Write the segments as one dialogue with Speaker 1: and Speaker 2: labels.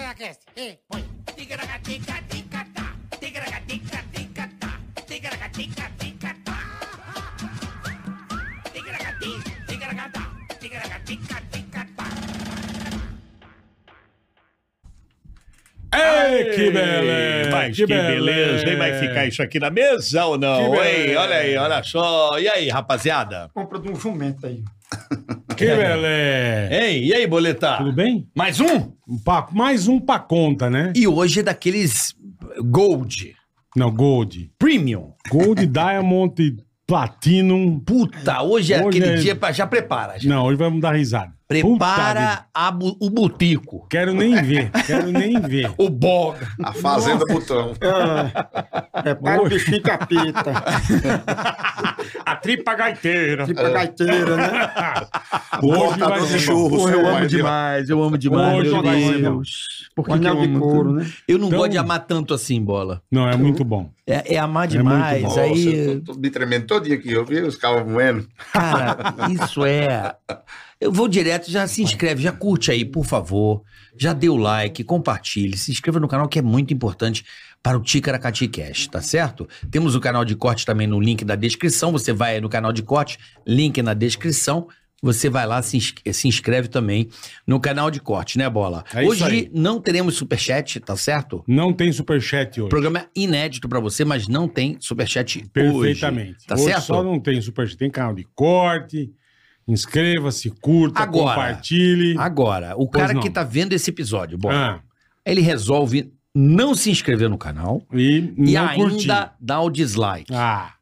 Speaker 1: Ticaracast, e põe. Ticaracatica-ticatá, ticaracatica-ticatá, ticaracatica-ticatá. Ticaracati, ticaracatá, ticaracatica-ticatá.
Speaker 2: Ei, que
Speaker 3: Ei,
Speaker 2: beleza!
Speaker 3: Mas que, beleza, hein? Vai ficar isso aqui na mesa ou não?
Speaker 2: Que
Speaker 3: Ei,
Speaker 2: beleza.
Speaker 3: olha aí, olha só. E aí, rapaziada?
Speaker 4: compra de um jumento aí.
Speaker 2: Que beleza!
Speaker 3: Hein? E aí, boletar?
Speaker 2: É, Tudo bem?
Speaker 3: Mais um?
Speaker 2: Um pa- mais um pra conta, né?
Speaker 3: E hoje é daqueles Gold,
Speaker 2: Não, Gold.
Speaker 3: Premium.
Speaker 2: Gold, Diamond, Platinum.
Speaker 3: Puta, hoje é
Speaker 2: Hoje
Speaker 3: aquele
Speaker 2: é-
Speaker 3: dia pra. Já prepara, já.
Speaker 2: Não, hoje vamos dar risada. Puta vida.
Speaker 3: Prepara a bu- o botico.
Speaker 2: Quero nem ver, quero nem ver.
Speaker 3: O boga.
Speaker 5: A Fazenda Butão.
Speaker 4: É, para o bichinho capeta,
Speaker 2: A tripa gaiteira.
Speaker 4: tipo a gaiteira, né?
Speaker 5: O
Speaker 2: Hoje vai
Speaker 5: cortador
Speaker 2: ser
Speaker 5: de churros. é
Speaker 6: Porra,
Speaker 5: seu
Speaker 6: eu amo
Speaker 5: Maideu.
Speaker 6: demais, eu amo demais,
Speaker 2: Hoje
Speaker 6: meu
Speaker 2: vai ser bom.
Speaker 6: Deus. Por
Speaker 4: O
Speaker 6: que, que eu
Speaker 4: anel de
Speaker 6: amo
Speaker 4: couro,
Speaker 6: tanto?
Speaker 4: né?
Speaker 3: Eu não
Speaker 2: Então-
Speaker 3: gosto de amar tanto assim, bola.
Speaker 2: Não, é muito bom.
Speaker 6: É, é amar
Speaker 2: É muito
Speaker 6: demais,
Speaker 2: bom.
Speaker 5: Nossa,
Speaker 6: aí...
Speaker 5: eu tô, tô me tremendo todo dia aqui. Eu vi os caras moendo.
Speaker 3: Cara, isso é. Eu vou direto, já se inscreve, já curte aí, por favor. Já dê o like, compartilhe, se inscreva no canal que é muito importante para o Ticaracati Cash, tá certo? Temos o canal de corte também no link da descrição. Você vai no canal de corte, link na descrição. Você vai lá, se, inscre- se inscreve também no canal de corte, né, Bola?
Speaker 2: É isso
Speaker 3: Hoje
Speaker 2: aí.
Speaker 3: não teremos superchat, tá certo?
Speaker 2: Não tem superchat hoje.
Speaker 3: Programa é inédito para você, mas não tem superchat hoje.
Speaker 2: Perfeitamente.
Speaker 3: Tá
Speaker 2: hoje
Speaker 3: certo?
Speaker 2: só não tem superchat. Tem canal de corte. Inscreva-se, curta,
Speaker 3: Agora.
Speaker 2: compartilhe.
Speaker 3: Agora, o
Speaker 2: Pois
Speaker 3: cara
Speaker 2: não.
Speaker 3: que tá vendo esse episódio, Bola,
Speaker 2: Ah,
Speaker 3: ele resolve não se inscrever no canal
Speaker 2: e
Speaker 3: e
Speaker 2: não
Speaker 3: ainda
Speaker 2: curtir.
Speaker 3: dá o dislike.
Speaker 2: Ah,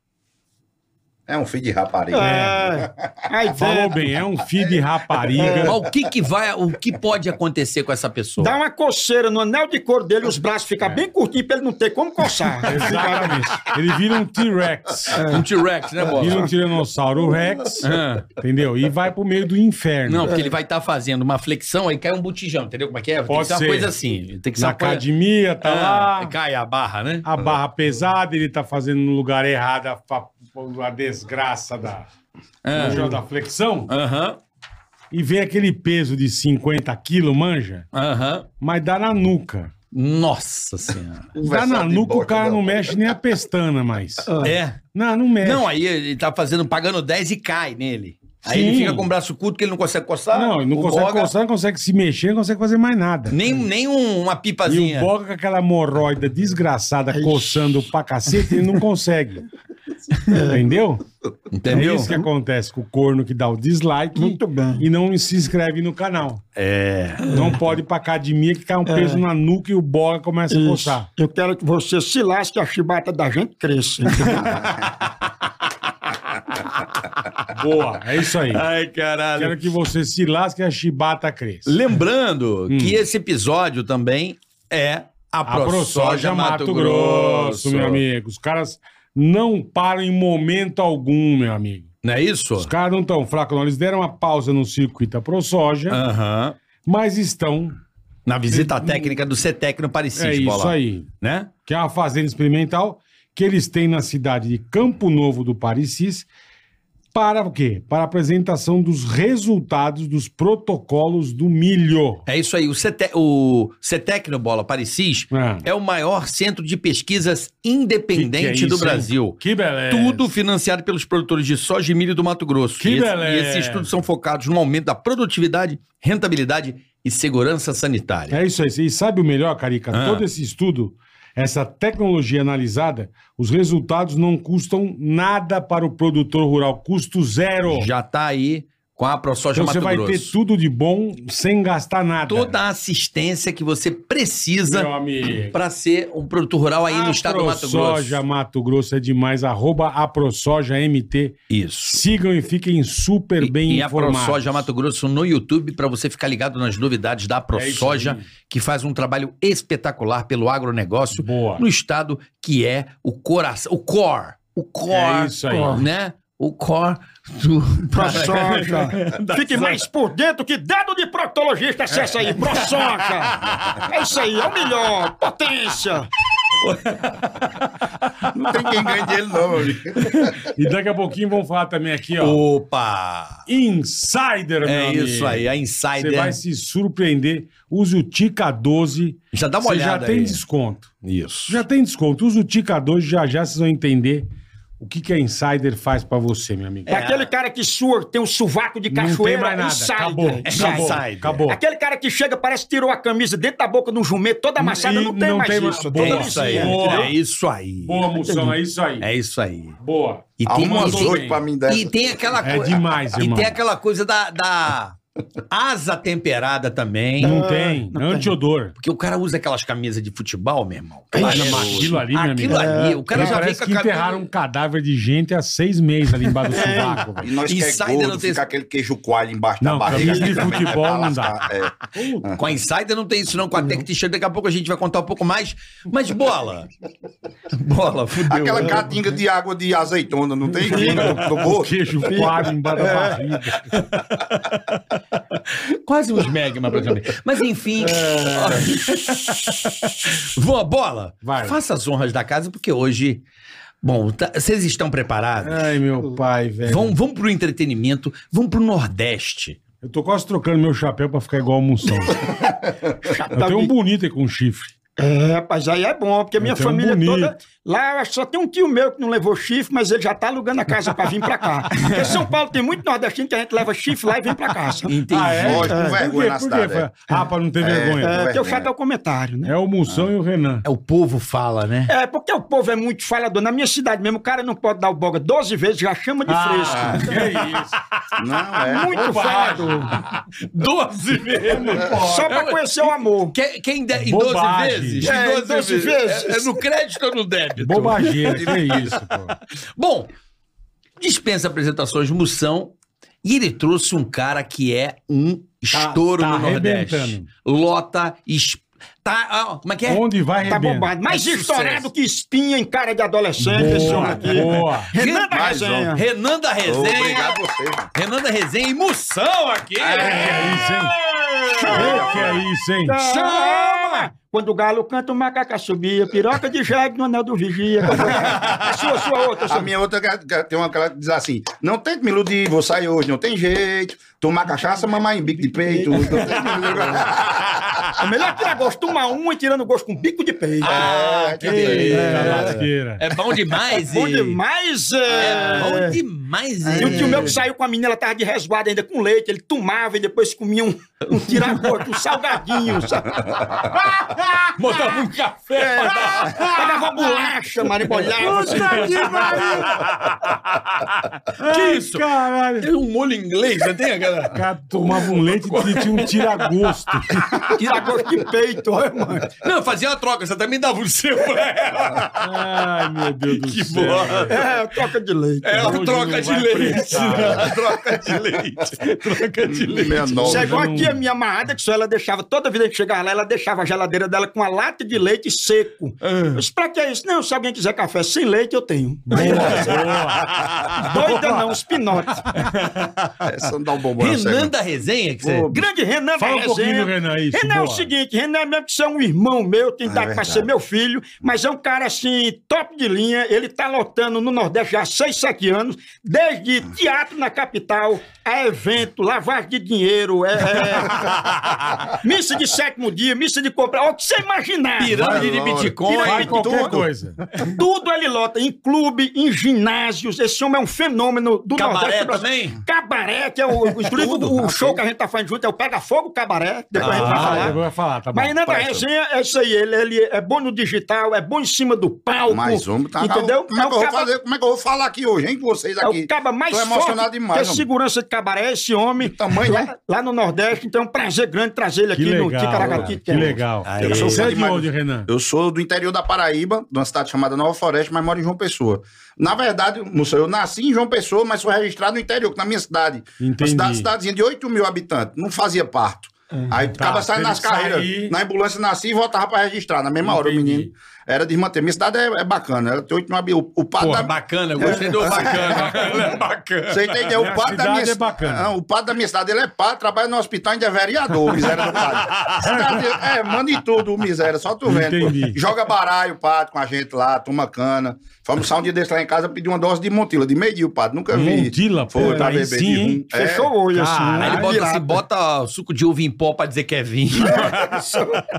Speaker 5: É um filho de rapariga.
Speaker 4: É. Aí
Speaker 2: falou
Speaker 4: dá-
Speaker 2: bem. É um feed de rapariga.
Speaker 3: Mas o que que vai, o que pode acontecer com essa pessoa?
Speaker 4: Dá uma coceira no anel de couro dele, os braços ficam bem curtinhos pra ele não ter como coçar.
Speaker 2: É. Exatamente. Ele vira um T-Rex.
Speaker 3: Um T-Rex, né,
Speaker 2: Vira um
Speaker 3: Bola?
Speaker 2: Tiranossauro Rex,
Speaker 3: Ah.
Speaker 2: entendeu? E vai pro meio do inferno.
Speaker 3: Não, porque ele vai estar fazendo uma flexão aí cai um botijão, entendeu como é que é? tem que
Speaker 2: Pode
Speaker 3: ser uma
Speaker 2: ser.
Speaker 3: coisa assim. Tem que ser
Speaker 2: Na
Speaker 3: uma coisa...
Speaker 2: academia, tá
Speaker 3: Ah,
Speaker 2: lá.
Speaker 3: Cai a barra, né?
Speaker 2: A barra pesada, ele tá fazendo no lugar errado a, fa- a desgraça da,
Speaker 3: Ah.
Speaker 2: do jogo da flexão.
Speaker 3: Aham,
Speaker 2: E vem aquele peso de 50 quilos, manja,
Speaker 3: aham.
Speaker 2: mas dá na nuca.
Speaker 3: Nossa Senhora.
Speaker 2: Dá na nuca, o cara não mexe nem a pestana mais.
Speaker 3: né? É.
Speaker 2: Não, não mexe.
Speaker 3: Não, aí ele tá fazendo, pagando 10 e cai nele. Aí ele
Speaker 2: Sim.
Speaker 3: fica com o braço curto que ele não consegue coçar.
Speaker 2: Não, ele não
Speaker 3: O
Speaker 2: consegue
Speaker 3: Boga,
Speaker 2: coçar, não consegue se mexer, não consegue fazer mais nada.
Speaker 3: Nem, nem um- uma
Speaker 2: E o
Speaker 3: pipazinha.
Speaker 2: Boga com aquela hemorroida desgraçada coçando pra cacete, ele não consegue. Entendeu?
Speaker 3: Entendeu?
Speaker 2: É isso que acontece com o corno que dá o dislike
Speaker 4: Muito bem.
Speaker 2: e não se inscreve no canal. É. Não pode ir pra academia que cai um
Speaker 3: É.
Speaker 2: peso na nuca e o Boga começa a
Speaker 4: Isso.
Speaker 2: coçar.
Speaker 4: Eu quero que você se lasque e a chibata da gente cresça.
Speaker 2: Boa, é isso aí.
Speaker 3: Ai, caralho.
Speaker 2: Quero que você se lasque e a chibata cresça.
Speaker 3: Lembrando que esse episódio também é a
Speaker 2: Hum. A
Speaker 3: ProSoja Mato Grosso,
Speaker 2: meu amigo. Os caras não param em momento algum, meu amigo.
Speaker 3: Não é isso?
Speaker 2: Os caras não estão fracos, não. Eles deram uma pausa no circuito da ProSoja,
Speaker 3: Ah. Aham.
Speaker 2: mas estão.
Speaker 3: Na visita técnica do CETEC no Parecis,
Speaker 2: Hum. É isso
Speaker 3: Bola.
Speaker 2: aí.
Speaker 3: Né?
Speaker 2: Que é uma fazenda experimental que eles têm na cidade de Campo Novo do Parecis. Para o quê? Para a apresentação dos resultados dos protocolos do milho.
Speaker 3: É isso aí. O CETEC, o CETEC no Bola Parecis
Speaker 2: Ah,
Speaker 3: é o maior centro de pesquisas independente
Speaker 2: Que que é
Speaker 3: do
Speaker 2: isso, hein?
Speaker 3: Brasil.
Speaker 2: Que beleza.
Speaker 3: Tudo financiado pelos produtores de soja e milho do Mato Grosso.
Speaker 2: É. Que
Speaker 3: e, esse-
Speaker 2: beleza.
Speaker 3: e esses estudos são focados no aumento da produtividade, rentabilidade e segurança sanitária.
Speaker 2: É isso aí. E sabe o melhor, Carica?
Speaker 3: Ah.
Speaker 2: Todo esse estudo, essa tecnologia analisada, os resultados não custam nada para o produtor rural. Custo zero.
Speaker 3: Já tá aí com a ProSoja
Speaker 2: Então
Speaker 3: Mato
Speaker 2: você vai
Speaker 3: Grosso.
Speaker 2: ter tudo de bom sem gastar nada.
Speaker 3: Toda a assistência que você precisa
Speaker 2: Meu amigo.
Speaker 3: para ser um produtor rural aí no estado do Mato
Speaker 2: Soja
Speaker 3: Grosso.
Speaker 2: Mato Grosso é demais. Arroba AproSoja MT.
Speaker 3: Isso.
Speaker 2: Sigam e fiquem super
Speaker 3: E-
Speaker 2: bem
Speaker 3: e a
Speaker 2: informados.
Speaker 3: ProSoja Mato Grosso no YouTube para você ficar ligado nas novidades da
Speaker 2: É isso
Speaker 3: ProSoja,
Speaker 2: aí.
Speaker 3: que faz um trabalho espetacular pelo agronegócio
Speaker 2: Boa.
Speaker 3: no estado que é o coração, o core, o
Speaker 2: É
Speaker 3: core,
Speaker 2: isso aí.
Speaker 3: né? O core do
Speaker 4: ProSoja. Fique mais por dentro que dedo de proctologista, acessa aí, ProSoja. É isso aí, é o melhor, potência.
Speaker 5: Não tem quem ganhe dinheiro, não, meu amigo.
Speaker 2: E daqui a pouquinho vamos falar também aqui, ó.
Speaker 3: Opa!
Speaker 2: Insider, meu
Speaker 3: É
Speaker 2: amigo.
Speaker 3: isso aí, a
Speaker 2: Você
Speaker 3: Insider.
Speaker 2: vai se surpreender. Use o Tica 12.
Speaker 3: Já dá uma
Speaker 2: Você já
Speaker 3: olhada
Speaker 2: tem
Speaker 3: aí.
Speaker 2: desconto.
Speaker 3: Isso. É
Speaker 2: Já tem desconto. Usa o Tica 12, já já vocês vão entender o que, que a Insider faz pra você, meu amigo.
Speaker 4: É aquele cara que sua, tem o sovaco
Speaker 3: É
Speaker 4: de
Speaker 2: Não tem mais
Speaker 4: cachoeira
Speaker 2: nada.
Speaker 4: e sai.
Speaker 2: Acabou.
Speaker 4: cara, sai.
Speaker 2: Acabou.
Speaker 3: Insider. É
Speaker 2: Acabou.
Speaker 4: Aquele cara que chega, parece que tirou a camisa dentro da boca de um jumento, toda amassada,
Speaker 2: E
Speaker 4: não tem
Speaker 2: não
Speaker 4: mais
Speaker 2: tem mais-
Speaker 4: isso.
Speaker 2: Boa,
Speaker 4: toda
Speaker 3: é isso aí.
Speaker 4: lisinha.
Speaker 2: Boa.
Speaker 3: É isso aí.
Speaker 2: Boa, moção. É isso aí.
Speaker 3: É isso aí.
Speaker 2: Boa.
Speaker 3: E tem,
Speaker 5: Arruma umas
Speaker 2: isso.
Speaker 5: oito pra mim dessa.
Speaker 3: e tem aquela
Speaker 2: É
Speaker 3: coisa.
Speaker 2: demais,
Speaker 3: e
Speaker 2: irmão.
Speaker 3: tem aquela coisa da, da asa temperada também.
Speaker 2: Não tem. É Antiodor.
Speaker 3: Porque o cara usa aquelas camisas de futebol, meu irmão.
Speaker 2: Olha,
Speaker 3: Aquelas-
Speaker 2: mas aquilo ali, meu amigo.
Speaker 3: é Aquilo ali, o cara
Speaker 2: Cara,
Speaker 3: já vem
Speaker 2: parece
Speaker 3: com a
Speaker 2: que enterraram um
Speaker 3: camisa.
Speaker 2: cadáver de gente há seis meses ali
Speaker 3: É.
Speaker 2: embaixo do sovaco,
Speaker 5: E
Speaker 2: velho.
Speaker 5: nós que é
Speaker 3: Insider
Speaker 5: gordo,
Speaker 3: não tem-
Speaker 5: fica aquele queijo coalho embaixo
Speaker 2: Não,
Speaker 5: da barriga.
Speaker 2: camisa de
Speaker 5: também, né,
Speaker 2: futebol
Speaker 5: pra
Speaker 2: não dá.
Speaker 5: lascar, é.
Speaker 3: Com a Insider não tem isso, não. Com a Tech T-shirt, daqui a pouco a gente vai contar um pouco mais. Mas bola. bola, fudeu.
Speaker 5: Aquela catinga de água de azeitona, não é. tem química no, no
Speaker 2: Um
Speaker 5: gosto?
Speaker 2: Queijo coalho embaixo da barriga.
Speaker 3: Quase uns magma pra também. Mas enfim. Boa bola.
Speaker 2: Vai.
Speaker 3: Faça as honras da casa, porque hoje. Bom, tá- vocês estão preparados?
Speaker 2: Ai, meu pai, velho.
Speaker 3: Vão, vão pro entretenimento, vão pro Nordeste.
Speaker 2: Eu tô quase trocando meu chapéu pra ficar igual o Munção. Eu tenho um bonito aí com chifre.
Speaker 4: É, rapaz, aí é bom, porque minha
Speaker 2: Então,
Speaker 4: família
Speaker 2: bonito.
Speaker 4: toda. Lá eu acho que só tem um tio meu que não levou chifre, mas ele já tá alugando a casa pra vir pra cá. Porque São Paulo tem muito nordestino que a gente leva chifre lá e vem pra cá. sabe? É,
Speaker 3: Entendi.
Speaker 5: Lógico,
Speaker 2: Ah,
Speaker 5: com
Speaker 2: é? Por quê?
Speaker 5: vergonha na
Speaker 2: Por quê?
Speaker 5: cidade, é.
Speaker 2: Ah, pra não ter vergonha.
Speaker 4: É,
Speaker 5: vergonha.
Speaker 4: teu chato é o comentário, né?
Speaker 2: É o Munção e o Renan.
Speaker 3: É, o povo fala, né?
Speaker 4: É, porque o povo é muito falador. Na minha cidade mesmo, o cara não pode dar o boga 12 vezes, já chama de
Speaker 2: Ah,
Speaker 4: fresco.
Speaker 2: que isso.
Speaker 5: Não, é.
Speaker 4: Muito falador.
Speaker 3: Doze vezes.
Speaker 4: Só pra conhecer o amor.
Speaker 3: Quem, quem der em
Speaker 2: Bobagem.
Speaker 3: 12 vezes?
Speaker 4: É,
Speaker 3: Em
Speaker 4: em 12 vezes.
Speaker 3: É, é no crédito ou no débito?
Speaker 2: Bobageira, que é isso, pô.
Speaker 3: Bom, dispensa apresentações, moção. E ele trouxe um cara que é um estouro
Speaker 2: tá
Speaker 3: no Nordeste.
Speaker 2: arrebentando.
Speaker 3: Lota, es... tá, ah, como é que é?
Speaker 2: Onde vai
Speaker 4: Tá
Speaker 2: arrebenta.
Speaker 4: bombado. Mais
Speaker 3: É
Speaker 4: estourado
Speaker 3: sucesso.
Speaker 4: que espinha em cara de adolescente, esse
Speaker 2: Boa,
Speaker 4: homem aqui.
Speaker 2: boa.
Speaker 4: Renan da
Speaker 5: Mais um.
Speaker 4: Resenha.
Speaker 3: Renan da Resenha.
Speaker 5: Obrigado a você. mano.
Speaker 3: Renan da Resenha e moção aqui.
Speaker 2: Que é isso, hein? Que que é isso, hein?
Speaker 4: Tá. Chama! Quando o galo canta, o macaca subia. Piroca de jegue no anel do vigia. A sua, sua outra,
Speaker 5: A
Speaker 4: sua.
Speaker 5: minha outra que- que tem uma que ela diz assim: não tente me iludir, vou sair hoje, não tem jeito. Tomar cachaça, mamar em bico de peito. Não tente me iludir.
Speaker 4: É melhor tirar gosto de uma a uma e tirando gosto com bico de peito.
Speaker 5: Ah, que
Speaker 2: Eita,
Speaker 5: delícia.
Speaker 2: lasqueira.
Speaker 3: É bom demais.
Speaker 4: bom
Speaker 3: e-
Speaker 4: demais!
Speaker 3: É bom
Speaker 4: É...
Speaker 3: demais.
Speaker 4: E o
Speaker 3: e-
Speaker 4: tio meu que saiu com a menina, ela tava de resguardo ainda com leite, ele tomava e depois comia um, um tiragosto, um salgadinho, sabe?
Speaker 3: Botava um café. pra dar-
Speaker 4: Pegava bolacha, marimbolhava. assim.
Speaker 3: É Que isso?
Speaker 2: Caralho.
Speaker 3: Tem um molho inglês, não tem aquela...
Speaker 2: O cara tomava um leite e tinha um tiragosto.
Speaker 4: Tira gosto de peito, olha, mano.
Speaker 3: Não, eu fazia uma troca, você também dava o seu pra ela.
Speaker 2: Ai, meu Deus do
Speaker 3: Que
Speaker 2: céu.
Speaker 3: boa.
Speaker 4: É, troca de leite. né?
Speaker 3: Ela
Speaker 2: Hoje
Speaker 3: troca
Speaker 2: não
Speaker 3: de
Speaker 2: vai
Speaker 3: leite.
Speaker 2: prestar.
Speaker 3: Ela troca de leite. Troca de leite.
Speaker 5: Meia nova.
Speaker 4: Isso é
Speaker 2: Hoje
Speaker 4: igual
Speaker 2: não-
Speaker 4: aqui a minha amada, que só ela deixava, toda vida que chegava lá, ela deixava a geladeira dela com uma lata de leite seco. Eu disse, pra que isso? Não, se alguém quiser café sem leite, eu tenho. Doida não, os pinotes.
Speaker 5: Essa não dá um bombom. na
Speaker 3: Renan
Speaker 5: cega.
Speaker 3: da resenha, que você.
Speaker 5: Ô,
Speaker 4: Grande Renan
Speaker 2: Fala
Speaker 4: da
Speaker 2: um pouquinho
Speaker 4: resenha.
Speaker 2: do Renan, isso,
Speaker 4: Renan é o
Speaker 2: bora.
Speaker 4: seguinte, Renan é mesmo que você é um irmão meu, tem idade pra
Speaker 5: verdade.
Speaker 4: ser meu filho, mas é um cara assim, top de linha, ele tá lotando no Nordeste já há 6, 7 anos, desde teatro na capital, a evento, lavagem de dinheiro, é, é, missa de sétimo dia, missa de comprar, o que você imaginar.
Speaker 3: Pirâmide de
Speaker 5: Vai, Laura.
Speaker 3: Bitcoin.
Speaker 2: Vai qualquer
Speaker 3: tudo.
Speaker 2: coisa.
Speaker 4: Tudo ele lota, em clube, em ginásios. Esse homem é um fenômeno do
Speaker 3: Cabaré
Speaker 4: Nordeste. brasileiro.
Speaker 3: também?
Speaker 4: Cabaré, que é o, inclusive o show que a gente tá fazendo junto, é o Pega Fogo Cabaré, que depois a gente vai
Speaker 2: Ah,
Speaker 4: falar.
Speaker 5: é
Speaker 2: eu vou falar, tá bom.
Speaker 4: Mas ainda na
Speaker 5: presta.
Speaker 4: resenha, é isso aí. Ele, ele é bom no digital, é bom em cima do palco.
Speaker 5: Mais um, tá
Speaker 4: Entendeu?
Speaker 5: Como é, que eu
Speaker 4: o
Speaker 5: vou
Speaker 4: caba-
Speaker 5: fazer, como é que eu vou falar aqui hoje, hein, com vocês
Speaker 4: é
Speaker 5: aqui?
Speaker 4: o caba mais
Speaker 5: Tô emocionado
Speaker 4: forte
Speaker 5: demais,
Speaker 4: que é
Speaker 5: homem.
Speaker 4: segurança de cabaré, esse homem.
Speaker 5: tamanho,
Speaker 4: lá,
Speaker 5: né?
Speaker 4: lá no Nordeste, então é um prazer grande trazer ele
Speaker 2: Que
Speaker 4: aqui no
Speaker 2: legal. cara,
Speaker 4: Ticaracati. é
Speaker 2: Que legal.
Speaker 3: Aê.
Speaker 5: Eu sou
Speaker 2: Você é de
Speaker 5: demais.
Speaker 2: onde, Renan?
Speaker 5: Eu sou do interior da Paraíba, de uma cidade chamada Nova Floresta, mas moro em João Pessoa. Na verdade, moço, eu nasci em João Pessoa, mas sou registrado no interior, na minha cidade.
Speaker 2: Entendi.
Speaker 5: Uma cidade, cidadezinha de 8 mil habitantes, não fazia parto. Aí
Speaker 2: Tá,
Speaker 5: acaba saindo
Speaker 2: pra
Speaker 5: nas
Speaker 2: ele
Speaker 5: carreiras.
Speaker 2: sair-
Speaker 5: Na ambulância nascia e voltava pra registrar. Na mesma hora, o
Speaker 2: Entendi.
Speaker 5: menino. Era desmanter. Minha cidade é, é bacana. Ela tem oito mil habitantes. O, o pato
Speaker 7: Porra,
Speaker 5: da-
Speaker 7: bacana, eu gostei do bacana. Bacana é bacana.
Speaker 5: Você entendeu?
Speaker 2: Minha
Speaker 5: O padre da
Speaker 2: cidade
Speaker 5: minha
Speaker 2: é bacana.
Speaker 5: Ah, o padre da minha cidade, ele é padre, trabalha no hospital, ainda é vereador, o miséria do padre. Cidade- é, manda em tudo, o miséria, só tu vendo. pô.
Speaker 2: Entendi.
Speaker 5: Joga baralho, padre, com a gente lá, toma cana. Fomos almoçar um dia desse lá em casa, pedi uma dose de montila, de meio dia, o padre, nunca vi.
Speaker 2: Montila, pô,
Speaker 5: Foi, pra
Speaker 2: aí
Speaker 5: beber
Speaker 2: sim,
Speaker 5: de
Speaker 2: hein?
Speaker 5: rum. É.
Speaker 4: Fechou o olho assim.
Speaker 2: Caralho,
Speaker 3: Aí ele
Speaker 4: né?
Speaker 3: bota,
Speaker 4: Virado.
Speaker 3: assim, bota suco de uva em pó pra dizer que é vinho.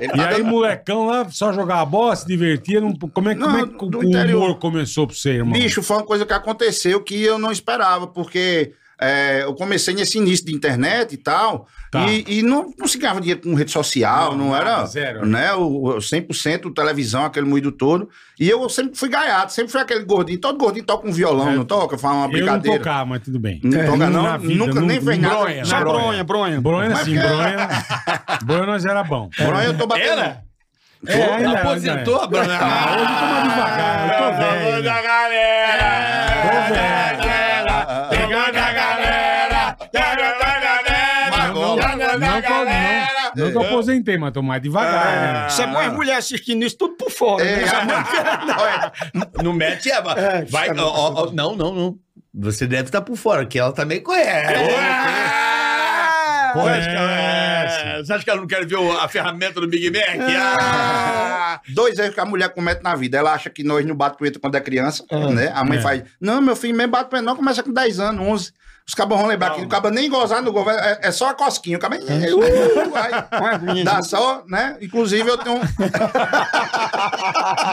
Speaker 5: Ele
Speaker 2: E
Speaker 5: tá
Speaker 2: aí,
Speaker 5: dando-
Speaker 2: molecão lá, só jogar a bola, se divertia. não- Como é, que- como é
Speaker 5: Não,
Speaker 2: que
Speaker 5: do
Speaker 2: o o
Speaker 5: interior.
Speaker 2: humor começou pra você, irmão?
Speaker 5: Bicho, foi uma coisa que aconteceu que eu não esperava, porque é, eu comecei nesse início de internet e tal,
Speaker 2: Tá.
Speaker 5: e, e não, não se ganhava dinheiro com rede social, não, era
Speaker 2: zero.
Speaker 5: né, o, o 100% televisão, aquele moído todo, e eu sempre fui gaiato, sempre fui aquele gordinho, todo gordinho toca um violão, não toca, faz
Speaker 2: É. eu
Speaker 5: uma
Speaker 2: não
Speaker 5: brincadeira.
Speaker 2: tocava, mas tudo bem. É,
Speaker 5: Não toca, não? Nunca nem fez nada.
Speaker 2: Bronha,
Speaker 4: Só
Speaker 2: não.
Speaker 4: bronha, bronha.
Speaker 2: Bronha, sim,
Speaker 5: porque-
Speaker 2: bronha. Bronha nós era bom.
Speaker 5: Bronha, eu tô batendo.
Speaker 7: Era?
Speaker 2: É, ainda-
Speaker 7: Aposentou,
Speaker 2: ainda
Speaker 7: Bruno?
Speaker 2: é. Ah, hoje toma devagar, eu tô velho.
Speaker 7: da galera,
Speaker 2: Tô
Speaker 7: da galera, pegando a galera, pegando a galera,
Speaker 5: Mas
Speaker 2: Não, não,
Speaker 5: agora-
Speaker 7: pegando a
Speaker 2: não que eu-
Speaker 7: galera.
Speaker 2: não- não que eu aposentei, mas tô mais devagar. né?
Speaker 4: Você põe é as mulheres assistindo isso tudo por fora.
Speaker 5: É,
Speaker 4: né?
Speaker 5: olha,
Speaker 3: Não mete a.
Speaker 4: É,
Speaker 3: vai, ó, ó, ó,
Speaker 4: assim.
Speaker 3: não, não, não. Você deve
Speaker 7: tá
Speaker 3: estar por fora, que ela também conhece.
Speaker 2: Conhece.
Speaker 7: É, Você acha que ela não quer ver o- a ferramenta do Big Mac?
Speaker 4: É.
Speaker 7: Ah!
Speaker 5: Dois erros que a mulher comete na vida. Ela acha que nós não bate punheta quando é criança, né? A mãe
Speaker 2: É.
Speaker 5: faz, não, meu filho mesmo bate punheta, não, começa com 10 anos, 11. Os cabos vão lembrar que o cabo nem gozar no governo, é, é só a cosquinha. O cabo é, uh, aí,
Speaker 4: Olha, menino.
Speaker 5: dá só, né? Inclusive eu tenho um...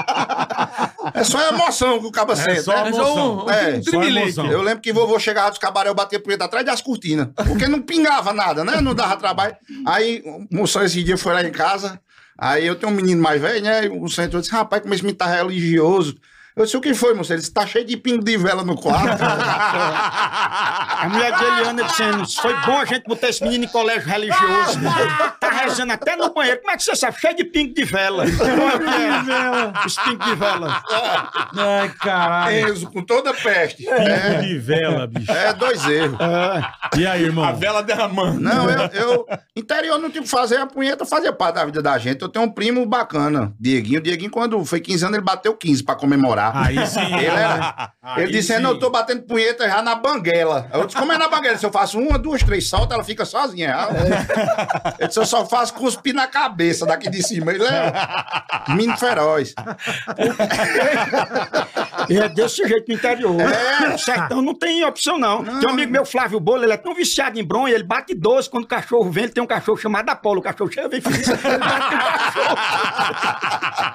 Speaker 5: É só emoção que o cabo sente.
Speaker 2: É só
Speaker 5: né?
Speaker 2: emoção.
Speaker 5: É,
Speaker 2: Só emoção.
Speaker 5: Eu lembro que vovô chegava dos cabaré, eu batia punheta atrás das cortinas. Porque não pingava nada, né? Não dava trabalho. Aí o moção esse dia foi lá em casa. Aí eu tenho um menino mais velho, né? E o moção entrou e disse: rapaz, como esse menino tá religioso. Eu disse: o que foi, moção? Ele disse: tá cheio de pingo de vela no quarto.
Speaker 4: A mulher de Eliana dizendo: foi bom a gente botar esse menino em colégio religioso. Tá rezando até no banheiro. Como é que você sabe? Cheio de pingo de vela. Os pingos de vela.
Speaker 2: Ai, caralho.
Speaker 5: Enzo, com toda peste. É,
Speaker 2: Pingo de vela, bicho.
Speaker 5: é dois erros.
Speaker 2: E aí, irmão?
Speaker 7: A vela derramando.
Speaker 5: Não, eu, eu. Interior não tinha que fazer a punheta, fazia parte da vida da gente. Eu tenho um primo bacana, Dieguinho. O Dieguinho, quando foi 15 anos, ele bateu 15 pra comemorar.
Speaker 2: Aí sim.
Speaker 5: Ele, era,
Speaker 2: Ah, Aí
Speaker 5: ele dizendo,
Speaker 2: sim.
Speaker 5: eu tô batendo punheta já na banguela. Eu disse, como é na banguela? Se eu faço uma, duas, três salta, ela fica sozinha. Ah, Eu disse, eu só faço cuspir na cabeça daqui de cima. Ele é menino feroz.
Speaker 4: E é desse jeito no interior. O sertão não tem opção, não. Tem um amigo meu, Flávio Bolo, ele é tão viciado em bronha, ele bate 12 quando o cachorro vem. Ele tem um cachorro chamado Apolo. O cachorro chega e vem feliz. Ele bate o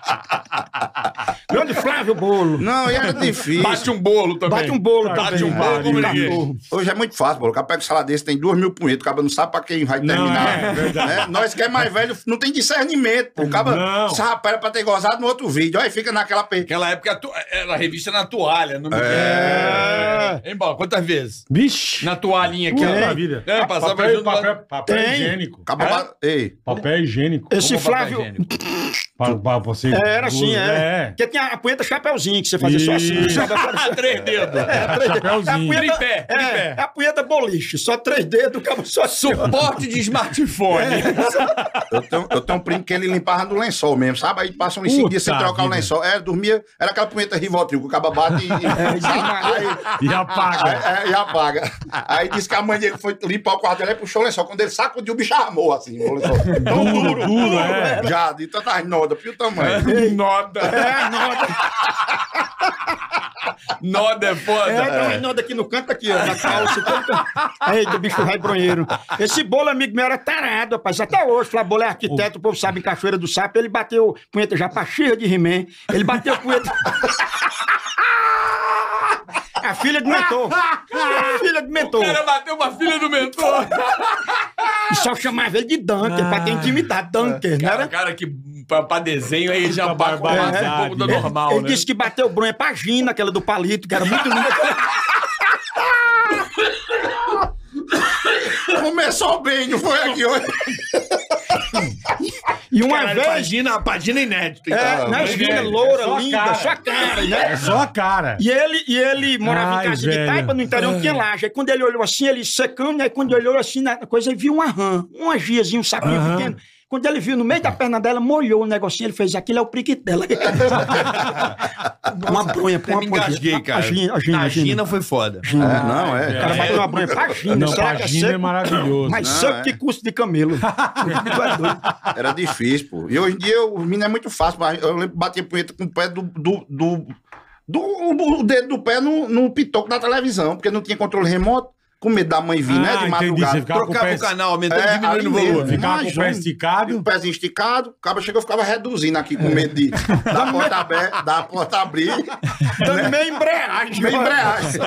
Speaker 4: cachorro. Grande Flávio Bolo.
Speaker 5: Não, e era difícil.
Speaker 7: Bate um bolo também.
Speaker 4: Bate um bolo,
Speaker 7: Bate um
Speaker 4: também.
Speaker 7: bolo, como
Speaker 4: Bate um
Speaker 7: ninguém.
Speaker 4: bolo.
Speaker 5: Hoje é muito fácil, bolo. O cara pega o saladeiro, tem duas mil punhetas. O cara não sabe pra quem vai
Speaker 2: Não,
Speaker 5: terminar.
Speaker 2: é verdade.
Speaker 5: Né? Nós que é mais velho, não tem discernimento. pô. O cara
Speaker 2: Não.
Speaker 5: essa rapaz era pra ter gozado no outro vídeo. Aí fica naquela... pe-
Speaker 7: Naquela época a tu- era a revista na toalha. No... É. Hein, Bola? Quantas vezes?
Speaker 2: Vixe.
Speaker 7: Na toalhinha aqui.
Speaker 2: Puta
Speaker 7: ó.
Speaker 2: vida.
Speaker 7: É, passava
Speaker 2: papel,
Speaker 7: junto lá-
Speaker 2: papel, papel
Speaker 4: Tem.
Speaker 2: higiênico.
Speaker 5: Acaba ba- Ei,
Speaker 2: Papel higiênico.
Speaker 4: Esse
Speaker 7: Como papel
Speaker 4: Flávio,
Speaker 7: higiênico.
Speaker 2: Para, para você.
Speaker 4: É, Era assim, é.
Speaker 2: é.
Speaker 4: Porque tinha a punheta chapeuzinho, que você fazia só assim.
Speaker 2: Isso.
Speaker 4: sabe?
Speaker 7: Ah, Três dedos.
Speaker 4: É a
Speaker 2: Chapeuzinho.
Speaker 4: punheta,
Speaker 7: Tripé,
Speaker 4: é,
Speaker 7: tripé.
Speaker 4: é a punheta boliche, só três dedos, o cabo só assim. ó.
Speaker 7: Porte de
Speaker 4: É.
Speaker 7: smartphone.
Speaker 5: eu tenho, eu tenho um primo que ele limpava no lençol mesmo, sabe? Aí passa um uns
Speaker 2: Puta
Speaker 5: cinco dias sem trocar o
Speaker 2: vida.
Speaker 5: lençol. É, dormia... Era aquela punheta rivotril, que o cara bate e... Aí-
Speaker 2: E É, apaga.
Speaker 5: É, é, e apaga. Aí disse que a mãe dele foi limpar o quarto dele e puxou o lençol. Quando ele sacudiu, o bicho armou assim. O lençol. Tão
Speaker 2: Duro,
Speaker 5: duro,
Speaker 2: duro, é.
Speaker 5: Já, de tantas nodas, pio tamanho.
Speaker 7: Noda.
Speaker 4: É, noda,
Speaker 7: Noda é foda.
Speaker 4: é, dá uma noda aqui no canto, aqui, ó, na calça. todo- Eita, bicho vai bronheiro. Esse bolo, amigo meu, era tarado, rapaz. Até hoje, Flávio Bolo é arquiteto, o povo sabe, em Cachoeira do Sapo, ele bateu punheta já pra xirra de He-Man, ele bateu punheta... A filha do mentor. A filha do mentor.
Speaker 7: O cara bateu uma filha do mentor.
Speaker 4: E só chamava ele de Dunker, pra
Speaker 2: Ah.
Speaker 4: ter intimidade. Dunker, não
Speaker 7: Cara,
Speaker 4: era?
Speaker 7: cara que pra, pra desenho aí já bate um pouco do
Speaker 2: barbaridade.
Speaker 7: normal,
Speaker 4: Ele
Speaker 7: né?
Speaker 4: disse que bateu bronha pra Gina, aquela do palito, que era muito linda.
Speaker 5: Começou bem, não foi aqui hoje.
Speaker 4: E E uma
Speaker 7: Caralho,
Speaker 4: vez.
Speaker 7: Pagina, a pagina é inédita.
Speaker 4: É,
Speaker 7: então.
Speaker 4: né,
Speaker 7: Mas,
Speaker 4: esquina
Speaker 7: velho,
Speaker 4: loura,
Speaker 2: tá, só a
Speaker 4: linda,
Speaker 2: cara.
Speaker 4: só a cara, né?
Speaker 2: Só a cara.
Speaker 4: E ele, e ele morava
Speaker 2: Ai,
Speaker 4: em casa
Speaker 2: velho. Ah.
Speaker 4: de taipa, no interior não tinha laje. Aí quando ele olhou assim, ele secando, aí quando ele olhou assim na coisa, ele viu uma rã, um agiazinho, um sapinho
Speaker 2: Aham.
Speaker 4: pequeno. Quando ele viu no meio da perna dela, molhou o negocinho, ele fez aquilo, é o priquito dela. uma bronha, pô,
Speaker 7: Eu
Speaker 4: uma
Speaker 7: me engasguei, cara.
Speaker 4: É, A Gina, a Gina,
Speaker 3: A
Speaker 4: a Gina.
Speaker 3: China foi foda.
Speaker 5: É, não,
Speaker 4: O
Speaker 5: é.
Speaker 4: cara bateu uma bronha pra Gina,
Speaker 2: Não,
Speaker 4: será
Speaker 2: pra
Speaker 4: que é
Speaker 2: Gina é
Speaker 4: seco?
Speaker 2: maravilhoso.
Speaker 4: Mas
Speaker 5: Não,
Speaker 4: seco
Speaker 5: é.
Speaker 4: que custo de camelo. Tu é doido.
Speaker 5: Era difícil, pô. E hoje em dia o menino é muito fácil, mas eu lembro que batia punheta com o pé do. do, do, do- o dedo do pé no, no pitoco da televisão, porque não tinha controle remoto, com medo da mãe vir, né?
Speaker 2: Ah,
Speaker 5: De
Speaker 2: entendi,
Speaker 5: madrugada.
Speaker 2: você ficava com o
Speaker 7: Trocava
Speaker 2: pé-
Speaker 7: o canal, aumentando
Speaker 5: É,
Speaker 7: e diminuindo o
Speaker 5: ali mesmo.
Speaker 7: volume.
Speaker 2: Ficava com o
Speaker 5: Mas,
Speaker 2: pé
Speaker 5: um-
Speaker 2: esticado.
Speaker 5: E o pezinho esticado, o cabo chegou e ficava reduzindo aqui com medo de da porta aberta, da porta abrir,
Speaker 4: Dando meio é embreagem.
Speaker 5: meio Né? é embreagem.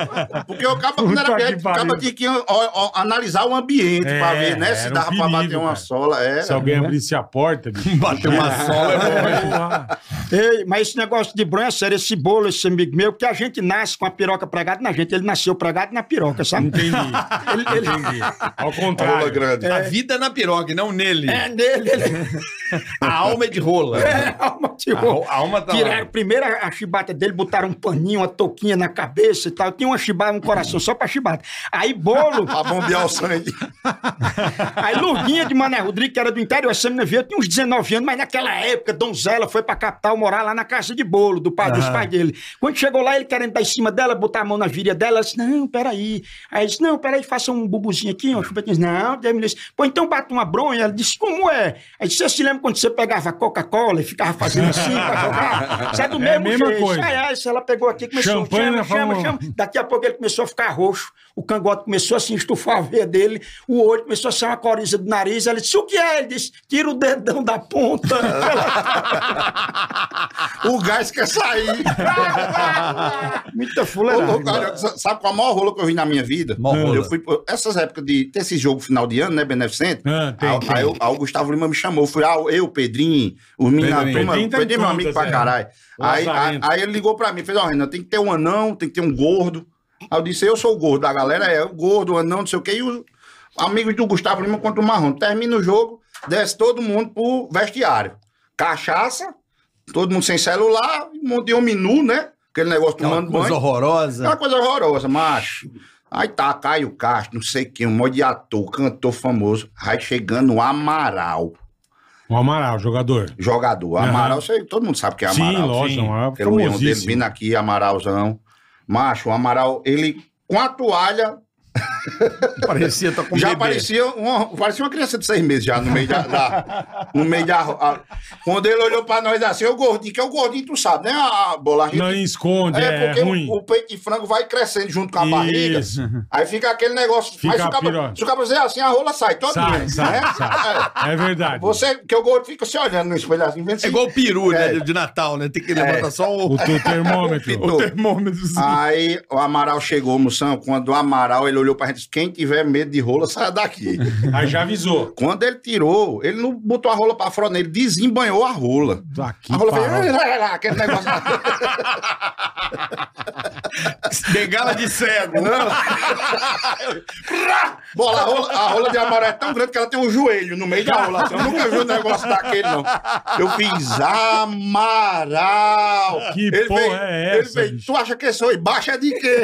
Speaker 5: Porque o cabo, quando
Speaker 2: Puta que
Speaker 5: era criança, o
Speaker 2: pariu.
Speaker 5: cabo tinha que ó, ó, analisar o ambiente
Speaker 2: É,
Speaker 5: pra ver, né?
Speaker 2: era
Speaker 5: Se
Speaker 2: um
Speaker 5: dava pra
Speaker 2: perigo,
Speaker 5: bater uma
Speaker 2: cara.
Speaker 5: sola. Era.
Speaker 2: Se alguém abrisse a porta, bicho.
Speaker 7: Bateu uma sola, é bom.
Speaker 4: Ei, mas esse negócio de branco, é sério, esse bolo, esse amigo meu, que a gente nasce com a piroca pregada na gente, ele nasceu pregado na piroca, sabe?
Speaker 2: Entendi.
Speaker 4: Ele- ele-
Speaker 2: Entendi. Ao
Speaker 5: A rola
Speaker 2: contrário.
Speaker 5: grande.
Speaker 7: A vida é na piroca, e não nele.
Speaker 4: É nele, ele
Speaker 7: A alma é de rola.
Speaker 4: é alma de
Speaker 7: A, ro- a alma tá
Speaker 4: Tiraram
Speaker 7: lá.
Speaker 4: primeiro a a chibata dele, botaram um paninho, uma touquinha na cabeça e tal. Tinha uma chibata, um coração só pra chibata. Aí bolo,
Speaker 5: Pra bombear o sangue.
Speaker 4: aí Lurdinha de Mané Rodrigues, que era do interior, essa menina veio, eu tinha uns 19 anos, mas naquela época, Donzela foi pra capital morar lá na casa de bolo do pai, dos pais dele. Quando chegou lá, ele querendo dar em cima dela, botar a mão na virilha dela, ela disse, não, peraí. Aí disse, não, peraí, faça um bubuzinho aqui, uma chupetinha. Disse, Não, daí a menina disse, pô, então bata uma bronha. Ela disse, como é? Aí disse, você se lembra quando você pegava a Coca-Cola e ficava fazendo assim pra jogar? Isso é do
Speaker 2: É a
Speaker 4: mesmo
Speaker 2: mesma
Speaker 4: jeito.
Speaker 2: coisa.
Speaker 4: Aí, aí, isso ela pegou aqui, começou, um
Speaker 2: Champanhe, né,
Speaker 4: chama, chama,
Speaker 2: famoso?
Speaker 4: chama. Daqui a pouco ele começou a ficar roxo, o cangote começou assim, a estufar a veia dele, o olho começou a sair uma coriza do nariz, ela disse, o que é? Ele disse, tira o dedão da ponta.
Speaker 5: O gás quer sair.
Speaker 4: Muita
Speaker 5: Ô,
Speaker 2: né?
Speaker 4: fuleiragem.
Speaker 5: ô, cara, sa- sabe qual a maior rola que eu vi na minha vida?
Speaker 3: Mó rola.
Speaker 5: Eu fui, essas épocas de. Tem esse jogo final de ano, né? Beneficente.
Speaker 2: Ah, tem,
Speaker 5: aí,
Speaker 2: tem.
Speaker 5: aí o- aí o Gustavo Lima me chamou. Eu fui, ah, eu, Pedrinho, o menino,
Speaker 2: Pedrinho.
Speaker 5: a turma.
Speaker 2: Pedrinho
Speaker 5: Pedrinho,
Speaker 2: tá em
Speaker 5: meu
Speaker 2: todas,
Speaker 5: amigo pra
Speaker 2: é.
Speaker 5: caralho. Aí, aí,
Speaker 2: Lazarento.
Speaker 5: aí ele ligou pra mim, fez, ó, Renan, tem que ter um anão, tem que ter um gordo. Aí eu disse, eu sou o gordo. A galera é o gordo, o anão, não sei o quê. E os amigos do Gustavo Lima contra o Marrom. Termina o jogo, desce todo mundo pro vestiário. Cachaça, todo mundo sem celular, um monte de homem nu, né? Aquele negócio
Speaker 3: Aquela
Speaker 5: tomando
Speaker 2: um
Speaker 3: coisa
Speaker 5: banho. É
Speaker 3: horrorosa.
Speaker 5: uma coisa horrorosa, macho. Aí tá, Caio Castro, não sei quem, um monte de ator, cantor famoso. Aí chegando o Amaral,
Speaker 2: O Amaral, jogador.
Speaker 5: jogador.
Speaker 2: Aham.
Speaker 5: Amaral, você- todo mundo sabe que é Amaral.
Speaker 2: Sim, lógico, Amaral é
Speaker 5: Aquele leão dele
Speaker 2: famosíssimo.
Speaker 5: vindo aqui, Amaralzão. Macho, o Amaral, ele com a toalha,
Speaker 7: Parecia, tá com
Speaker 5: já
Speaker 7: bebê.
Speaker 5: parecia, uma, parecia uma criança de seis meses já no meio da. da- no meio da. a- quando ele olhou pra nós assim, o gordinho, que é o gordinho, tu sabe, né? A bolacha.
Speaker 2: Não esconde,
Speaker 5: É,
Speaker 2: é,
Speaker 5: porque
Speaker 2: ruim.
Speaker 5: o, o peito de frango vai crescendo junto com a barriga.
Speaker 2: Isso.
Speaker 5: Aí fica aquele negócio.
Speaker 2: Fica
Speaker 5: mas se o
Speaker 2: piroca.
Speaker 5: cabo, se o cabo fizer assim, a rola sai todo
Speaker 2: Sai,
Speaker 5: mundo,
Speaker 2: sai,
Speaker 5: né?
Speaker 2: sai. É verdade.
Speaker 5: Você, que o gordo fica se olhando no espelho assim, vendo
Speaker 7: É
Speaker 5: se-
Speaker 7: igual o peru,
Speaker 5: É.
Speaker 7: né? De Natal, né? Tem que levantar só o,
Speaker 2: O teu termômetro.
Speaker 7: o termômetro.
Speaker 5: Aí o Amaral chegou, moção. Quando o Amaral ele olhou pra gente, disse, quem tiver medo de rola, sai daqui.
Speaker 2: Aí já avisou.
Speaker 5: Quando ele tirou, ele não botou a rola pra fora, não, ele desembanhou a rola.
Speaker 2: Aqui,
Speaker 5: a rola fez,
Speaker 2: parou.
Speaker 5: "Ah, ah, ah", aquele negócio.
Speaker 7: Bengala de cego.
Speaker 5: Bola, a rola, a rola de Amaral é tão grande que ela tem um joelho no meio da rola. assim. Eu nunca vi um negócio daquele, não. Eu fiz Amaral.
Speaker 2: Que porra é
Speaker 5: ele
Speaker 2: essa,
Speaker 5: fez,
Speaker 2: bicho?
Speaker 5: tu acha que esse oi baixa é de quê?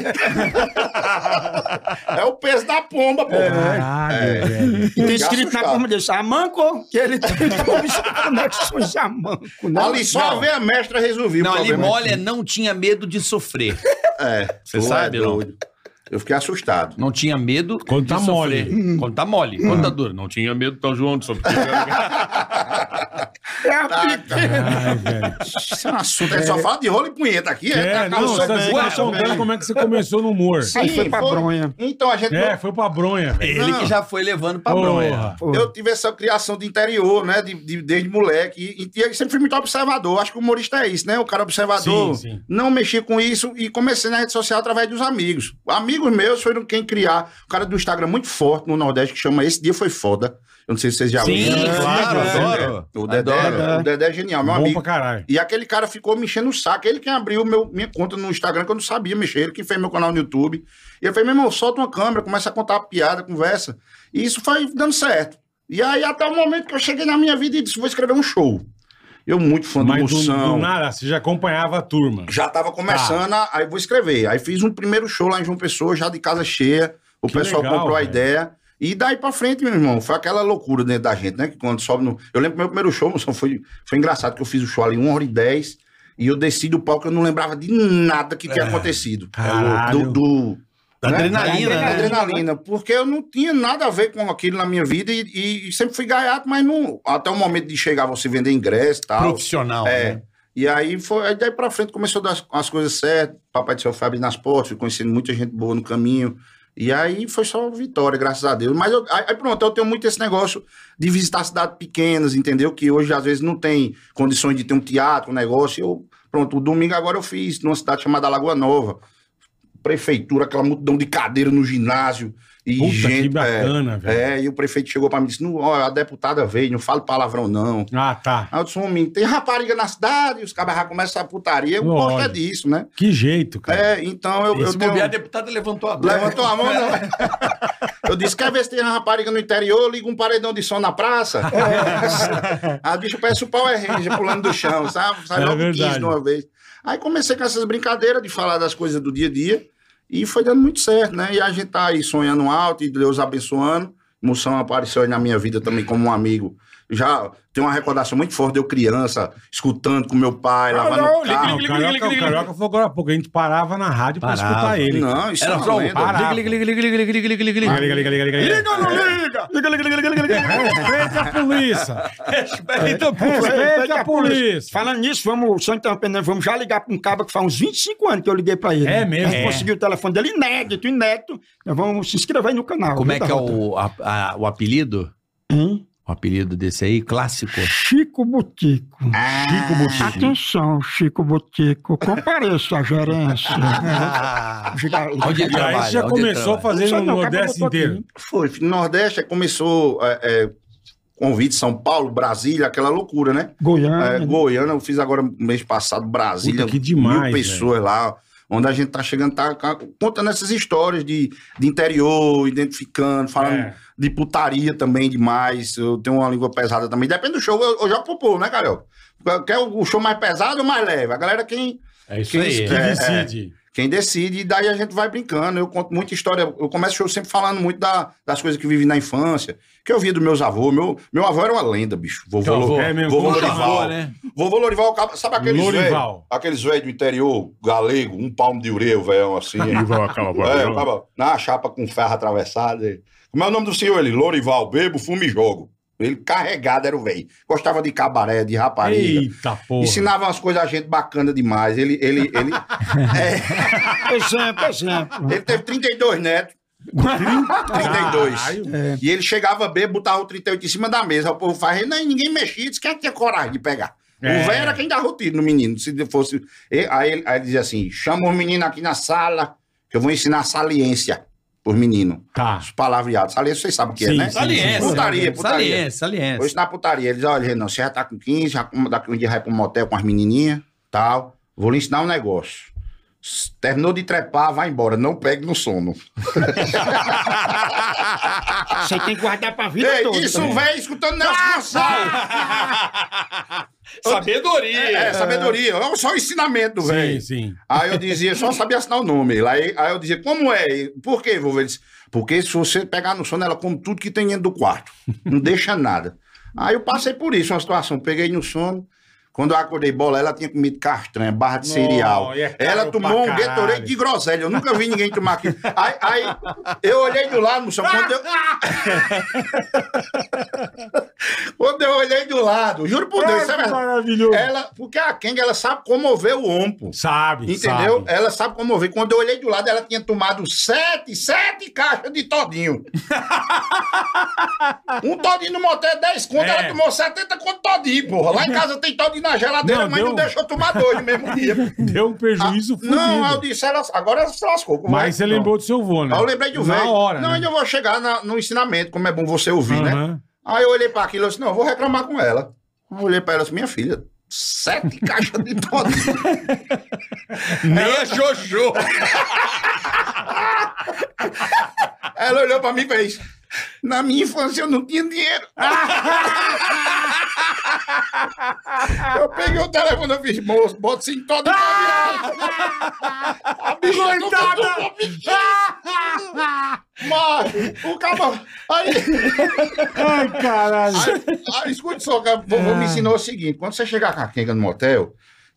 Speaker 5: é o peso da pomba, pô.
Speaker 2: Caralho, velho.
Speaker 4: E tem escrito na
Speaker 5: assustado.
Speaker 4: forma dele, amanco, que ele tem conexões de amanco, né?
Speaker 5: Ali só
Speaker 4: Não.
Speaker 5: ver a mestra resolvia
Speaker 3: Não,
Speaker 5: o
Speaker 3: ali
Speaker 5: problema.
Speaker 3: mole é não tinha medo de sofrer.
Speaker 5: É,
Speaker 3: Você
Speaker 5: tu é
Speaker 3: sabe, não?
Speaker 5: doido. Eu fiquei assustado.
Speaker 3: Não tinha medo
Speaker 2: Quando tá
Speaker 3: de sofrer. Quando tá mole.
Speaker 5: Hum.
Speaker 3: Quando tá duro. Não tinha medo, tá João de sofrer.
Speaker 4: É a pequena.
Speaker 2: Ai, velho.
Speaker 5: né? Isso é um assunto. A gente só fala de rolo e punheta aqui.
Speaker 2: É, não, você
Speaker 5: calçou-
Speaker 2: tá
Speaker 5: Ué,
Speaker 2: contando como é que você começou no humor.
Speaker 5: assim,
Speaker 4: Aí foi pra bronha.
Speaker 5: Então a gente não-
Speaker 2: É, foi pra bronha, velho.
Speaker 3: Ele que já foi levando pra bronha.
Speaker 2: Porra.
Speaker 5: Eu tive essa criação de interior, né? de- de- desde moleque. E, e eu sempre fui muito observador. Acho que o humorista é isso, né? O cara observador.
Speaker 2: Sim, sim.
Speaker 5: Não mexi com isso e comecei na rede social através dos amigos. Amigos meus foram quem criar. O cara do Instagram muito forte no Nordeste que chama Esse Dia Foi Foda. Eu não sei se vocês já
Speaker 3: Sim,
Speaker 5: ouviram.
Speaker 3: claro,
Speaker 5: Dedé.
Speaker 3: adoro.
Speaker 5: O Dedé,
Speaker 3: Adoro.
Speaker 5: o Dedé é genial, meu
Speaker 2: Bom
Speaker 5: amigo.
Speaker 2: pra caralho.
Speaker 5: E aquele cara ficou me enchendo o saco. Ele quem abriu meu, minha conta no Instagram, que eu não sabia mexer. Ele que fez meu canal no YouTube. E eu falei, meu irmão, solta uma câmera, começa a contar piada, conversa. E isso foi dando certo. E aí, até o momento que eu cheguei na minha vida e disse: vou escrever um show. Eu, muito fã do
Speaker 2: Mas do,
Speaker 5: Moção.
Speaker 2: do nada, você já acompanhava a turma.
Speaker 5: Já tava começando, a- aí vou escrever. Aí fiz um primeiro show lá em João Pessoa, já de casa cheia. O
Speaker 2: Que
Speaker 5: pessoal
Speaker 2: legal,
Speaker 5: comprou a
Speaker 2: velho.
Speaker 5: ideia. E daí pra frente, meu irmão, foi aquela loucura dentro da gente, né? Que quando sobe no. Eu lembro que meu primeiro show, moção, foi, foi engraçado que eu fiz o show ali 1 hora e 10 e eu desci do palco, eu não lembrava de nada que tinha acontecido.
Speaker 2: Caralho.
Speaker 5: Do, do-
Speaker 7: Da
Speaker 5: né?
Speaker 7: adrenalina,
Speaker 5: Da
Speaker 7: né?
Speaker 5: adrenalina, porque eu não tinha nada a ver com aquilo na minha vida e, e sempre fui gaiato, mas não, até o momento de chegar você vender ingresso e tal.
Speaker 7: Profissional.
Speaker 5: É.
Speaker 7: né?
Speaker 5: E aí foi, aí daí pra frente começou a dar as, as coisas certas, papai do seu Fábio nas portas, fui conhecendo muita gente boa no caminho. E aí foi só vitória, graças a Deus. Mas eu, aí aí pronto, eu tenho muito esse negócio de visitar cidades pequenas, entendeu? Que hoje às vezes não tem condições de ter um teatro, um negócio. Eu, pronto, o domingo agora eu fiz numa cidade chamada Lagoa Nova. Prefeitura, aquela multidão de cadeira no ginásio. E
Speaker 2: Puta,
Speaker 5: gente,
Speaker 2: que
Speaker 5: é,
Speaker 2: bacana, velho.
Speaker 5: é, e o prefeito chegou pra mim e disse: não, ó, a deputada veio, não fala palavrão, não.
Speaker 2: Ah, tá.
Speaker 5: Aí eu disse, homem, tem rapariga na cidade, os cabras já começam a putaria, eu
Speaker 2: Lógico.
Speaker 5: gosto é disso, né?
Speaker 2: Que jeito, cara.
Speaker 5: É, então eu, eu
Speaker 7: Se bobear, a
Speaker 5: tenho...
Speaker 7: deputada levantou a bola.
Speaker 5: Levantou a mão, né? não. Eu disse, quer ver se tem uma rapariga no interior, liga um paredão de som na praça. a bicho parece o Power Ranger pulando do chão, sabe? Sai
Speaker 2: É
Speaker 5: logo 15
Speaker 2: verdade.
Speaker 5: de uma vez. Aí comecei com essas brincadeiras de falar das coisas do dia a dia e foi dando muito certo, né? E a gente tá aí sonhando alto e Deus abençoando. Moção apareceu aí na minha vida também como um amigo. Já tem uma recordação muito forte de eu criança, escutando com meu pai, lavando o
Speaker 2: Ah,
Speaker 5: carro.
Speaker 2: o Carioca, o Carioca falou agora há pouco. A gente parava na rádio pra
Speaker 3: Parava.
Speaker 2: escutar ele.
Speaker 5: Não, isso é
Speaker 7: Era
Speaker 5: uma
Speaker 7: só um
Speaker 5: lenda.
Speaker 2: parado.
Speaker 3: Liga, liga, liga, liga, liga,
Speaker 2: Liga,
Speaker 3: liga, liga, liga.
Speaker 2: liga, liga, liga, liga, liga.
Speaker 4: Liga ou não liga? Liga, liga, liga, liga, liga.
Speaker 2: Respeita a polícia.
Speaker 7: Então,
Speaker 2: Respeita a polícia.
Speaker 4: Falando nisso, vamos, só interrompendo, vamos já ligar pra um cabo que faz uns 25 anos que eu liguei pra ele.
Speaker 2: É mesmo?
Speaker 4: A gente
Speaker 2: É.
Speaker 4: conseguiu o telefone dele inédito, inédito. Nós vamos se inscrever aí no canal.
Speaker 3: Como
Speaker 4: viu,
Speaker 3: é que é
Speaker 4: Tarrota?
Speaker 3: o, a- a- o apelido?
Speaker 4: Hein?
Speaker 3: O apelido desse aí, clássico.
Speaker 4: Chico Botico.
Speaker 5: É.
Speaker 2: Chico Botico.
Speaker 4: Atenção, Chico Botico, compareça à gerência. Giga-
Speaker 3: Onde ele
Speaker 2: E aí
Speaker 3: trabalha?
Speaker 2: você já
Speaker 3: Onde ele
Speaker 2: começou
Speaker 3: trabalha?
Speaker 2: fazendo
Speaker 4: Não,
Speaker 2: no
Speaker 4: não, acaba
Speaker 2: Nordeste
Speaker 4: botou aqui.
Speaker 2: inteiro.
Speaker 5: Foi, no Nordeste aí começou é, é, convite São Paulo, Brasília, aquela loucura, né? É,
Speaker 4: Goiânia.
Speaker 5: Goiânia, eu fiz agora mês passado, Brasília.
Speaker 2: Ah, Puta, que demais,
Speaker 5: Mil pessoas lá, onde a gente tá chegando, tá ca- contando essas histórias de, de interior, identificando, falando
Speaker 2: É.
Speaker 5: de putaria também demais. Eu tenho uma língua pesada também. Depende do show, eu, eu jogo pro povo, né, Carioca? Quer o show mais pesado ou mais leve? A galera quem,
Speaker 2: É isso
Speaker 5: Quem
Speaker 2: aí. Que
Speaker 5: escreve,
Speaker 2: decide.
Speaker 5: quem decide, e daí a gente vai brincando. Eu conto muita história. Eu começo o show sempre falando muito da- das coisas que vivi na infância, que eu via dos meus avós. Meu, meu avô era uma lenda, bicho. Vovô,
Speaker 2: Teu avô.
Speaker 5: Lo-
Speaker 2: É mesmo,
Speaker 5: vovô
Speaker 2: como
Speaker 5: Lorival.
Speaker 2: chamava,
Speaker 3: né?
Speaker 5: Vovô Lorival, acaba- sabe aqueles
Speaker 2: Lorival.
Speaker 5: velho? Aqueles velho do interior, galego, um palmo de ureu, velho, assim. é, eu tava na chapa com ferro atravessado. ele, Como é o nome do senhor? Ele, Lorival, bebo, fumo e jogo. Ele carregado era o velho. Gostava de cabaré, de rapariga.
Speaker 2: Eita porra.
Speaker 5: Ensinava umas coisas a gente bacana demais. Ele, ele, ele, é,
Speaker 4: Exemplo, exemplo.
Speaker 5: ele teve 32 netos. 32.
Speaker 2: Caralho.
Speaker 5: E ele chegava bêbado, botava o 38 em cima da mesa. O povo fazia, não, e ninguém mexia, disse quem é que tinha coragem de pegar.
Speaker 2: É.
Speaker 5: O velho era quem dava o tiro no menino. Se fosse. E- Aí, ele- aí ele dizia assim: chama o menino aqui na sala, que eu vou ensinar saliência pros meninos.
Speaker 2: Tá.
Speaker 5: Os palavreados. Saliência vocês sabem o que é,
Speaker 2: Sim,
Speaker 5: né?
Speaker 2: sim, Saliência.
Speaker 5: Putaria, putaria. tá-
Speaker 3: Saliência, saliência.
Speaker 5: Vou ensinar putaria. Ele diz, olha, não, você já tá com 15, já, com- daqui um dia vai pra um motel com as menininhas, tal. Vou lhe ensinar um negócio. S- Terminou de trepar, vai embora. Não pegue no sono.
Speaker 4: Você tem que guardar pra vida
Speaker 5: Ei,
Speaker 4: toda.
Speaker 5: isso,
Speaker 4: também. Ah!
Speaker 5: velho, escutando Nelson Gonçalves.
Speaker 7: Sabedoria.
Speaker 5: É, sabedoria. É só ensinamento,
Speaker 2: Sim,
Speaker 5: velho.
Speaker 2: sim.
Speaker 5: Aí eu dizia, só sabia assinar o nome. Aí, aí eu dizia, como é? E Por quê, vovô? Ele disse, porque se você pegar no sono, ela come tudo que tem dentro do quarto. Não deixa nada. Aí eu passei por isso, uma situação. Peguei no sono. Quando eu acordei bola, ela tinha comido castanha, barra de
Speaker 2: Nó,
Speaker 5: cereal.
Speaker 2: e é caro
Speaker 5: ela
Speaker 2: pra
Speaker 5: tomou um
Speaker 2: caralho.
Speaker 5: Gatorade de groselha. Eu nunca vi ninguém tomar aquilo. Aí, aí eu olhei do lado, moção. Quando eu, quando eu olhei do lado, juro por Deus, isso é
Speaker 2: Ai, que
Speaker 5: verdade.
Speaker 2: maravilhoso.
Speaker 5: Ela, porque a Kang, ela sabe comover o ompo.
Speaker 2: Sabe,
Speaker 5: Entendeu?
Speaker 2: sabe.
Speaker 5: Ela sabe comover. Quando eu olhei do lado, ela tinha tomado sete, sete caixas de todinho. um todinho no motel, 10 conto,
Speaker 2: É.
Speaker 5: ela tomou 70 conto todinho, porra. Lá em casa tem todinho na geladeira,
Speaker 2: Não,
Speaker 5: mas
Speaker 2: deu-
Speaker 5: não deixou tomar dois no mesmo dia.
Speaker 2: Deu um
Speaker 5: Ah,
Speaker 2: prejuízo fudido.
Speaker 5: não, eu disse, ela, agora ela se lascou. como
Speaker 2: Mas
Speaker 5: é?
Speaker 2: você lembrou do seu vô, né?
Speaker 5: Aí eu lembrei do velho.
Speaker 2: Na hora,
Speaker 5: não,
Speaker 2: né?
Speaker 5: ainda eu vou chegar na- no ensinamento, como é bom você ouvir, né?
Speaker 2: Aham.
Speaker 5: Aí eu olhei pra aquilo e disse, não, eu vou reclamar com ela. Eu olhei pra ela e disse, minha filha, sete caixas de todinho.
Speaker 7: Ela é Jojo.
Speaker 5: Ela olhou pra mim e fez. Na minha infância eu não tinha dinheiro. eu peguei o telefone e fiz, moço, bota isso em todo A biscoitada! Mano, o cabo. Aí,
Speaker 2: Ai, caralho. Ah.
Speaker 5: aí, aí, escute só, cara, vovô me ensinou o seguinte: quando você chegar com a quenga no motel,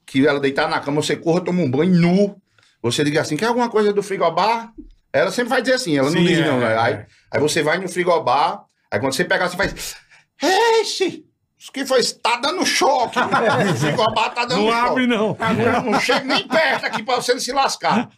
Speaker 5: que ela deitar na cama, você corra, toma um banho nu. Você diga assim: quer alguma coisa do frigobar? Ela sempre vai dizer assim, ela não
Speaker 2: Sim,
Speaker 5: diz
Speaker 2: é,
Speaker 5: não. né?
Speaker 2: é.
Speaker 5: Aí, aí você vai no frigobar, aí quando você pegar, você faz. Eixe! Isso que foi, tá dando choque. O frigobar tá dando
Speaker 2: Não
Speaker 5: choque.
Speaker 2: abre, não.
Speaker 5: Agora não chega nem perto aqui pra você não se lascar.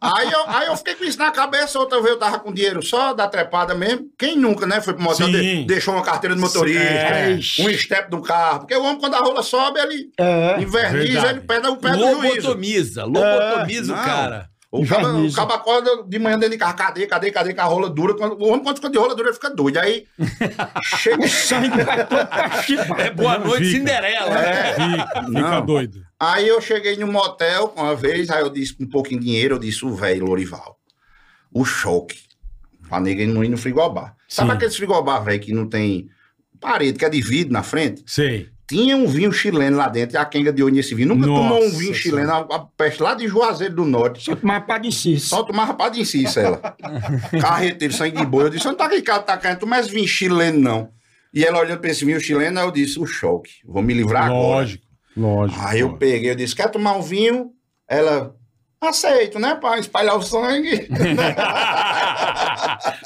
Speaker 5: Aí eu, aí eu fiquei com isso na cabeça, outra vez eu tava com dinheiro só da trepada mesmo. Quem nunca, né? Foi pro motel,
Speaker 2: Sim.
Speaker 5: de- deixou uma carteira de motorista,
Speaker 2: É.
Speaker 5: um step do carro. Porque o homem, quando a rola sobe, ele
Speaker 4: É.
Speaker 5: inverniza,
Speaker 2: Verdade.
Speaker 5: ele perde o pé do juízo.
Speaker 7: Lobotomiza, lobotomiza
Speaker 5: É,
Speaker 7: o
Speaker 5: não.
Speaker 7: cara.
Speaker 5: O cara, o
Speaker 4: Inverniza.
Speaker 5: cabo acorda de manhã dentro de carro, cadê, cadê, cadê, que a rola dura. Quando, o homem, quando fica de rola dura, ele fica doido. Aí chega o sangue.
Speaker 7: É boa
Speaker 2: Não
Speaker 7: noite,
Speaker 2: fica.
Speaker 7: Cinderela.
Speaker 5: É.
Speaker 2: Fica, fica
Speaker 5: Não.
Speaker 2: doido.
Speaker 5: Aí eu cheguei num motel uma vez, aí eu disse com um pouquinho de dinheiro, eu disse, o velho Lorival, o choque. Pra ninguém não ir no frigobar. Sabe
Speaker 2: Sim.
Speaker 5: aqueles frigobar, velho, que não tem parede, que é de vidro na frente?
Speaker 2: Sei.
Speaker 5: Tinha um vinho chileno lá dentro, e a quenga de olho nesse vinho. Nunca
Speaker 2: Nossa
Speaker 5: tomou um vinho
Speaker 2: Senhora.
Speaker 5: chileno, a, a peste lá de Juazeiro do Norte.
Speaker 4: Só tomar pá de cis.
Speaker 5: Só tomava pá de incis, ela. Carreteiro, sangue de boi. Eu disse, eu não tá aqui, cara, tá querendo tomar esse vinho chileno, não. E ela olhando pra esse vinho chileno, aí eu disse, o choque. Vou me livrar agora.
Speaker 2: Lógico. Lógico.
Speaker 5: Aí eu peguei, eu disse, quer tomar um vinho? Ela, aceito, né, pra espalhar o sangue.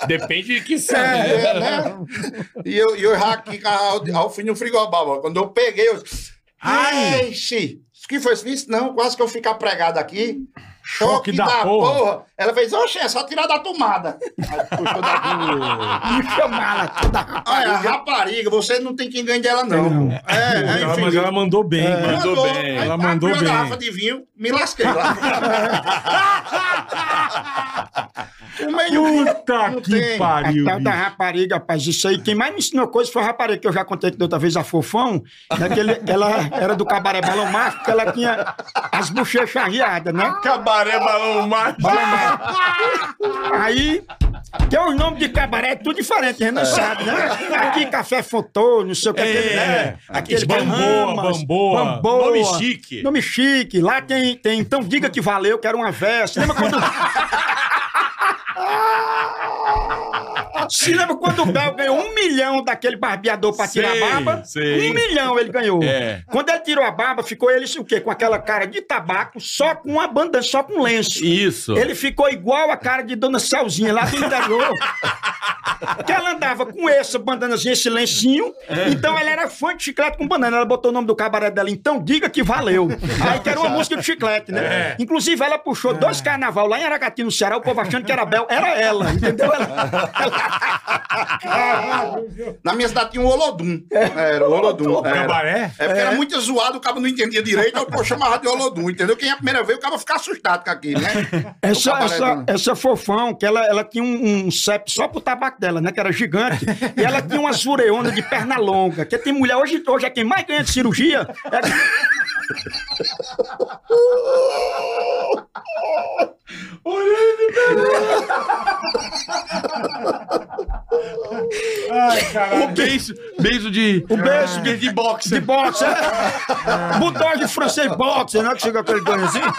Speaker 7: Depende de que
Speaker 5: É,
Speaker 7: serve.
Speaker 5: né? E eu, e eu já aqui com a Al- Alfine no frigobar, ó. quando eu peguei, eu...
Speaker 2: Ai!
Speaker 5: Ai, Ixi, isso que foi isso? Não, quase que eu ficar pregado aqui.
Speaker 2: Choque
Speaker 5: Choque,
Speaker 2: da
Speaker 5: da,
Speaker 2: porra.
Speaker 5: porra. Ela fez, oxe, é só tirar da tomada. Aí puxou da...
Speaker 4: Chamá-la toda
Speaker 5: Olha, rapariga, você não tem quem ganhar dela, não.
Speaker 2: Não.
Speaker 5: É, é,
Speaker 2: Ela-
Speaker 5: enfim. É.
Speaker 2: mas ela mandou bem. mano.
Speaker 7: Mandou bem.
Speaker 5: aí
Speaker 2: Ela mandou
Speaker 5: abriu
Speaker 2: bem.
Speaker 5: a garrafa de vinho, me lasquei lá. o meio
Speaker 2: Puta
Speaker 5: Não
Speaker 2: que
Speaker 5: tem.
Speaker 2: pariu.
Speaker 4: A tal da
Speaker 2: bicho.
Speaker 4: É rapariga, rapaz, isso aí. Quem mais me ensinou coisa foi a rapariga que eu já contei aqui da outra vez, a Fofão. Daquele, ela era do cabaré Balão Mágico, que ela tinha as bochechas arriadas, né?
Speaker 7: Cabaré balão mágico.
Speaker 4: Balão Mágico. Aí, tem os nomes de cabaré tudo diferente,
Speaker 2: É.
Speaker 4: né? Não sabe, né? Aqui, Café Fotô, não sei o que. aquele, né? Aquele
Speaker 2: é. Bamboa,
Speaker 4: Bahamas,
Speaker 2: Bamboa.
Speaker 4: Bamboa.
Speaker 7: Nome chique.
Speaker 4: Nome chique. Lá tem, tem Então Diga Que Valeu, que era uma versa. Lembra quando... Se lembra quando o Bel ganhou um milhão daquele barbeador pra tirar
Speaker 7: Sei,
Speaker 4: a barba?
Speaker 7: sei.
Speaker 4: Um milhão ele ganhou.
Speaker 7: É.
Speaker 4: Quando ele tirou a barba, ficou ele o quê? Com aquela cara de tabaco, só com uma bandana, só com lenço.
Speaker 7: Isso.
Speaker 3: É
Speaker 4: Ele ficou igual a cara de Dona Celzinha lá do interior. que ela andava com essa bandanazinha, esse lencinho.
Speaker 5: É.
Speaker 4: Então ela era fã de chiclete com banana. Ela botou o nome do cabaré dela, então diga que valeu. Aí que era uma música de chiclete,
Speaker 5: É.
Speaker 4: né? Inclusive ela puxou dois carnaval lá em Aracati, no Ceará, o povo achando que era Bel. Era ela, entendeu? Ela-
Speaker 5: Na minha cidade tinha um Olodum.
Speaker 2: É,
Speaker 5: Era o Olodum. era.
Speaker 2: Cabaré?
Speaker 5: É porque era muito zoado, o cabo não entendia direito, eu pô, chamava de Olodum, entendeu? Quem é a primeira vez, o cabo fica assustado com aquilo, né?
Speaker 2: É
Speaker 4: Essa,
Speaker 5: O cabaré
Speaker 4: essa,
Speaker 5: dela.
Speaker 4: essa fofão, que ela, ela tinha um, um CEP só pro tabaco dela, né? Que era gigante. E ela tinha uma sureona de perna longa. Que tem mulher hoje, hoje é quem mais ganha de cirurgia. É...
Speaker 7: O beijo, beijo de.
Speaker 4: O beijo de,
Speaker 7: Beijo de boxe.
Speaker 4: de boxe. é. Bulldog francês boxe, né? Que chega aquele ganhozinho.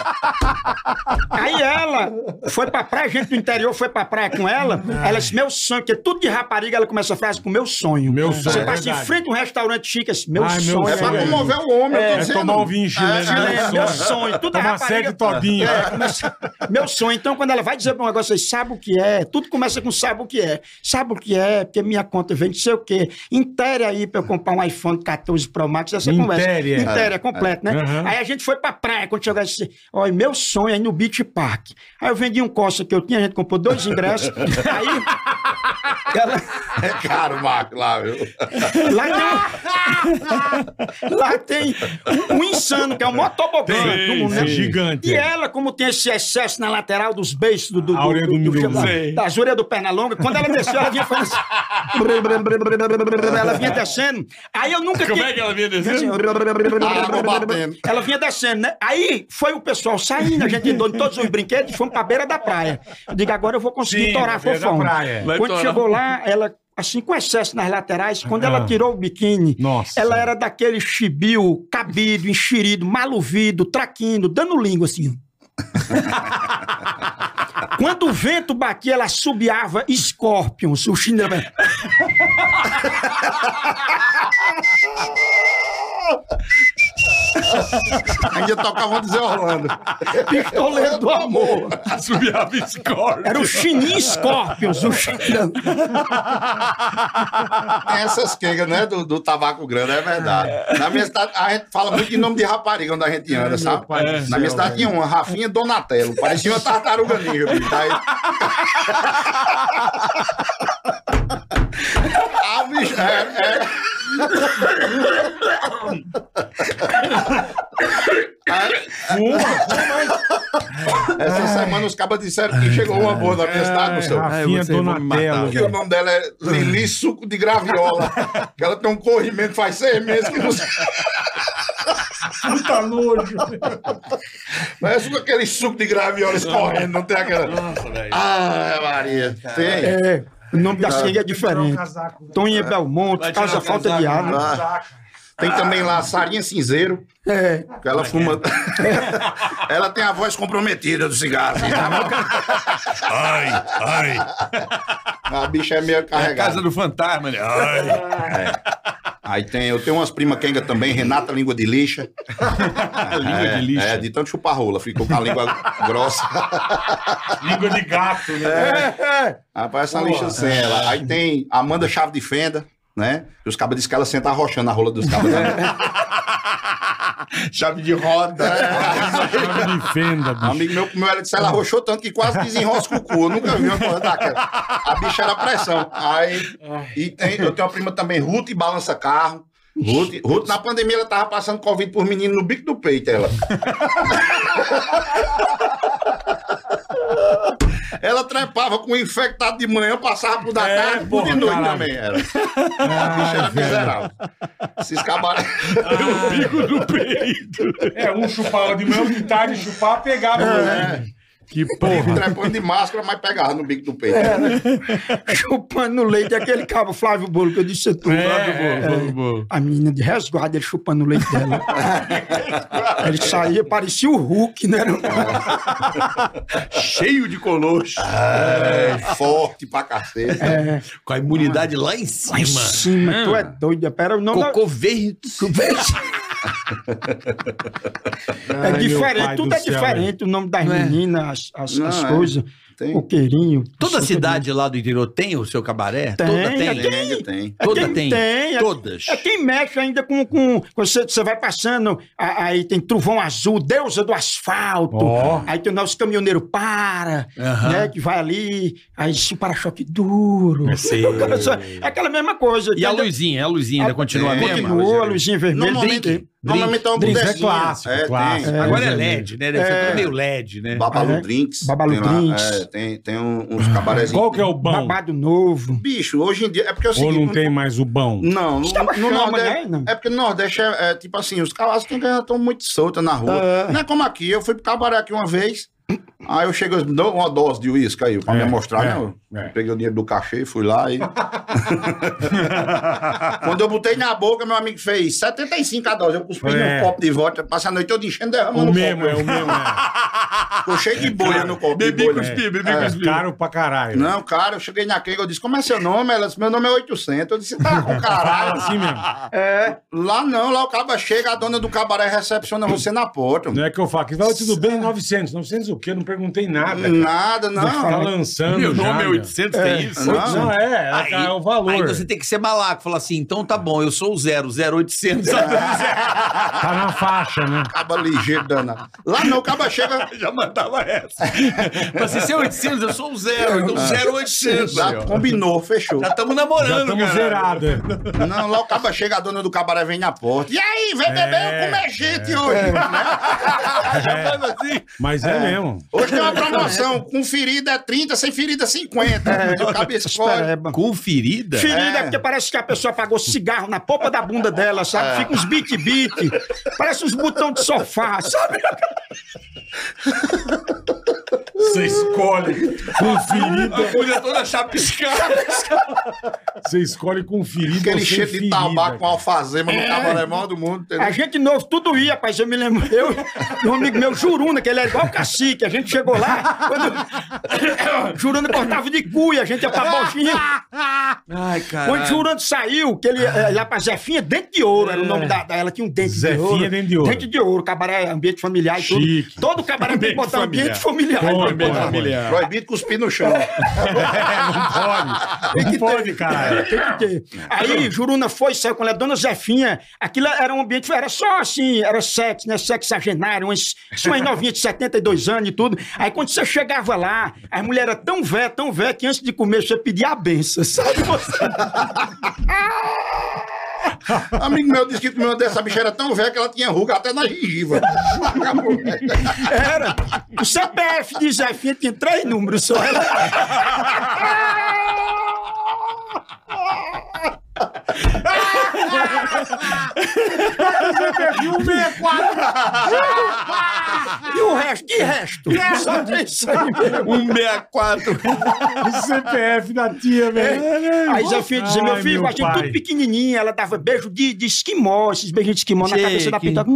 Speaker 4: Aí ela foi pra praia, gente do interior foi pra praia com ela. Ela disse: Meu sonho, porque tudo de rapariga, ela começa a frase com meu sonho.
Speaker 2: Meu
Speaker 4: Você
Speaker 2: sonho, é
Speaker 4: passa
Speaker 2: verdade.
Speaker 4: em frente a um restaurante chique, assim, meu
Speaker 2: Ai, meu
Speaker 4: sonho.
Speaker 5: É
Speaker 2: sonho.
Speaker 5: pra comover o homem, eu tô
Speaker 2: É
Speaker 5: dizendo.
Speaker 2: tomar um vinho chileno.
Speaker 4: Chileno,
Speaker 2: né?
Speaker 4: meu sonho. Tudo é
Speaker 2: Tomar
Speaker 4: rapariga-
Speaker 2: sede todinha.
Speaker 4: É, começa- meu sonho. Então, quando ela vai dizer pra um negócio aí, sabe o que é? Tudo começa com sabe o que é. Sabe o que é? Porque minha conta vem de sei o quê. Intere aí pra eu comprar um iPhone 14 Pro Max, essa
Speaker 2: Intere,
Speaker 4: conversa.
Speaker 2: é.
Speaker 4: Intere, é completo, né?
Speaker 2: Aham.
Speaker 4: Aí a gente foi pra praia, quando chegou assim, olha, meu sonho é ir no Beach Park. Aí eu vendi um Corsa que eu tinha, a gente comprou dois ingressos. aí... Ela-
Speaker 5: É caro, Marco, lá, viu?
Speaker 4: lá tem, um, lá tem um, um insano, que é o maior tobogã
Speaker 7: Tem,
Speaker 4: do mundo, né?
Speaker 2: é gigante.
Speaker 4: E
Speaker 2: é.
Speaker 4: ela, como tem esse excesso na lateral dos beiços do, do,
Speaker 2: A orelha do mindinho,
Speaker 4: da-
Speaker 2: sei.
Speaker 4: das orelhas do Pernalonga, quando ela desceu, ela vinha fazendo assim. Ela vinha descendo. Aí eu nunca
Speaker 7: Como
Speaker 4: tinha-
Speaker 7: é que ela vinha
Speaker 4: Assim,
Speaker 7: descendo?
Speaker 5: Água Tá batendo.
Speaker 4: ela vinha descendo, né? Aí foi o pessoal saindo, a gente andou em todos os brinquedos e fomos pra beira da praia. Eu digo, agora eu vou conseguir
Speaker 2: Sim,
Speaker 4: torar a
Speaker 2: na beira da
Speaker 4: fofão.
Speaker 2: praia.
Speaker 7: Vai
Speaker 4: Quando
Speaker 7: torar.
Speaker 4: chegou lá, ela, assim, com excesso nas laterais, quando
Speaker 2: Ah.
Speaker 4: ela tirou o biquíni,
Speaker 2: Nossa.
Speaker 4: ela era daquele chibio, cabido, enxerido, maluvido, traquindo, dando língua assim. ó. Quando o vento batia, ela subiava Scorpions, o chinelo.
Speaker 5: Ainda tocava dizer Orlando.
Speaker 4: Pistoleiro do amor.
Speaker 7: Subia a bicicleta.
Speaker 4: Era o chininho Scorpions, o chinelo.
Speaker 5: Tem essas quengas, né? Do, do tabaco grande, é verdade. Na minha cidade, a gente fala muito de nome de rapariga onde a gente anda, sabe?
Speaker 2: pai do
Speaker 5: Na
Speaker 2: céu,
Speaker 5: minha cidade
Speaker 2: velho.
Speaker 5: tinha uma, Rafinha Donatello. Parecia uma tartaruga ninja, bicho. Aí... Ah, bicho, é, é. Aí, Essa semana os cabas disseram que chegou uma boa na minha cidade, no seu.
Speaker 2: É, Rafinha
Speaker 6: você vai me
Speaker 2: Donatello.
Speaker 6: matar.
Speaker 5: Que o
Speaker 2: velho.
Speaker 5: nome dela é
Speaker 2: Uhum.
Speaker 5: Lili Suco de Graviola. que ela tem um corrimento faz seis meses que não se-
Speaker 2: Puta nojo.
Speaker 5: Parece com aquele suco de graviola escorrendo, não tem aquela. Ah, Maria. Tem.
Speaker 4: É, o nome da senha é
Speaker 2: Tirar o
Speaker 4: diferente.
Speaker 2: casaco, velho.
Speaker 5: É.
Speaker 4: Tonha Belmonte,
Speaker 7: Vai tirar
Speaker 4: causa
Speaker 7: o
Speaker 4: falta de
Speaker 7: casaco,
Speaker 4: ar. né?
Speaker 5: Tem também lá a Sarinha Cinzeiro,
Speaker 4: É.
Speaker 5: que ela fuma. ela tem a voz comprometida do cigarro. assim, tá?
Speaker 7: Ai, ai.
Speaker 5: a bicha é meio carregada.
Speaker 7: Casa do fantasma, né? Ai.
Speaker 5: Aí tem, eu tenho umas primas quenga também, Renata Língua de Lixa.
Speaker 2: Língua de lixa.
Speaker 5: É, de tanto chupar rola, ficou com a língua grossa.
Speaker 2: Língua de gato, né?
Speaker 5: Rapaz, essa lixa sem ela. Aí tem Amanda Chave de Fenda, né? E os cabos dizem que ela senta arrochando a rola dos cabos. Né?
Speaker 7: Chave de roda.
Speaker 2: é. Chave de fenda,
Speaker 5: Um
Speaker 2: bicho.
Speaker 5: amigo meu comeu ela disse
Speaker 2: Ah.
Speaker 5: ela arrochou tanto que quase desenrosca o cu. Eu nunca vi uma coisa daquela. A bicha era pressão. Aí, e tem, eu tenho uma prima também, Ruth e Balança Carro. Ruth, Ruth, na pandemia, ela tava passando Covid por menino no bico do peito, ela. ela trepava com o infectado de manhã, passava por da
Speaker 2: É,
Speaker 5: tarde, por de
Speaker 2: porra,
Speaker 5: noite
Speaker 2: caralho.
Speaker 5: também, era.
Speaker 2: Ai,
Speaker 5: Era
Speaker 2: velho.
Speaker 5: miserável. Esses cabaré.
Speaker 7: Bico do peito.
Speaker 2: É, um chupava de manhã, de tarde chupava, pegava. É. Que porra. É, né?
Speaker 5: Trepando de máscara, mas pegava no bico do peito.
Speaker 4: Chupando no leite, aquele cabo Flávio Bolo que eu disse tudo. É. A menina de resguardo, ele chupando o leite dela. ele saía, parecia o Hulk, né?
Speaker 7: Cheio de colosso.
Speaker 5: É, forte pra cacete.
Speaker 2: É.
Speaker 3: Com a imunidade lá em cima.
Speaker 4: Cima, tu é doida. Pera, o nome da-
Speaker 3: Cocô verde.
Speaker 4: é
Speaker 2: Ai, meu pai
Speaker 4: diferente,
Speaker 2: do
Speaker 4: tudo é
Speaker 2: céu,
Speaker 4: diferente. O nome das meninas, as, as-
Speaker 5: Não,
Speaker 4: as
Speaker 5: é.
Speaker 4: coisas,
Speaker 5: Tem.
Speaker 4: o queirinho.
Speaker 3: Toda cidade lá do interior tem o seu cabaré?
Speaker 4: Tem,
Speaker 3: Toda
Speaker 4: é
Speaker 3: tem.
Speaker 4: quem-
Speaker 3: né?
Speaker 5: Tem, tem.
Speaker 4: É
Speaker 3: Toda
Speaker 4: quem
Speaker 3: tem.
Speaker 4: tem, é-
Speaker 3: Todas.
Speaker 4: É quem mexe ainda com. com com- você, você vai passando, a- aí tem Trovão Azul, Deusa do Asfalto.
Speaker 2: Ó.
Speaker 4: Aí tem o nosso caminhoneiro para,
Speaker 3: Aham.
Speaker 4: né? Que vai ali, aí se o para-choque duro. É aquela mesma coisa.
Speaker 3: E a
Speaker 4: entendeu?
Speaker 3: luzinha, é a luzinha é- ainda continua a
Speaker 5: tem,
Speaker 3: mesma?
Speaker 4: Continua, a luzinha vermelha.
Speaker 5: Normalmente,
Speaker 4: Drink.
Speaker 5: normalmente é uma
Speaker 2: Drinks é
Speaker 5: bodeguinha.
Speaker 2: clássico, clássico.
Speaker 5: Tem.
Speaker 3: Agora é
Speaker 2: É.
Speaker 3: LED, né? Deve ser tudo meio LED, né?
Speaker 5: Babalu
Speaker 4: É.
Speaker 5: Drinks.
Speaker 4: Babalu
Speaker 5: tem lá,
Speaker 4: Drinks.
Speaker 5: é, tem, tem um- uns cabarezinhos.
Speaker 2: Qual que é o bom?
Speaker 4: Babado novo.
Speaker 5: Bicho, hoje em dia... É porque é o
Speaker 2: Ou
Speaker 5: seguinte...
Speaker 2: não tem um- Tá mais o bom?
Speaker 5: Não, no,
Speaker 4: Chama,
Speaker 5: no Nordeste...
Speaker 4: né?
Speaker 5: É porque no Nordeste é, é tipo assim, os caras que ganham estão muito soltos na rua. Não é como aqui. Eu fui pro cabaré aqui uma vez, aí eu chego, me dou uma dose de uísque aí pra
Speaker 2: É,
Speaker 5: me mostrar,
Speaker 2: é,
Speaker 5: né? Eu
Speaker 2: é.
Speaker 5: Peguei o dinheiro do cachê, fui lá e... Quando eu botei na boca, meu amigo fez 75 a dose. Eu cuspi
Speaker 2: É.
Speaker 5: num copo de volta, passei a noite toda enchendo, derramando
Speaker 2: O
Speaker 5: no
Speaker 2: mesmo,
Speaker 5: copo.
Speaker 2: é o mesmo, é.
Speaker 5: Ficou cheio de bolha no copo. de
Speaker 7: Bebi
Speaker 5: bolha.
Speaker 7: cuspi, bebi cuspi.
Speaker 2: Caro pra caralho.
Speaker 5: Não, cara, eu cheguei na Kenga, eu disse, como é seu nome? Ela disse, meu nome é 800. Eu disse, tá com caralho.
Speaker 2: Assim mesmo.
Speaker 5: Lá não, lá o caba chega, a dona do cabaré recepciona você na porta.
Speaker 2: Não é que eu falo que fala, tudo bem, 900. 900 o quê? Eu não perguntei nada. cara.
Speaker 5: Nada,
Speaker 2: Tá
Speaker 5: não.
Speaker 2: lançando
Speaker 7: Meu
Speaker 2: já,
Speaker 7: nome é
Speaker 2: meu.
Speaker 7: 800, tem isso?
Speaker 5: Não.
Speaker 2: Não, é, é,
Speaker 3: Aí-
Speaker 2: é o valor.
Speaker 3: Aí você tem que ser malaco, falar assim, então tá bom, eu sou o é 00800.
Speaker 2: Tá na faixa, né?
Speaker 5: Caba ligeiro, dana. Lá não, o caba chega,
Speaker 7: mandava essa. Pra você
Speaker 3: é
Speaker 7: ser 800, eu sou um zero. Então 0800.
Speaker 5: Exato,
Speaker 3: tá
Speaker 5: combinou, fechou.
Speaker 7: Já estamos namorando,
Speaker 2: Já estamos
Speaker 7: cara.
Speaker 2: zerados. é.
Speaker 5: Não, lá o caba chega, a dona do cabaré vem na porta. E aí,
Speaker 7: É,
Speaker 5: vem beber, eu comer gente hoje. né?
Speaker 7: Já faz assim.
Speaker 2: Mas é, mesmo.
Speaker 5: Hoje tem uma promoção, com ferida é 30, sem ferida é 50. É, o caba escolhe.
Speaker 4: Pereba.
Speaker 3: Com ferida?
Speaker 4: Ferida,
Speaker 5: É.
Speaker 4: porque parece que a pessoa pagou cigarro na polpa da bunda dela, sabe? Fica uns bit-bit, parece uns botão de sofá, sabe?
Speaker 7: Você escolhe.
Speaker 2: Com ferida,
Speaker 7: A mulher toda chapiscada.
Speaker 2: você escolhe com ferida. ou
Speaker 5: Aquele
Speaker 2: sem
Speaker 5: cheiro de
Speaker 2: ferida,
Speaker 5: tabaco com
Speaker 2: cara.
Speaker 5: alfazema
Speaker 7: É.
Speaker 5: no cabaré maior do mundo.
Speaker 4: A
Speaker 5: Entendeu?
Speaker 4: gente novo, tudo ia, rapaz. Eu me lembro, eu e um amigo meu, Juruna, que ele era igual cacique. A gente chegou lá, quando Juruna cortava de cuia, a gente ia pra bochinha.
Speaker 3: Ai, cara.
Speaker 4: Quando Jurando saiu, que
Speaker 2: Ah.
Speaker 4: ele eh, lá pra Zefinha, dente de ouro, era o nome da, da- Ela tinha um dente de
Speaker 2: É. Zefinha,
Speaker 4: ouro.
Speaker 2: dente de ouro.
Speaker 4: Dente de ouro, cabaré, ambiente familiar e
Speaker 2: Chique.
Speaker 4: tudo. Todo cabaré tem que botar
Speaker 7: Ambiente
Speaker 4: ambiente familiar.
Speaker 2: Pô,
Speaker 4: Ele botou-
Speaker 2: pô,
Speaker 7: Familiar.
Speaker 5: Proibido cuspir no chão.
Speaker 2: Pode. Não pode, cara.
Speaker 4: Tem que ter.
Speaker 2: É.
Speaker 4: Aí Juruna foi, saiu com ela, Dona Zefinha. Aquilo era um ambiente, era só assim, era sexo, né? Sexagenário, umas, umas novinhas de 72 anos e tudo. Aí quando você chegava lá, as mulheres eram tão velhas, tão velhas, que antes de comer você pedia a benção, sabe? Você-
Speaker 5: Amigo meu disse que comeu dessa bicha era tão velha que ela tinha ruga até na gengiva. Acabou.
Speaker 4: Era. O CPF de Zefinha tinha três números só. E o resto? De resto? Só tem isso aí mesmo.
Speaker 7: 164.
Speaker 2: O CPF da tia, velho.
Speaker 4: Aí Zefinha dizia, meu
Speaker 2: Ai,
Speaker 4: filho,
Speaker 2: meu
Speaker 4: a gente
Speaker 2: pai.
Speaker 4: tudo pequenininha, ela dava beijo de, de esquimó, esses beijinhos de esquimó na
Speaker 3: Sei,
Speaker 4: cabeça da
Speaker 3: que-
Speaker 4: pintora.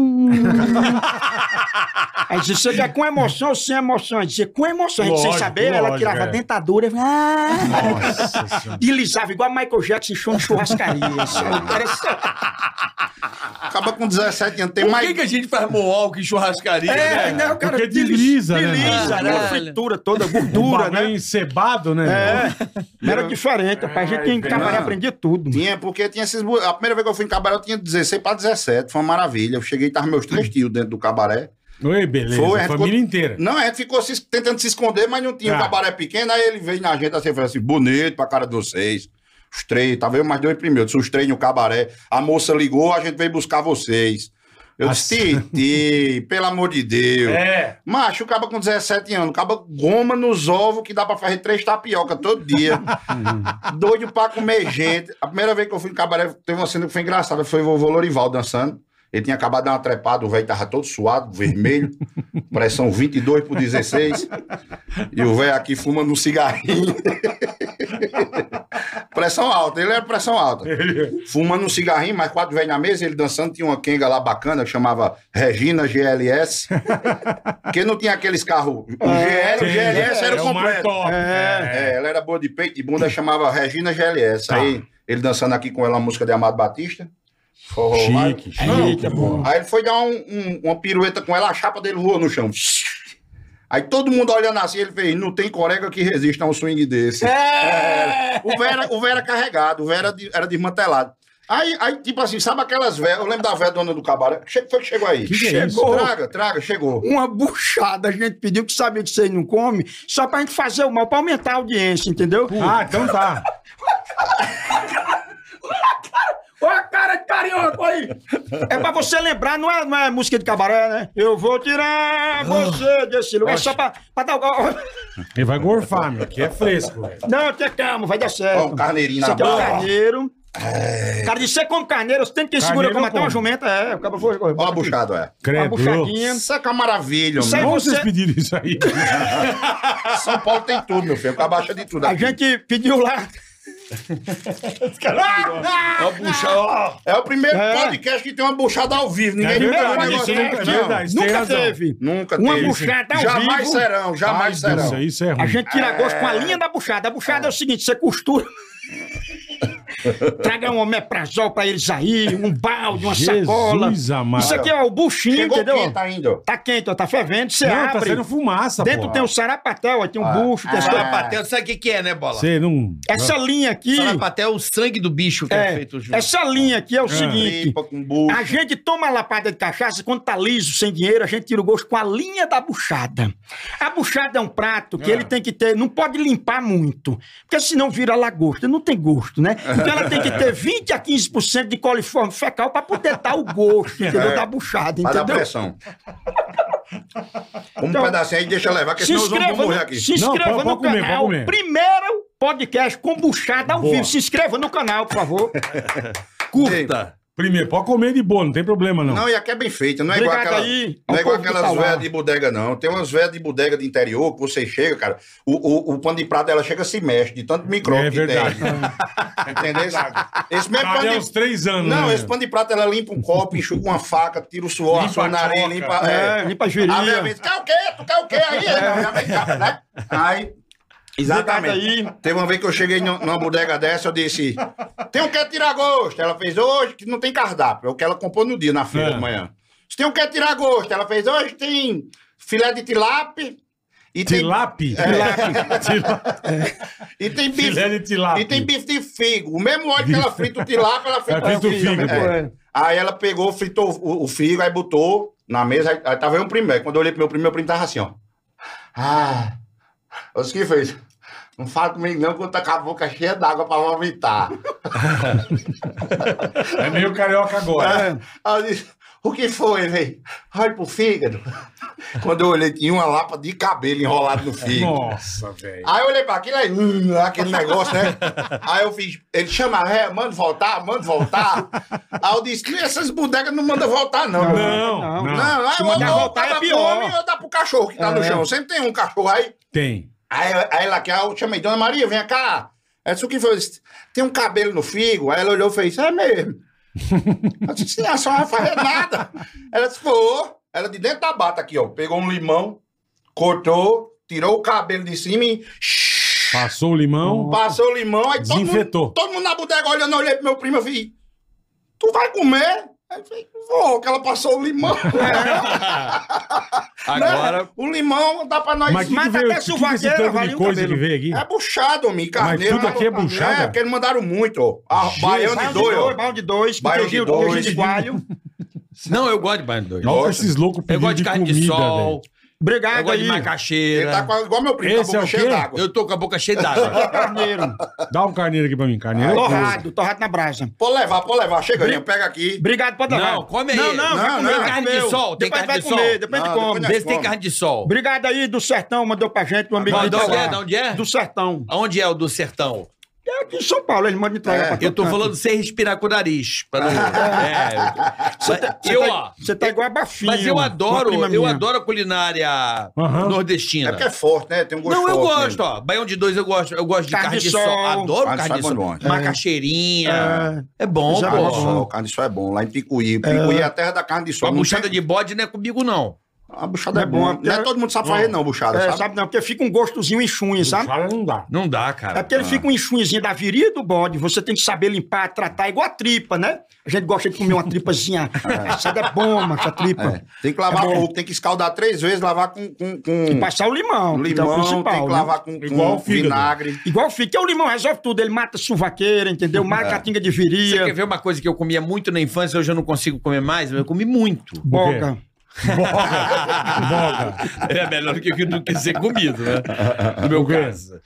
Speaker 4: Aí dizia, você quer é com emoção ou sem emoção? Aí dizia, com emoção. A gente sem
Speaker 2: Lógico,
Speaker 4: saber, ela
Speaker 2: lógico,
Speaker 4: tirava a
Speaker 2: é.
Speaker 4: dentadura. Ah.
Speaker 2: Nossa senhora.
Speaker 4: deslizava igual a Michael Jackson em show de churrascaria. Isso
Speaker 2: Ah.
Speaker 4: é interessante.
Speaker 5: Acaba com 17 anos. Tem
Speaker 7: Por que,
Speaker 5: mais.
Speaker 7: que a gente faz moonwalk em churrascaria? né?
Speaker 4: É, né? O cara
Speaker 2: Porque
Speaker 4: desli-
Speaker 2: desliza, né?
Speaker 4: Desliza, né?
Speaker 3: Caralho.
Speaker 4: A fritura toda,
Speaker 2: O
Speaker 4: gordura,
Speaker 2: bagulho
Speaker 4: né?
Speaker 2: encebado, né? meu?
Speaker 5: É.
Speaker 4: Era diferente, rapaz. A gente tinha que trabalhar, aprender tudo.
Speaker 5: Tinha, porque tinha esses. bu- A primeira vez que eu fui em cabaré, eu tinha 16 para 17. Foi uma maravilha. Eu cheguei e tava meus três tios dentro do cabaré.
Speaker 2: Oi, beleza.
Speaker 5: Foi,
Speaker 2: a
Speaker 5: é, ficou-
Speaker 2: família inteira.
Speaker 5: Não, a gente ficou se es- tentando se esconder, mas não tinha.
Speaker 2: É. Ah.
Speaker 5: O cabaré pequeno, aí ele veio na gente assim, falou assim, bonito pra cara de vocês. Os três, tá tava eu mais dois primeiros, os três no cabaré. A moça ligou, a gente veio buscar vocês. Eu disse, Titi, pelo amor de Deus.
Speaker 2: É.
Speaker 5: Macho, o caba com 17 anos, o caba goma nos ovos que dá pra fazer três tapioca todo dia. Doido pra comer gente. A primeira vez que eu fui em cabaré, teve uma cena que foi engraçada, foi o vovô Lorival dançando. Ele tinha acabado de dar uma trepada, o velho tava todo suado, vermelho, pressão 22 por 16. E o velho aqui fumando um cigarrinho. pressão alta, ele era pressão alta. Fumando um cigarrinho, mais quatro velhos na mesa, ele dançando, tinha uma quenga lá bacana que chamava Regina GLS. Porque não tinha aqueles carros. O GL, o GLS era é, o
Speaker 2: é mais
Speaker 5: completo.
Speaker 2: top. É.
Speaker 5: É, ela era boa de peito e bunda, chamava Regina GLS. Aí ele dançando aqui com ela a música de Amado Batista. Forró, vai. É,
Speaker 2: Chique, chique. é bom.
Speaker 5: Aí ele foi dar um- um- uma pirueta com ela, a chapa dele voou no chão. Aí todo mundo olhando assim, ele fez, não tem corega que resista a um swing desse. É, o velho era- o velho era carregado, o velho era, de- era desmantelado. Aí, aí, tipo assim, sabe aquelas velhas, eu lembro da velha dona do cabaré, che- foi que chegou aí.
Speaker 2: Que que é isso?
Speaker 5: Traga, traga, chegou.
Speaker 4: Uma buchada, a gente pediu que sabia que vocês não comem, só pra gente fazer o mal, pra aumentar a audiência, entendeu?
Speaker 2: Ah, então tá.
Speaker 4: Ó a cara de carioca aí! É pra você lembrar, não é, não é música de cabaré, né? Eu vou
Speaker 2: Ah.
Speaker 4: tirar você desse lugar, é só pra, pra dar o... ó,
Speaker 2: Ele vai gorfar, meu, que é fresco. velho.
Speaker 4: Não, tenha calma, vai dar certo.
Speaker 5: Ó, um carneirinho
Speaker 4: Isso
Speaker 5: na
Speaker 4: aqui é um
Speaker 5: boca.
Speaker 4: carneiro. Cara, de você como carneiro, você tem que
Speaker 2: É. Carneiro
Speaker 4: segura como
Speaker 2: eu
Speaker 4: até uma
Speaker 2: como.
Speaker 4: jumenta, é. O cara foi.
Speaker 5: Ó a buchada,
Speaker 4: Uma
Speaker 2: Credo.
Speaker 4: buchadinha.
Speaker 5: é. Essa que é uma maravilha,
Speaker 4: Isso aí
Speaker 5: mano.
Speaker 2: Como vocês
Speaker 4: Você-
Speaker 2: pediram isso aí?
Speaker 5: São Paulo tem tudo, meu filho. Cabacha de tudo.
Speaker 4: A
Speaker 5: aqui.
Speaker 4: gente pediu lá.
Speaker 7: Ó, bucha, ó.
Speaker 5: É o primeiro
Speaker 4: É.
Speaker 5: podcast que tem uma buchada ao vivo. Ninguém
Speaker 2: É
Speaker 5: nunca
Speaker 2: verdade,
Speaker 5: viu um
Speaker 2: isso
Speaker 5: negócio
Speaker 2: nunca, é
Speaker 5: desse, não.
Speaker 2: verdade. isso tem
Speaker 4: Nunca
Speaker 2: razão.
Speaker 4: teve.
Speaker 5: Nunca
Speaker 4: Uma
Speaker 5: teve. assim.
Speaker 4: buchada ao
Speaker 5: jamais
Speaker 4: vivo.
Speaker 5: serão,
Speaker 2: Ai, Deus,
Speaker 5: jamais serão.
Speaker 2: isso aí isso é ruim.
Speaker 4: A gente tira gosto com a linha da buchada. A buchada é, o seguinte: você costura. Traga um omeprazol pra eles aí, um balde, uma sacola.
Speaker 2: Jesus amado.
Speaker 4: Isso aqui é o buchinho,
Speaker 5: Chegou
Speaker 4: entendeu?
Speaker 5: quente ainda, ó.
Speaker 4: Tá quente, ó, tá fervendo, você
Speaker 2: Não, tá
Speaker 4: abre.
Speaker 2: saindo fumaça,
Speaker 4: Dentro
Speaker 2: pô.
Speaker 4: tem um sarapatel, ó, tem um bucho, tem
Speaker 5: Ah.
Speaker 4: essa-
Speaker 3: Sarapatel, sabe o que, que é, né, Bola?
Speaker 2: Você não...
Speaker 4: essa linha aqui.
Speaker 3: Sarapatel é o sangue do bicho que é,
Speaker 4: É,
Speaker 3: feito junto. Ah.
Speaker 4: essa linha aqui é o seguinte.
Speaker 5: Tripa com bucho.
Speaker 4: A gente toma lapada de cachaça, quando tá liso, sem dinheiro, a gente tira o gosto com a linha da buchada. A buchada é um prato que ele tem que ter, não pode limpar muito, porque senão vira lagosta, não tem gosto, né? Então ela tem que ter 20 a 15% de coliforme fecal pra poder dar o gosto, entendeu? Da buchada,
Speaker 5: Pra É. dar
Speaker 4: entendeu?
Speaker 5: pressão. Um
Speaker 4: Então,
Speaker 5: pedacinho aí, deixa eu levar, porque
Speaker 4: Se
Speaker 5: senão os homens
Speaker 4: inscreva,
Speaker 5: vão morrer
Speaker 4: no,
Speaker 5: aqui.
Speaker 4: se inscreva
Speaker 2: pode- pode
Speaker 4: no
Speaker 2: comer,
Speaker 4: canal.
Speaker 2: pode comer.
Speaker 4: Primeiro podcast com buchada ao
Speaker 2: Boa.
Speaker 4: vivo. Se inscreva no canal, por favor.
Speaker 3: Curta.
Speaker 2: Primeiro, pode comer de boa, não tem problema, não.
Speaker 5: Não, e aqui é bem feita. Não é
Speaker 4: Obrigado
Speaker 5: igual aquela,
Speaker 4: aí ao
Speaker 5: não é igual
Speaker 4: povo que
Speaker 5: aquelas
Speaker 4: tá lá.
Speaker 5: velhas de bodega, não. Tem umas velhas de bodega de interior que você chega, cara. O, o, o pano de prato ela chega e se mexe de tanto micróbio
Speaker 2: É
Speaker 5: que
Speaker 2: verdade.
Speaker 5: tem. Entendeu? Esse mesmo
Speaker 2: Cadê
Speaker 5: pano
Speaker 2: os
Speaker 5: de...
Speaker 2: três anos?
Speaker 5: Não,
Speaker 2: né?
Speaker 5: esse pano de prato ela limpa um copo, enxuga uma faca, tira o suor,
Speaker 2: Limpa
Speaker 5: limpa
Speaker 2: a
Speaker 5: o nariz,
Speaker 2: coca.
Speaker 5: limpa.
Speaker 4: É,
Speaker 5: É.
Speaker 4: limpa a
Speaker 5: A minha
Speaker 4: virilha.
Speaker 5: vez, quer o quê? Tu quer o quê aí? Aí, já vem cá, né? Aí. Exatamente.
Speaker 4: Obrigado
Speaker 2: né?
Speaker 4: aí.
Speaker 5: Teve uma vez que eu cheguei num- numa bodega dessa, eu disse: tem um que tirar gosto. Ela fez hoje, que não tem cardápio. É o que ela comprou no dia, na feira
Speaker 2: É.
Speaker 5: de manhã. Se tem um que tirar gosto. Ela fez hoje, tem filé de tilápia. E tem,
Speaker 2: Tilápi? Tilápi. Tilápi.
Speaker 5: e É. tem bife.
Speaker 2: Filé de tilápia.
Speaker 5: E tem bife de figo. O mesmo óleo que ela frita o tilápia, ela frita
Speaker 2: Ela frita o figo, pô.
Speaker 5: É. Aí ela pegou, fritou o, o figo, aí botou na mesa. Aí, aí tava eu um primeiro. Quando eu olhei pro meu primo, meu primo tava assim, ó. Ah, olha o que fez. Não fala comigo não, quando tá com a boca cheia d'água pra vomitar.
Speaker 2: É meio carioca agora.
Speaker 5: Aí eu disse, o que foi, velho? Olha pro fígado. Quando eu olhei, tinha uma lapa de cabelo enrolado no fígado.
Speaker 2: Nossa, velho.
Speaker 5: Aí eu olhei pra aquilo aí, hum, aquele negócio, né? Aí eu fiz, ele chama, é, manda voltar, manda voltar. Aí eu disse, "Ih, essas bodegas não mandam voltar, não. meu irmão."
Speaker 2: Não, não,
Speaker 5: Não, aí eu
Speaker 4: mandar
Speaker 5: dou
Speaker 4: voltar é
Speaker 5: pra
Speaker 4: pior.
Speaker 5: homem ou dá pro cachorro que tá no chão. Sempre tem um cachorro aí.
Speaker 2: Tem.
Speaker 5: Aí, aí ela que eu chamei, Dona Maria, vem cá. Ela disse, o que foi? Eu disse, Tem um cabelo no figo. Aí ela olhou e fez, é mesmo. Eu disse, "Sim, a senhora não faz é nada. Ela disse, pô. Ela de dentro da bata aqui, ó, pegou um limão, cortou, tirou o cabelo de cima e
Speaker 2: Passou o limão.
Speaker 5: passou o limão. Aí todo
Speaker 2: Desinfetou.
Speaker 5: mundo, todo mundo na bodega olhando, eu olhei pro meu primo, eu vi, tu vai comer? Aí eu falei, vou, que ela passou o limão.
Speaker 3: Agora,
Speaker 5: Né? O limão dá pra nós.
Speaker 2: Mas que que
Speaker 4: Mata
Speaker 2: veio,
Speaker 4: até
Speaker 2: que que
Speaker 4: suvaqueira,
Speaker 2: esse tanto
Speaker 4: vale
Speaker 2: de
Speaker 4: um
Speaker 2: coisa que
Speaker 4: cabelo.
Speaker 2: veio aqui?
Speaker 5: É buchado, homem. Carneiro.
Speaker 2: tudo aqui é
Speaker 5: alô,
Speaker 2: buchada?
Speaker 5: É, porque eles mandaram muito, ó. Ah, baião de dois, ó.
Speaker 4: Baião de dois, com
Speaker 5: Baião de
Speaker 4: queijinho
Speaker 5: dois.
Speaker 4: queijinho de coalho.
Speaker 3: não, eu gosto de banho doido.
Speaker 2: Olha esses loucos
Speaker 3: Eu
Speaker 2: pedindo
Speaker 3: gosto
Speaker 2: de
Speaker 3: de carne
Speaker 2: comida,
Speaker 3: de sol.
Speaker 2: velho.
Speaker 3: Eu
Speaker 4: Obrigado
Speaker 3: gosto de
Speaker 4: aí.
Speaker 5: Ele
Speaker 3: macaxeira.
Speaker 5: tá com- Tá igual meu primo,
Speaker 2: Esse
Speaker 5: tá
Speaker 2: é o
Speaker 5: cheio
Speaker 2: quê?
Speaker 5: d'água.
Speaker 3: Eu tô com a boca cheia d'água.
Speaker 4: Carneiro.
Speaker 2: Dá um carneiro aqui pra mim, carneiro. é coisa.
Speaker 4: Ah, Torrado, torrado na brasa.
Speaker 5: Pode levar, pode levar. Chega, Linha, pega aqui.
Speaker 4: Obrigado, pode levar.
Speaker 3: Não, come aí.
Speaker 4: Não, não,
Speaker 5: Não,
Speaker 4: vai comer,
Speaker 5: não.
Speaker 4: vai
Speaker 3: Carne de
Speaker 4: comer.
Speaker 3: sol, tem carne
Speaker 4: Depois vai
Speaker 3: de
Speaker 4: comer,
Speaker 3: sol?
Speaker 4: depois
Speaker 5: Não,
Speaker 4: de come.
Speaker 5: depois nós-
Speaker 3: Vê se tem
Speaker 5: como.
Speaker 3: carne de sol.
Speaker 4: Obrigado aí do sertão, mandou pra gente um amigo
Speaker 3: Não,
Speaker 4: de
Speaker 3: de onde é?
Speaker 4: lá.
Speaker 3: De onde é?
Speaker 4: Do sertão.
Speaker 3: Onde é o do sertão?
Speaker 4: É aqui em São Paulo, ele manda entregar
Speaker 5: É,
Speaker 4: pra
Speaker 3: Eu tô
Speaker 4: todo
Speaker 3: falando sem respirar com o nariz. Pra não... é.
Speaker 4: canto. Você tá- você
Speaker 3: Eu,
Speaker 4: tá-
Speaker 3: ó.
Speaker 4: Você tá igual a bafinha.
Speaker 3: Mas eu adoro,
Speaker 4: uma prima
Speaker 3: eu
Speaker 4: minha.
Speaker 3: adoro a culinária
Speaker 2: Aham.
Speaker 5: É
Speaker 3: nordestina.
Speaker 5: porque é forte, né? Tem um gosto
Speaker 3: Não, eu
Speaker 5: forte,
Speaker 3: gosto,
Speaker 5: né?
Speaker 3: ó. Baião de dois eu gosto. Eu gosto de
Speaker 4: Carne
Speaker 3: carne,
Speaker 4: de
Speaker 3: de sol.
Speaker 4: sol.
Speaker 3: Adoro
Speaker 5: Carne de
Speaker 3: carne de
Speaker 5: sol é
Speaker 3: sol.
Speaker 5: bom, é.
Speaker 3: Macaxeirinha. É, bom,
Speaker 4: Já
Speaker 5: Carne de
Speaker 3: pô.
Speaker 4: gosto.
Speaker 5: sol, carne de sol é bom. Lá em Picuí. Picuí é a terra da carne de sol.
Speaker 3: A
Speaker 5: Não
Speaker 3: buchada
Speaker 5: tem-
Speaker 3: de bode não é comigo, não.
Speaker 5: A buchada é
Speaker 4: É bom,
Speaker 5: boa. Não é
Speaker 4: porque-
Speaker 5: todo mundo sabe fazer, não, buchada,
Speaker 4: É,
Speaker 5: sabe?
Speaker 4: sabe não, porque fica um gostozinho enxunho, sabe?
Speaker 2: Cara, não dá.
Speaker 3: Não dá,
Speaker 4: É
Speaker 3: cara.
Speaker 4: porque ele fica um enxunhozinho da virilha e do bode. Você tem que saber limpar, tratar, igual a tripa, né? A gente gosta de comer uma tripazinha. Assada é bom, mas a tripa.
Speaker 5: É. Tem que lavar
Speaker 4: É bom.
Speaker 5: pouco, tem que escaldar três vezes, lavar com, com, com
Speaker 4: E passar o limão, que é o
Speaker 5: limão,
Speaker 4: principal.
Speaker 5: tem que
Speaker 4: né?
Speaker 5: lavar com,
Speaker 2: Igual o
Speaker 5: com
Speaker 2: fígado.
Speaker 5: vinagre.
Speaker 4: Igual fica, que o limão resolve tudo. Ele mata suvaqueira, entendeu? Mata catinga de
Speaker 3: Você quer
Speaker 4: viria,
Speaker 3: ver uma coisa que eu comia muito na infância, hoje eu não consigo comer mais? mas Eu comi muito.
Speaker 4: boga.
Speaker 2: Boga. Boga.
Speaker 3: É melhor do que, do que ser comido, né? No meu
Speaker 2: O quê?
Speaker 3: caso.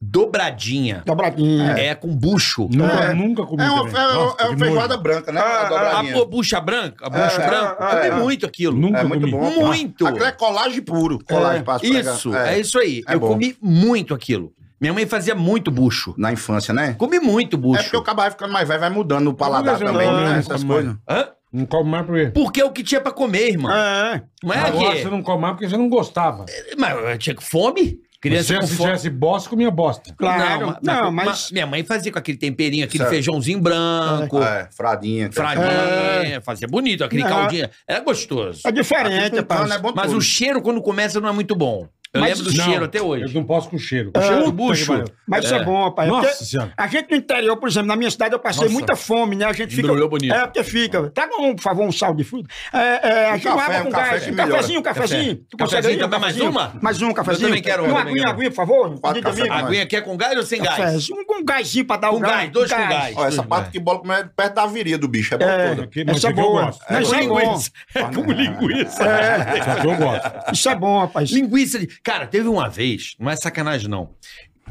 Speaker 3: Dobradinha.
Speaker 4: Dobradinha.
Speaker 3: É, com bucho.
Speaker 2: Nunca, nunca comi
Speaker 5: É uma,
Speaker 2: também.
Speaker 5: é, uma-
Speaker 2: né? Nossa,
Speaker 5: é
Speaker 2: que
Speaker 5: uma
Speaker 2: nojo.
Speaker 5: feijoada branca, né? a
Speaker 3: A
Speaker 5: dobradinha.
Speaker 3: Ah, pô, bucha branca, a bucha
Speaker 5: é,
Speaker 3: branca. eu
Speaker 5: é,
Speaker 3: comi
Speaker 5: é.
Speaker 3: muito aquilo.
Speaker 2: Nunca
Speaker 5: É muito
Speaker 2: comi.
Speaker 5: bom.
Speaker 3: Muito.
Speaker 5: Aquilo é colagem puro. Colagem pra esfregar.
Speaker 3: Isso, é. isso aí.
Speaker 5: É
Speaker 3: eu
Speaker 5: bom.
Speaker 3: comi muito aquilo. Minha mãe fazia muito bucho.
Speaker 5: Na infância, né?
Speaker 3: Comi muito
Speaker 5: É porque
Speaker 3: bucho.
Speaker 5: o cabo vai ficando mais velho, vai mudando o paladar
Speaker 2: Nunca
Speaker 5: também,
Speaker 2: jantou,
Speaker 5: né?
Speaker 2: né?
Speaker 5: Essas
Speaker 2: Nunca
Speaker 5: coisas.
Speaker 3: Hã?
Speaker 2: Não come mais por quê?
Speaker 3: Porque é o que tinha pra comer, irmão.
Speaker 4: É.
Speaker 3: Não é
Speaker 2: Agora
Speaker 3: que...
Speaker 2: você não come mais porque você não gostava.
Speaker 3: Mas eu tinha fome.
Speaker 2: Mas
Speaker 3: Criança
Speaker 2: se
Speaker 3: com
Speaker 2: se
Speaker 3: fome.
Speaker 2: tivesse bosta, comia bosta.
Speaker 4: Claro.
Speaker 3: ma-
Speaker 4: Não,
Speaker 3: ma-
Speaker 4: mas-
Speaker 3: Minha mãe fazia com aquele temperinho, aquele
Speaker 5: Certo.
Speaker 3: feijãozinho branco,
Speaker 5: É, fradinha.
Speaker 3: fradinha, fazia bonito, aquele
Speaker 4: Não.
Speaker 3: caldinho. Era gostoso.
Speaker 4: É diferente,
Speaker 5: Aqui com
Speaker 4: rapaz.
Speaker 5: cana é bom
Speaker 3: Mas
Speaker 5: tudo.
Speaker 3: o cheiro, quando começa, não é muito bom. Eu
Speaker 4: Mas
Speaker 3: lembro do
Speaker 2: Não,
Speaker 3: cheiro até hoje.
Speaker 2: Eu não posso com cheiro.
Speaker 4: É,
Speaker 2: cheiro
Speaker 3: bucho.
Speaker 2: puta que pariu.
Speaker 4: Mas isso é bom, rapaz.
Speaker 2: Nossa
Speaker 4: Porque
Speaker 2: Senhora.
Speaker 4: A gente no interior, por exemplo, na minha cidade eu passei
Speaker 7: Nossa.
Speaker 4: muita fome, né? A gente fica.
Speaker 7: Embrulhou bonito.
Speaker 4: É, porque fica. Traga um, por favor, um sal de fruta. É, é, a gente
Speaker 5: café,
Speaker 4: água
Speaker 5: um
Speaker 4: com
Speaker 5: café
Speaker 4: gás.
Speaker 5: que
Speaker 4: Um
Speaker 5: melhora.
Speaker 4: cafezinho, um cafezinho. Tu consegue
Speaker 7: Cafezinho
Speaker 4: aí, um
Speaker 7: também, mais
Speaker 4: cafezinho?
Speaker 7: uma?
Speaker 4: Mais um cafezinho.
Speaker 7: também quero, eu
Speaker 4: Uma
Speaker 7: também
Speaker 4: aguinha,
Speaker 7: quero.
Speaker 4: aguinha, por favor.
Speaker 5: Quatro
Speaker 4: Diga,
Speaker 5: café.
Speaker 4: amigo.
Speaker 7: Aguinha
Speaker 3: é
Speaker 7: quer com gás ou sem gás?
Speaker 4: Cafezinho, um, um gásinho pra dar
Speaker 7: Com
Speaker 4: o
Speaker 7: gás, dois com gás.
Speaker 5: Ó, essa parte que bola é perto da virilha do bicho. É boa toda.
Speaker 2: Que- mas
Speaker 4: Essa é
Speaker 2: que eu
Speaker 4: boa.
Speaker 2: gosto.
Speaker 4: Não, Isso é bom.
Speaker 7: É como linguiça.
Speaker 2: Isso aqui eu gosto.
Speaker 4: Isso é bom, rapaz.
Speaker 3: Linguiça de. Cara, teve uma vez, não é sacanagem, não.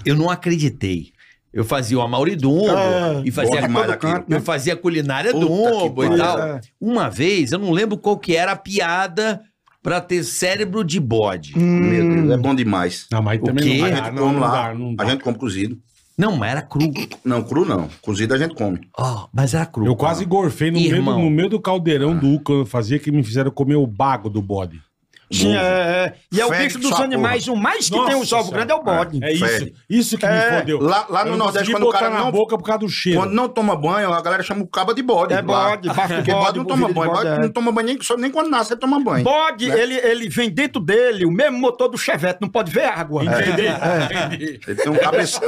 Speaker 3: Eu não acreditei. Eu fazia o Amauri Dumbo
Speaker 4: É,
Speaker 3: e fazia.
Speaker 5: bom demais
Speaker 3: todo
Speaker 5: aquilo.
Speaker 3: canto, Eu fazia a culinária
Speaker 7: Puta
Speaker 3: Dumbo
Speaker 7: que
Speaker 3: e tal.
Speaker 4: pariu.
Speaker 3: Uma vez, eu não lembro qual que era a piada pra ter cérebro de bode.
Speaker 5: Meu Deus, é bom demais.
Speaker 2: Não, mas
Speaker 3: O
Speaker 2: também
Speaker 3: quê?
Speaker 2: não
Speaker 5: A
Speaker 2: dá,
Speaker 5: gente
Speaker 2: não,
Speaker 5: come
Speaker 2: não
Speaker 5: lá.
Speaker 2: dá, não
Speaker 5: A
Speaker 2: dá.
Speaker 5: gente come cozido.
Speaker 3: Não, mas era cru.
Speaker 5: Não, cru não. Cozido a gente come.
Speaker 3: Ó, mas era cru.
Speaker 2: Eu quase gorfei no meio, do-
Speaker 3: Irmão.
Speaker 2: no meio do caldeirão do U que eu fazia que me fizeram comer o bago do bode.
Speaker 4: Sim,
Speaker 5: Bom.
Speaker 4: é, é. E é o
Speaker 5: Fede
Speaker 4: bicho
Speaker 5: que
Speaker 4: dos
Speaker 5: só a
Speaker 4: animais, o mais que tem os
Speaker 2: Nossa
Speaker 4: ovos
Speaker 2: Senhora.
Speaker 4: grandes é o bode.
Speaker 2: É isso,
Speaker 5: Fede.
Speaker 2: isso que me
Speaker 4: É,
Speaker 2: fodeu.
Speaker 5: lá- lá
Speaker 2: Eu
Speaker 5: no
Speaker 2: não
Speaker 5: Nordeste,
Speaker 2: consegui
Speaker 5: quando o
Speaker 2: botar
Speaker 5: cara
Speaker 2: na
Speaker 5: não-
Speaker 2: boca por causa do cheiro.
Speaker 5: Quando não toma banho, a galera chama o caba de bode.
Speaker 4: É
Speaker 5: lá.
Speaker 4: bode, bafo de
Speaker 5: Porque bode,
Speaker 4: bode,
Speaker 5: não toma
Speaker 4: bode,
Speaker 5: banho. Bode,
Speaker 4: bode, é.
Speaker 5: não toma banho nem, só- nem quando nasce, ele toma banho.
Speaker 4: Bode,
Speaker 5: Né?
Speaker 4: ele, ele vem dentro dele, o mesmo motor do Chevette, não pode ver água.
Speaker 2: Entendi.
Speaker 5: Ele tem um cabeçote.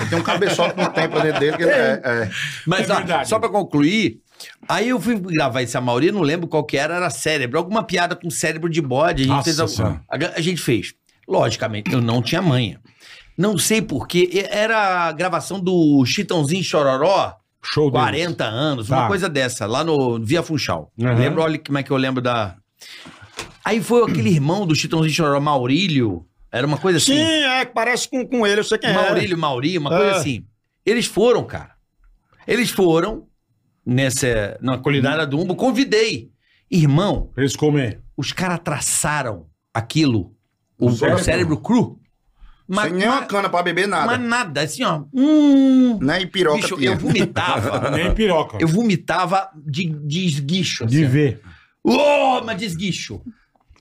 Speaker 5: ele tem um cabeçote que não tem pra dentro dele. Que ele é, é.
Speaker 3: Mas
Speaker 2: É
Speaker 3: ó,
Speaker 2: verdade.
Speaker 3: só pra concluir, aí eu fui gravar esse Amauri, não lembro qual que era, era cérebro, alguma piada com cérebro de bode. A gente,
Speaker 2: Nossa
Speaker 3: fez, algum-
Speaker 2: Senhora.
Speaker 3: a, a gente fez. Logicamente, eu não tinha manha. Não sei porquê, era a gravação do Chitãozinho Chororó,
Speaker 2: Show deles.
Speaker 3: 40 anos,
Speaker 2: Tá.
Speaker 3: uma coisa dessa, lá no Via Funchal.
Speaker 2: Uhum.
Speaker 3: Lembro, olha como é que eu lembro da... Aí foi aquele irmão do Chitãozinho Chororó, Maurílio, era uma coisa assim.
Speaker 4: Sim, é, que parece com, com ele, eu sei quem é.
Speaker 3: Maurílio, Mauri, uma coisa
Speaker 4: É.
Speaker 3: assim. Eles foram, cara. Eles foram nessa, na culinária do Umbo, convidei. Irmão,
Speaker 2: Pra eles comer.
Speaker 3: os caras traçaram aquilo, o,
Speaker 5: O
Speaker 3: o cérebro.
Speaker 5: cérebro.
Speaker 3: cru. Mas,
Speaker 5: Sem nenhuma
Speaker 3: mas-
Speaker 5: cana pra beber nada.
Speaker 3: mas nada, assim, ó. Hum,
Speaker 5: né? E piroca
Speaker 3: bicho,
Speaker 5: tinha.
Speaker 3: eu vomitava.
Speaker 2: Nem piroca.
Speaker 3: eu vomitava de, de esguicho.
Speaker 2: De
Speaker 3: assim, ó.
Speaker 2: ver.
Speaker 3: Ô, mas desguicho.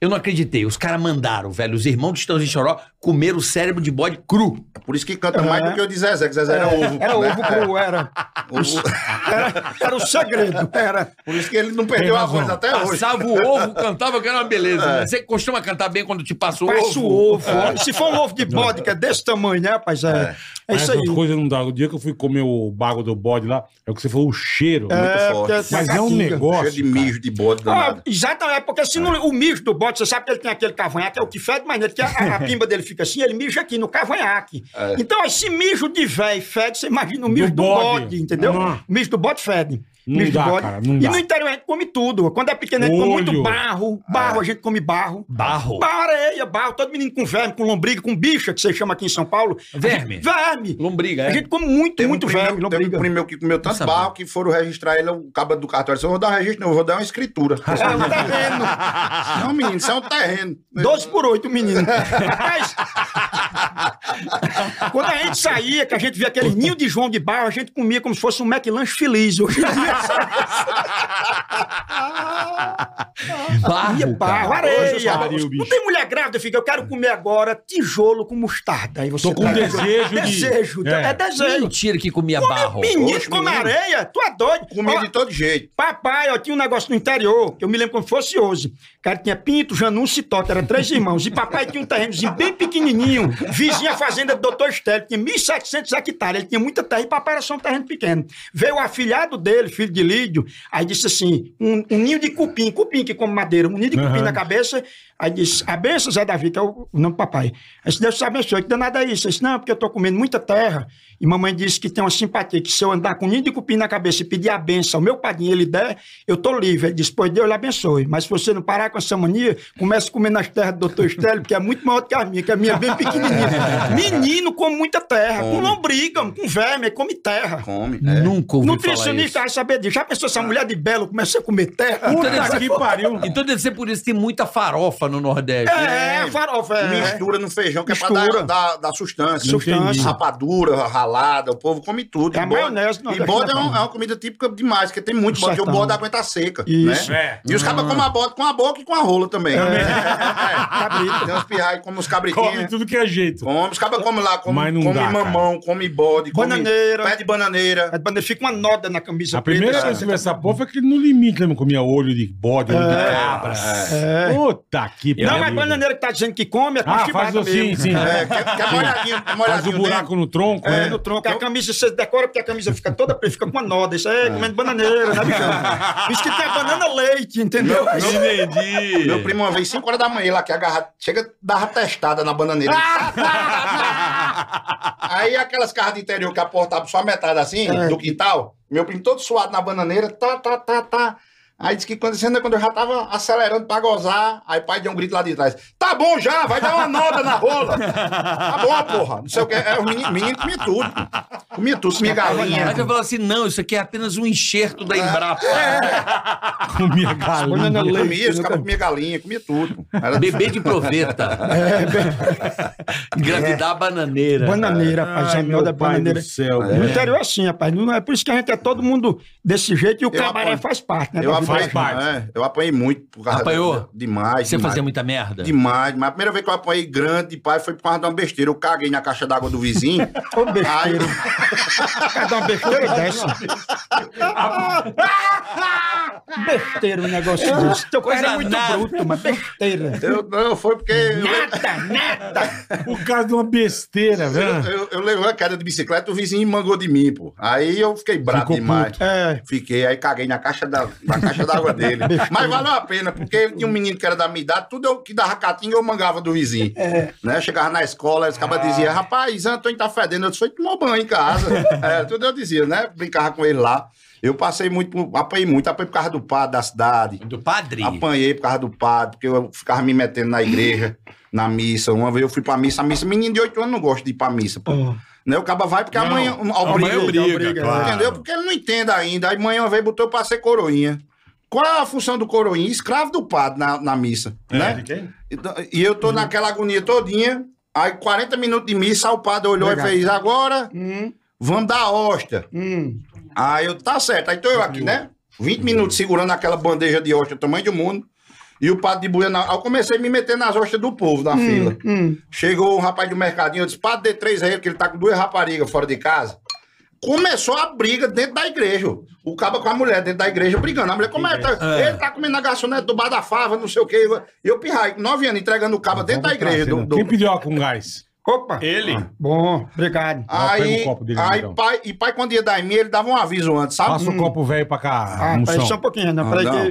Speaker 3: Eu não acreditei. Os caras mandaram, velho. Os irmãos de Estãozinho Choró comeram o cérebro de bode cru.
Speaker 5: Por isso que canta mais do que o de Zezé, que Zezé era ovo.
Speaker 4: É. Era
Speaker 5: né?
Speaker 4: ovo cru, era.
Speaker 5: Ovo.
Speaker 4: Era, era o segredo, era.
Speaker 5: Por isso que ele não perdeu a
Speaker 2: razão.
Speaker 5: voz até hoje. É.
Speaker 3: Passava o ovo, cantava, que era uma beleza. né? Você costuma cantar bem quando te passa o
Speaker 4: Passa
Speaker 3: ovo?
Speaker 4: o ovo. Se for um ovo de bode, que é desse tamanho, né, rapaz? É, é isso
Speaker 2: Essas
Speaker 4: aí.
Speaker 2: coisas não dá. O dia que eu fui comer o bago do bode lá, é o que você falou, o cheiro.
Speaker 4: É,
Speaker 5: forte.
Speaker 4: porque
Speaker 2: Mas é um
Speaker 4: caquinha.
Speaker 2: negócio.
Speaker 5: Cheio de mijo, de bode danado.
Speaker 4: Ah, exatamente, é porque se não, o mijo do bode, você sabe que ele tem aquele cavanhaque, é o que fede mais nele, que a, a- a pimba dele fica assim, ele mija aqui no cavanhaque. Então, esse mijo de velho fede, você imagina o mijo do,
Speaker 2: bode.
Speaker 4: bode. entendeu?
Speaker 2: Ah.
Speaker 4: O mijo do bode fede.
Speaker 2: Não
Speaker 4: mijo
Speaker 2: dá,
Speaker 4: do bode.
Speaker 2: cara, não
Speaker 4: e
Speaker 2: dá.
Speaker 4: no interior a gente come tudo. Quando é pequeno, a gente come
Speaker 2: Olho.
Speaker 4: muito barro. Barro, a gente come barro.
Speaker 3: Barro.
Speaker 4: Barro, areia, barro. Todo menino com verme, com lombriga, com bicha, que você chama aqui em São Paulo.
Speaker 3: Verme. É.
Speaker 4: Verme.
Speaker 3: Lombriga,
Speaker 4: A gente come muito, muito
Speaker 5: primo
Speaker 4: verme,
Speaker 5: meu- Teve um
Speaker 4: lombriga.
Speaker 5: primo meu que comeu tanto
Speaker 3: Nossa,
Speaker 5: barro que foram registrar ele, o cabo do cartório. disse, Eu vou dar um registro, não, eu vou dar uma escritura.
Speaker 4: É um terreno.
Speaker 5: não, menino, isso é um terreno.
Speaker 4: 12 por 8, menino. Mas, quando a gente saía, que a gente via aquele ninho de João de Barro, a gente comia como se fosse um McLanche feliz. Hoje em dia,
Speaker 3: Barro,
Speaker 4: barro,
Speaker 3: cara.
Speaker 2: Hoje eu
Speaker 4: areia.
Speaker 2: faria o bicho.
Speaker 4: Não tem mulher grávida, fica, eu quero comer agora tijolo com mostarda. Aí você
Speaker 2: Tô com
Speaker 4: tá-
Speaker 2: desejo de-
Speaker 4: Desejo,
Speaker 2: É.
Speaker 4: é, desejo.
Speaker 3: Mentira que comia barro.
Speaker 4: Menino,
Speaker 5: Oxe,
Speaker 4: come
Speaker 5: menino.
Speaker 4: areia, tu é doido.
Speaker 5: Comia
Speaker 4: Ó,
Speaker 5: de todo jeito.
Speaker 4: Papai, ó, tinha um negócio no interior, que eu me lembro como fosse hoje. Cara, tinha Pinto, Janúncio e Tota, eram três irmãos. E papai tinha um terrenozinho bem pequenininho, vizinha à fazenda do doutor Estélio, tinha 1.700 hectares, ele tinha muita terra e papai era só um terreno pequeno. Veio o afilhado dele, filho de Lídio, aí disse assim, um, um ninho de cupim, cupim que come madeira, um ninho de cupim
Speaker 2: Aham.
Speaker 4: na cabeça, aí disse, a benção Zé Davi, que é o o nome do papai. Aí disse, Deus te abençoe, que danada é isso? Eu disse, não, porque eu tô comendo muita terra, e mamãe disse que tem uma simpatia, que se eu andar com um ninho de cupim na cabeça e pedir a benção, o meu padrinho ele der, eu tô livre. Ele disse, pois Deus lhe abençoe, mas se você não parar com essa mania, comece comendo as terras do doutor Estélio, porque é muito maior do que a minha, que a minha é bem pequenininha. Menino come muita terra, com lombriga, com verme, come terra.
Speaker 5: Come. é.
Speaker 3: Nunca ouvi falar isso.
Speaker 4: Nutricionista vai saber disso. Já pensou se a mulher de Belo começa a comer terra?
Speaker 2: Puta que pariu.
Speaker 3: Então deve ser por isso que tem muita farofa no Nordeste.
Speaker 4: É, farofa, é.
Speaker 5: Mistura no feijão, que é pra
Speaker 4: Mistura.
Speaker 5: dar, dar, dar sustância.
Speaker 2: Sustância.
Speaker 5: Rapadura, salada, o povo come tudo.
Speaker 4: É
Speaker 5: E
Speaker 4: a
Speaker 5: bode-
Speaker 4: maionese, não,
Speaker 5: E
Speaker 4: daqui
Speaker 5: bode
Speaker 4: da
Speaker 5: é, um-
Speaker 4: Bahia.
Speaker 5: é uma comida típica demais, porque tem muito
Speaker 4: O
Speaker 5: bode, porque o
Speaker 4: chartão.
Speaker 5: bode aguenta seca,
Speaker 4: Isso.
Speaker 5: né?
Speaker 7: É.
Speaker 5: E os
Speaker 2: Ah.
Speaker 5: cabas comem a bode com a boca e com a rola também. né?
Speaker 2: É.
Speaker 5: É.
Speaker 4: Cabrito.
Speaker 5: Tem uns pirrai que comem os
Speaker 2: Come
Speaker 5: cabritinhos.
Speaker 2: tudo que é jeito.
Speaker 5: Come, os cabas comem lá, come,
Speaker 2: Mas não
Speaker 5: come
Speaker 2: dá,
Speaker 5: mamão, come bode, come
Speaker 4: Bananeira.
Speaker 5: pé de bananeira.
Speaker 4: Aí quando ele Fica uma noda na camisa
Speaker 2: A primeira
Speaker 4: preta,
Speaker 2: vez que eu vi
Speaker 4: cara.
Speaker 2: essa porra foi aquele no limite, lembra? Comia olho de bode, olho de cabra.
Speaker 4: É.
Speaker 2: Puta que
Speaker 4: Não, mas
Speaker 2: pariu.
Speaker 4: bananeira que tá dizendo que come é com
Speaker 2: Ah,
Speaker 4: chibata
Speaker 2: faz assim,
Speaker 4: mesmo.
Speaker 2: sim.
Speaker 5: É, que é, que é molhadinho, é
Speaker 2: Faz o
Speaker 5: molhadinho
Speaker 2: buraco no tronco,
Speaker 4: É,
Speaker 2: né?
Speaker 4: no tronco. A camisa você decora porque a camisa fica toda preta, fica com uma noda. Isso aí é comendo bananeira, né, bichão? Isso que tem a banana leite, entendeu?
Speaker 5: Meu-
Speaker 4: Isso.
Speaker 7: Entendi.
Speaker 5: Meu primo, uma vez, 5 horas da manhã, lá que agarrado, chega, dava testada na bananeira. Aí aquelas casas de interior que aportavam só a metade assim, do quintal, meu primo todo suado na bananeira, tá, tá, tá, tá. Aí disse que quando, ainda quando eu já tava acelerando pra gozar, aí pai deu um grito lá de trás. Tá bom já, vai dar uma noda na rola. Tá bom, porra. Não sei o que. É, o menino, menino comia tudo. Comia tudo, comia
Speaker 3: Aí
Speaker 5: galinha.
Speaker 3: eu falo assim, não, isso aqui é apenas um enxerto da Embrapa.
Speaker 2: Comia
Speaker 4: Banana
Speaker 2: galinha.
Speaker 4: leite.
Speaker 5: Comia, os caras comiam galinha, comia tudo. Era
Speaker 3: Bebê de proveta. É. Engravidar a bananeira.
Speaker 4: Bananeira, rapaz, a
Speaker 2: Ai,
Speaker 4: noda
Speaker 2: meu pai
Speaker 4: bananeira.
Speaker 2: do céu.
Speaker 4: No
Speaker 2: velho.
Speaker 4: interior é assim, rapaz. Não é por isso que a gente é todo mundo desse jeito e o
Speaker 5: Eu
Speaker 4: cabaré
Speaker 5: apoio.
Speaker 4: faz parte, né?
Speaker 5: Eu
Speaker 4: da vida.
Speaker 5: apanhei,
Speaker 2: Faz parte.
Speaker 5: é, eu apanhei muito por causa
Speaker 3: Apanhou?
Speaker 5: da- demais.
Speaker 3: Você
Speaker 5: demais,
Speaker 3: fazia muita merda?
Speaker 5: Demais, mas a primeira vez que eu apanhei grande, pai, foi por causa de uma besteira. Eu caguei na caixa d'água do vizinho.
Speaker 4: Ô, besteira.
Speaker 5: aí,
Speaker 4: Cada uma besteira é dessa. besteira o negócio desse. Teu cara é
Speaker 3: Coisa
Speaker 4: muito
Speaker 3: nada.
Speaker 4: bruto, mas besteira.
Speaker 5: eu, não, foi porque. eu le-
Speaker 4: Nada, nada.
Speaker 2: Por causa de uma besteira,
Speaker 3: Ah.
Speaker 5: Eu,
Speaker 2: velho.
Speaker 5: eu, eu levei uma queda de bicicleta, o vizinho mangou de mim, pô. Aí eu fiquei bravo
Speaker 2: Ficou
Speaker 5: demais.
Speaker 2: puto.
Speaker 4: É.
Speaker 5: Fiquei, aí caguei na caixa da- na caixa d'água dele. Mas valeu a pena, porque tinha um menino que era da minha idade, tudo eu, que dava catinga eu mangava do vizinho. Né? Chegava na escola, os cabas diziam, rapaz, Antônio tá fedendo. Eu disse, foi tomar banho em casa. É, tudo eu dizia, né? Brincava com ele lá. Eu passei muito, por- apanhei muito, apanhei por causa do padre da cidade.
Speaker 3: Do padre?
Speaker 5: Apanhei por causa do padre, porque eu ficava me metendo na igreja, na missa. Uma vez eu fui pra missa, a missa, menino de 8 anos não gosta de ir pra missa, pô. Né? O caba vai porque amanhã um,
Speaker 7: Amanhã
Speaker 5: obriga.
Speaker 7: briga,
Speaker 4: briga,
Speaker 7: claro.
Speaker 5: Entendeu? Porque ele não entende ainda. Aí mãe uma vez botou pra ser coroinha. Qual é a função do coroinha? Escravo do padre na, na missa, né? Então, E eu tô naquela agonia todinha. Aí 40 minutos de missa, o padre olhou
Speaker 4: Legal.
Speaker 5: e fez, agora vamos dar a hóstia.
Speaker 4: Hum.
Speaker 5: Aí eu, tá certo. Aí tô eu aqui, né? 20 minutos segurando aquela bandeja de hóstia, tamanho do mundo. E o padre de Buiana... Aí eu comecei a me meter nas hóstias do povo da fila.
Speaker 4: Hum.
Speaker 5: Chegou um rapaz do mercadinho, eu disse, padre, dê três a ele, que ele tá com duas raparigas fora de casa. Começou a briga dentro da igreja. O cabo com a mulher dentro da igreja brigando. A mulher, como é? Tá, Ele tá comendo a garçonete do bar da fava, não sei o quê. E eu pirrai, com nove anos, entregando o
Speaker 2: Ah,
Speaker 5: cabo dentro da igreja. Do, do-
Speaker 2: assim, né? Quem pediu água com gás?
Speaker 4: Opa.
Speaker 7: Ele?
Speaker 4: Bom, obrigado.
Speaker 2: pega
Speaker 5: Aí,
Speaker 2: um copo dele,
Speaker 5: aí
Speaker 2: então.
Speaker 5: pai, e pai, quando ia dar em mim, ele dava um aviso antes, sabe?
Speaker 2: Passa o copo velho pra cá,
Speaker 4: Hum. Ah,
Speaker 2: moção.
Speaker 4: peraí, só um pouquinho, né? Peraí
Speaker 5: Ah, não.
Speaker 4: que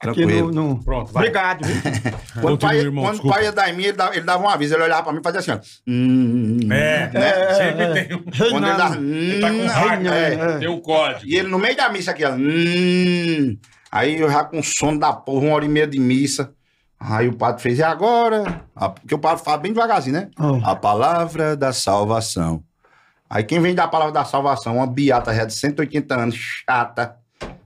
Speaker 4: aqui
Speaker 5: Tranquilo.
Speaker 4: no, no-
Speaker 2: Pronto, vai.
Speaker 4: Obrigado, viu?
Speaker 5: Quando o pai,
Speaker 2: Continua, irmão,
Speaker 5: quando o
Speaker 2: desculpa.
Speaker 5: pai ia dar em mim, ele dava, ele dava um aviso. Ele olhava pra mim e fazia assim, ó. Hum,
Speaker 2: É, sempre tem um...
Speaker 4: Reinaldo.
Speaker 5: Quando ele dava...
Speaker 7: tá com
Speaker 5: hum,
Speaker 7: raiva,
Speaker 2: né?
Speaker 5: é.
Speaker 7: Tem um código.
Speaker 5: E ele no meio da missa aqui, ó. Hum. Aí eu já com sono da porra, uma hora e meia de missa. Aí o padre fez, e agora? A- Porque o padre fala bem devagarzinho, né?
Speaker 4: Ah.
Speaker 5: A palavra da salvação. Aí quem vem da palavra da salvação, uma beata já de 180 anos, chata.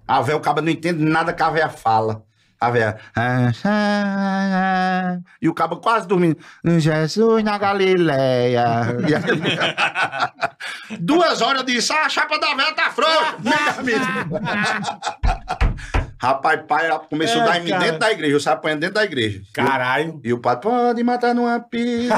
Speaker 5: A véia, o cara não entende nada que a véia fala. A véia. "Ah, ah, ah", E o cabo quase dormindo. Jesus na Galileia. E aí- Duas horas eu disse: ah, a chapa da véia tá frouxa. Minha amiga. Rapaz, pai começou a dar em mim
Speaker 2: cara.
Speaker 5: dentro da igreja. Eu saí apanhando dentro da igreja.
Speaker 2: Caralho.
Speaker 5: E o padre, pode matar numa pizza.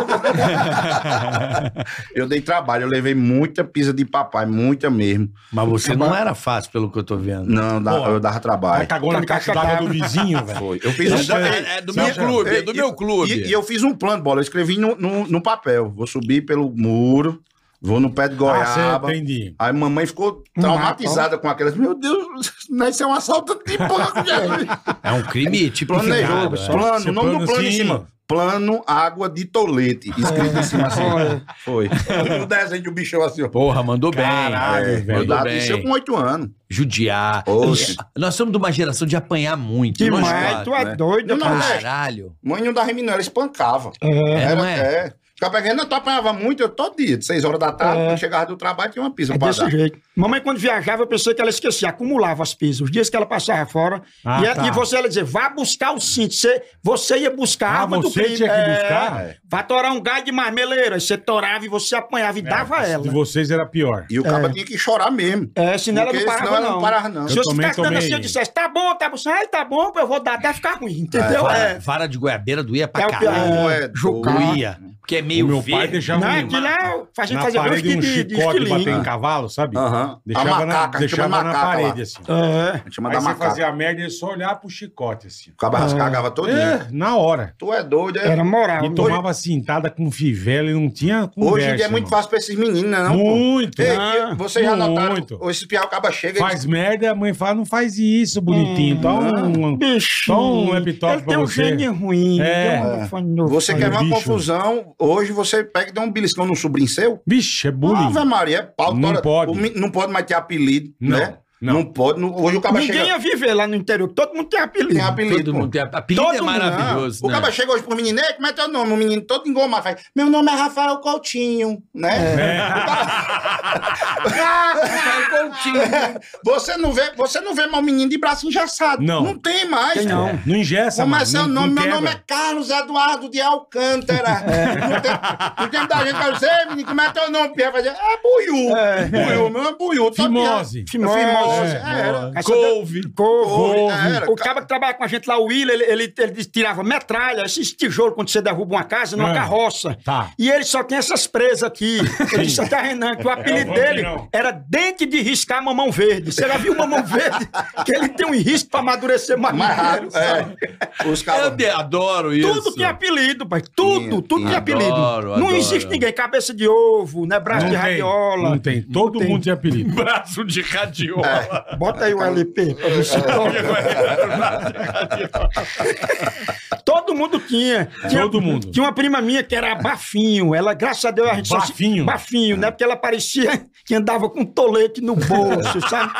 Speaker 5: eu dei trabalho, eu levei muita pizza de papai, muita mesmo.
Speaker 3: Mas você não era fácil, pelo que eu tô vendo.
Speaker 5: Não, dá- eu dava
Speaker 2: Ela
Speaker 5: trabalho.
Speaker 2: cagou
Speaker 4: Tá,
Speaker 2: na caixa d'água do vizinho, velho.
Speaker 5: Foi. Eu fiz um
Speaker 2: Isso
Speaker 5: plano.
Speaker 7: É, é do
Speaker 2: Não,
Speaker 7: meu
Speaker 2: já-
Speaker 7: clube, é do
Speaker 5: E-
Speaker 7: meu clube.
Speaker 5: E, e eu fiz um plano, bola. Eu escrevi no, no, no papel. Vou subir pelo muro, vou no pé de
Speaker 2: Ah,
Speaker 5: goiaba.
Speaker 2: você Um entendi.
Speaker 5: Aí mamãe ficou traumatizada com aquelas. Meu Deus, isso é um assalto de banco, gente.
Speaker 3: É um crime
Speaker 5: Planejou,
Speaker 3: tipificado. é.
Speaker 5: plano,
Speaker 2: Você
Speaker 5: o nome do
Speaker 2: plano,
Speaker 5: plano em
Speaker 2: sim.
Speaker 5: cima. Plano Água de Tolete. Escrito em cima assim. Foi. O desenho do bichão assim, ó. É,
Speaker 3: Porra, mandou
Speaker 2: Caralho,
Speaker 3: bem.
Speaker 2: velho.
Speaker 3: Mandou
Speaker 5: Cuidado,
Speaker 3: bem.
Speaker 5: isso eu com oito anos.
Speaker 3: Judiar.
Speaker 5: Oxe.
Speaker 3: Nós somos de uma geração de apanhar muito. nós
Speaker 4: Demais,
Speaker 3: quatro.
Speaker 4: tu é
Speaker 5: né?
Speaker 4: doido,
Speaker 5: Não,
Speaker 4: rapaz.
Speaker 5: não,
Speaker 3: Caralho.
Speaker 5: Mãe não dava em mim, não, ela espancava.
Speaker 4: É.
Speaker 3: É, não é?
Speaker 5: é. Copacabana eu apanhava muito, eu todo dia, de seis horas da
Speaker 2: É.
Speaker 5: tarde, quando chegava do trabalho, tinha uma pizza
Speaker 4: É
Speaker 5: pra
Speaker 4: desse
Speaker 5: dar.
Speaker 4: jeito. Mamãe, quando viajava, eu pensei que ela esquecia, acumulava as pizzas. Os dias que ela passava fora.
Speaker 2: Ah,
Speaker 4: e, a-
Speaker 2: tá.
Speaker 4: e você ela dizia, vá buscar o cinto. Você, você ia buscar a
Speaker 2: Ah,
Speaker 4: arma do
Speaker 2: você
Speaker 4: crime.
Speaker 2: tinha que
Speaker 4: É,
Speaker 2: buscar?
Speaker 4: Vá torar um galho de marmeleira. Aí você torava e você apanhava
Speaker 2: É,
Speaker 4: e dava ela.
Speaker 2: De vocês era pior.
Speaker 5: E o cara tinha que chorar mesmo.
Speaker 4: É, senão ela não
Speaker 5: Porque
Speaker 4: parava,
Speaker 5: senão ela
Speaker 4: não.
Speaker 5: não parava, não.
Speaker 4: Se
Speaker 2: Eu
Speaker 4: eu
Speaker 2: também
Speaker 4: ficasse dando
Speaker 2: tomei-
Speaker 4: assim, eu dissesse, tá bom, tá bom. Você, Ah, tá bom, eu vou dar, deve ficar ruim, entendeu?
Speaker 3: Vara,
Speaker 4: É.
Speaker 3: vara de goiabeira doía pra
Speaker 4: É o pior.
Speaker 3: caralho.
Speaker 5: É,
Speaker 3: Doía. Porque é meio
Speaker 2: O meu
Speaker 3: verde.
Speaker 2: pai deixava
Speaker 4: Não, é
Speaker 2: um-
Speaker 4: aquilo lá, a gente
Speaker 2: na
Speaker 4: fazia dois
Speaker 2: parede
Speaker 4: de,
Speaker 2: um
Speaker 4: de, de
Speaker 2: chicote
Speaker 4: estilingue.
Speaker 2: bater em cavalo, sabe?
Speaker 5: Aham.
Speaker 2: Deixava
Speaker 5: A
Speaker 2: na,
Speaker 5: macaca,
Speaker 2: deixava
Speaker 5: chama
Speaker 2: na
Speaker 5: macaca lá.
Speaker 2: parede, assim.
Speaker 4: É.
Speaker 5: A gente manda
Speaker 2: Aí você
Speaker 5: macaca.
Speaker 2: fazia a merda e ele só olhar pro chicote, assim.
Speaker 5: O cabra rascagava todo dia.
Speaker 2: É, na hora.
Speaker 5: Tu é doido, é?
Speaker 4: Era moral.
Speaker 2: E tomava cintada com fivela e não tinha conversa.
Speaker 5: Hoje em dia é muito
Speaker 2: irmão.
Speaker 5: fácil pra esses meninos, né? Não, pô?
Speaker 2: Muito.
Speaker 5: Ei,
Speaker 2: Ah,
Speaker 5: vocês já notaram?
Speaker 2: muito.
Speaker 5: Esse piau acaba chega e
Speaker 2: Faz merda, a mãe fala, não faz isso, bonitinho. Dá um...
Speaker 4: Bicho.
Speaker 2: Só um laptop
Speaker 4: Ele
Speaker 2: pra
Speaker 4: tem um
Speaker 2: você.
Speaker 4: gênio ruim.
Speaker 2: É.
Speaker 4: tem um
Speaker 5: É.
Speaker 4: fone novo.
Speaker 5: Você quer ver uma
Speaker 2: bicho.
Speaker 5: confusão, hoje você pega e dá um beliscão no sobrinho seu?
Speaker 2: Bicho, é bullying.
Speaker 5: Ave Maria, é pau.
Speaker 2: Não
Speaker 5: tora-
Speaker 2: pode.
Speaker 5: o men- não pode mais ter apelido,
Speaker 2: Não,
Speaker 5: né?
Speaker 2: não. é
Speaker 5: pode. não- hoje o cabra
Speaker 4: Ninguém
Speaker 5: chega...
Speaker 4: ia viver lá no interior, todo mundo tem apelido.
Speaker 5: Tem apelido,
Speaker 3: Todo
Speaker 5: pô.
Speaker 3: mundo tem. Apelido
Speaker 4: Todo
Speaker 3: é
Speaker 4: mundo-
Speaker 3: maravilhoso.
Speaker 5: Ah, O
Speaker 3: né?
Speaker 5: cabra chega hoje pro menino, "Ei, como é teu nome? O menino todo engomado faz, meu nome é Rafael Coutinho, né?
Speaker 3: Rafael Coutinho.
Speaker 5: Você não vê, você não vê mais o menino de braço engessado.
Speaker 2: Não.
Speaker 5: Não tem mais.
Speaker 4: Tem não.
Speaker 5: É.
Speaker 2: Não ingessa,
Speaker 5: Como é
Speaker 2: mano.
Speaker 5: seu
Speaker 2: não-
Speaker 5: nome?
Speaker 2: não
Speaker 5: Meu nome é
Speaker 2: quebra.
Speaker 5: Carlos Eduardo de Alcântara. No tempo- No tempo da gente, eu sei, menino, como é teu nome? Pia fazer, é Buiú. Buiú, meu é Buiú. Só
Speaker 2: Fimose.
Speaker 5: Pia- Fimose.
Speaker 4: Fimose.
Speaker 5: é, era.
Speaker 4: Aí você
Speaker 2: Couve.
Speaker 5: Couve, é, era.
Speaker 4: O cara que trabalha com a gente lá, o Will, ele, ele, ele tirava metralha, esses tijolos quando você derruba uma casa, numa
Speaker 2: É.
Speaker 4: carroça.
Speaker 2: Tá.
Speaker 4: E ele só tem essas presas aqui. Ele disse até a Renan que o apelido
Speaker 2: É, o
Speaker 4: dele
Speaker 2: vampirão.
Speaker 4: era dente de riscar mamão verde. Você já viu mamão verde? que ele tem um risco pra amadurecer mais,
Speaker 5: É Mais
Speaker 4: rápido.
Speaker 5: rápido.
Speaker 4: sabe?
Speaker 5: É. Os
Speaker 7: Eu
Speaker 5: caras.
Speaker 7: de- adoro isso.
Speaker 4: Tudo é tem apelido, pai. Tudo,
Speaker 5: Sim,
Speaker 4: tudo tem
Speaker 5: sim.
Speaker 4: apelido.
Speaker 7: Adoro,
Speaker 4: não
Speaker 7: adoro.
Speaker 4: existe ninguém. Cabeça de ovo, né? Braço
Speaker 2: Não
Speaker 4: de
Speaker 2: tem,
Speaker 4: radiola.
Speaker 2: não tem. Todo
Speaker 4: tem.
Speaker 2: mundo tem apelido.
Speaker 7: Braço de cadiola.
Speaker 3: É.
Speaker 4: Bota aí o LP. pra ver se
Speaker 5: É.
Speaker 4: toca. Todo mundo tinha. Tinha-
Speaker 2: Todo mundo.
Speaker 4: Tinha uma prima minha que era bafinho. Ela, graças a Deus, a gente só se-
Speaker 2: Bafinho?
Speaker 4: bafinho, né? Porque ela parecia que andava com um tolete no bolso, sabe?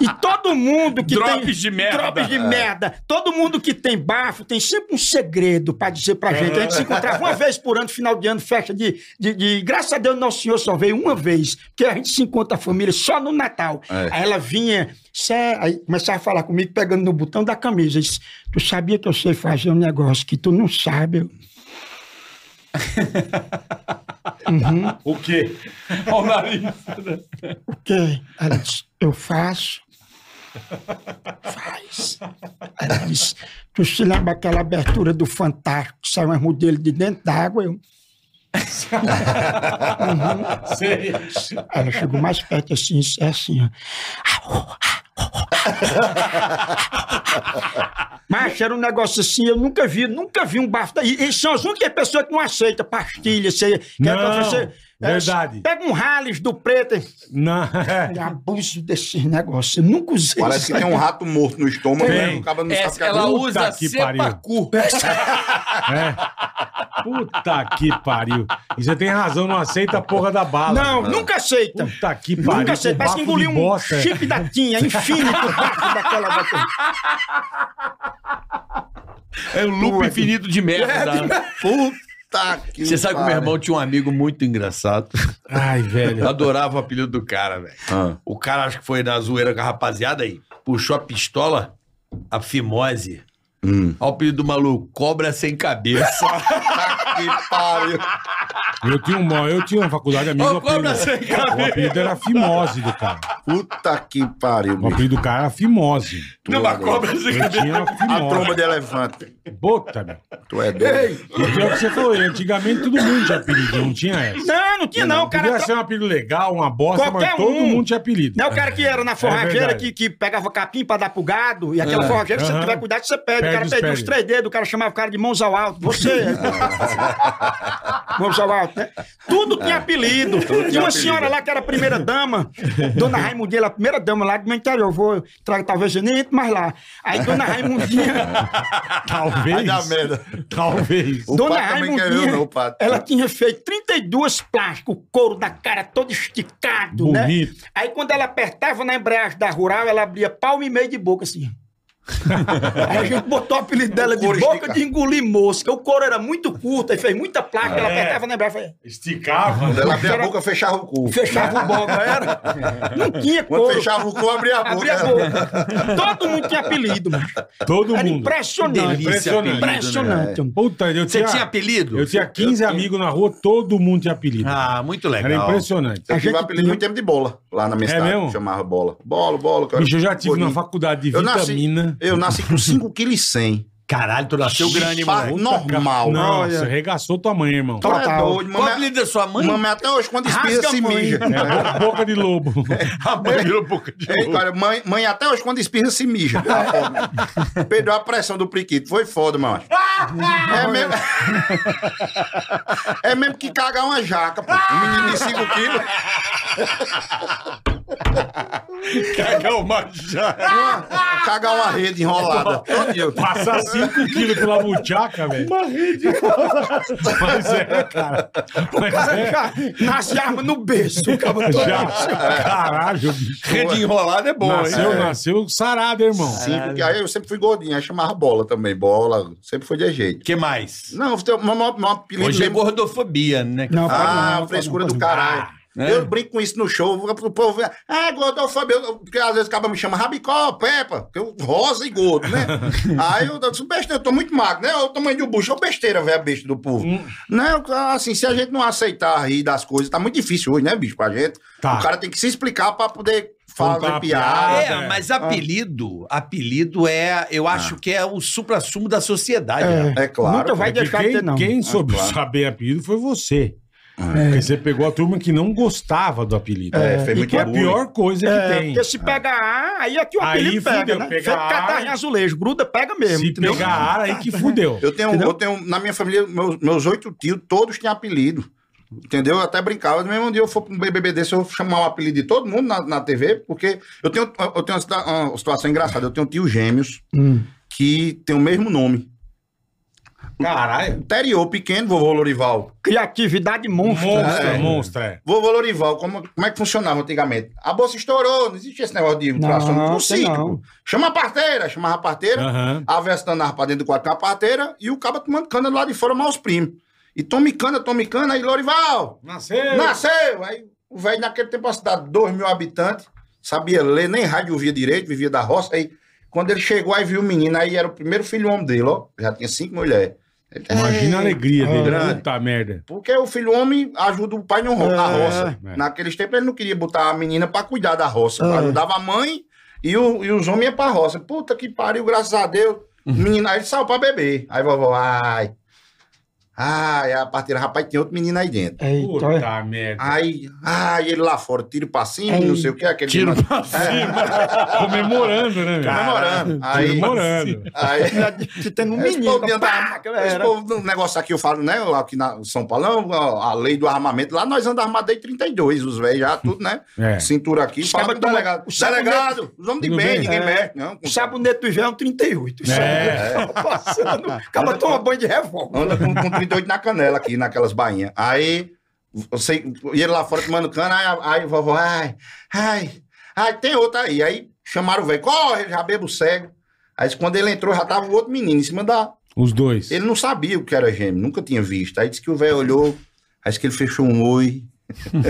Speaker 4: E todo mundo que
Speaker 7: Drops
Speaker 4: tem.
Speaker 7: de merda.
Speaker 4: Drops de merda. Todo mundo que tem bafo tem sempre um segredo pra dizer pra gente. A gente se encontrava uma vez por ano, final de ano, festa de. de, de- Graças a Deus, Nosso Senhor só veio uma vez. Porque a gente se encontra a família só no Natal.
Speaker 7: É.
Speaker 4: Aí ela vinha, "Sé", aí começava a falar comigo, pegando no botão da camisa. Disse, tu sabia que eu sei fazer um negócio que tu não sabe? Eu,
Speaker 2: O quê?
Speaker 3: É um
Speaker 7: Olha o nariz.
Speaker 4: O quê? Ela disse, eu faço. Faz. Ela disse, tu se lembra aquela abertura do Fantástico, que saiu umas modelos de dentro d'água? Eu,
Speaker 2: Sei.
Speaker 4: Ela chegou mais perto assim, e disse assim, ó. Macho, era um negócio assim, eu nunca vi, nunca vi um bafo. daí. E, e são as únicas pessoas que não aceitam pastilha, você, que é pra
Speaker 2: Não,
Speaker 4: é,
Speaker 2: verdade.
Speaker 4: pega um Rales do preto e
Speaker 2: Não, é.
Speaker 4: e abuso desses negócios. Eu nunca usei
Speaker 5: Parece que tem um rato morto no estômago,
Speaker 2: Tem.
Speaker 5: né? O cabra não sabe o que
Speaker 7: Essa,
Speaker 5: é
Speaker 7: ela
Speaker 5: aquilo.
Speaker 2: Puta
Speaker 7: usa
Speaker 2: que pariu.
Speaker 7: sepacu.
Speaker 2: É. Puta que pariu. E você tem razão, não aceita a porra da bala.
Speaker 4: Não, nunca aceita.
Speaker 2: Puta que pariu.
Speaker 4: Nunca sei,
Speaker 2: com
Speaker 4: parece
Speaker 2: bafo
Speaker 4: que
Speaker 2: de
Speaker 4: engoliu um
Speaker 2: bosta.
Speaker 4: chip da tinha, infinito bafo daquela bateria.
Speaker 7: É um loop infinito de
Speaker 4: É,
Speaker 3: né?
Speaker 7: merda.
Speaker 5: Puta que
Speaker 3: Você sabe que o meu irmão tinha um amigo muito engraçado.
Speaker 2: Ai, velho.
Speaker 7: Eu adorava o apelido do cara, velho.
Speaker 5: Ah.
Speaker 7: O cara, acho que foi na zoeira com a rapaziada aí, puxou a pistola, a fimose.
Speaker 5: Hum.
Speaker 7: Olha o apelido do maluco, cobra sem cabeça.
Speaker 5: Puta que pariu.
Speaker 3: Ah.
Speaker 2: Eu tinha, uma, eu tinha uma faculdade amiga.
Speaker 7: Ô,
Speaker 2: o
Speaker 7: cobra
Speaker 2: apelido-
Speaker 7: sem cabeça.
Speaker 2: O apelido era Fimose do cara.
Speaker 5: Puta que pariu,
Speaker 2: O
Speaker 5: bicho.
Speaker 2: apelido do cara era Fimose.
Speaker 7: Não, mas cobra sem
Speaker 2: Eu
Speaker 7: cabeça.
Speaker 2: tinha
Speaker 5: A
Speaker 2: Fimose.
Speaker 5: tromba de elefante.
Speaker 2: Puta, meu.
Speaker 5: Tu é doido.
Speaker 2: E pior que você falou, antigamente todo mundo tinha apelido, não tinha essa.
Speaker 4: Não, não tinha não, o cara. tá-
Speaker 2: Podia ser um apelido legal, uma bosta,
Speaker 4: Qualquer
Speaker 2: mas todo
Speaker 4: um.
Speaker 2: mundo tinha apelido.
Speaker 4: Não é o cara que era na forrageira,
Speaker 2: verdade. É.
Speaker 4: que, que pegava capim pra dar pro gado, e aquela forrageira, se você
Speaker 2: Aham.
Speaker 4: tiver cuidado, você
Speaker 2: Perde
Speaker 4: perde. o cara
Speaker 2: os
Speaker 4: perdia
Speaker 2: pés.
Speaker 4: os três dedos, o cara chamava o cara de mãos ao alto. Você. é. mãos ao alto, né? Tudo
Speaker 2: É.
Speaker 4: tinha apelido. tinha uma senhora lá que era a primeira dama, Dona Raimundinha, ela é a primeira dama lá do meu interior. Eu vou, trago, talvez eu nem entre mais lá. Aí Dona Raimundinha.
Speaker 5: Vai
Speaker 2: Talvez.
Speaker 5: dar merda.
Speaker 2: Talvez.
Speaker 5: O
Speaker 4: Dona
Speaker 5: Pato também quer eu,
Speaker 4: Raimundinha,
Speaker 5: não, o Pato.
Speaker 4: ela tinha feito 32 plásticos, o couro da cara todo esticado, né?
Speaker 2: Bonito.
Speaker 4: Aí quando ela apertava na embreagem da Rural, ela abria palmo e meio de boca assim. Aí a gente botou o apelido dela de
Speaker 5: Couro
Speaker 4: boca
Speaker 5: esticado.
Speaker 4: de engolir mosca. O couro era muito curto, aí fez muita placa,
Speaker 2: É.
Speaker 4: ela apertava na braça, aí
Speaker 2: Esticava.
Speaker 5: Quando ela abria a boca, fechava o cu.
Speaker 4: fechava o boca, era. Não tinha
Speaker 5: Quando
Speaker 4: couro.
Speaker 5: fechava o cu, abria a boca. né?
Speaker 4: Abria a boca. Todo mundo tinha apelido, mano.
Speaker 2: Todo
Speaker 4: Era
Speaker 2: mundo.
Speaker 4: impressionante.
Speaker 2: Impressionante.
Speaker 5: né?
Speaker 4: Impressionante. mano.
Speaker 2: Puta, eu
Speaker 3: Você
Speaker 2: tinha,
Speaker 3: tinha apelido?
Speaker 2: eu tinha 15 amigos na rua, todo mundo tinha apelido.
Speaker 3: Ah, muito
Speaker 2: Era
Speaker 3: legal.
Speaker 2: impressionante.
Speaker 5: Eu
Speaker 4: A
Speaker 5: tive um
Speaker 4: gente
Speaker 5: apelido
Speaker 4: tinha-
Speaker 5: muito tempo de bola, lá na minha
Speaker 2: É
Speaker 5: cidade.
Speaker 2: mesmo?
Speaker 5: Chamava bola. Bola, bola. que era
Speaker 2: Bicho, eu já tive na
Speaker 5: gordinho.
Speaker 2: faculdade de
Speaker 5: Eu nasci-
Speaker 2: vitamina.
Speaker 5: Eu nasci com 5,1 kg.
Speaker 3: Caralho, tu nasceu grande,
Speaker 5: Pá,
Speaker 3: mano.
Speaker 5: Normal.
Speaker 2: Não,
Speaker 4: Olha.
Speaker 2: você arregaçou tua mãe, irmão.
Speaker 5: Tu é
Speaker 7: Tá
Speaker 4: Total.
Speaker 5: doido.
Speaker 7: né?
Speaker 3: Qual o
Speaker 5: Mamãe,
Speaker 3: apelido da sua mãe?
Speaker 5: mamãe até hoje, quando espirra,
Speaker 4: Rasga a
Speaker 5: se
Speaker 4: mãe.
Speaker 5: mija.
Speaker 2: É, bo- boca de lobo.
Speaker 3: A mãe virou boca de
Speaker 7: É,
Speaker 5: Ei, cara, mãe, mãe até hoje, quando espirra, se mija. Tá foda. Perdeu a pressão do priquito. Foi foda, mano. É mesmo... é mesmo que cagar uma jaca, pô. Um menino de 5 quilos.
Speaker 7: Cagão, mas já.
Speaker 5: uma- Cagar uma rede enrolada. Todinho.
Speaker 3: assim,
Speaker 2: Passar 5 quilos pela buchaca, velho. Uma rede. Mas é, cara. Mas é.
Speaker 4: Nasce arma no berço, o cabra todo.
Speaker 2: Já. Caralho, bicho.
Speaker 7: Rede enrolada é bom,
Speaker 2: Nasceu,
Speaker 7: hein?
Speaker 2: nasceu sarado, irmão.
Speaker 5: Sim, porque aí eu sempre fui gordinho, aí chamava bola também, bola, sempre foi de
Speaker 7: O
Speaker 5: jeito.
Speaker 7: que mais?
Speaker 5: Não, tem um, um, um apelido
Speaker 3: Hoje é
Speaker 5: mesmo-
Speaker 3: gordofobia, né?
Speaker 4: Não, pode não,
Speaker 5: Ah,
Speaker 4: pode
Speaker 5: frescura
Speaker 4: não,
Speaker 5: do
Speaker 4: pode
Speaker 5: caralho.
Speaker 4: Ah,
Speaker 7: né?
Speaker 5: Eu brinco com isso no show, o povo vem, ah, gordofobia, eu- porque às vezes o cara me chama rabicó, Peppa, porque eu rosa e gordo, né? aí eu disse, besteira, eu tô muito magro, né? Olha O tamanho do bucho, é besteira, velho, besta do povo.
Speaker 4: Hum.
Speaker 5: Né? Eu, Assim, se a gente não aceitar rir das coisas, tá muito difícil hoje, né, bicho, pra gente.
Speaker 2: Tá.
Speaker 5: O cara tem que se explicar pra poder
Speaker 2: Contar
Speaker 5: fazer
Speaker 2: a
Speaker 5: piada.
Speaker 2: piada.
Speaker 3: É, mas apelido, apelido é, eu acho que é o supra-sumo da sociedade. né?
Speaker 5: É, claro.
Speaker 4: Nunca vai
Speaker 5: cara.
Speaker 2: Porque
Speaker 4: deixar de ter,
Speaker 2: quem,
Speaker 4: não.
Speaker 2: quem soube
Speaker 5: tá Ah, claro. Ah.
Speaker 2: saber apelido foi você. Porque você pegou a turma que não gostava do apelido.
Speaker 5: É, fez
Speaker 2: e
Speaker 5: muito
Speaker 2: que é a
Speaker 5: bullying.
Speaker 2: pior coisa que tem.
Speaker 4: É, Porque se pegar A, aí é que o
Speaker 2: Aí
Speaker 4: apelido pega,
Speaker 2: fudeu,
Speaker 4: né?
Speaker 2: pega
Speaker 4: Feito
Speaker 2: A.
Speaker 4: catarro em azulejo, gruda, pega mesmo.
Speaker 2: Se
Speaker 4: entendeu?
Speaker 2: pegar a área, aí que fudeu.
Speaker 5: Eu tenho, um, eu tenho, na minha família, meus, meus oito tios, todos tinham apelido. Entendeu? Eu até brincava. Mesmo um dia eu for pra um BBB desse, eu vou chamar o apelido de todo mundo na, na TV, porque eu tenho, eu tenho uma, situa- uma situação engraçada. Eu tenho tios gêmeos
Speaker 4: Hum.
Speaker 5: que tem o mesmo nome.
Speaker 2: Caralho.
Speaker 5: Interior pequeno, vovô Lorival.
Speaker 4: Criatividade monstra. né?
Speaker 2: Monstro,
Speaker 5: É.
Speaker 2: monstro, é.
Speaker 5: Vovô Lorival, como, como é que funcionava antigamente? A bolsa estourou, não existia esse negócio de ultrassom
Speaker 4: Não,
Speaker 5: no
Speaker 4: tem
Speaker 5: sítio.
Speaker 4: não.
Speaker 5: pô. Chama a parteira, chamava a parteira.
Speaker 2: Aham.
Speaker 5: A Vesta andava pra dentro do quarto com a parteira e o caba tomando cana do lado de fora, mal os primos. E tome cana, tome cana, aí Lorival,
Speaker 2: Nasceu.
Speaker 5: Nasceu! Aí o velho, naquele tempo, a cidade, 2 mil habitantes, sabia ler, nem rádio ouvia direito, vivia da roça. Aí, quando ele chegou, aí viu o menino, aí era o primeiro filho homem dele, ó. Já tinha cinco mulheres. Ele,
Speaker 2: Imagina a
Speaker 5: "Ei,
Speaker 2: alegria dele.
Speaker 5: Ah. grande.
Speaker 2: Puta merda.
Speaker 5: Porque o filho homem ajuda o pai no ro- na
Speaker 4: É,
Speaker 5: roça.
Speaker 2: é.
Speaker 5: Naqueles tempos, ele não queria botar a menina pra cuidar da roça.
Speaker 4: É.
Speaker 5: Ajudava a mãe e, o- e os homens iam pra roça. Puta que pariu, graças a Deus.
Speaker 4: Uhum.
Speaker 5: Menino, aí ele saiu pra beber. Aí vovó, ai. Ai, a parteira, rapaz, tem outro menino aí dentro.
Speaker 4: Eita, olha.
Speaker 2: Puta merda.
Speaker 5: Aí, ai, ele lá fora, tiro pra cima,
Speaker 4: Ei.
Speaker 5: não sei o que, aquele.
Speaker 3: Tiro
Speaker 5: demais.
Speaker 3: pra cima.
Speaker 2: Comemorando, né? meu?
Speaker 5: É. Comemorando. Aí,
Speaker 2: Comemorando.
Speaker 5: aí,
Speaker 4: Se tem um
Speaker 5: esse
Speaker 4: menino. é
Speaker 5: povo de andar-
Speaker 4: pá, que
Speaker 5: esse
Speaker 4: era.
Speaker 5: povo do negócio aqui, eu falo, né, lá aqui na São Paulo, a lei do armamento, lá nós andamos armado desde 32, os velhos já, tudo, né?
Speaker 2: É.
Speaker 5: Cintura aqui,
Speaker 4: Os
Speaker 5: fala com
Speaker 4: cabas
Speaker 5: o
Speaker 4: toma-
Speaker 5: delegado.
Speaker 4: os sabonete-
Speaker 5: Delegado, os homens de
Speaker 2: Tudo
Speaker 5: bem,
Speaker 2: bem?
Speaker 5: ninguém
Speaker 4: É.
Speaker 5: mexe, não. com-
Speaker 4: O sabonete do Ivan é um 38. Isso
Speaker 2: É.
Speaker 4: aí. Tá Passando. Acaba toma banho de revólver.
Speaker 5: Anda com, com 38 na canela aqui, naquelas bainhas. Aí, eu sei, e ele lá fora tomando cana, aí, a- aí vovó, ai, ai, ai, tem outra aí. Aí chamaram o velho, corre, já bebo cego. Aí quando ele entrou, já tava o outro menino em cima da.
Speaker 2: Os dois.
Speaker 5: Ele não sabia o que era gêmeo, nunca tinha visto. Aí disse que o velho olhou, aí disse que ele fechou um oi.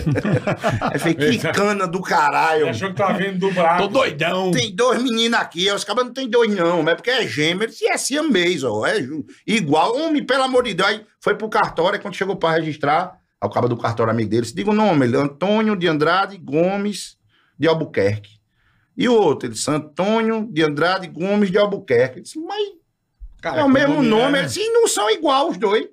Speaker 5: aí eu falei, que cana do caralho.
Speaker 2: Ele que tava vendo dobrado.
Speaker 3: Tô doidão.
Speaker 5: Tem dois meninos aqui, aí os cabas não tem dois, não, mas porque é gêmeo, se é siamês, ó, é ju- igual, homem, pelo amor de Deus. Aí foi pro cartório, aí quando chegou pra registrar, aí o cabo do cartório amigo dele, se diga o nome, ele, Antônio de Andrade Gomes de Albuquerque. E o outro, ele disse, Antônio de Andrade Gomes de Albuquerque. Ele disse, mas é o mesmo nome, ele disse, e não são igual os dois.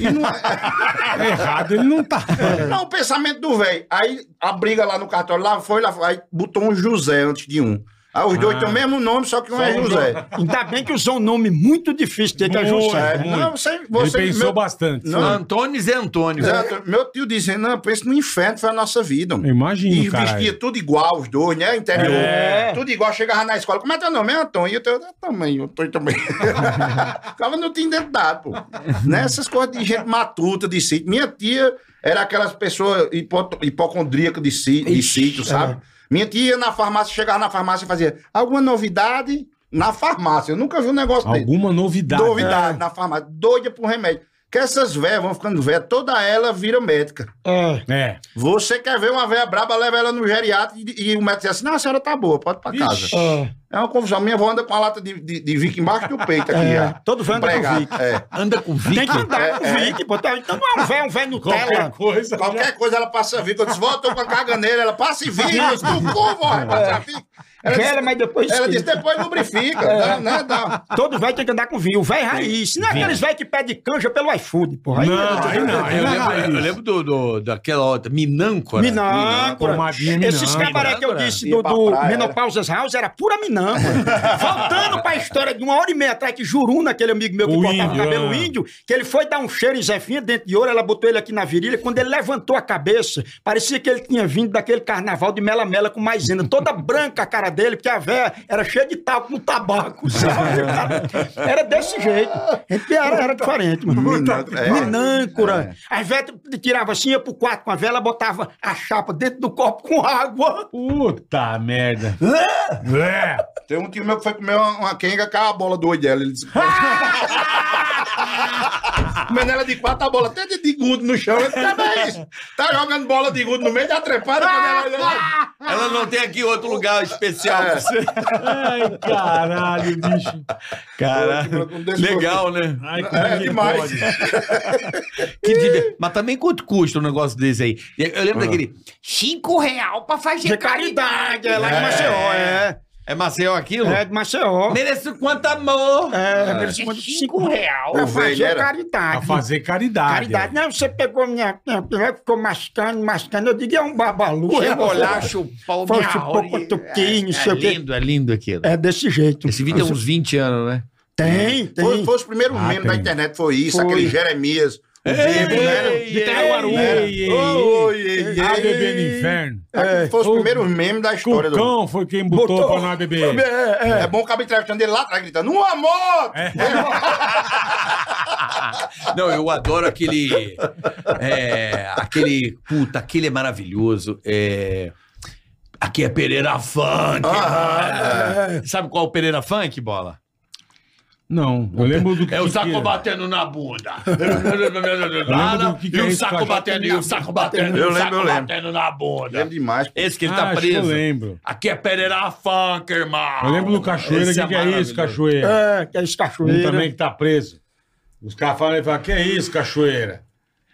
Speaker 5: E não é.
Speaker 2: Errado ele não tá.
Speaker 5: Não, o pensamento do velho. Aí a briga lá no cartório, lá foi, lá foi. Aí botou um José antes de um. Aí os dois
Speaker 2: Ah.
Speaker 5: têm o mesmo nome, só que um
Speaker 2: Só
Speaker 5: é
Speaker 2: um
Speaker 5: José.
Speaker 4: Ainda bem que usou um nome muito difícil, que é
Speaker 2: Muito.
Speaker 4: José.
Speaker 5: É, não, você,
Speaker 2: Ele
Speaker 5: você
Speaker 2: pensou
Speaker 5: meu,
Speaker 2: bastante.
Speaker 5: Não.
Speaker 3: Antônio é Antônio.
Speaker 5: Zé Antônio, meu tio dizendo, não, pensa no inferno, foi a nossa vida.
Speaker 2: Eu
Speaker 5: mano. E
Speaker 2: Imagino, cara.
Speaker 5: vestia tudo igual, os dois, né? Interior.
Speaker 2: É.
Speaker 5: Tudo igual, chegava na escola. Como é teu nome? É Antônio. E o teu também, Antônio também. Ficava não tinha identidade, pô. né? Essas coisas de gente matuta de sítio. Minha tia era aquelas pessoas hipo hipocondríacas
Speaker 2: é.
Speaker 5: de, si, de sítio, sabe? Minha tia ia na farmácia, chegava na farmácia e fazia alguma novidade? na farmácia. Eu nunca vi um negócio desse.
Speaker 2: Alguma novidade.
Speaker 5: Novidade
Speaker 4: né?
Speaker 5: na farmácia. Doida por remédio. Que essas velhas vão ficando velhas, toda ela vira médica.
Speaker 4: É.
Speaker 2: É.
Speaker 5: Você quer ver uma velha braba, leva ela no geriatra e, e o médico diz assim: não, a senhora tá boa, pode ir pra casa.
Speaker 2: Vixe.
Speaker 4: É.
Speaker 5: É uma confusão. Minha avó anda com a lata de, de, de Vick embaixo do peito aqui,
Speaker 4: É,
Speaker 5: já.
Speaker 4: todo velho anda com
Speaker 5: Empregado,
Speaker 4: Vick.
Speaker 5: é.
Speaker 3: Anda com Vic.
Speaker 4: Tem que andar com
Speaker 5: É,
Speaker 4: o
Speaker 5: é.
Speaker 4: Vic, pô. Tá- Então não é um velho, um velho Nutella.
Speaker 2: Qualquer coisa.
Speaker 5: Qualquer coisa ela passa Vick. Eu disse, vó, eu tô com a caganeira. Ela passa e Vick. Eu disse, no cu, vó, vai
Speaker 4: É.
Speaker 5: passar Vick. Ela
Speaker 4: Velha,
Speaker 5: disse,
Speaker 4: mas depois.
Speaker 5: ela disse, depois lubrifica.
Speaker 4: É.
Speaker 5: Dá, né, dá.
Speaker 4: Todo velho tem que andar com vinho. O velho raiz. Não é aqueles velho que pede canja pelo iFood, porra. Aí-
Speaker 2: Não, aí não. Aí
Speaker 7: Eu
Speaker 2: não é
Speaker 4: né,
Speaker 7: lembro, eu
Speaker 2: raiz.
Speaker 7: lembro do, do- daquela outra, Minâncora.
Speaker 4: Minâncora.
Speaker 2: Pomadinha
Speaker 4: Esses
Speaker 2: Minâncora.
Speaker 4: cabaré que eu disse do,
Speaker 5: Ia pra
Speaker 4: do
Speaker 5: praia, né? era.
Speaker 4: Menopausas House era pura minâncora. Voltando pra história de uma hora e meia atrás que Juruna, aquele amigo meu que
Speaker 2: O
Speaker 4: cortava
Speaker 2: índio,
Speaker 4: cabelo
Speaker 2: é.
Speaker 4: índio, que ele foi dar um cheiro em Zefinha dentro de ouro, ela botou ele aqui na virilha. Quando ele levantou a cabeça, parecia que ele tinha vindo daquele carnaval de Mela Mela com maisena, toda branca a cara dele, porque a véia era cheia de talco no tabaco, sabe? Era desse jeito. Era, era diferente, mano.
Speaker 5: Minâncora, é.
Speaker 4: Minâncora. As velhas tirava assim, ia pro quarto com a vela, botava a chapa dentro do copo com água.
Speaker 2: Puta merda. É.
Speaker 5: Tem um tio meu que foi comer uma, uma quenga, caiu a bola do olho dela. Ele disse, comendo ela de quatro, a bola até de, de gude no chão. Ele disse, "Tá bem isso. Tá jogando bola de gude no meio da trepada. quando ela- né?
Speaker 7: Ela não tem aqui outro lugar especial.
Speaker 5: É.
Speaker 2: Ai, caralho, bicho.
Speaker 3: Cara,
Speaker 5: Não deixa eu-
Speaker 7: Legal, né?
Speaker 2: Ai, como
Speaker 5: É
Speaker 2: que
Speaker 5: demais.
Speaker 2: pode?
Speaker 3: que diver- Mas também quanto custa um negócio desse aí? E Eu lembro daquele.
Speaker 1: Cinco real pra fazer
Speaker 4: De caridade, é lá de Maceió, é.
Speaker 3: É Maceió aquilo?
Speaker 4: É de Maceió.
Speaker 3: Mereço quanto amor!
Speaker 4: É,
Speaker 5: É.
Speaker 4: menos de 55 reais.
Speaker 1: real.
Speaker 5: O
Speaker 4: Pra
Speaker 5: velho
Speaker 4: fazer
Speaker 5: era-
Speaker 2: Pra
Speaker 4: caridade.
Speaker 2: fazer caridade.
Speaker 4: Caridade. Não, você pegou minha. minha ela ficou mascando, mascando. Eu digo, é um babalu. é uma-
Speaker 3: pau,
Speaker 4: Foi
Speaker 3: minha
Speaker 4: chupou
Speaker 3: orelha.
Speaker 4: com tuquinho, não sei
Speaker 3: É
Speaker 4: o quê.
Speaker 3: lindo, é lindo aquilo.
Speaker 4: É desse jeito.
Speaker 3: Esse vídeo é um tem uns 20 anos, né?
Speaker 4: Tem, tem.
Speaker 5: Foi, foi os primeiros
Speaker 2: Ah,
Speaker 5: memes
Speaker 2: tem.
Speaker 5: da internet, foi isso.
Speaker 4: Foi.
Speaker 5: Aquele Jeremias, o Diego, né?
Speaker 4: De Caruaru.
Speaker 2: Ei, ei,
Speaker 5: Ô,
Speaker 2: ei.
Speaker 5: oi, ei,
Speaker 2: A
Speaker 5: ei.
Speaker 2: bebê no inferno.
Speaker 5: Aquele Foi os
Speaker 2: Ô,
Speaker 5: primeiros memes da história do...
Speaker 2: Cucão foi quem botou,
Speaker 4: Botou.
Speaker 2: pra nós beber.
Speaker 4: É, é.
Speaker 5: É bom o cabo entrevistando ele lá atrás, gritando, um amor!
Speaker 2: É.
Speaker 3: Não, eu adoro aquele. é, aquele. Puta, aquele é maravilhoso. É, aqui é Pereira Funk.
Speaker 5: Ah,
Speaker 3: Sabe qual é o Pereira Funk, bola?
Speaker 2: Não, eu lembro do que.
Speaker 3: É o
Speaker 2: que
Speaker 3: saco
Speaker 2: era.
Speaker 3: batendo na bunda.
Speaker 2: lembro do que que
Speaker 3: e
Speaker 2: é
Speaker 3: o
Speaker 2: isso,
Speaker 3: saco
Speaker 2: cara.
Speaker 3: batendo, e o saco batendo, e
Speaker 5: Eu
Speaker 3: o
Speaker 5: lembro,
Speaker 3: saco
Speaker 5: eu lembro.
Speaker 3: batendo na bunda.
Speaker 5: Lembro demais.
Speaker 3: Esse que ele
Speaker 2: Ah,
Speaker 3: tá
Speaker 2: acho que Eu
Speaker 3: preso.
Speaker 2: lembro.
Speaker 3: Aqui é Pereira Funk, irmão.
Speaker 2: Eu lembro do cachoeira. O
Speaker 3: Esse
Speaker 2: que, que é isso,
Speaker 3: maravilhoso.
Speaker 2: cachoeira?
Speaker 4: É, que é
Speaker 2: Um
Speaker 4: escachoeira.
Speaker 2: também que tá preso. Os caras falam, ele fala, que é isso, cachoeira?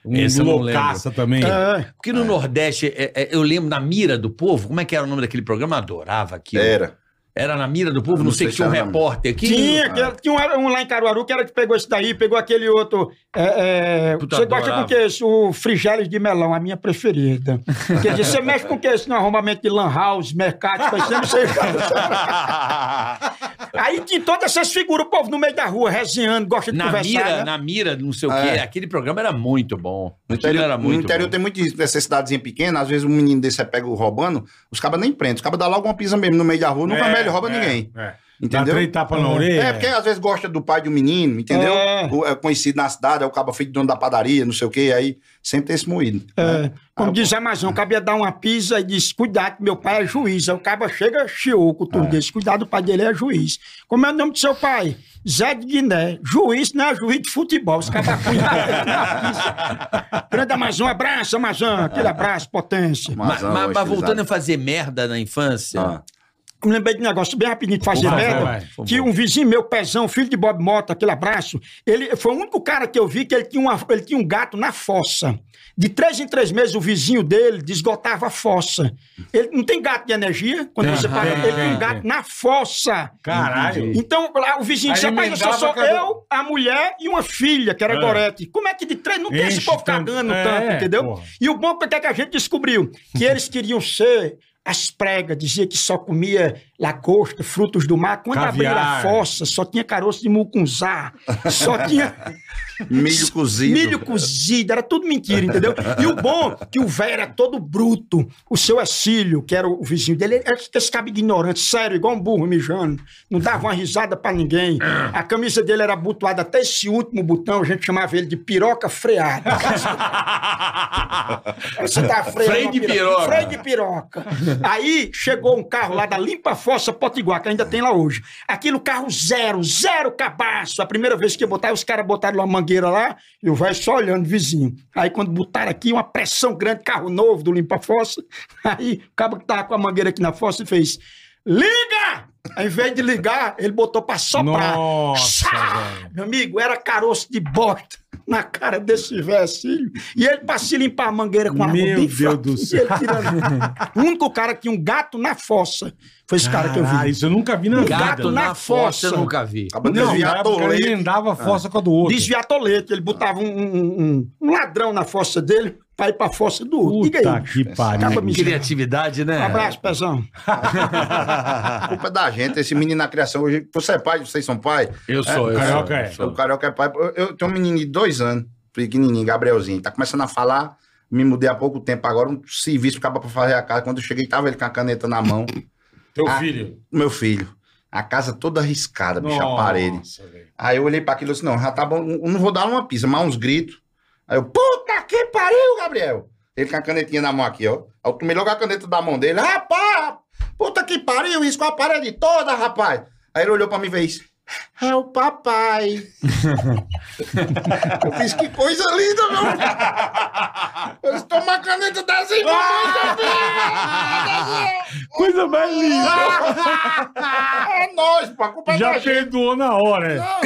Speaker 2: Um
Speaker 3: Esse eu não
Speaker 2: loucaça também.
Speaker 4: É.
Speaker 3: Porque no Nordeste, é, é, eu lembro na mira do povo, como é que era o nome daquele programa? Adorava aquilo.
Speaker 5: Era.
Speaker 3: Era na mira do povo, não,
Speaker 5: Não
Speaker 3: sei,
Speaker 5: sei
Speaker 3: se tinha um
Speaker 5: se era na-
Speaker 3: repórter que
Speaker 4: Tinha, que- tinha um, um lá em Caruaru que era que pegou esse daí, pegou aquele outro. é, é,
Speaker 3: Puta,
Speaker 4: você gosta
Speaker 3: adorava.
Speaker 4: com que esse? O Frigeles de melão, a minha preferida. Quer dizer, você mexe com que esse no arrombamento de lan house, mercado, coisa assim, não sei. Aí tinha todas essas figuras, o povo no meio da rua, resenhando, gosta de
Speaker 3: Na
Speaker 4: conversar.
Speaker 3: mira,
Speaker 4: né?
Speaker 3: na mira, não sei o
Speaker 5: É.
Speaker 3: quê. Aquele programa era muito bom. Aquilo
Speaker 5: No interior,
Speaker 3: era muito
Speaker 5: no interior
Speaker 3: bom.
Speaker 5: tem muito isso, nessa cidadezinha pequena, às vezes um menino desse é pego roubando, os cabas nem prendem, os cabas dá logo uma pisa mesmo no meio da rua, nunca mais ele rouba
Speaker 2: é,
Speaker 5: ninguém.
Speaker 2: É. Dá
Speaker 5: Entendeu?
Speaker 2: três tapas na orelha.
Speaker 5: É, porque às vezes gosta do pai de um menino, entendeu?
Speaker 4: É.
Speaker 5: O- É conhecido na cidade, é o cabo filho do dono da padaria, não sei o quê, aí sempre tem esse moído.
Speaker 4: É,
Speaker 5: né?
Speaker 4: como diz a Amazon, o cabia dar uma pisa e diz: Cuidado, que meu pai é juiz. Aí o cabo chega, chiou com tudo desse. Cuidado, o pai dele é juiz. Como é o nome do seu pai? Zé de Guiné. Juiz não é juiz de futebol. Os cabas Grande Amazon, abraço, Amazon. Aquele abraço, potência.
Speaker 3: Mas,
Speaker 5: é um
Speaker 3: mas- mas voltando a
Speaker 5: estilizado.
Speaker 3: fazer merda na infância.
Speaker 5: Ah.
Speaker 4: Eu me lembrei de um negócio bem rapidinho de fazer
Speaker 2: Vai, vai,
Speaker 4: merda.
Speaker 2: vai, por
Speaker 3: favor.
Speaker 4: que um vizinho meu, pezão, filho de Bob Mota, aquele abraço, ele foi o único cara que eu vi que ele tinha, uma- ele tinha um gato na fossa. De três em três meses, o vizinho dele desgotava a fossa. Ele não tem gato de energia? Quando
Speaker 2: Tem,
Speaker 4: você paga,
Speaker 2: tem,
Speaker 4: ele tem
Speaker 2: tem,
Speaker 4: um gato
Speaker 2: tem.
Speaker 4: na fossa.
Speaker 2: Caralho.
Speaker 4: Então, lá, o vizinho
Speaker 2: Aí
Speaker 4: disse, rapaz, eu só
Speaker 2: emendava
Speaker 4: sou
Speaker 2: cada-
Speaker 4: eu, a mulher e uma filha, que era
Speaker 2: É.
Speaker 4: Gorete. Como é que de três... Não tem esse
Speaker 2: Enche
Speaker 4: povo
Speaker 2: tanto.
Speaker 4: cagando
Speaker 2: É,
Speaker 4: tanto, entendeu?
Speaker 2: porra.
Speaker 4: E o bom é que a gente descobriu que eles queriam ser as pregas, dizia que só comia lagosta, frutos do mar. Quando
Speaker 2: Caviar.
Speaker 4: abriram a fossa, só tinha caroço de mucunzá, só tinha
Speaker 5: Ah. Milho cozido.
Speaker 4: milho cozido, era tudo mentira, entendeu? E o bom é que o velho era todo bruto. O seu Acílio, que era o vizinho dele, era esse cabo ignorante, sério, igual um burro mijando. Não dava uma risada pra ninguém. A camisa dele era abotoada até esse último botão, a gente chamava ele de piroca freada. Você tá freio. tá
Speaker 5: Ah.
Speaker 3: Freio de piroca.
Speaker 4: Freio de piroca. Aí chegou um carro lá da Limpa carroça potiguar, que ainda tem lá hoje. Aquilo carro zero, zero cabaço. A primeira vez que eu botar, os caras botaram uma mangueira lá, e o vai só olhando vizinho. Aí quando botaram aqui, uma pressão grande, carro novo do Limpa Fossa, aí o cabo que tava com a mangueira aqui na fossa e fez, liga! Ao invés de ligar, ele botou pra soprar.
Speaker 2: Nossa,
Speaker 4: Chá!
Speaker 2: velho.
Speaker 4: Meu amigo, era caroço de bosta na cara desse vecilho. E ele pra se limpar a mangueira com a
Speaker 2: Meu Deus do céu.
Speaker 4: O único cara que tinha um gato na fossa foi esse cara que eu
Speaker 2: Caralho,
Speaker 4: vi.
Speaker 2: isso eu nunca vi na vida.
Speaker 3: Gato
Speaker 4: na
Speaker 3: na fossa, eu
Speaker 4: fossa.
Speaker 3: nunca vi.
Speaker 5: Acaba
Speaker 2: Não,
Speaker 5: desviar
Speaker 2: o cara
Speaker 5: toleiro.
Speaker 2: emendava a fossa com a do outro.
Speaker 4: Desviar tolete, ele botava um, um- um- um ladrão na fossa dele pra ir pra fossa do outro. Diga
Speaker 2: Puta
Speaker 4: aí.
Speaker 2: que
Speaker 4: Acaba
Speaker 2: pariu.
Speaker 4: me-
Speaker 3: Criatividade, né?
Speaker 4: Um abraço, pezão.
Speaker 5: A culpa é da gente, esse menino na criação. Hoje, você é pai, vocês são pai.
Speaker 7: Eu sou, eu
Speaker 2: Carioca
Speaker 7: sou.
Speaker 2: é.
Speaker 7: eu sou.
Speaker 5: O Carioca é pai. Eu, eu tenho um menino de dois anos, pequenininho, Gabrielzinho. Tá começando a falar. Me mudei há pouco tempo. Agora um serviço acaba pra fazer a casa. Quando eu cheguei, tava ele com a caneta na mão.
Speaker 2: Teu
Speaker 5: Ah,
Speaker 2: filho.
Speaker 5: Meu filho. A casa toda arriscada, bicho, a
Speaker 2: Nossa,
Speaker 5: parede.
Speaker 2: velho.
Speaker 5: Aí eu olhei pra aquilo e disse, não, já tá bom, eu não vou dar uma pista, mas uns gritos. Aí eu, puta que pariu, Gabriel! Ele com a canetinha na mão aqui, ó. É Aí eu tomei logo a caneta da mão dele. Rapaz, puta que pariu, isso com a parede toda, rapaz! Aí ele olhou pra mim e fez, é o papai. eu fiz, que coisa linda, meu. Eu disse, toma a caneta das irmãs também.
Speaker 2: Coisa mais linda.
Speaker 5: É nós, pô, a culpa é da
Speaker 2: Já
Speaker 5: gente.
Speaker 2: perdoou na hora. é.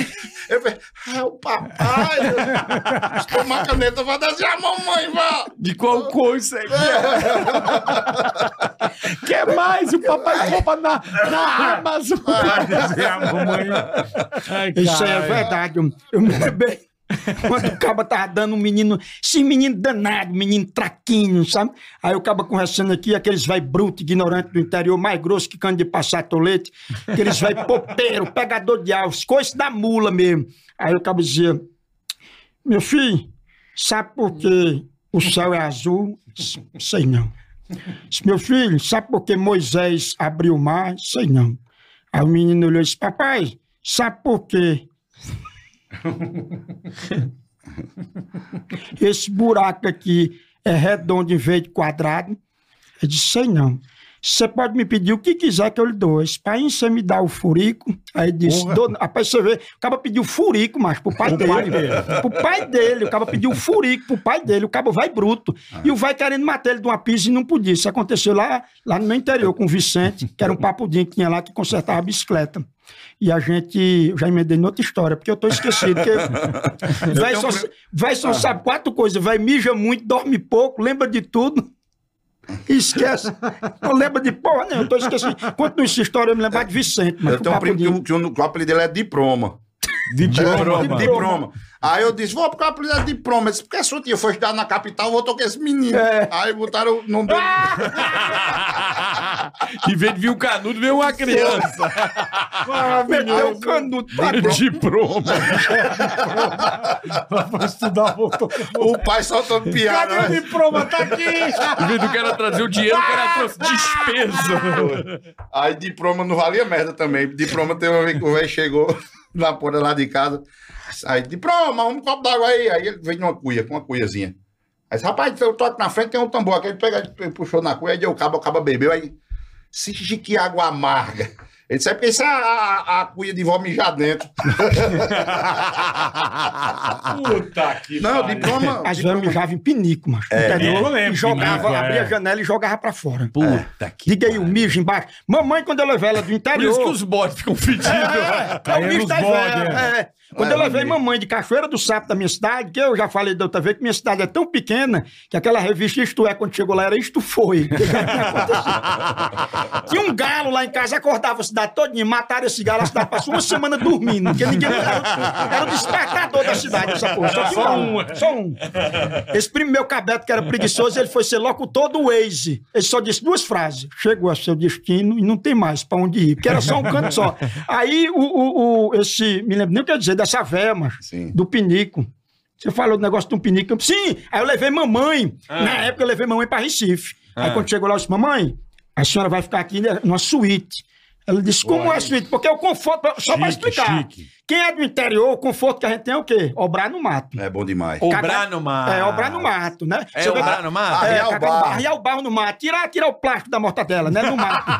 Speaker 5: Eu falei, ah, o papai. Tomar caneta, vai dar a mamãe, vá.
Speaker 6: De qual cor isso aí?
Speaker 2: é?
Speaker 6: Quer mais? O papai compra na, na Amazon.
Speaker 2: É a mamãe. Ai,
Speaker 4: Isso aí é
Speaker 2: caralho.
Speaker 4: verdade. Eu, eu me lembrei quando o caba tava dando um menino, esse menino danado, menino traquinho, sabe? Aí o caba conversando aqui, aqueles vai bruto, ignorante do interior, mais grosso que cano de passar tolete, aqueles vai popeiro, pegador de alvos, coisa da mula mesmo. Aí o caba dizia, meu filho, sabe por que o céu é azul? S- Sei não. Disse, Meu filho, sabe por que Moisés abriu o mar? Sei não. Aí o menino olhou e disse, papai, sabe por quê? Esse buraco aqui é redondo em vez de quadrado? Eu disse, sei não. Você pode me pedir o que quiser que eu lhe dou. Esse pai, você me dá o furico. Aí disse, dou, rapaz, você vê, o cara pediu furico, mas pro pai dele. Pro pai dele, o cara pediu furico pro pai dele. O cabo vai bruto. E o vai querendo matar ele de uma pisa e não podia. Isso aconteceu lá, lá no meu interior com o Vicente, que era um papudinho que tinha lá que consertava a bicicleta. E a gente. Eu já emendei em outra história, porque eu tô esquecido. Porque vai, só, vai só sabe quatro coisas. Vai, mija muito, dorme pouco, lembra de tudo. e Esquece. Não lembra de porra, não. Eu tô esquecido. Conta essa história, eu me lembrar de Vicente. Mas
Speaker 5: Eu
Speaker 4: com
Speaker 5: tenho um primo que,
Speaker 4: papudinho.
Speaker 5: o- que o, que o apelido dele é Diploma.
Speaker 2: Diploma.
Speaker 5: Diploma. Aí eu disse, vou porque o apelido é Diploma. Eu disse, porque a sua tia foi estudar na capital, voltou com esse menino. Aí botaram o nome dele.
Speaker 6: Em vez de vir um canudo, veio uma criança.
Speaker 4: Meteu o canudo pra dentro.
Speaker 6: Diploma.
Speaker 2: Ela foi estudar, voltou.
Speaker 5: o pai soltando piada.
Speaker 2: Cadê o
Speaker 5: né?
Speaker 2: diploma? Tá aqui!
Speaker 6: Em vez do cara trazer o dinheiro, o
Speaker 4: Ah!
Speaker 6: cara trouxe despesa.
Speaker 5: Aí Diploma não valia merda também. Diploma teve uma vez que o velho chegou na porta lá de casa. Aí, Diploma, um copo d'água aí. Aí ele veio numa cuia, com uma cuiazinha. Aí, disse, rapaz, eu tô aqui na frente, tem um tambor aqui. Ele pega, ele puxou na cuia, aí deu o cabo, o cabo bebeu. Aí, Sigi que água amarga. Ele disse, é porque isso é a, a, a cuia de vó mijar dentro.
Speaker 2: Puta que
Speaker 5: Não,
Speaker 2: pariu.
Speaker 5: diploma.
Speaker 4: Às vezes eu mijava em pinico, mas.
Speaker 2: é. Eu lembro,
Speaker 4: E jogava,
Speaker 2: pinico, é.
Speaker 4: abria a janela e jogava pra fora.
Speaker 3: Puta que.
Speaker 4: Diga aí, o mijo embaixo. Mamãe, quando eu levei ela é do
Speaker 6: Por
Speaker 4: interior.
Speaker 6: isso que os bodes ficam fedidos.
Speaker 4: É, é, é o
Speaker 2: Caindo
Speaker 4: bicho
Speaker 2: os
Speaker 4: das
Speaker 2: bode,
Speaker 4: velhas,
Speaker 2: é.
Speaker 4: é. Quando eu levei mamãe de Cachoeira do Sapo da minha cidade, que eu já falei da outra vez, que minha cidade é tão pequena que aquela revista Isto É, quando chegou lá, era Isto Foi. que já tinha acontecido. tinha um galo lá em casa, acordava a cidade todinha, mataram esse galo, a cidade passou uma semana dormindo, porque ninguém era, era o despertador da cidade, essa porra. Só, tinha
Speaker 2: Só
Speaker 4: um,
Speaker 2: um,
Speaker 4: galo, só um. Esse primo meu cabeto, que era preguiçoso, ele foi ser locutor do Waze. Ele só disse duas frases. Chegou a seu destino e não tem mais pra onde ir, porque era só um canto só. Aí, o, o, o- esse, me lembro nem o que eu ia dizer, dessa véia, mas,
Speaker 5: Sim.
Speaker 4: do pinico. Você falou do negócio de um pinico. Eu, Sim, aí eu levei mamãe.
Speaker 2: Ah.
Speaker 4: Na época eu levei mamãe pra Recife. Aí quando chegou lá, eu disse, mamãe, a senhora vai ficar aqui numa né, suíte. Ela disse, como é suíte? Porque o conforto, só pra
Speaker 2: Chique,
Speaker 4: explicar,
Speaker 2: chique.
Speaker 4: quem é do interior, o conforto que a gente tem é o quê? Obrar no mato.
Speaker 5: É bom demais.
Speaker 4: Cagar-
Speaker 7: Obrar no mato.
Speaker 4: É, obrar no mato, né?
Speaker 7: É
Speaker 4: Você vê-
Speaker 7: obrar no mato?
Speaker 4: É,
Speaker 5: Arriar o
Speaker 4: cagar no
Speaker 5: barro.
Speaker 4: barro, Arriar o barro no mato. Tirar, tirar o plástico da mortadela, né? No mato.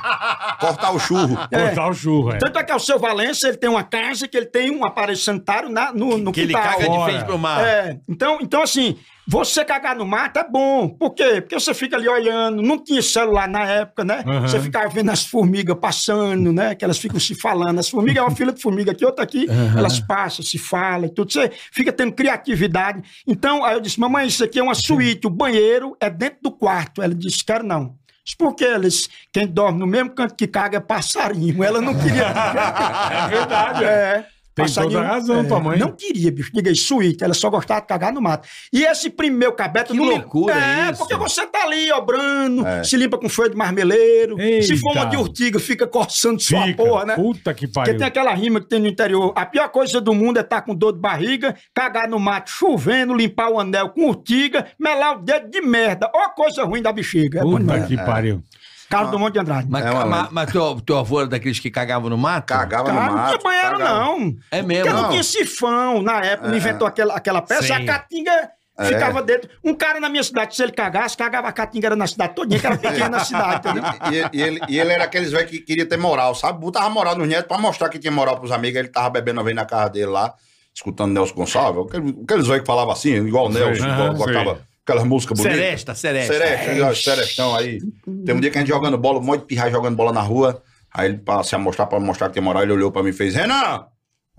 Speaker 5: Cortar o churro.
Speaker 4: É.
Speaker 2: Cortar o churro, é.
Speaker 4: Tanto é que o seu Valença, ele tem uma casa que ele tem um aparelho sanitário na, no, no
Speaker 7: Que ele
Speaker 4: quintal.
Speaker 7: caga de
Speaker 2: tá Fora.
Speaker 7: frente pro mar.
Speaker 4: É, então, então assim, você cagar no mato é bom. Por quê? Porque você fica ali olhando, não tinha celular na época, né?
Speaker 2: Aham.
Speaker 4: Você ficava vendo as formigas passando, né? Que elas ficam se falando. As formigas é uma fila de formiga aqui, outra aqui, elas passam, se falam e tudo. Você fica tendo criatividade. Então, aí eu disse, mamãe, isso aqui é uma suíte, o banheiro é dentro do quarto. Ela disse, quero não. Disse, Por que eles, quem dorme no mesmo canto que caga é passarinho. Ela não queria. é verdade. É.
Speaker 2: Tem toda a razão, tua mãe.
Speaker 4: Não queria, bicho. Diga aí, suíte. Ela só gostava de cagar no mato. E esse primeiro cabeta...
Speaker 7: Que
Speaker 4: não me-
Speaker 7: loucura
Speaker 4: É,
Speaker 7: isso.
Speaker 4: porque você tá ali obrando, se limpa com folha de marmeleiro.
Speaker 2: É. Eita.
Speaker 4: Se for uma de urtiga, fica coçando sua
Speaker 2: Fica.
Speaker 4: porra, né?
Speaker 2: Puta que
Speaker 4: Porque
Speaker 2: pariu.
Speaker 4: tem aquela rima que tem no interior. A pior coisa do mundo é estar com dor de barriga, cagar no mato chovendo, limpar o anel com urtiga, melar o dedo de merda. Ó coisa ruim da bexiga. É bom
Speaker 2: Puta
Speaker 4: demais.
Speaker 2: que pariu.
Speaker 4: Carlos do Monte de Andrade.
Speaker 3: Mas,
Speaker 5: É uma
Speaker 3: mas,
Speaker 5: lenda.
Speaker 3: mas teu, teu avô era daqueles que cagavam no mato?
Speaker 5: Cagava
Speaker 4: Cara,
Speaker 5: no
Speaker 4: não
Speaker 5: mato.
Speaker 4: tinha banheiro,
Speaker 5: cagava.
Speaker 4: não.
Speaker 3: É
Speaker 4: Porque
Speaker 3: mesmo.
Speaker 4: não
Speaker 5: Não. É.
Speaker 4: tinha sifão na época, não inventou aquela, aquela peça,
Speaker 3: Sim.
Speaker 4: a caatinga ficava dentro. Um cara na minha cidade, se ele cagasse, cagava a caatinga era na cidade todinha, que era pequena na cidade, entendeu?
Speaker 5: E, e ele, e ele era aqueles velhos que queria ter moral, sabe? Botava moral nos netos pra mostrar que tinha moral pros amigos. Ele tava bebendo uma vez na casa dele lá, escutando Nelson Gonçalves. Aqueles, aqueles velhos que falavam assim, igual o
Speaker 2: Sei.
Speaker 5: Nelson, igual-
Speaker 2: Aham,
Speaker 5: tocava aquelas músicas bonitas.
Speaker 7: Seresta, seresta.
Speaker 2: É.
Speaker 5: Serestão, serestão aí. Tem um dia que a gente jogando bola, um monte de pirra jogando bola na rua. Aí ele, pra se amostrar, pra mostrar que tem moral, ele olhou pra mim e fez: Renan,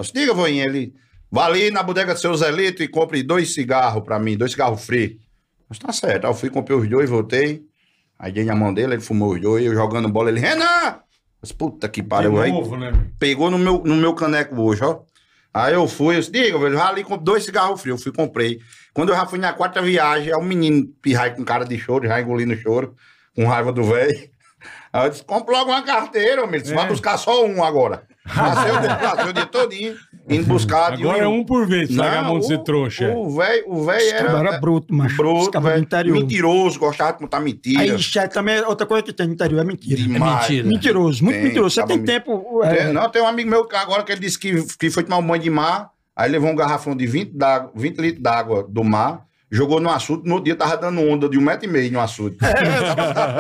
Speaker 5: se diga, voinha, ele. Vá ali na bodega do seu Zelito e compre dois cigarros pra mim, dois cigarros free. Mas tá certo. Aí eu fui, comprei os dois, voltei. Aí dei na mão dele, ele fumou os dois, eu jogando bola, ele, Renan! Mas puta que
Speaker 2: De
Speaker 5: pariu, aí
Speaker 2: novo, né? meu?
Speaker 5: pegou no meu, no meu caneco hoje, ó. Aí eu fui, eu disse, diga, velho, vai ali com dois cigarros frios. Eu fui, comprei. Quando eu já fui na quarta viagem, é um menino pirraio com cara de choro, já engolindo choro, com raiva do velho. Aí eu disse, compra logo uma carteira, meu. Disse, Vai buscar só um agora. Nasceu o dia- nasceu o dia todinho, indo buscar. de
Speaker 2: Agora é
Speaker 5: em
Speaker 2: um por vez,
Speaker 5: Não,
Speaker 2: sabe a mão de
Speaker 4: um
Speaker 2: ser
Speaker 5: o-
Speaker 2: trouxa.
Speaker 5: O velho o velho
Speaker 4: Esse cabra
Speaker 5: era...
Speaker 4: era bruto, macho. Esse
Speaker 5: Bruto,
Speaker 4: cabra do
Speaker 5: velho.
Speaker 4: interior.
Speaker 5: Mentiroso, gostava de contar
Speaker 4: Aí,
Speaker 5: mentira.
Speaker 4: ixi, aí também é outra coisa que tem no interior, é mentira.
Speaker 5: Demais.
Speaker 3: mentira.
Speaker 4: Mentiroso, muito
Speaker 5: Tem,
Speaker 4: mentiroso. Você
Speaker 5: acaba
Speaker 4: tem
Speaker 5: me-
Speaker 4: tempo... é,
Speaker 5: Tem- não, tem um amigo meu que agora que ele disse que, que foi tomar um banho de mar, aí levou um garrafão de 20, d'água- 20 litros d'água do mar, jogou no açude, no outro dia tava dando onda de um metro e meio no açude.
Speaker 4: É.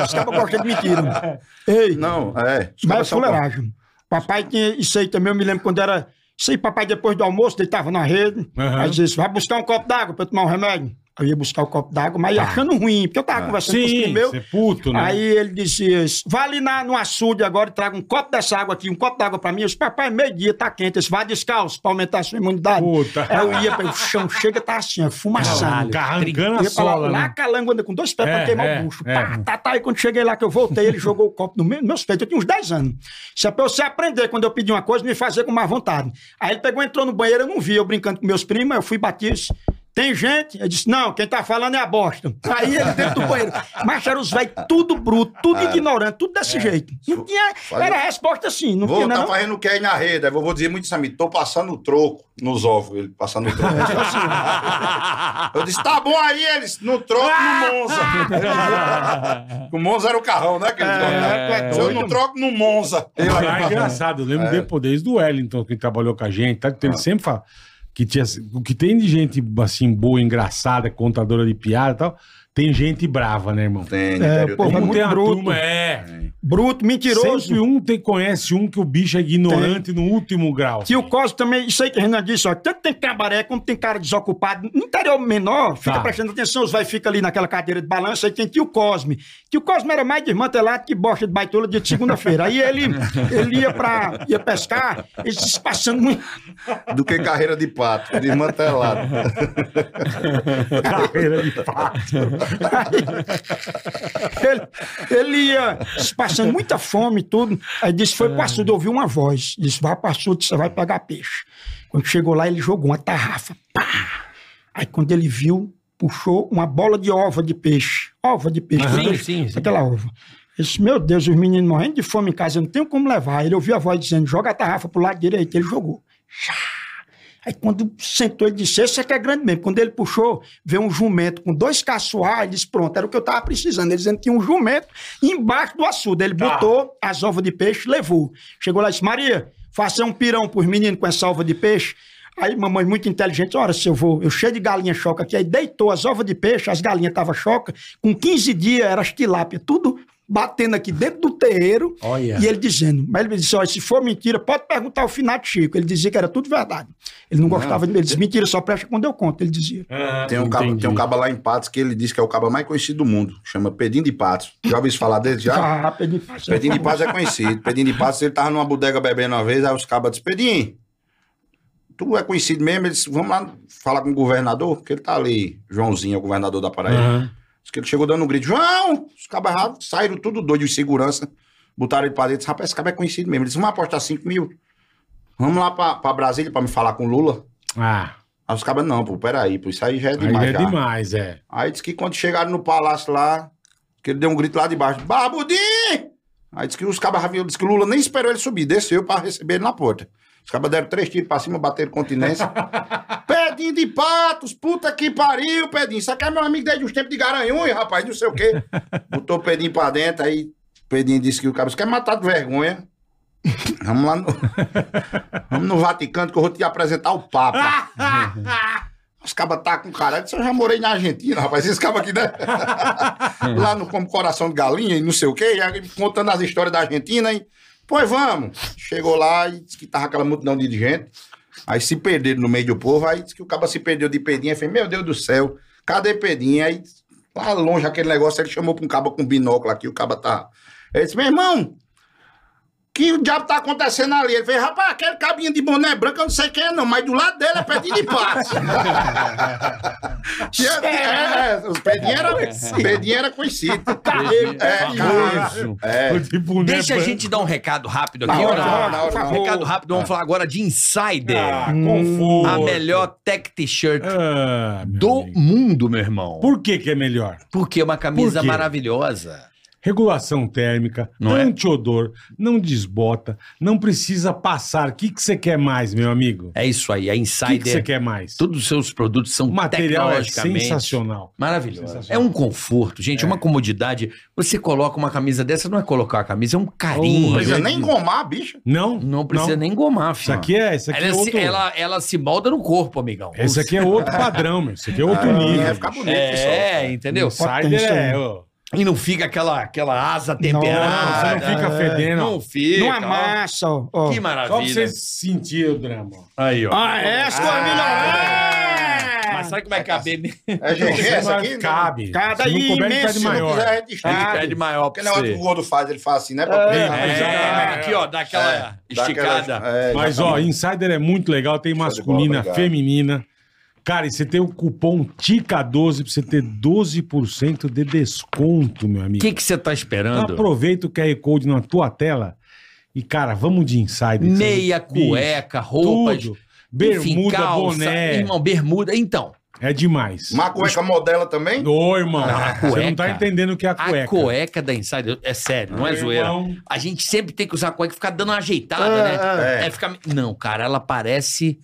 Speaker 4: Os caras gostam de mentira. Ei,
Speaker 5: assim, Não, é. Os caras
Speaker 4: Mas é
Speaker 5: são-
Speaker 4: fuleiragem. Papai tinha isso aí também, eu me lembro quando era. Isso aí, papai, depois do almoço, deitava na rede.
Speaker 2: Aham.
Speaker 4: Aí disse: vai buscar um copo d'água pra eu tomar um remédio. Eu ia buscar o copo d'água, mas achando ruim, porque eu tava conversando com os
Speaker 2: Tá. Ah. Sim,
Speaker 4: meus.
Speaker 2: você é puto, né?
Speaker 4: Aí ele dizia: isso, vai ali na, no açude agora e traga um copo dessa água aqui, um copo d'água pra mim. Eu disse: papai, meio-dia tá quente. Ele disse: vai descalço pra aumentar a sua imunidade.
Speaker 2: Puta.
Speaker 4: Aí eu ia, o chão chega, tá assim, ó, fumaçando.
Speaker 2: Carrancando a
Speaker 4: Ia pra lá,
Speaker 2: sola,
Speaker 4: lá
Speaker 2: né?
Speaker 4: calango, andei com dois pés
Speaker 2: É,
Speaker 4: pra queimar
Speaker 2: é,
Speaker 4: o bucho.
Speaker 2: é.
Speaker 4: Pá, tá, tá. Aí quando cheguei lá que eu voltei, ele jogou o copo no meu, nos meus peitos. Eu tinha uns 10 anos. Isso é pra você aprender quando eu pedi uma coisa, me fazer com mais vontade. Aí ele pegou, entrou no banheiro, eu não vi, eu brincando com meus primos, eu fui bater isso. Tem gente? Eu disse, não, quem tá falando é a bosta. Aí ele dentro do banheiro. Mas eram os velhos, tudo bruto, tudo ignorante, tudo desse jeito. Não tinha, era a resposta assim, não
Speaker 5: Vou
Speaker 4: tinha, né,
Speaker 5: tá
Speaker 4: não?
Speaker 5: fazendo o que aí na rede. Aí vou dizer muito isso, amigo. Tô passando o troco nos ovos, ele passando o troco. assim, eu disse, tá bom aí, eles, no troco no Monza. o Monza era o carrão, né? Que eles jogavam. Se eu não troco no Monza. Ele aí,
Speaker 2: Ah, é engraçado, eu lembro de depois, desde o Wellington, que trabalhou com a gente, tá? ele sempre fala que tinha, o que tem de gente assim, boa, engraçada, contadora de piada e tal, tem gente brava, né, irmão?
Speaker 5: Tem,
Speaker 4: É,
Speaker 5: interior,
Speaker 4: pô,
Speaker 5: tem.
Speaker 2: Como
Speaker 4: muito
Speaker 2: tem a
Speaker 4: bruto.
Speaker 2: turma, é.
Speaker 4: Bruto, mentiroso.
Speaker 2: Sempre um te, conhece um que o bicho é ignorante no último grau.
Speaker 4: Tio Cosme também, isso aí que o Renan disse, ó, tanto tem cabaré como tem cara desocupado. No interior menor, fica
Speaker 2: Tá.
Speaker 4: prestando atenção, os vai fica ali naquela cadeira de balanço, aí tem tio Cosme. Tio Cosme era mais desmantelado que bosta de baitola dia de segunda-feira. Aí ele, ele ia, pra, ia pescar, ele se passando muito.
Speaker 5: do que carreira de pato, desmantelado.
Speaker 2: Carreira de pau.
Speaker 4: Ele, ele ia se passando muita fome e tudo. Aí disse: foi pro açude, ouviu uma voz. Disse: vai pro açude, você vai pegar peixe. Quando chegou lá, ele jogou uma tarrafa. Pá! Aí quando ele viu, puxou uma bola de ova de peixe. Ova de peixe.
Speaker 3: Sim,
Speaker 4: Aquela-
Speaker 3: sim, sim.
Speaker 4: Aquela ova. Ele disse, meu Deus, os meninos morrendo de fome em casa, eu não tenho como levar. Ele ouviu a voz dizendo, joga a tarrafa pro lado direito. Ele jogou. Aí quando sentou, ele disse, esse aqui é grande mesmo. Quando ele puxou, veio um jumento com dois caçoar, ele disse, pronto, era o que eu tava precisando. Ele dizendo que tinha um jumento embaixo do açude. Ele botou as ovas de peixe, levou. Chegou lá e disse, Maria, faça um pirão pros meninos com essa ova de peixe. Aí mamãe muito inteligente, ora seu vô, eu cheio de galinha choca aqui, aí deitou as ovas de peixe, as galinhas estavam choca, com 15 dias era as tilápia, tudo batendo aqui dentro do terreiro,
Speaker 3: Olha.
Speaker 4: e é- ele dizendo, mas ele disse, olha, se for mentira, pode perguntar ao finado Chico, ele dizia que era tudo verdade. Ele não gostava de ele disse, mentira, só presta quando eu conto, ele dizia.
Speaker 5: Tem um, cabo,
Speaker 2: Ah, Entendi.
Speaker 5: tem um cabo lá em Patos que ele diz que é o cabo mais conhecido do mundo. Chama Pedinho de Patos. Já ouviu isso falar dele? Já?
Speaker 4: Ah, Pedinho de Patos.
Speaker 5: Pedinho de Patos é conhecido. Pedinho de Patos, ele tava numa bodega bebendo uma vez, aí os cabos disseram, Pedinho, tu é conhecido mesmo? Ele disse, vamos lá falar com o governador, porque ele tá ali, Joãozinho, é o governador da Paraíba. Diz que ele chegou dando um grito, João! Os cabos já saíram tudo doido de segurança, botaram ele pra dentro, disse, rapaz, esse cabo é conhecido mesmo. Ele disse, vamos apostar 5 mil? Vamos lá pra, pra Brasília pra me falar com o Lula?
Speaker 2: Ah,
Speaker 5: Aí os cabos, não, pô, peraí, pô, isso aí já é
Speaker 2: aí
Speaker 5: demais
Speaker 2: é
Speaker 5: já."
Speaker 2: demais, é.
Speaker 5: Aí disse que quando chegaram no palácio lá, que ele deu um grito lá de baixo, Barbudim! Aí disse que os cabas já vinham, disse que Lula nem esperou ele subir, desceu pra receber ele na porta. Os cabas deram três tiros pra cima, bateram continência. Pedinho de patos, puta que pariu, Pedinho. Isso aqui é meu amigo desde os tempos de Garanhuns, rapaz, não sei o quê. Botou o Pedinho pra dentro, aí o Pedinho disse que o cabo "Você quer matar de vergonha. Vamos lá no... Vamos no Vaticano que eu vou te apresentar o Papa. Os cabas tá com caralho. Eu já morei na Argentina, rapaz. Esses cabas aqui, né? Lá no como coração de galinha e não sei o quê. e aí Contando as histórias da Argentina. E, pois vamos. Chegou lá e disse que tava aquela multidão de gente. Aí se perderam no meio do povo. Aí disse que o caba se perdeu de Pedinha. Falei, meu Deus do céu. Cadê Pedinha? Aí lá longe aquele negócio. Ele chamou pra um caba com binóculo aqui. O caba tá... Ele disse, meu irmão... Que o diabo tá acontecendo ali? Ele fez, rapaz, aquele cabinho de boné branco, eu não sei quem é, não, mas do lado dele é pedinho de passe. Tinha- é, é, os pedinhos eram pedinho era conhecidos.
Speaker 2: Tá.
Speaker 5: É,
Speaker 3: Isso.
Speaker 5: É.
Speaker 2: Eu, tipo, né,
Speaker 3: Deixa a
Speaker 2: pra-
Speaker 3: gente dar um recado rápido
Speaker 5: Na
Speaker 3: aqui.
Speaker 5: hora,
Speaker 3: Ronaldo.
Speaker 5: na hora, na hora.
Speaker 3: Recado rápido,
Speaker 5: Ah.
Speaker 3: vamos falar agora de Insider.
Speaker 2: Ah, conforto.
Speaker 3: a melhor tech t-shirt
Speaker 2: Ah, meu
Speaker 3: do
Speaker 2: amigo.
Speaker 3: mundo, meu irmão.
Speaker 2: Por que que é melhor?
Speaker 3: Porque é uma camisa
Speaker 2: Por quê?
Speaker 3: maravilhosa.
Speaker 2: Regulação térmica,
Speaker 3: Não é?
Speaker 2: antiodor, não desbota, não precisa passar. O que que você quer mais, meu amigo?
Speaker 3: É isso aí, a
Speaker 2: O que que você
Speaker 3: Insider.
Speaker 2: quer mais?
Speaker 3: Todos os seus produtos são
Speaker 2: O material é
Speaker 3: tecnologicamente
Speaker 2: sensacional.
Speaker 3: Maravilhoso. É
Speaker 2: Sensacional.
Speaker 3: um conforto, gente, é uma comodidade. Você coloca uma camisa dessa, não é colocar a camisa, é um carinho.
Speaker 5: Não precisa nem gomar, bicho.
Speaker 2: Não?
Speaker 3: Não precisa nem gomar,
Speaker 2: Isso
Speaker 3: filho.
Speaker 2: aqui é, isso aqui
Speaker 3: ela,
Speaker 2: é
Speaker 3: se,
Speaker 2: outro.
Speaker 3: ela, ela se molda no corpo, amigão.
Speaker 2: Esse aqui é outro padrão, meu. Isso aqui é outro nível.
Speaker 5: Vai ficar bonito isso.
Speaker 3: É, entendeu?
Speaker 2: Insider é. ó.
Speaker 3: E não fica aquela, aquela asa
Speaker 2: Você
Speaker 3: temperada. É,
Speaker 2: não fica fedendo. ó.
Speaker 3: Não fica.
Speaker 4: Não
Speaker 3: ó.
Speaker 4: amassa, ó. ó.
Speaker 3: Que
Speaker 2: Só pra você
Speaker 3: maravilha.
Speaker 2: sentir o drama. ó.
Speaker 3: Aí, ó.
Speaker 4: Ah, é, as coisas melhoraram.
Speaker 3: Mas será que vai caber nele?
Speaker 5: É GG essa aqui? né?
Speaker 2: Cabe.
Speaker 4: Cada
Speaker 2: Se não couber, ele
Speaker 4: imenso,
Speaker 2: pede
Speaker 5: Se não
Speaker 2: maior.
Speaker 5: quiser, é a gente
Speaker 4: Ah,
Speaker 5: estica.
Speaker 3: Pede maior
Speaker 5: Porque
Speaker 3: pra
Speaker 5: não é o que
Speaker 3: você.
Speaker 5: o gordo faz, ele faz assim, né? Pra
Speaker 2: É,
Speaker 3: É,
Speaker 2: é.
Speaker 3: aqui, ó, dá aquela esticada.
Speaker 2: Mas, ó, Insider é muito legal. Tem
Speaker 5: É, de bola,
Speaker 2: masculina,
Speaker 5: obrigado.
Speaker 2: feminina. Cara, e você tem o cupom TICA12 pra você ter 12% de desconto, meu
Speaker 3: O
Speaker 2: amigo.
Speaker 3: que que você tá
Speaker 2: Então,
Speaker 3: esperando?
Speaker 2: aproveita o QR Code na tua tela. E, cara, vamos de Insider.
Speaker 3: Meia, cueca, roupas,
Speaker 2: Tudo. Bermuda,
Speaker 3: enfim, calça,
Speaker 2: boné.
Speaker 3: Irmão, bermuda. Então,
Speaker 2: É demais.
Speaker 5: Uma cueca modela também?
Speaker 2: Ô, irmão,
Speaker 3: Ah,
Speaker 2: você não tá
Speaker 3: cueca.
Speaker 2: entendendo o que é a
Speaker 3: a
Speaker 2: cueca.
Speaker 3: cueca, da Insider, é sério, não é
Speaker 2: Irmão.
Speaker 3: zoeira. A gente sempre tem que usar a cueca e ficar dando uma ajeitada, né? É. ficar... Não, cara, ela parece...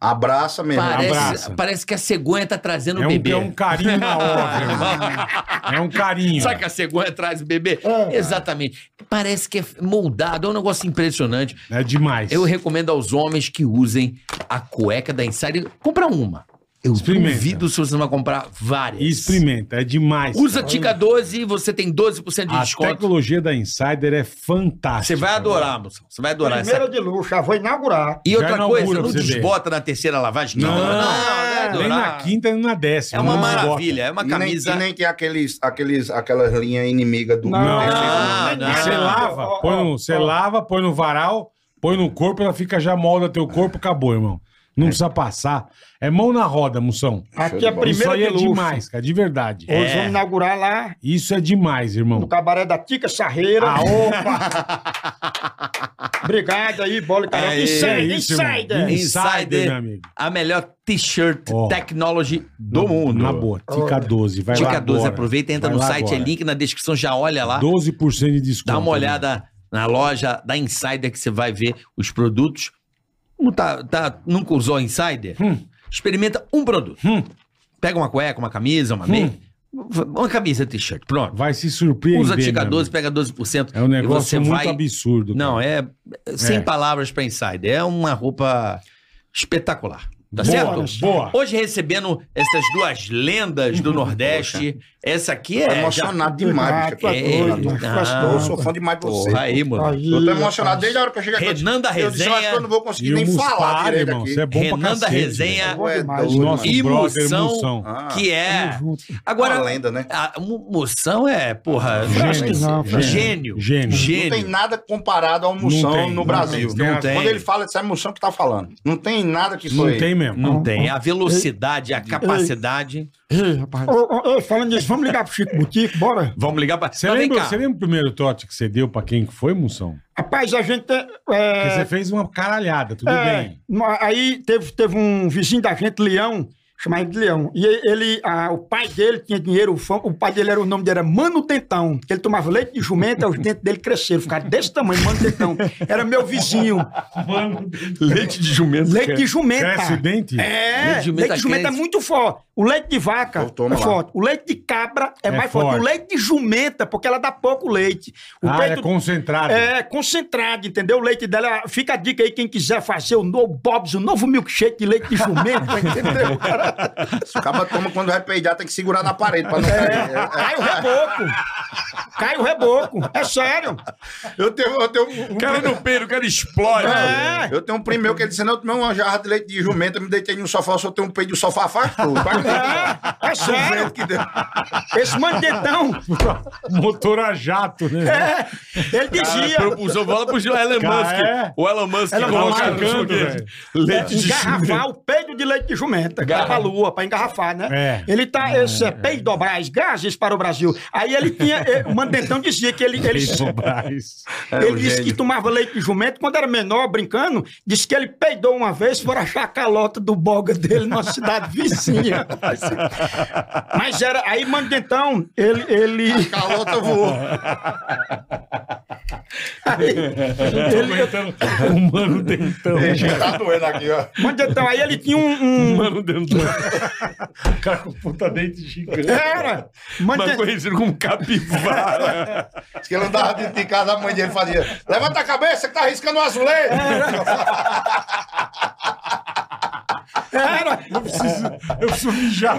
Speaker 5: Abraça mesmo.
Speaker 2: abraça.
Speaker 3: Parece, parece que a cegonha tá trazendo o
Speaker 2: É um,
Speaker 3: bebê.
Speaker 2: é um carinho na obra. irmão. é um carinho.
Speaker 3: Sabe que a cegonha traz o bebê? Exatamente. Parece que é moldado, é um negócio impressionante.
Speaker 2: É demais.
Speaker 3: Eu recomendo aos homens que usem a cueca da Insider. Compra uma. Eu
Speaker 2: Experimenta.
Speaker 3: duvido se você não vai comprar várias.
Speaker 2: E experimenta, é demais.
Speaker 3: Usa
Speaker 2: cara.
Speaker 3: Tica 12 e você tem 12% de
Speaker 2: A
Speaker 3: desconto.
Speaker 2: tecnologia da Insider é fantástica.
Speaker 3: Você vai adorar, moção. Você vai adorar
Speaker 4: Primeira
Speaker 3: essa.
Speaker 4: de luxo, já vou inaugurar.
Speaker 3: E
Speaker 2: Já
Speaker 3: outra
Speaker 2: inaugura
Speaker 3: coisa,
Speaker 2: pra
Speaker 3: não
Speaker 2: você ver.
Speaker 3: desbota na terceira lavagem.
Speaker 2: Não, Nem
Speaker 3: vai
Speaker 2: na
Speaker 3: adorar.
Speaker 2: quinta, nem na décima.
Speaker 3: É uma
Speaker 2: não
Speaker 3: maravilha, é uma
Speaker 5: E nem-
Speaker 3: camisa.
Speaker 5: E nem tem aqueles, aqueles, aquelas linhas inimigas do...
Speaker 2: Não.
Speaker 4: Ah,
Speaker 3: Não,
Speaker 2: esgota. Você
Speaker 3: não.
Speaker 2: lava, põe no, você lava, põe no varal, põe no corpo, ela fica já molda teu corpo, acabou, irmão. Não precisa passar. É mão na roda, moção.
Speaker 4: Aqui é a
Speaker 2: Isso
Speaker 4: primeira
Speaker 2: aí
Speaker 4: de
Speaker 2: é
Speaker 4: luxo.
Speaker 2: demais, É. cara, de verdade.
Speaker 4: Hoje vamos inaugurar lá
Speaker 2: Isso é demais, irmão.
Speaker 4: no cabaré da Tica Sarreira.
Speaker 2: Ah, opa!
Speaker 4: Obrigado aí, bola e caramba.
Speaker 3: Aê,
Speaker 2: é
Speaker 4: Insider,
Speaker 2: isso, irmão.
Speaker 4: insider.
Speaker 2: Insider,
Speaker 3: Insider.
Speaker 2: meu amigo.
Speaker 3: A melhor t-shirt
Speaker 2: Ó.
Speaker 3: technology do mundo.
Speaker 2: Na boa, Tica 12. Vai lá
Speaker 3: Tica 12,
Speaker 2: agora.
Speaker 3: aproveita, entra
Speaker 2: Vai
Speaker 3: no
Speaker 2: lá
Speaker 3: site, é
Speaker 2: agora.
Speaker 3: link na descrição, já olha lá.
Speaker 2: 12% de desconto.
Speaker 3: Dá uma
Speaker 2: irmão.
Speaker 3: olhada na loja da Insider que você vai ver os produtos. Não tá, tá- nunca usou Insider?
Speaker 2: Hum.
Speaker 3: Experimenta um produto. Pega uma cueca, uma camisa,
Speaker 2: Hum.
Speaker 3: uma meia. Uma camisa t-shirt, pronto.
Speaker 2: Vai se surpreender.
Speaker 3: Usa Tica
Speaker 2: meu
Speaker 3: 12, pega 12%.
Speaker 2: É um negócio muito absurdo, cara.
Speaker 3: Não, é é sem
Speaker 2: É.
Speaker 3: palavras pra Insider. É uma roupa espetacular. Tá
Speaker 2: Boa, né?
Speaker 3: certo?
Speaker 2: boa.
Speaker 3: Hoje recebendo essas duas lendas
Speaker 2: Uhum.
Speaker 3: do Nordeste. Essa aqui
Speaker 5: Tô
Speaker 3: é.
Speaker 5: emocionado
Speaker 4: Ah,
Speaker 5: demais, bicho.
Speaker 4: tu é
Speaker 5: Eu tô
Speaker 4: doido,
Speaker 5: emocionado.
Speaker 4: mas faz
Speaker 3: Ah,
Speaker 5: Eu sou fã demais de
Speaker 3: Já...
Speaker 5: você.
Speaker 3: Porra, aí,
Speaker 4: Tá
Speaker 3: mano.
Speaker 4: aí,
Speaker 5: Eu tô
Speaker 4: rapaz.
Speaker 5: emocionado desde a hora que
Speaker 2: Tá,
Speaker 5: eu cheguei aqui. eu disse,
Speaker 3: Renan da
Speaker 5: Eu disse, eu acho que eu não
Speaker 3: Resenha.
Speaker 5: vou
Speaker 2: E
Speaker 5: conseguir
Speaker 2: o
Speaker 5: nem falar
Speaker 2: Muspar,
Speaker 5: direito
Speaker 2: irmão.
Speaker 5: aqui.
Speaker 2: Você é bom
Speaker 3: Renan
Speaker 2: pra
Speaker 3: da
Speaker 2: cacete.
Speaker 3: Resenha.
Speaker 2: velho.
Speaker 4: bom
Speaker 5: É
Speaker 4: demais.
Speaker 5: doido,
Speaker 2: Nosso
Speaker 5: mano.
Speaker 2: brother,
Speaker 3: Emoção.
Speaker 2: emoção.
Speaker 5: Ah,
Speaker 3: Que é.
Speaker 2: Tamo junto.
Speaker 3: Agora.
Speaker 5: Uma lenda, né?
Speaker 3: A mo- moção é, porra,
Speaker 2: Gênio,
Speaker 3: acho que-
Speaker 4: não,
Speaker 2: cara.
Speaker 3: gênio.
Speaker 2: Gênio.
Speaker 5: Não tem nada comparado ao
Speaker 2: Não
Speaker 5: Moção
Speaker 2: tem,
Speaker 5: no
Speaker 2: não
Speaker 5: Brasil. né?
Speaker 2: tem, não
Speaker 3: tem.
Speaker 5: Quando ele fala dessa Moção que tá falando. Não tem nada que
Speaker 2: Não
Speaker 5: foi.
Speaker 2: tem mesmo.
Speaker 3: Não tem. A velocidade, a capacidade.
Speaker 6: Ei, rapaz.
Speaker 4: Ô, ô, ô, falando nisso, vamos ligar pro Chico Butico, bora.
Speaker 3: Vamos ligar pra
Speaker 2: Você
Speaker 3: Mas vem
Speaker 2: lembra,
Speaker 3: cá.
Speaker 2: você lembra o primeiro trote que você deu pra quem que foi, Moção?
Speaker 4: Rapaz, a gente.
Speaker 2: Porque
Speaker 4: É,
Speaker 2: você fez uma caralhada, tudo
Speaker 4: é,
Speaker 2: bem.
Speaker 4: no- aí teve, teve um vizinho da gente, Leão, chamado de Leão. E e- ele, ah, o pai dele tinha dinheiro, o, fam- o pai dele era o nome dele, era Mano Dentão. Que ele tomava leite de jumento, aí os dentes dele cresceram, ficaram desse tamanho, Mano Dentão. Era meu vizinho.
Speaker 3: Leite de jumento.
Speaker 4: Leite de jumento.
Speaker 2: Cresce
Speaker 4: cara.
Speaker 2: o dente?
Speaker 4: É,
Speaker 3: Leite
Speaker 4: leite
Speaker 3: de
Speaker 4: de
Speaker 3: jumento
Speaker 4: jumento, é
Speaker 3: cresce.
Speaker 4: muito forte. O leite de vaca
Speaker 5: Eu tomo
Speaker 4: é
Speaker 5: lá.
Speaker 4: forte. O leite de cabra é,
Speaker 2: É
Speaker 4: mais forte.
Speaker 2: forte.
Speaker 4: O leite de jumenta, porque ela dá pouco leite. O
Speaker 2: ah,
Speaker 4: peito
Speaker 2: é concentrado.
Speaker 4: é concentrado, entendeu? O leite dela. Fica a dica aí, quem quiser fazer o novo Bob's, o novo milkshake de leite de jumento, entendeu?
Speaker 5: Se o cara toma quando vai peidar, tem que segurar na parede pra não
Speaker 4: É.
Speaker 5: É, cair.
Speaker 4: Cai o reboco. Cai o reboco. É sério.
Speaker 5: Eu tenho, eu tenho um- um
Speaker 3: cara não peiro, o cara explode.
Speaker 4: É.
Speaker 5: Eu tenho um primo meu que ele disse, não, eu tomei uma jarra de leite de jumento, eu me deitei no sofá, eu soltei um peido e o sofá afastou.
Speaker 4: É, é sério.
Speaker 5: que deu.
Speaker 4: Esse mandetão,
Speaker 2: Motor a jato, né?
Speaker 4: ele
Speaker 3: é
Speaker 4: dizia.
Speaker 3: Propulsão, fala pro Elon
Speaker 2: Cara,
Speaker 3: Musk.
Speaker 2: é.
Speaker 3: O Elon Musk
Speaker 2: Ela tá
Speaker 3: coloca no
Speaker 2: marcando,
Speaker 3: foguete.
Speaker 2: velho.
Speaker 3: Leite de
Speaker 4: Engarrafar o peido de leite de jumenta, que é pra lua, pra engarrafar, né?
Speaker 2: É.
Speaker 4: Ele tá, esse é peido dobrais, gases para o Brasil. Aí ele tinha, eh, o Mandentão dizia que ele, ele,
Speaker 2: Leite Brás.
Speaker 5: um
Speaker 4: ele disse que
Speaker 5: gênio.
Speaker 4: tomava leite de jumento, quando era menor, brincando, disse que ele peidou uma vez, foram achar a calota do boga dele numa cidade vizinha. Mas era, aí Mandentão, ele... ele
Speaker 5: Calota voou.
Speaker 4: ele
Speaker 2: É. O mano dentão.
Speaker 5: Já tá doendo aqui, ó.
Speaker 4: Mandentão, aí ele tinha um... um-
Speaker 2: mano dentão. O cara com puta dente gigante.
Speaker 4: era! Mandentão...
Speaker 3: conhecido como capivara.
Speaker 5: Diz que ele andava dentro de casa, a mãe dele fazia, levanta a cabeça que tá riscando o
Speaker 4: É,
Speaker 5: azulejo.
Speaker 4: Era!
Speaker 2: Eu preciso mijar.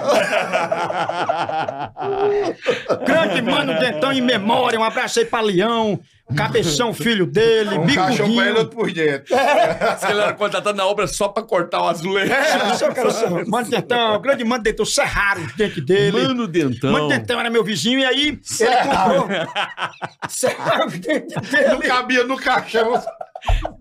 Speaker 4: Grande mano um Dentão em memória, um abraço aí pra Leão, Cabeção, filho dele,
Speaker 5: Um cachorro pra
Speaker 4: Bicudinho.
Speaker 5: ele, outro por dentro.
Speaker 3: Diz que ele era contratado na tá obra só pra cortar o azulejo.
Speaker 4: É, seu cara, seu Mano Dentão, grande Mano Dentão, serraram os dentes dele. Mano,
Speaker 3: Mano um é dentão.
Speaker 4: Dentão era meu vizinho e aí ele
Speaker 5: Serraram.
Speaker 4: comprou. Serraram os dentes
Speaker 5: Não
Speaker 4: dele.
Speaker 5: cabia no caixão.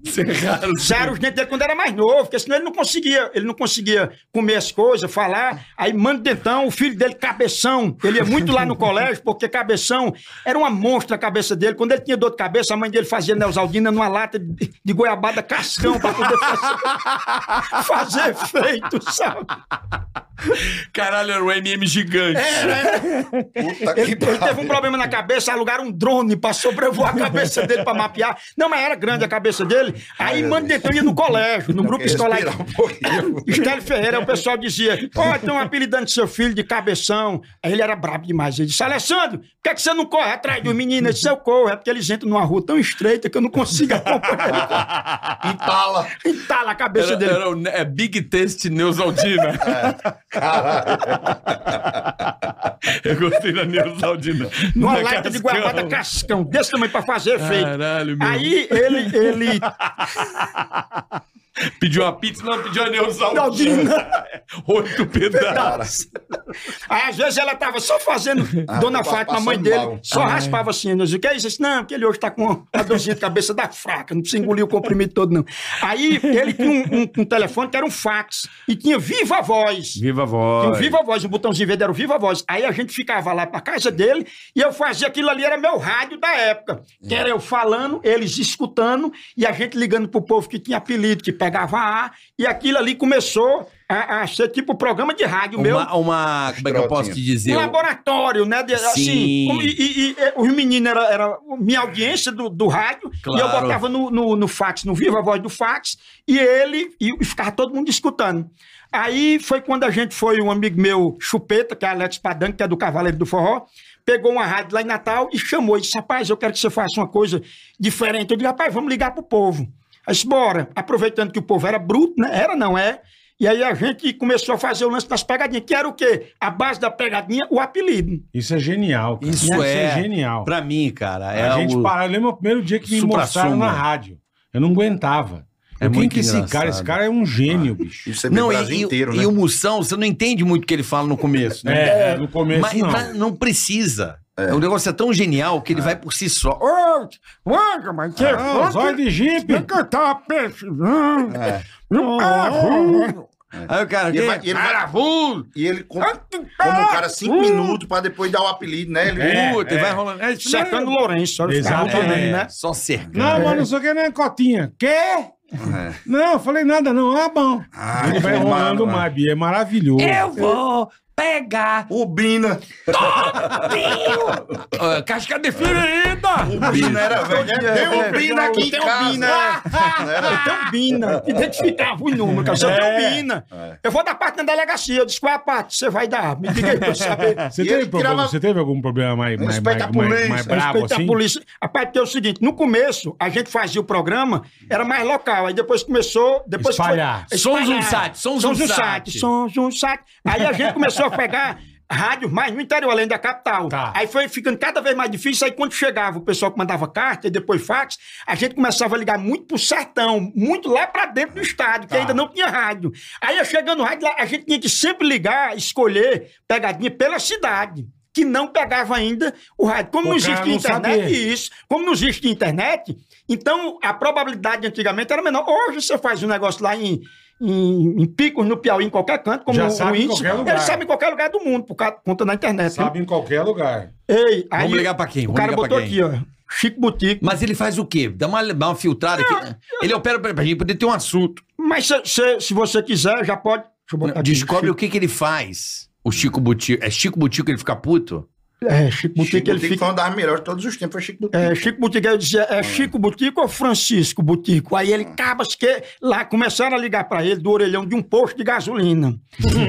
Speaker 3: Serraram.
Speaker 4: Serraram os dentes dele quando era mais novo, porque senão ele não conseguia, ele não conseguia comer as coisas, falar. Aí Mano Dentão, o filho dele, Cabeção, ele ia muito lá no colégio, porque Cabeção era uma monstra a cabeça dele. Quando ele tinha dor de cabeça, a mãe dele fazia Neusaldina numa lata de, de goiabada cascão pra poder fazer, fazer efeito, sabe?
Speaker 3: Caralho, era um MM gigante.
Speaker 5: Puta
Speaker 4: Ele,
Speaker 5: que
Speaker 4: ele teve um
Speaker 5: pariu.
Speaker 4: problema na cabeça, alugaram um drone pra sobrevoar a cabeça dele pra mapear. Não, mas era grande a cabeça dele. Aí Mano Dentão ia no colégio, no grupo escolar.
Speaker 5: Respirar um pouquinho.
Speaker 4: Estélio Ferreira, o pessoal dizia: Ó, tem um apelidando seu filho de cabeção. Aí ele era brabo demais. Ele disse: Alessandro, por que, é que você não corre atrás dos meninos? Ele disse: Eu corro, é porque eles entram numa rua tão estreita que eu não consigo acompanhar.
Speaker 5: Entala.
Speaker 4: Entala a cabeça
Speaker 3: Era,
Speaker 4: dele.
Speaker 3: era o ne- é, Big Test Neusaldina. É, Eu gostei da Neusaldina.
Speaker 4: Numa
Speaker 3: Na
Speaker 4: lata de
Speaker 3: cascão.
Speaker 4: guarda cascão, desse tamanho pra fazer efeito.
Speaker 3: assim, Caralho, meu.
Speaker 4: Aí ele, ele.
Speaker 3: Pediu uma pizza, não, pediu a Neusaldina.
Speaker 4: Claudina.
Speaker 3: Oito pedaços.
Speaker 4: Aí, às vezes ela tava só fazendo,
Speaker 3: Ah,
Speaker 4: Dona
Speaker 5: tá
Speaker 4: Fátima, a mãe
Speaker 5: passando
Speaker 4: dele,
Speaker 5: mal.
Speaker 4: só raspava assim, né? O que é isso? Eu disse, Não, porque ele hoje tá com uma dorzinha de cabeça da fraca, não precisa engolir o comprimido todo, não. Aí ele tinha um, um- um telefone que era um fax e tinha viva voz.
Speaker 3: Viva a
Speaker 4: Tinha um
Speaker 3: voz.
Speaker 4: Viva Voz, o botãozinho verde era o Viva Voz. Aí a gente ficava lá pra casa dele e eu fazia aquilo ali, era meu rádio da época. Que era eu falando, eles escutando e a gente ligando pro povo que tinha apelido, que pegava A. E aquilo ali começou a, a ser tipo programa de rádio meu.
Speaker 3: Uma, uma- como é que eu posso te dizer?
Speaker 4: Um laboratório, né? de-
Speaker 3: Sim.
Speaker 4: assim, como- e, e- e, é, os meninos era, era minha audiência do, do rádio, e eu
Speaker 3: Claro.
Speaker 4: botava no, no, no fax, no Viva a Voz do Fax, e ele, e, e ficava todo mundo escutando. Aí foi quando a gente foi, um amigo meu, Chupeta, que é Alex Padan, que é do Cavaleiro do Forró, pegou uma rádio lá em Natal e chamou, e disse, rapaz, eu quero que você faça uma coisa diferente. Eu disse, rapaz, vamos ligar pro povo. Aí disse, bora. Aproveitando que o povo era bruto, né? Era, não é? E aí a gente começou a fazer o lance das pegadinhas, que era o quê? A base da pegadinha, o apelido.
Speaker 2: Isso é genial. cara.
Speaker 3: Isso é,
Speaker 2: genial.
Speaker 3: Pra mim, cara. É
Speaker 2: a gente
Speaker 3: o...
Speaker 2: parou. Eu lembro o primeiro dia que me
Speaker 3: Supra
Speaker 2: mostraram
Speaker 3: sumo.
Speaker 2: na rádio. Eu não aguentava.
Speaker 3: É
Speaker 2: Eu, quem
Speaker 3: muito
Speaker 2: que esse
Speaker 3: engraçado.
Speaker 2: cara? Esse cara é um gênio, bicho.
Speaker 5: Isso é bem
Speaker 3: Não, e,
Speaker 5: Brasil
Speaker 3: e-
Speaker 5: inteiro,
Speaker 3: e
Speaker 5: né?
Speaker 3: o Moção, você não entende muito o que ele fala no começo, né?
Speaker 2: É, no começo
Speaker 3: mas,
Speaker 2: não.
Speaker 3: mas não precisa. O negócio é tão genial que ele vai por si só.
Speaker 5: é
Speaker 2: Não, zóio de jipe.
Speaker 3: Aí o cara. Ah,
Speaker 5: E ele,
Speaker 3: "Quê?
Speaker 5: vai- e ele vai- e ele com-
Speaker 4: Ah,
Speaker 5: como o cara cinco minutos pra depois dar o apelido, né? Ele,
Speaker 3: Puta, e vai rolando. É, isso
Speaker 4: Cercando o Lourenço. olha, ficava
Speaker 2: Exatamente.
Speaker 4: rolando,
Speaker 3: mesmo,
Speaker 4: né?
Speaker 3: né? Só cercando.
Speaker 2: Não, mas não sei o que, né? Cotinha. Quê? Não, eu falei nada, não. Ah, bom.
Speaker 5: Ah,
Speaker 2: Ele vai
Speaker 5: que mano,
Speaker 2: rolando
Speaker 5: mano.
Speaker 2: mais, Bia. É maravilhoso.
Speaker 1: Eu vou pegar
Speaker 5: O Bina.
Speaker 1: uh, casca de ferida.
Speaker 5: O Bina era velho. né? Tem um Bina aqui em
Speaker 4: Tem um
Speaker 5: casa.
Speaker 4: Bina.
Speaker 5: Não era?
Speaker 4: Então, Bina. Identificava o número, cara. Você
Speaker 5: É.
Speaker 4: tem um Bina. Eu vou da parte da delegacia. Eu disse, qual é a parte? Você vai dar. Me diga aí pra eu saber.
Speaker 2: Você
Speaker 5: E
Speaker 2: teve,
Speaker 5: ele
Speaker 2: problema-
Speaker 5: tirava-
Speaker 2: você teve algum problema mais, mais, mais,
Speaker 5: Respeita a
Speaker 2: mais,
Speaker 5: polícia,
Speaker 2: mais bravo
Speaker 4: Respeita
Speaker 2: assim?
Speaker 4: a polícia. Rapaz, porque é o seguinte, no começo, a gente fazia o programa, era mais local, aí depois começou... Depois
Speaker 2: Espalhar.
Speaker 4: Foi,
Speaker 3: Sons
Speaker 4: espalhar.
Speaker 3: um site, sons um
Speaker 4: um
Speaker 3: site.
Speaker 4: site, Sons um site. Aí a gente começou a pegar rádios mais no interior, além da capital.
Speaker 2: Tá.
Speaker 4: Aí foi ficando cada vez mais difícil, aí quando chegava o pessoal que mandava carta e depois fax, a gente começava a ligar muito pro sertão, muito lá pra dentro do estado,
Speaker 3: Tá.
Speaker 4: que ainda não tinha rádio. Aí ia chegando o rádio lá, a gente tinha que sempre ligar, escolher pegadinha pela cidade. Que não pegava ainda o rádio. Como
Speaker 2: O
Speaker 4: não
Speaker 2: cara
Speaker 4: existe
Speaker 2: não
Speaker 4: internet,
Speaker 2: sabia.
Speaker 4: isso. Como não existe internet, então a probabilidade antigamente era menor. Hoje você faz um negócio lá em, em, em Picos, no Piauí, em qualquer canto, como
Speaker 2: Já
Speaker 4: o,
Speaker 2: sabe em
Speaker 4: o índice.
Speaker 2: qualquer lugar.
Speaker 4: Ele sabe em qualquer lugar do mundo, por causa- conta da internet. né?
Speaker 2: Sabe em qualquer lugar.
Speaker 4: Ei, aí
Speaker 3: Vamos ligar pra quem?
Speaker 4: o
Speaker 3: Vamos
Speaker 4: cara
Speaker 3: ligar pra
Speaker 4: botou
Speaker 3: quem?
Speaker 4: aqui, ó. Chico Boutique.
Speaker 3: Mas ele faz o quê? Dá uma, dá uma filtrada aqui. Ele opera pra, pra gente poder ter um assunto.
Speaker 4: Mas se, se- se você quiser, já pode. Deixa
Speaker 2: Tá
Speaker 4: eu botar aqui.
Speaker 3: Descobre o que, que ele faz. O Chico Butico. É Chico Butico que ele fica puto?
Speaker 4: É, Chico Boutique,
Speaker 5: Chico
Speaker 4: ele
Speaker 5: Butico foi
Speaker 4: fica.
Speaker 5: uma das melhores de todos os tempos. Foi Chico Butico.
Speaker 4: É, Chico Butico, eu dizia, é Chico Butico ou Francisco Butico? Aí ele, cabas que... Lá começaram a ligar pra ele do orelhão de um posto de gasolina.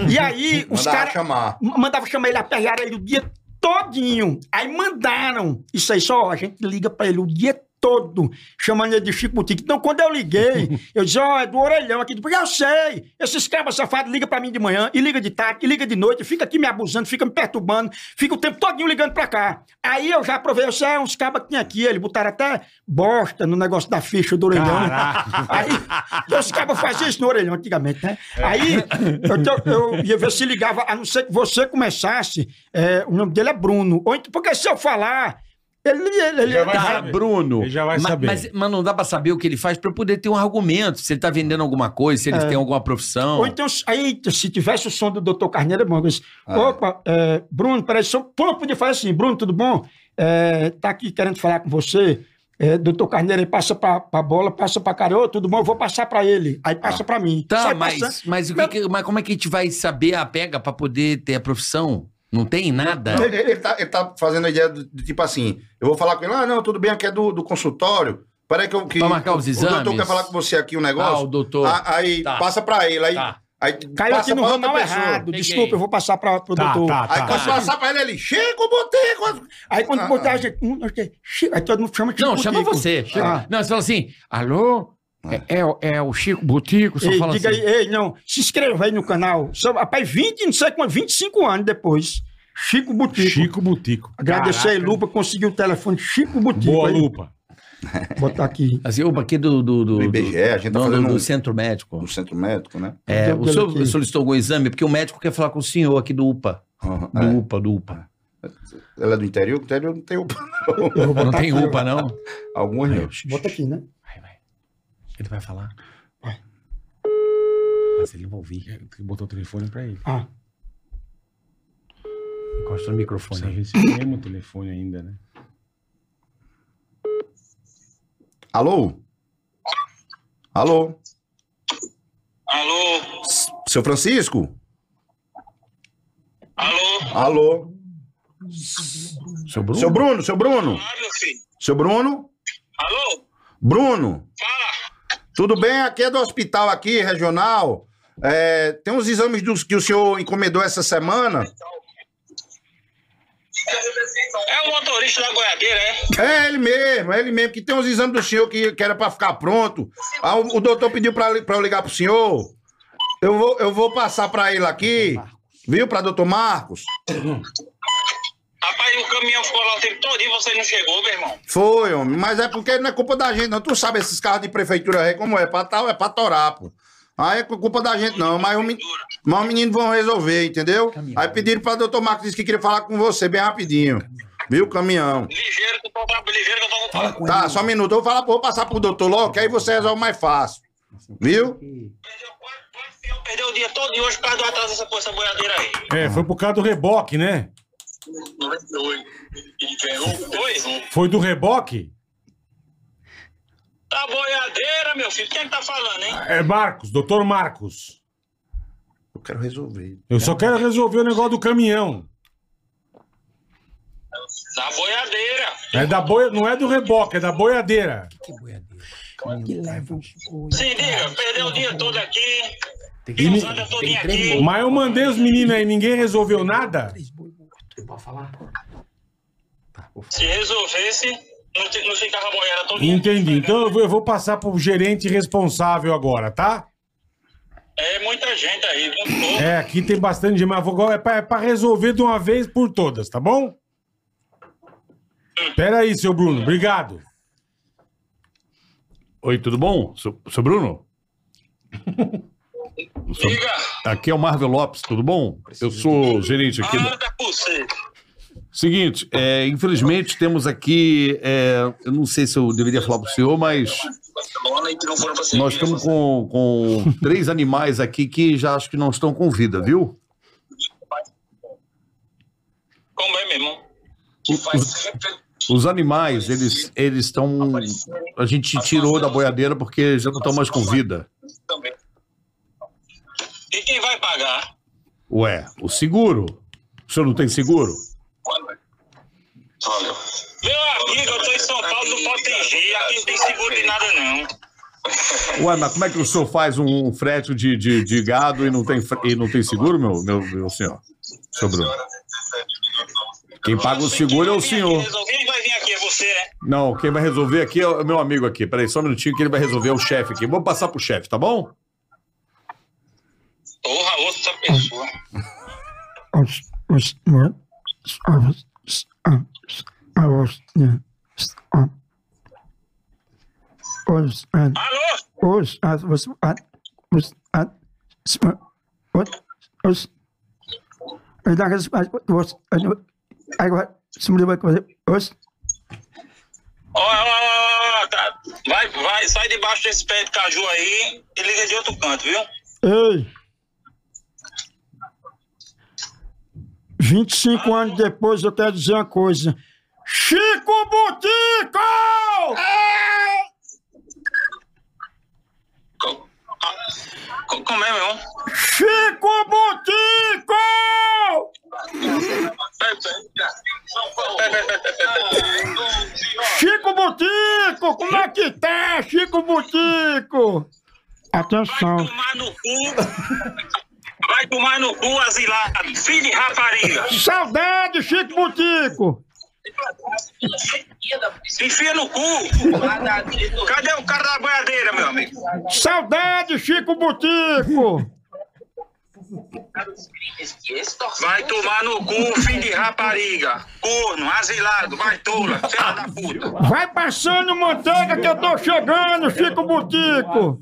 Speaker 4: e aí, os
Speaker 5: Mandava
Speaker 4: caras...
Speaker 5: chamar.
Speaker 4: Mandava chamar ele, aperrearam ele o dia todinho. Aí mandaram. Isso aí só, ó, a gente liga pra ele o dia todo, chamando ele de Chico Boutique. Então, quando eu liguei, eu disse, ó, é do orelhão aqui. Porque eu sei, esses cabas safados ligam pra mim de manhã, e liga de tarde, e liga de noite, e fica aqui me abusando, fica me perturbando, fica o tempo todinho ligando pra cá. Aí eu já provei, eu disse, é, uns cabas que tinha aqui, eles botaram até bosta no negócio da ficha do orelhão. Aí, e os cabas faziam isso no orelhão antigamente, né?
Speaker 2: É.
Speaker 4: Aí, eu, te- eu ia ver se ligava, a não ser que você começasse, é, o nome dele é Bruno. Ou ent- porque se eu falar, ele... ele, ele-
Speaker 2: Já vai
Speaker 3: Tá,
Speaker 2: saber.
Speaker 3: Bruno.
Speaker 2: Ele já vai
Speaker 3: Ma-
Speaker 2: saber.
Speaker 3: Mas, mas não dá pra saber o que ele faz pra eu poder ter um argumento. Se ele tá vendendo alguma coisa, se
Speaker 2: É.
Speaker 3: ele tem alguma profissão.
Speaker 4: Ou então, se- aí, se tivesse o som do Dr. Carneiro, é bom. Eu disse, Opa, é, Bruno, peraí, só pô, podia falar assim, Bruno, tudo bom? É, tá aqui querendo falar com você. É, doutor Carneiro, aí passa pra, pra bola, passa pra cara, ô, tudo bom, eu vou passar pra ele. Aí passa pra mim.
Speaker 3: Tá,
Speaker 4: Sai
Speaker 3: mas,
Speaker 4: passando.
Speaker 3: mas, o que que- mas como é que a gente vai saber a pega pra poder ter a profissão? Não tem nada?
Speaker 5: Ele, ele, tá, ele tá fazendo a ideia do, do tipo assim: eu vou falar com ele, ah, não, tudo bem, aqui é do, do consultório. Peraí que eu. Que
Speaker 3: Pra marcar os
Speaker 5: O doutor
Speaker 3: exames?
Speaker 5: quer falar com você aqui um
Speaker 3: Ah,
Speaker 5: negócio.
Speaker 3: o doutor.
Speaker 5: Ah, aí
Speaker 3: Tá.
Speaker 5: passa pra ele. Aí,
Speaker 3: Tá.
Speaker 5: aí
Speaker 4: Caiu
Speaker 5: passa
Speaker 4: aqui no
Speaker 5: pra outra
Speaker 4: ramal
Speaker 5: pessoa.
Speaker 4: errado.
Speaker 3: Peguei.
Speaker 4: Desculpa, eu vou passar pra, pro
Speaker 2: Tá,
Speaker 4: doutor.
Speaker 2: tá,
Speaker 5: Aí
Speaker 2: tá.
Speaker 5: quando passar pra ele, ele chega o boteco.
Speaker 4: Aí quando
Speaker 5: Ah,
Speaker 4: botar
Speaker 5: ah.
Speaker 4: a gente. hum, ok, chi- Aí todo mundo chama Chico
Speaker 3: Tá, Não, chama
Speaker 4: Butico.
Speaker 3: você.
Speaker 4: Ah.
Speaker 3: Não, você fala assim, alô?
Speaker 5: Ah.
Speaker 3: É, é o- é o Chico Butico? Só
Speaker 4: Ei,
Speaker 3: fala
Speaker 4: diga
Speaker 3: assim.
Speaker 4: aí, ei, não, se inscreva aí no canal. Só, rapaz, 20, não sei quanto, 25 anos depois. Chico Butico.
Speaker 2: Chico Butico.
Speaker 4: Agradecer
Speaker 2: Caraca.
Speaker 4: a Lupa, conseguiu o telefone Chico Butico.
Speaker 2: Boa,
Speaker 4: aí.
Speaker 2: Lupa.
Speaker 4: Botar aqui.
Speaker 3: Assim, opa, aqui do... Do, do,
Speaker 5: Do IBGE, a gente tá
Speaker 3: não, do-
Speaker 5: fazendo
Speaker 3: do
Speaker 5: um-
Speaker 3: Centro Médico.
Speaker 5: No centro médico, né?
Speaker 3: É, o
Speaker 4: Dele
Speaker 3: senhor
Speaker 4: Então, aqui.
Speaker 3: solicitou algum exame? Porque o médico quer falar com o senhor aqui do UPA.
Speaker 5: Aham,
Speaker 3: Do UPA, do UPA.
Speaker 5: é. Ela é do interior? O interior não tem UPA, não.
Speaker 3: Não tem UPA, não?
Speaker 5: Alguns não.
Speaker 4: Bota aqui, né?
Speaker 3: Ele vai falar. Mas ele não vai ouvir.
Speaker 2: Tem que botar o telefone pra ele.
Speaker 4: Ah,
Speaker 3: Encosta no
Speaker 2: Precisa
Speaker 3: microfone.
Speaker 2: ver se tem o telefone ainda, né?
Speaker 5: Alô? Alô?
Speaker 8: Alô?
Speaker 5: Seu Francisco?
Speaker 8: Alô?
Speaker 5: Alô?
Speaker 3: Seu Bruno?
Speaker 5: Seu Bruno? Seu Bruno?
Speaker 8: Ah, meu filho.
Speaker 5: Seu Bruno?
Speaker 8: Alô?
Speaker 5: Bruno?
Speaker 8: Fala.
Speaker 5: Tudo bem? Aqui é do hospital aqui, regional. É, tem uns exames dos que o senhor encomendou essa semana.
Speaker 8: É o motorista da goiadeira, é?
Speaker 5: É ele mesmo, é ele mesmo, que tem uns exames do senhor que, que era pra ficar pronto. Ah, o, o doutor pediu pra, li- pra eu ligar pro senhor. Eu vou, eu vou passar pra ele aqui, viu? Pra doutor Marcos.
Speaker 8: Rapaz, o caminhão ficou lá o tempo todo e você não chegou, meu irmão.
Speaker 5: Foi, homem, mas é porque não é culpa da gente, não. Tu sabe esses carros de prefeitura aí como é, pra, tal, é pra torar, pô. Aí é culpa da gente não, mas o, men- mas o menino vão resolver, entendeu? Aí pediram pra doutor Marcos, disse que queria falar com você bem rapidinho. Viu, caminhão?
Speaker 8: Ligeiro que eu tô, com- ligeiro que eu tô com Fala com
Speaker 5: Tá, só um minuto. Eu vou, falar, vou passar pro doutor logo, que aí você resolve mais fácil. Viu?
Speaker 8: Perdeu quatro, quatro fios, perdeu o dia todo de hoje por causa do atraso dessa força boiadeira aí.
Speaker 2: É, foi por causa do reboque, né?
Speaker 8: 98. Oi?
Speaker 2: Foi do reboque?
Speaker 8: Tá boiadeira, meu filho. Quem é que tá falando, hein?
Speaker 2: É Marcos, doutor Marcos.
Speaker 5: Eu quero resolver.
Speaker 2: Eu só quero resolver o negócio do caminhão.
Speaker 8: Da Tá boiadeira.
Speaker 2: É da boi... Não é do reboque, é da boiadeira.
Speaker 8: Sim, diga. Perdeu o dia todo aqui.
Speaker 2: E ni-
Speaker 8: Usando todinha aqui.
Speaker 2: Mas eu mandei os meninos aí, ninguém resolveu nada?
Speaker 8: Se resolvesse, não, te- não ficava boiada todinha.
Speaker 2: Entendi. Então eu vou- eu vou passar pro gerente responsável agora, tá?
Speaker 8: É muita gente aí, viu? Pô.
Speaker 2: É, aqui tem bastante gente, mas vou, go- é, pra, é pra resolver de uma vez por todas, tá bom? Pera aí, seu Bruno, obrigado.
Speaker 6: Oi, tudo bom? Seu, seu Bruno? Seu-
Speaker 8: Diga.
Speaker 6: Aqui é o Marvel Lopes, tudo bom? Eu sou gerente aqui.
Speaker 3: Ah.
Speaker 6: da-
Speaker 8: Anda por si.
Speaker 6: Seguinte, é, infelizmente temos aqui, é, eu não sei se eu deveria falar para o senhor, mas nós estamos com, com três animais aqui que já acho que não estão com vida, viu?
Speaker 8: Como é mesmo? Que faz...
Speaker 6: Os animais, eles eles estão, a gente tirou da boiadeira porque já não estão mais com vida.
Speaker 8: também. E quem vai pagar?
Speaker 6: Ué, o seguro? O senhor não tem seguro?
Speaker 8: Meu amigo, eu tô em São Paulo, não pode ter G, aqui não tem seguro de nada, não.
Speaker 6: Ué, mas como é que o senhor faz um frete de, de, de gado e não tem, fre- e não tem seguro, meu, meu, meu senhor? Seu Bruno. Quem paga o seguro é o senhor.
Speaker 8: Quem vai vir aqui é você, é?
Speaker 6: Não, quem vai resolver aqui é o meu amigo aqui. Peraí, só um minutinho que ele vai resolver é o chefe aqui. Vou passar pro chefe, tá bom?
Speaker 8: Porra, outra pessoa.
Speaker 4: ah, né? ah.
Speaker 8: Alô?
Speaker 4: ah, ah,
Speaker 8: Ó, ó, ó, ó, tá. Vai, vai, sai debaixo desse pé de caju aí e liga de outro canto, viu?
Speaker 4: Ei! 25 anos depois eu quero dizer uma coisa. Chico Butico!
Speaker 8: Co- ah, co- Como é, meu irmão?
Speaker 4: Chico Butico! Chico Butico! Como é que tá, Chico Butico?
Speaker 8: Vai
Speaker 4: Atenção.
Speaker 8: tomar no cu. Vai tomar no cu, asilado. Filho de rapariga.
Speaker 4: Saudade, Chico Butico!
Speaker 8: Se enfia no cu. Cadê o cara da boiadeira, meu amigo?
Speaker 4: Saudade, Chico Butico!
Speaker 8: Vai tomar no cu, filho de rapariga. Corno, asilado, vai tola, filha da puta.
Speaker 4: Vai passando manteiga que eu tô chegando, Chico Butico!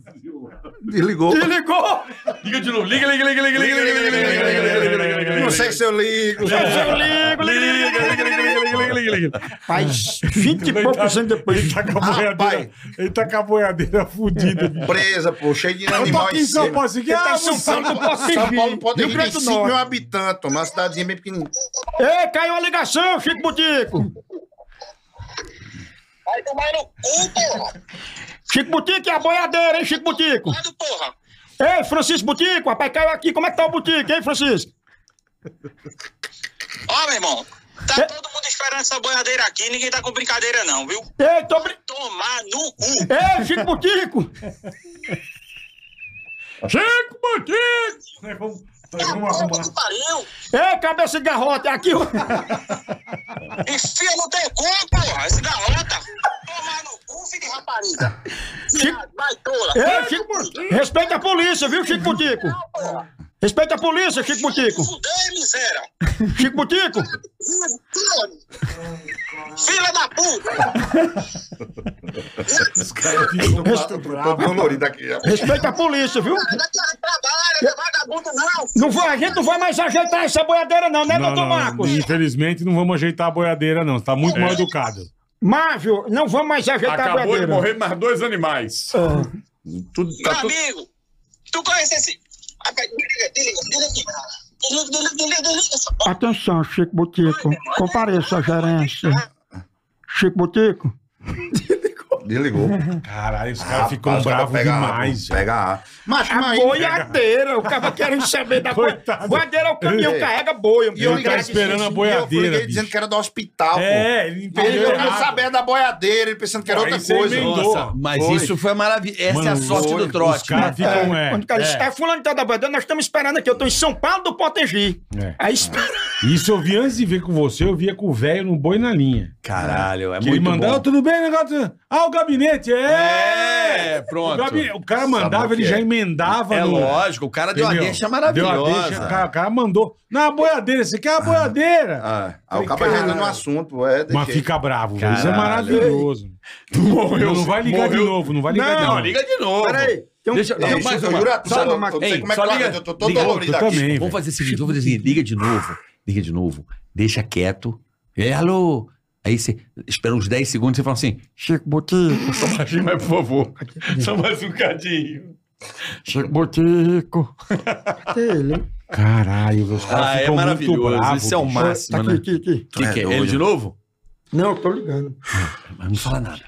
Speaker 5: Desligou.
Speaker 4: ligou?
Speaker 7: Liga de novo. Liga, liga, liga, liga, liga, liga, liga, liga, liga, liga, liga, liga, liga, liga.
Speaker 5: Não sei se eu ligo.
Speaker 4: Eu ligo, ligo, ligo, ligo. Faz 20 e poucos anos depois.
Speaker 2: Ele tá com a boiadeira, ele tá com a boiadeira fudida. bicho.
Speaker 5: Presa, pô, cheio de
Speaker 2: Eu tô
Speaker 5: animal tá
Speaker 2: aqui É um em São Paulo, assim, ah,
Speaker 4: em São
Speaker 2: você-
Speaker 4: Paulo, não posso
Speaker 5: São
Speaker 4: fingir.
Speaker 5: Paulo pode
Speaker 4: Rio
Speaker 5: ter
Speaker 4: Grande do
Speaker 5: 25 mil
Speaker 4: Norte.
Speaker 5: habitantes, uma cidadezinha bem pequenininha.
Speaker 4: Ei, caiu a ligação, Chico Butico!
Speaker 8: Vai tomar no cu, porra.
Speaker 4: Chico Butico é a boiadeira, hein, Chico Butico?
Speaker 8: Vai do porra.
Speaker 4: Ei, Francisco Butico, rapaz, caiu aqui. Como é que tá o Butico, hein, Francisco?
Speaker 8: Ó, meu irmão, tá todo mundo esperando essa boiadeira aqui, ninguém tá com brincadeira não, viu?
Speaker 4: Ei, tô brin...
Speaker 8: Tomar no cu.
Speaker 4: Ei, Chico Butico!
Speaker 1: Chico Butico!
Speaker 2: Nós vamos, nós vamos arrumar.
Speaker 8: Puta que pariu.
Speaker 4: Ei, cabeça de garrote, aqui... o-
Speaker 8: Enfia no teu cu, porra, esse garota. Tomar no cu, filho de rapariga. Viado, baitola.
Speaker 4: Ei, Chico Butico! Respeita a polícia, viu, Chico Butico? Respeita a polícia, Chico Butico!
Speaker 8: Fudei, miséria.
Speaker 4: Chico Butico!
Speaker 8: Filha da puta.
Speaker 5: Tô dolorido aqui. ó.
Speaker 4: Respeita a polícia, viu?
Speaker 8: Não quero trabalho, não é vagabundo não.
Speaker 4: Não vai, a gente não vai mais ajeitar essa boiadeira, não, né,
Speaker 2: Não,
Speaker 4: doutor
Speaker 2: não,
Speaker 4: Marcos?
Speaker 2: infelizmente não vamos ajeitar a boiadeira, não. Você tá muito mal educado.
Speaker 4: Mávio, não vamos mais ajeitar a
Speaker 9: Acabou de
Speaker 4: boiadeira. Ah,
Speaker 9: morrer mais dois animais.
Speaker 6: Tudo,
Speaker 8: Meu
Speaker 6: tá tudo...
Speaker 8: amigo, tu conhece esse. Rapaz, desliga, desliga, desliga aqui. Desliga, desliga, desliga, desliga essa porra.
Speaker 4: Atenção, Chico Botico. Compareça à gerência. Chico Botico.
Speaker 5: Desligou.
Speaker 2: Caralho, os caras
Speaker 5: Rapaz,
Speaker 2: ficam
Speaker 5: os caras
Speaker 2: bravos
Speaker 5: pegam a-
Speaker 2: Ah, demais. velho.
Speaker 5: Pega a. Macho, mas
Speaker 4: Boiadeira, o cara querendo saber da coisa.
Speaker 2: Coitado.
Speaker 4: Boiadeira é o caminhão,
Speaker 5: Ei.
Speaker 4: carrega boia. um
Speaker 5: E eu
Speaker 2: Ele tá
Speaker 5: engraçado,
Speaker 2: esperando
Speaker 5: esse
Speaker 2: a
Speaker 5: dia
Speaker 2: boiadeira,
Speaker 5: Eu liguei
Speaker 2: bicho.
Speaker 5: dizendo que era do hospital. pô.
Speaker 2: É, ele
Speaker 5: Ele
Speaker 2: entendeu.
Speaker 5: queria
Speaker 2: errado.
Speaker 5: saber da boiadeira, ele pensando que era
Speaker 2: Aí
Speaker 5: outra
Speaker 2: você
Speaker 5: coisa.
Speaker 2: emendou.
Speaker 3: Nossa, mas
Speaker 5: Foi.
Speaker 3: isso foi maravilhoso. Essa
Speaker 2: Mano,
Speaker 3: é a sorte
Speaker 2: foi.
Speaker 3: do trote.
Speaker 2: Os caras
Speaker 3: né?
Speaker 2: ficam, é.
Speaker 4: Onde o cara
Speaker 3: é.
Speaker 4: disse, tá fulano tá da boiadeira, nós estamos esperando aqui. Eu tô em São Paulo do Potengi.
Speaker 2: É.
Speaker 4: Aí espera.
Speaker 2: Isso eu vi antes de ver com você, eu via com o velho no boi na linha.
Speaker 3: Caralho, é
Speaker 2: que ele
Speaker 3: muito
Speaker 2: mandava,
Speaker 3: bom.
Speaker 2: tudo bem, negócio? Ah, o gabinete, é!
Speaker 3: É, pronto.
Speaker 2: O, gabinete- o cara mandava,
Speaker 5: Sabe o que
Speaker 2: ele já
Speaker 5: é.
Speaker 2: emendava
Speaker 3: É
Speaker 2: no...
Speaker 3: lógico, o cara deu uma
Speaker 2: Entendeu? Deu
Speaker 3: deixa
Speaker 2: a
Speaker 3: maravilhosa.
Speaker 2: deixa, o cara, o cara mandou. Na boiadeira, você quer a boiadeira?
Speaker 5: Ah, aí
Speaker 2: Falei,
Speaker 5: o cabo ajeitando
Speaker 2: cara.
Speaker 5: no assunto. É,
Speaker 2: Mas
Speaker 5: deixei.
Speaker 2: fica bravo, velho. Isso é
Speaker 3: Caralho.
Speaker 2: maravilhoso. Não, não vai ligar de novo, não vai ligar de
Speaker 3: Não,
Speaker 2: novo.
Speaker 3: liga de novo.
Speaker 4: Peraí. Tem um...
Speaker 3: Deixa,
Speaker 5: Ei,
Speaker 3: não, mais uma.
Speaker 5: Jura, tu
Speaker 3: Só-
Speaker 5: sabe, eu não
Speaker 3: Ei,
Speaker 5: sei como é que
Speaker 3: só
Speaker 5: tá,
Speaker 3: liga-
Speaker 5: eu tô todo
Speaker 3: liga-
Speaker 5: dolorido
Speaker 2: Eu
Speaker 5: aqui.
Speaker 2: também,
Speaker 3: Vamos
Speaker 2: velho.
Speaker 3: fazer o seguinte, vamos fazer o seguinte, liga de novo, liga de novo, deixa quieto. É, alô? Aí você espera uns 10 segundos e fala assim, Chico Botico,
Speaker 9: Só mais um, mas, por favor. Só mais um cadinho.
Speaker 3: Chico Botico.
Speaker 4: um
Speaker 2: Caralho, velho, os caras
Speaker 6: Ah, é
Speaker 2: ficam muito
Speaker 6: maravilhoso.
Speaker 2: bravos.
Speaker 6: Isso é o
Speaker 2: bicho.
Speaker 4: Tá
Speaker 6: máximo,
Speaker 4: aqui,
Speaker 6: né?
Speaker 4: aqui, aqui.
Speaker 6: O que, que é? Ele de novo?
Speaker 4: Não, eu tô ligando.
Speaker 3: Mas não fala nada.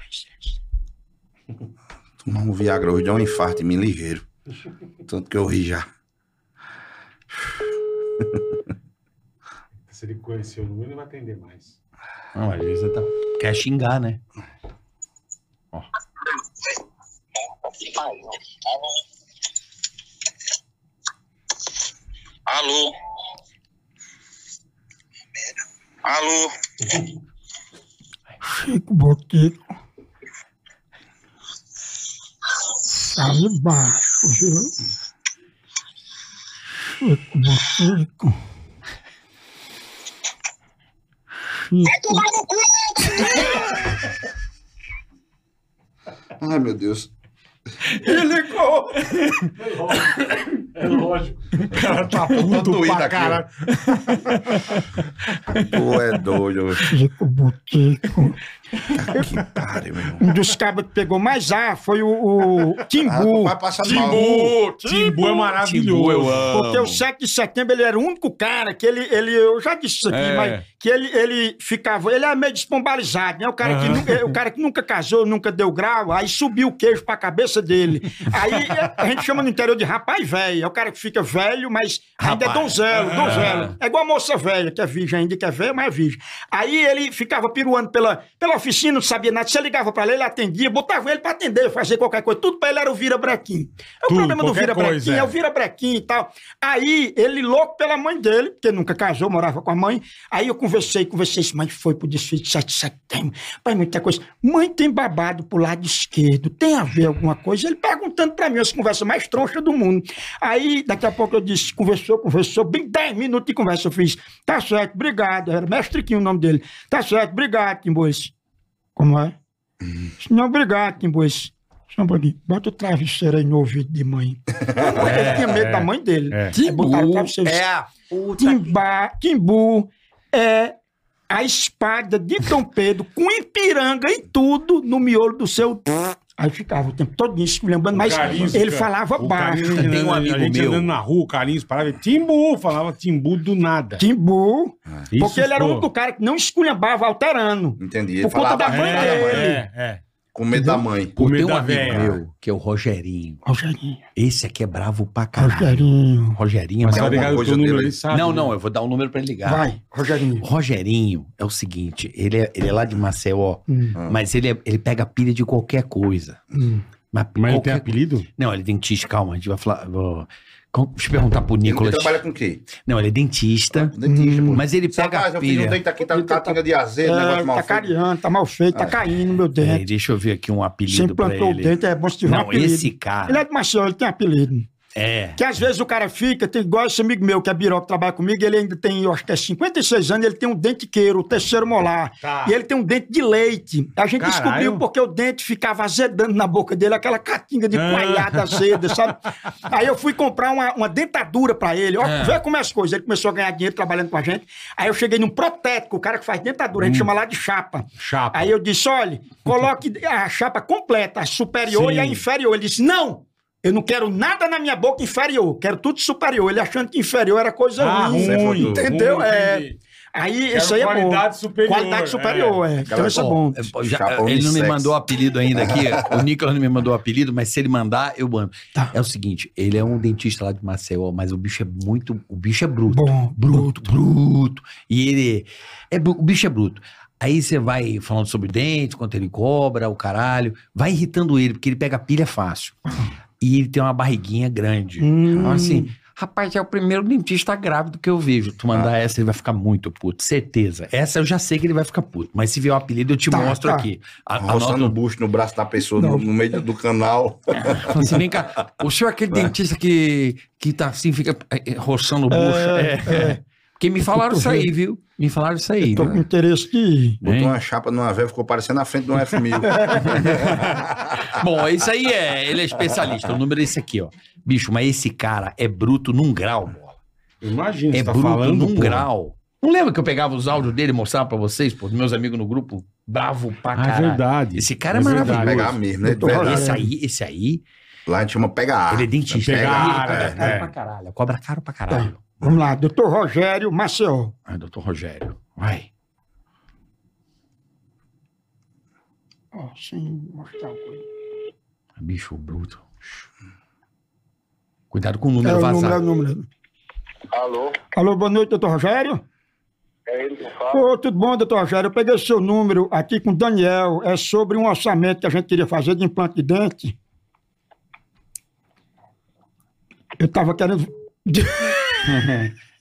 Speaker 5: Tomar um Viagra hoje deu um infarto em mim ligeiro. Tanto que eu ri já.
Speaker 2: Se ele conhecer o número, ele vai atender mais.
Speaker 3: Não, às vezes você tá... Quer xingar, né?
Speaker 8: Alô? Alô?
Speaker 4: Chico Botico. Sai baixo, viu? Chico Botico.
Speaker 8: Tomar no cu!
Speaker 5: Ai, meu Deus.
Speaker 2: É lógico. O cara tá puto
Speaker 5: doído
Speaker 2: pra
Speaker 5: aqui,
Speaker 2: caralho.
Speaker 5: Tu é doido. Tá
Speaker 4: Chico Botico.
Speaker 5: Que pariu, meu irmão.
Speaker 4: Um dos cabos que pegou mais ar foi o, o
Speaker 5: Ah,
Speaker 4: Timbu.
Speaker 5: tu vai passar mal.
Speaker 9: Timbu!
Speaker 2: Timbu é
Speaker 3: Timbu, eu
Speaker 2: maravilhoso.
Speaker 3: amo.
Speaker 4: Porque o 7 de setembro ele era o único cara que ele, ele eu já disse isso aqui,
Speaker 9: É.
Speaker 4: mas que ele, ele ficava, ele era meio despombalizado, né? O cara, que
Speaker 2: Aham.
Speaker 4: nunca, o cara que nunca casou, nunca deu grau, aí subiu o queijo pra cabeça dele. Aí a gente chama no interior de rapaz velho, é o cara que fica velho, mas ainda é
Speaker 3: Rapaz.
Speaker 4: donzelo,
Speaker 2: Ah.
Speaker 4: donzelo. É igual a moça velha, que é virgem ainda, que é velha, mas é virgem. Aí ele ficava piruando pela, pela oficina, não sabia nada, você ligava pra ele, ele atendia, botava ele pra atender, fazer qualquer coisa, tudo pra ele era o vira-brequim. É o
Speaker 2: Tudo,
Speaker 4: problema do
Speaker 2: qualquer
Speaker 4: vira-brequim,
Speaker 2: coisa,
Speaker 4: é
Speaker 2: é.
Speaker 4: o vira brequinho e tal. Aí, ele louco pela mãe dele, porque nunca casou, morava com a mãe. Aí eu conversei, conversei, disse, mãe foi pro desfile de 7 de setembro. Pai, muita coisa. Mãe tem babado pro lado esquerdo, tem a ver alguma coisa? Ele perguntando pra mim, essa conversa mais troncha do mundo. Aí, daqui a pouco eu disse, conversou, conversou, bem 10 minutos de conversa eu fiz. Tá certo, obrigado. Era mestre Quinho o nome dele. Tá certo, obrigado, Timbois. Como é? Não, obrigado, Timbois. Só um pouquinho. Bota o travesseiro aí no ouvido de mãe. Ele tinha medo da mãe dele.
Speaker 2: É.
Speaker 4: Aí
Speaker 3: uh,
Speaker 4: botaram o travesseiro.
Speaker 3: a É, puta
Speaker 4: Timba, Timbu é a espada de Dom Pedro com ipiranga e tudo no miolo do seu... Aí ficava o tempo todo isso, lembrando, mas
Speaker 2: Carinhos,
Speaker 4: ele
Speaker 2: cara.
Speaker 4: falava
Speaker 2: O
Speaker 4: baixo.
Speaker 2: Carinhos,
Speaker 3: Tem um
Speaker 2: a
Speaker 3: amigo
Speaker 2: gente
Speaker 3: meu.
Speaker 2: andando na rua, o Carinhos parava e Timbu, falava Timbu do nada.
Speaker 4: Timbu,
Speaker 2: Isso,
Speaker 4: porque ele era um o
Speaker 2: pô.
Speaker 4: único cara que não esculhambava alterando.
Speaker 5: Entendi.
Speaker 4: Por conta da
Speaker 2: É,
Speaker 4: mãe dele.
Speaker 2: é, é.
Speaker 5: Com medo da mãe.
Speaker 3: O
Speaker 2: Comer
Speaker 3: teu
Speaker 2: da
Speaker 3: um amigo
Speaker 2: véia.
Speaker 3: meu, que é o Rogerinho.
Speaker 4: Rogerinho.
Speaker 3: Esse aqui é bravo pra caralho.
Speaker 4: Rogerinho.
Speaker 3: Rogerinho é
Speaker 2: Mas tá
Speaker 3: bravo.
Speaker 2: ligado
Speaker 5: alguma
Speaker 2: que
Speaker 5: coisa
Speaker 2: o né? número
Speaker 5: dele
Speaker 2: ele
Speaker 5: aí?
Speaker 2: sabe.
Speaker 3: Não, não, eu vou dar o número pra ele ligar.
Speaker 4: Vai, Rogerinho.
Speaker 3: O Rogerinho é o seguinte, ele é, ele é lá de Maceió,
Speaker 4: Hum.
Speaker 3: mas ele, é- ele pega pilha de qualquer coisa. Mas,
Speaker 2: Mas ele
Speaker 3: qualquer...
Speaker 2: tem apelido?
Speaker 3: Não, ele é dentista, calma, a gente vai falar... Vou... com- Deixa eu perguntar pro
Speaker 5: Ele
Speaker 3: Nicolas.
Speaker 5: trabalha com o quê?
Speaker 3: Não, ele é dentista,
Speaker 5: Dentista, pô.
Speaker 2: Hum,
Speaker 3: mas ele pega
Speaker 5: Sacanagem,
Speaker 3: a
Speaker 5: eu fiz um
Speaker 3: pilha...
Speaker 5: dente aqui, tá com catinga de azedo, negócio mal
Speaker 4: tá
Speaker 5: feito.
Speaker 4: cariando, tá mal feito, tá caindo meu
Speaker 3: Peraí,
Speaker 4: dente.
Speaker 3: deixa eu ver aqui um
Speaker 4: Você
Speaker 3: apelido pra
Speaker 4: implantou o
Speaker 3: ele.
Speaker 4: dente, é bom se tiver um
Speaker 3: Não,
Speaker 4: apelido.
Speaker 3: esse
Speaker 4: Ele é
Speaker 3: cara
Speaker 4: de Maceió, ele tem apelido.
Speaker 3: é...
Speaker 4: Que às vezes o cara fica, tem igual esse amigo meu, que é biró, que trabalha comigo, ele ainda tem, eu acho que é 56 anos, ele tem um dente queiro, o terceiro molar.
Speaker 2: Tá.
Speaker 4: E ele tem um dente de leite. A gente
Speaker 2: Caralho.
Speaker 4: descobriu porque o dente ficava azedando na boca dele, aquela catinga de
Speaker 2: Ah.
Speaker 4: coalhada azeda, sabe? Aí eu fui comprar uma, uma dentadura pra ele, ó, vê como é as coisas. Ele começou a ganhar dinheiro trabalhando com a gente. Aí eu cheguei num protético, o cara que faz dentadura, a gente chama lá de chapa.
Speaker 2: Hum. Chapa.
Speaker 4: Aí eu disse: olha, coloque a chapa completa, a superior
Speaker 2: Sim.
Speaker 4: e a inferior. Ele disse: não, eu não quero nada na minha boca inferior, quero tudo superior. Ele achando que inferior era coisa
Speaker 2: Ah,
Speaker 4: ruim.
Speaker 2: ruim, ruim,
Speaker 4: entendeu? É.
Speaker 2: entendi.
Speaker 4: Aí isso aí é bom.
Speaker 2: qualidade superior, é.
Speaker 4: Qualidade superior, é. Então isso é
Speaker 3: Ó,
Speaker 4: bom.
Speaker 3: é, já-
Speaker 5: Chapão
Speaker 3: ele não me
Speaker 5: unissex.
Speaker 3: mandou o apelido ainda aqui. o Nicolas não me mandou o apelido, mas se ele mandar, eu mando. É o seguinte, ele é um dentista lá de Maceió, mas o bicho é muito. O bicho é bruto.
Speaker 4: Bom,
Speaker 3: bruto, bruto. E ele. É, bru- o bicho é bruto. Aí você vai falando sobre dente, quanto ele cobra, o caralho. Vai irritando ele, porque ele pega pilha fácil. E ele tem uma barriguinha grande.
Speaker 4: Hum.
Speaker 3: Então, assim, rapaz, é o primeiro dentista grávido que eu vejo. Tu
Speaker 4: Ah.
Speaker 3: mandar essa, ele vai ficar muito puto, certeza. Essa eu já sei que ele vai ficar puto. Mas se vier o apelido, eu te
Speaker 4: Tá,
Speaker 3: mostro
Speaker 4: tá.
Speaker 3: aqui. A, anota
Speaker 5: Roçando o bucho no braço da pessoa, no, no meio do canal.
Speaker 3: Fala assim, vem cá, o senhor é aquele dentista que, que tá assim, fica eh, eh, roçando o bucho. É, é. Porque me falaram isso aí, viu? Me falaram isso aí. né?
Speaker 4: Tô com interesse de ir.
Speaker 3: Hein?
Speaker 5: Botou uma chapa numa véia, ficou parecendo na frente de um F1000.
Speaker 3: Bom, isso aí é. Ele é especialista. O número é esse aqui, ó. Bicho, mas esse cara é bruto num grau, bola.
Speaker 2: Imagina,
Speaker 3: É
Speaker 2: você tá
Speaker 3: bruto
Speaker 2: falando.
Speaker 3: num
Speaker 2: pô.
Speaker 3: grau. né, Não lembra que eu pegava os áudios dele e mostrava pra vocês, pô, meus amigos no grupo? Bravo pra
Speaker 2: Ah, é
Speaker 3: caralho.
Speaker 2: verdade.
Speaker 3: esse cara é,
Speaker 2: É verdade.
Speaker 3: maravilhoso.
Speaker 5: Pegar mesmo, né?
Speaker 4: Eu tô
Speaker 5: Verdade.
Speaker 3: Esse aí, esse aí,
Speaker 5: Lá a gente chama pegar.
Speaker 3: ele é dentista.
Speaker 2: Pegar,
Speaker 3: Ele cobra
Speaker 2: é,
Speaker 3: caro
Speaker 2: é.
Speaker 3: pra caralho. Cobra caro pra
Speaker 2: Tá.
Speaker 3: caralho.
Speaker 4: Vamos lá, doutor Rogério Maceió.
Speaker 3: Ai, doutor Rogério. Vai.
Speaker 4: Ó, sim, mostrar uma coisa.
Speaker 3: Bicho bruto. Cuidado com o
Speaker 4: É
Speaker 3: número
Speaker 4: o número, é o
Speaker 3: vazado.
Speaker 4: número.
Speaker 8: Alô?
Speaker 4: Alô, boa noite, doutor Rogério.
Speaker 8: É ele que fala?
Speaker 4: Ô, tudo bom, doutor Rogério? Eu peguei seu número aqui com o Daniel. É sobre um orçamento que a gente queria fazer de implante de dente. Eu tava querendo.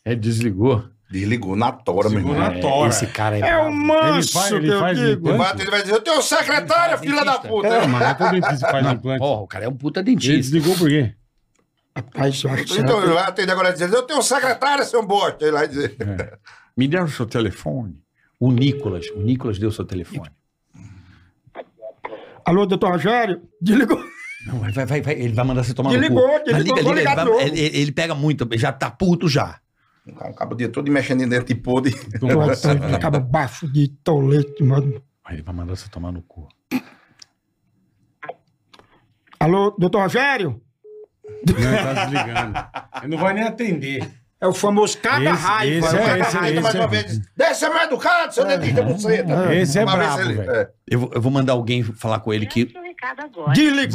Speaker 3: É, desligou.
Speaker 5: Desligou na tora, meu
Speaker 2: Segura
Speaker 5: irmão.
Speaker 2: na tora.
Speaker 3: Esse cara é.
Speaker 4: É um manso,
Speaker 2: faz- ele
Speaker 4: que eu
Speaker 2: faz
Speaker 4: digo.
Speaker 5: Ele vai atender e vai dizer, eu tenho secretária, filha da puta.
Speaker 2: É, mas não é todo dentista que faz implante.
Speaker 3: Porra, o cara é um puta
Speaker 2: Ele
Speaker 3: dentista.
Speaker 2: desligou por quê?
Speaker 4: Rapaz, eu acho que
Speaker 5: Então,
Speaker 4: será
Speaker 5: ele vai atender agora e dizer, eu tenho secretária, seu bosta. Ele vai dizer,
Speaker 2: É.
Speaker 3: Me deram seu telefone. O Nicolas. O Nicolas deu seu telefone.
Speaker 4: que- Alô, doutor Rogério? Desligou.
Speaker 3: Não, vai, vai, vai, vai. Ele vai mandar você tomar
Speaker 4: Desligou,
Speaker 3: no cu.
Speaker 4: desligou,
Speaker 3: Mas liga,
Speaker 4: vou
Speaker 3: liga,
Speaker 4: ligar
Speaker 3: ele,
Speaker 4: de
Speaker 3: vai-
Speaker 4: novo.
Speaker 3: ele- ele pega muito. Já tá puto já.
Speaker 5: o cara acaba o dia todo mexendo dentro de podre.
Speaker 4: Acaba bafo de tolete, mano.
Speaker 3: Aí Ele vai mandar você tomar no cu.
Speaker 4: Alô, doutor Rogério?
Speaker 2: Não, ele tá desligando. Ele não vai nem atender.
Speaker 4: É o famoso cada
Speaker 2: Esse-
Speaker 4: raiva.
Speaker 2: esse é- esse é-
Speaker 5: Aí ele mais uma vez diz, deixa ser mais educado,
Speaker 4: É.
Speaker 5: seu dentista, buceta.
Speaker 2: Esse é
Speaker 5: Pra ver se
Speaker 2: brabo,
Speaker 5: ele-
Speaker 2: velho.
Speaker 5: é.
Speaker 3: Eu, vou- eu vou mandar alguém falar com ele que.
Speaker 4: Desligou,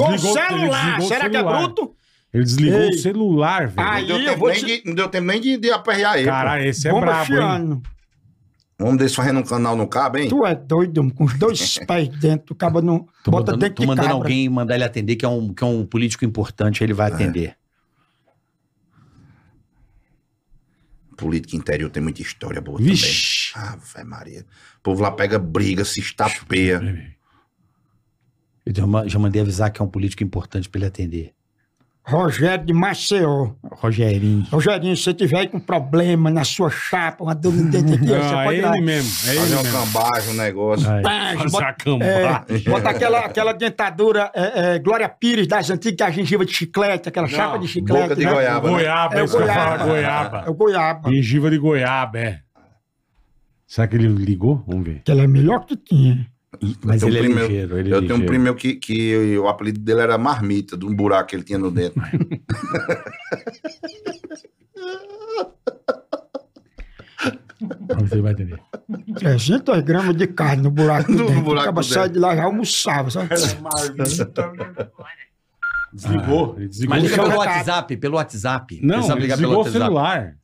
Speaker 2: Desligou,
Speaker 4: o celular.
Speaker 2: desligou o
Speaker 4: Será
Speaker 2: celular.
Speaker 4: que é bruto?
Speaker 2: Ele desligou
Speaker 4: Ei. Ah,
Speaker 2: o celular,
Speaker 4: Ai.
Speaker 2: velho.
Speaker 5: Não deu
Speaker 4: Aí eu
Speaker 5: tempo
Speaker 4: vou
Speaker 5: nem
Speaker 4: te-
Speaker 5: de- Não deu tempo nem de, de aperrear ele.
Speaker 2: Caralho, esse é
Speaker 4: Bomba assim,
Speaker 2: brabo, hein?
Speaker 4: fiando.
Speaker 5: Vamos desfazendo um canal no cabo, hein?
Speaker 4: Tu é doido, homem, com os dois pés dentro, o cabo não
Speaker 3: Tô
Speaker 4: bota
Speaker 3: mandando,
Speaker 4: dentro
Speaker 3: tô
Speaker 4: de
Speaker 3: mandando
Speaker 4: cabra.
Speaker 3: alguém mandar ele atender, que é um, que é um político importante, ele vai atender.
Speaker 5: Política interior tem muita história boa
Speaker 2: Vixe.
Speaker 5: também. Ave Maria. O povo lá pega briga, se estapeia.
Speaker 3: Eu já ma- já mandei avisar que é um político importante pra ele atender.
Speaker 4: Rogério de Maceió.
Speaker 3: Rogerinho.
Speaker 4: Rogerinho, se você tiver aí com problema na sua chapa, uma dor no dente aqui, você
Speaker 2: Não, é
Speaker 4: pode ir lá.
Speaker 2: ele mesmo. É
Speaker 5: Fazer
Speaker 2: ele
Speaker 5: uma
Speaker 2: mesmo.
Speaker 5: cambagem, um negócio.
Speaker 3: Ai.
Speaker 4: Ah,
Speaker 2: Fazer
Speaker 4: bota,
Speaker 2: a cambagem.
Speaker 4: é, bota aquela, aquela dentadura é, é, Glória Pires das antigas, que é a gengiva de chiclete, aquela chapa de chiclete.
Speaker 5: boca de
Speaker 4: né?
Speaker 5: goiaba. né?
Speaker 2: Goiaba,
Speaker 4: É
Speaker 2: é isso que eu ia
Speaker 4: goiaba.
Speaker 2: falar,
Speaker 4: É
Speaker 2: goiaba.
Speaker 4: o goiaba.
Speaker 2: Gengiva de goiaba, é. Será que ele ligou? Vamos ver.
Speaker 4: Que ela é a melhor que tinha.
Speaker 3: Mas
Speaker 5: tenho
Speaker 3: ele é
Speaker 5: um primeiro-
Speaker 3: ligeiro, ele é
Speaker 5: Eu tenho um
Speaker 3: ligeiro.
Speaker 5: primo meu que, que o apelido dele era Marmita, de um buraco que ele tinha no dentro.
Speaker 3: Vamos ver, vai atender.
Speaker 4: 300 gramas de carne no buraco
Speaker 5: No
Speaker 4: do dente.
Speaker 5: buraco
Speaker 4: Acaba
Speaker 5: do
Speaker 4: sai de lá já almoçava, sabe?
Speaker 2: É, Desligou. Ah, ele desligou.
Speaker 3: Mas
Speaker 2: o celular.
Speaker 3: liga pelo
Speaker 4: recado.
Speaker 3: WhatsApp, pelo WhatsApp.
Speaker 2: Não,
Speaker 3: Precisa
Speaker 2: ele
Speaker 3: ligar pelo
Speaker 2: desligou o
Speaker 3: WhatsApp.
Speaker 2: celular.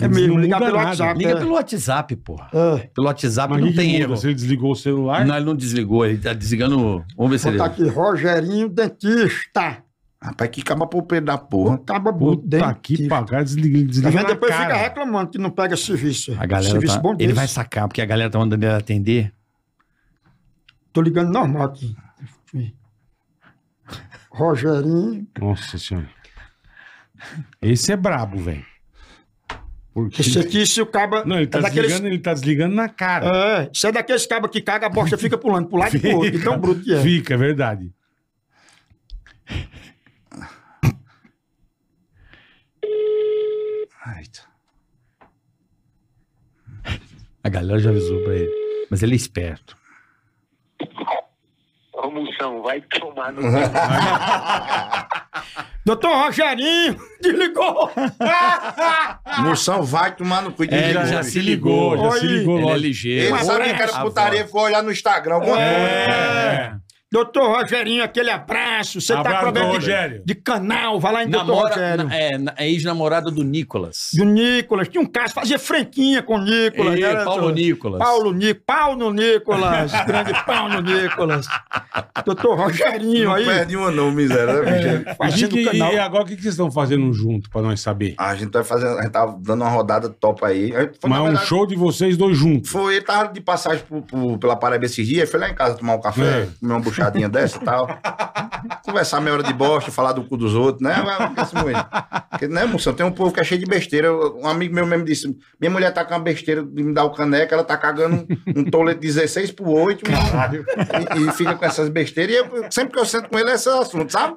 Speaker 4: É mesmo, ligar
Speaker 2: muda
Speaker 4: pelo
Speaker 2: nada.
Speaker 4: WhatsApp.
Speaker 3: Liga
Speaker 4: é.
Speaker 3: pelo WhatsApp, porra.
Speaker 4: É,
Speaker 3: Pelo WhatsApp
Speaker 2: Mas o
Speaker 3: não
Speaker 2: que que
Speaker 3: tem
Speaker 2: muda?
Speaker 3: erro.
Speaker 2: Se ele desligou o celular,
Speaker 3: Não, ele não desligou, ele tá desligando. Vamos ver se ele.
Speaker 4: botar aqui, Rogerinho Dentista.
Speaker 5: Rapaz, que caba pelo da porra.
Speaker 4: Acaba
Speaker 2: puta que
Speaker 4: Tá
Speaker 2: pagar, desliga, desliga
Speaker 4: vendo?
Speaker 2: na
Speaker 4: Depois
Speaker 2: cara.
Speaker 4: fica reclamando que não pega serviço.
Speaker 3: A galera
Speaker 4: serviço
Speaker 3: tá-
Speaker 4: bom
Speaker 3: Ele
Speaker 4: desse.
Speaker 3: vai sacar, porque a galera tá mandando ele atender.
Speaker 4: Tô ligando normal aqui. Rogerinho.
Speaker 2: Nossa senhora. Esse é brabo, velho. Porque...
Speaker 4: Esse aqui, se o caba.
Speaker 2: Não, ele tá,
Speaker 4: é daqueles.
Speaker 2: desligando, ele tá desligando na cara.
Speaker 4: É, isso é daqueles cabas que caga, a bosta fica pulando pro lado e pro outro. de Tão bruto que é.
Speaker 2: Fica, é verdade.
Speaker 5: Eita.
Speaker 3: A galera já avisou pra ele. Mas ele é esperto.
Speaker 8: Ô, Moção, vai tomar no.
Speaker 4: Doutor Rogerinho, desligou.
Speaker 5: Moção vai tomar no cu de
Speaker 3: É, ele
Speaker 5: novo.
Speaker 3: já se ligou.
Speaker 2: já se
Speaker 4: Oi.
Speaker 2: ligou
Speaker 3: Ele é
Speaker 2: lógico.
Speaker 5: Ele
Speaker 3: ligeiro. é
Speaker 5: sabe que era
Speaker 3: A
Speaker 5: putaria, ficou olhar no Instagram. alguma coisa. né?
Speaker 2: É.
Speaker 4: Doutor Rogerinho, aquele abraço. Você tá com
Speaker 2: Abraço,
Speaker 4: problema de,
Speaker 2: Rogério.
Speaker 4: de canal, vai lá em Doutor
Speaker 3: Namora,
Speaker 4: Rogério.
Speaker 3: na- é, na- é ex-namorada do Nicolas.
Speaker 4: Do Nicolas, tinha um caso, fazia franquinha com o Nicolas.
Speaker 3: Ei,
Speaker 4: né,
Speaker 3: Paulo
Speaker 4: doutor?
Speaker 3: Nicolas.
Speaker 4: Paulo Ni, pau no Nicolas, grande pau no Nicolas. Doutor Rogerinho
Speaker 5: Não
Speaker 4: aí,
Speaker 5: perde uma não, miséria. né, bicho?
Speaker 3: É.
Speaker 2: E, que
Speaker 4: fazendo
Speaker 2: que-
Speaker 4: o canal. Ah,
Speaker 2: e agora o que, que vocês estão fazendo um junto pra nós saber?
Speaker 5: A gente tá fazendo, a gente tava dando uma rodada top aí. Aí
Speaker 2: Mas
Speaker 5: Foi, na
Speaker 2: é um
Speaker 5: verdade,
Speaker 2: show de vocês dois juntos.
Speaker 5: foi, ele tava de passagem pro- pro- pela Paraíba esses dias, foi lá em casa tomar um café,
Speaker 2: É.
Speaker 5: comer uma buchadinha dessa e tal. Conversar meia hora de bosta, falar do cu dos outros, né? Mas não acontece muito. Porque, né, moção, tem um povo que é cheio de besteira. Eu- Um amigo meu mesmo disse, minha mulher tá com uma besteira de me dar o caneco, ela tá cagando um, um toleto 16 por 8 e, e fica com essas besteiras. E eu- sempre que eu sento com ele é esse assunto, sabe?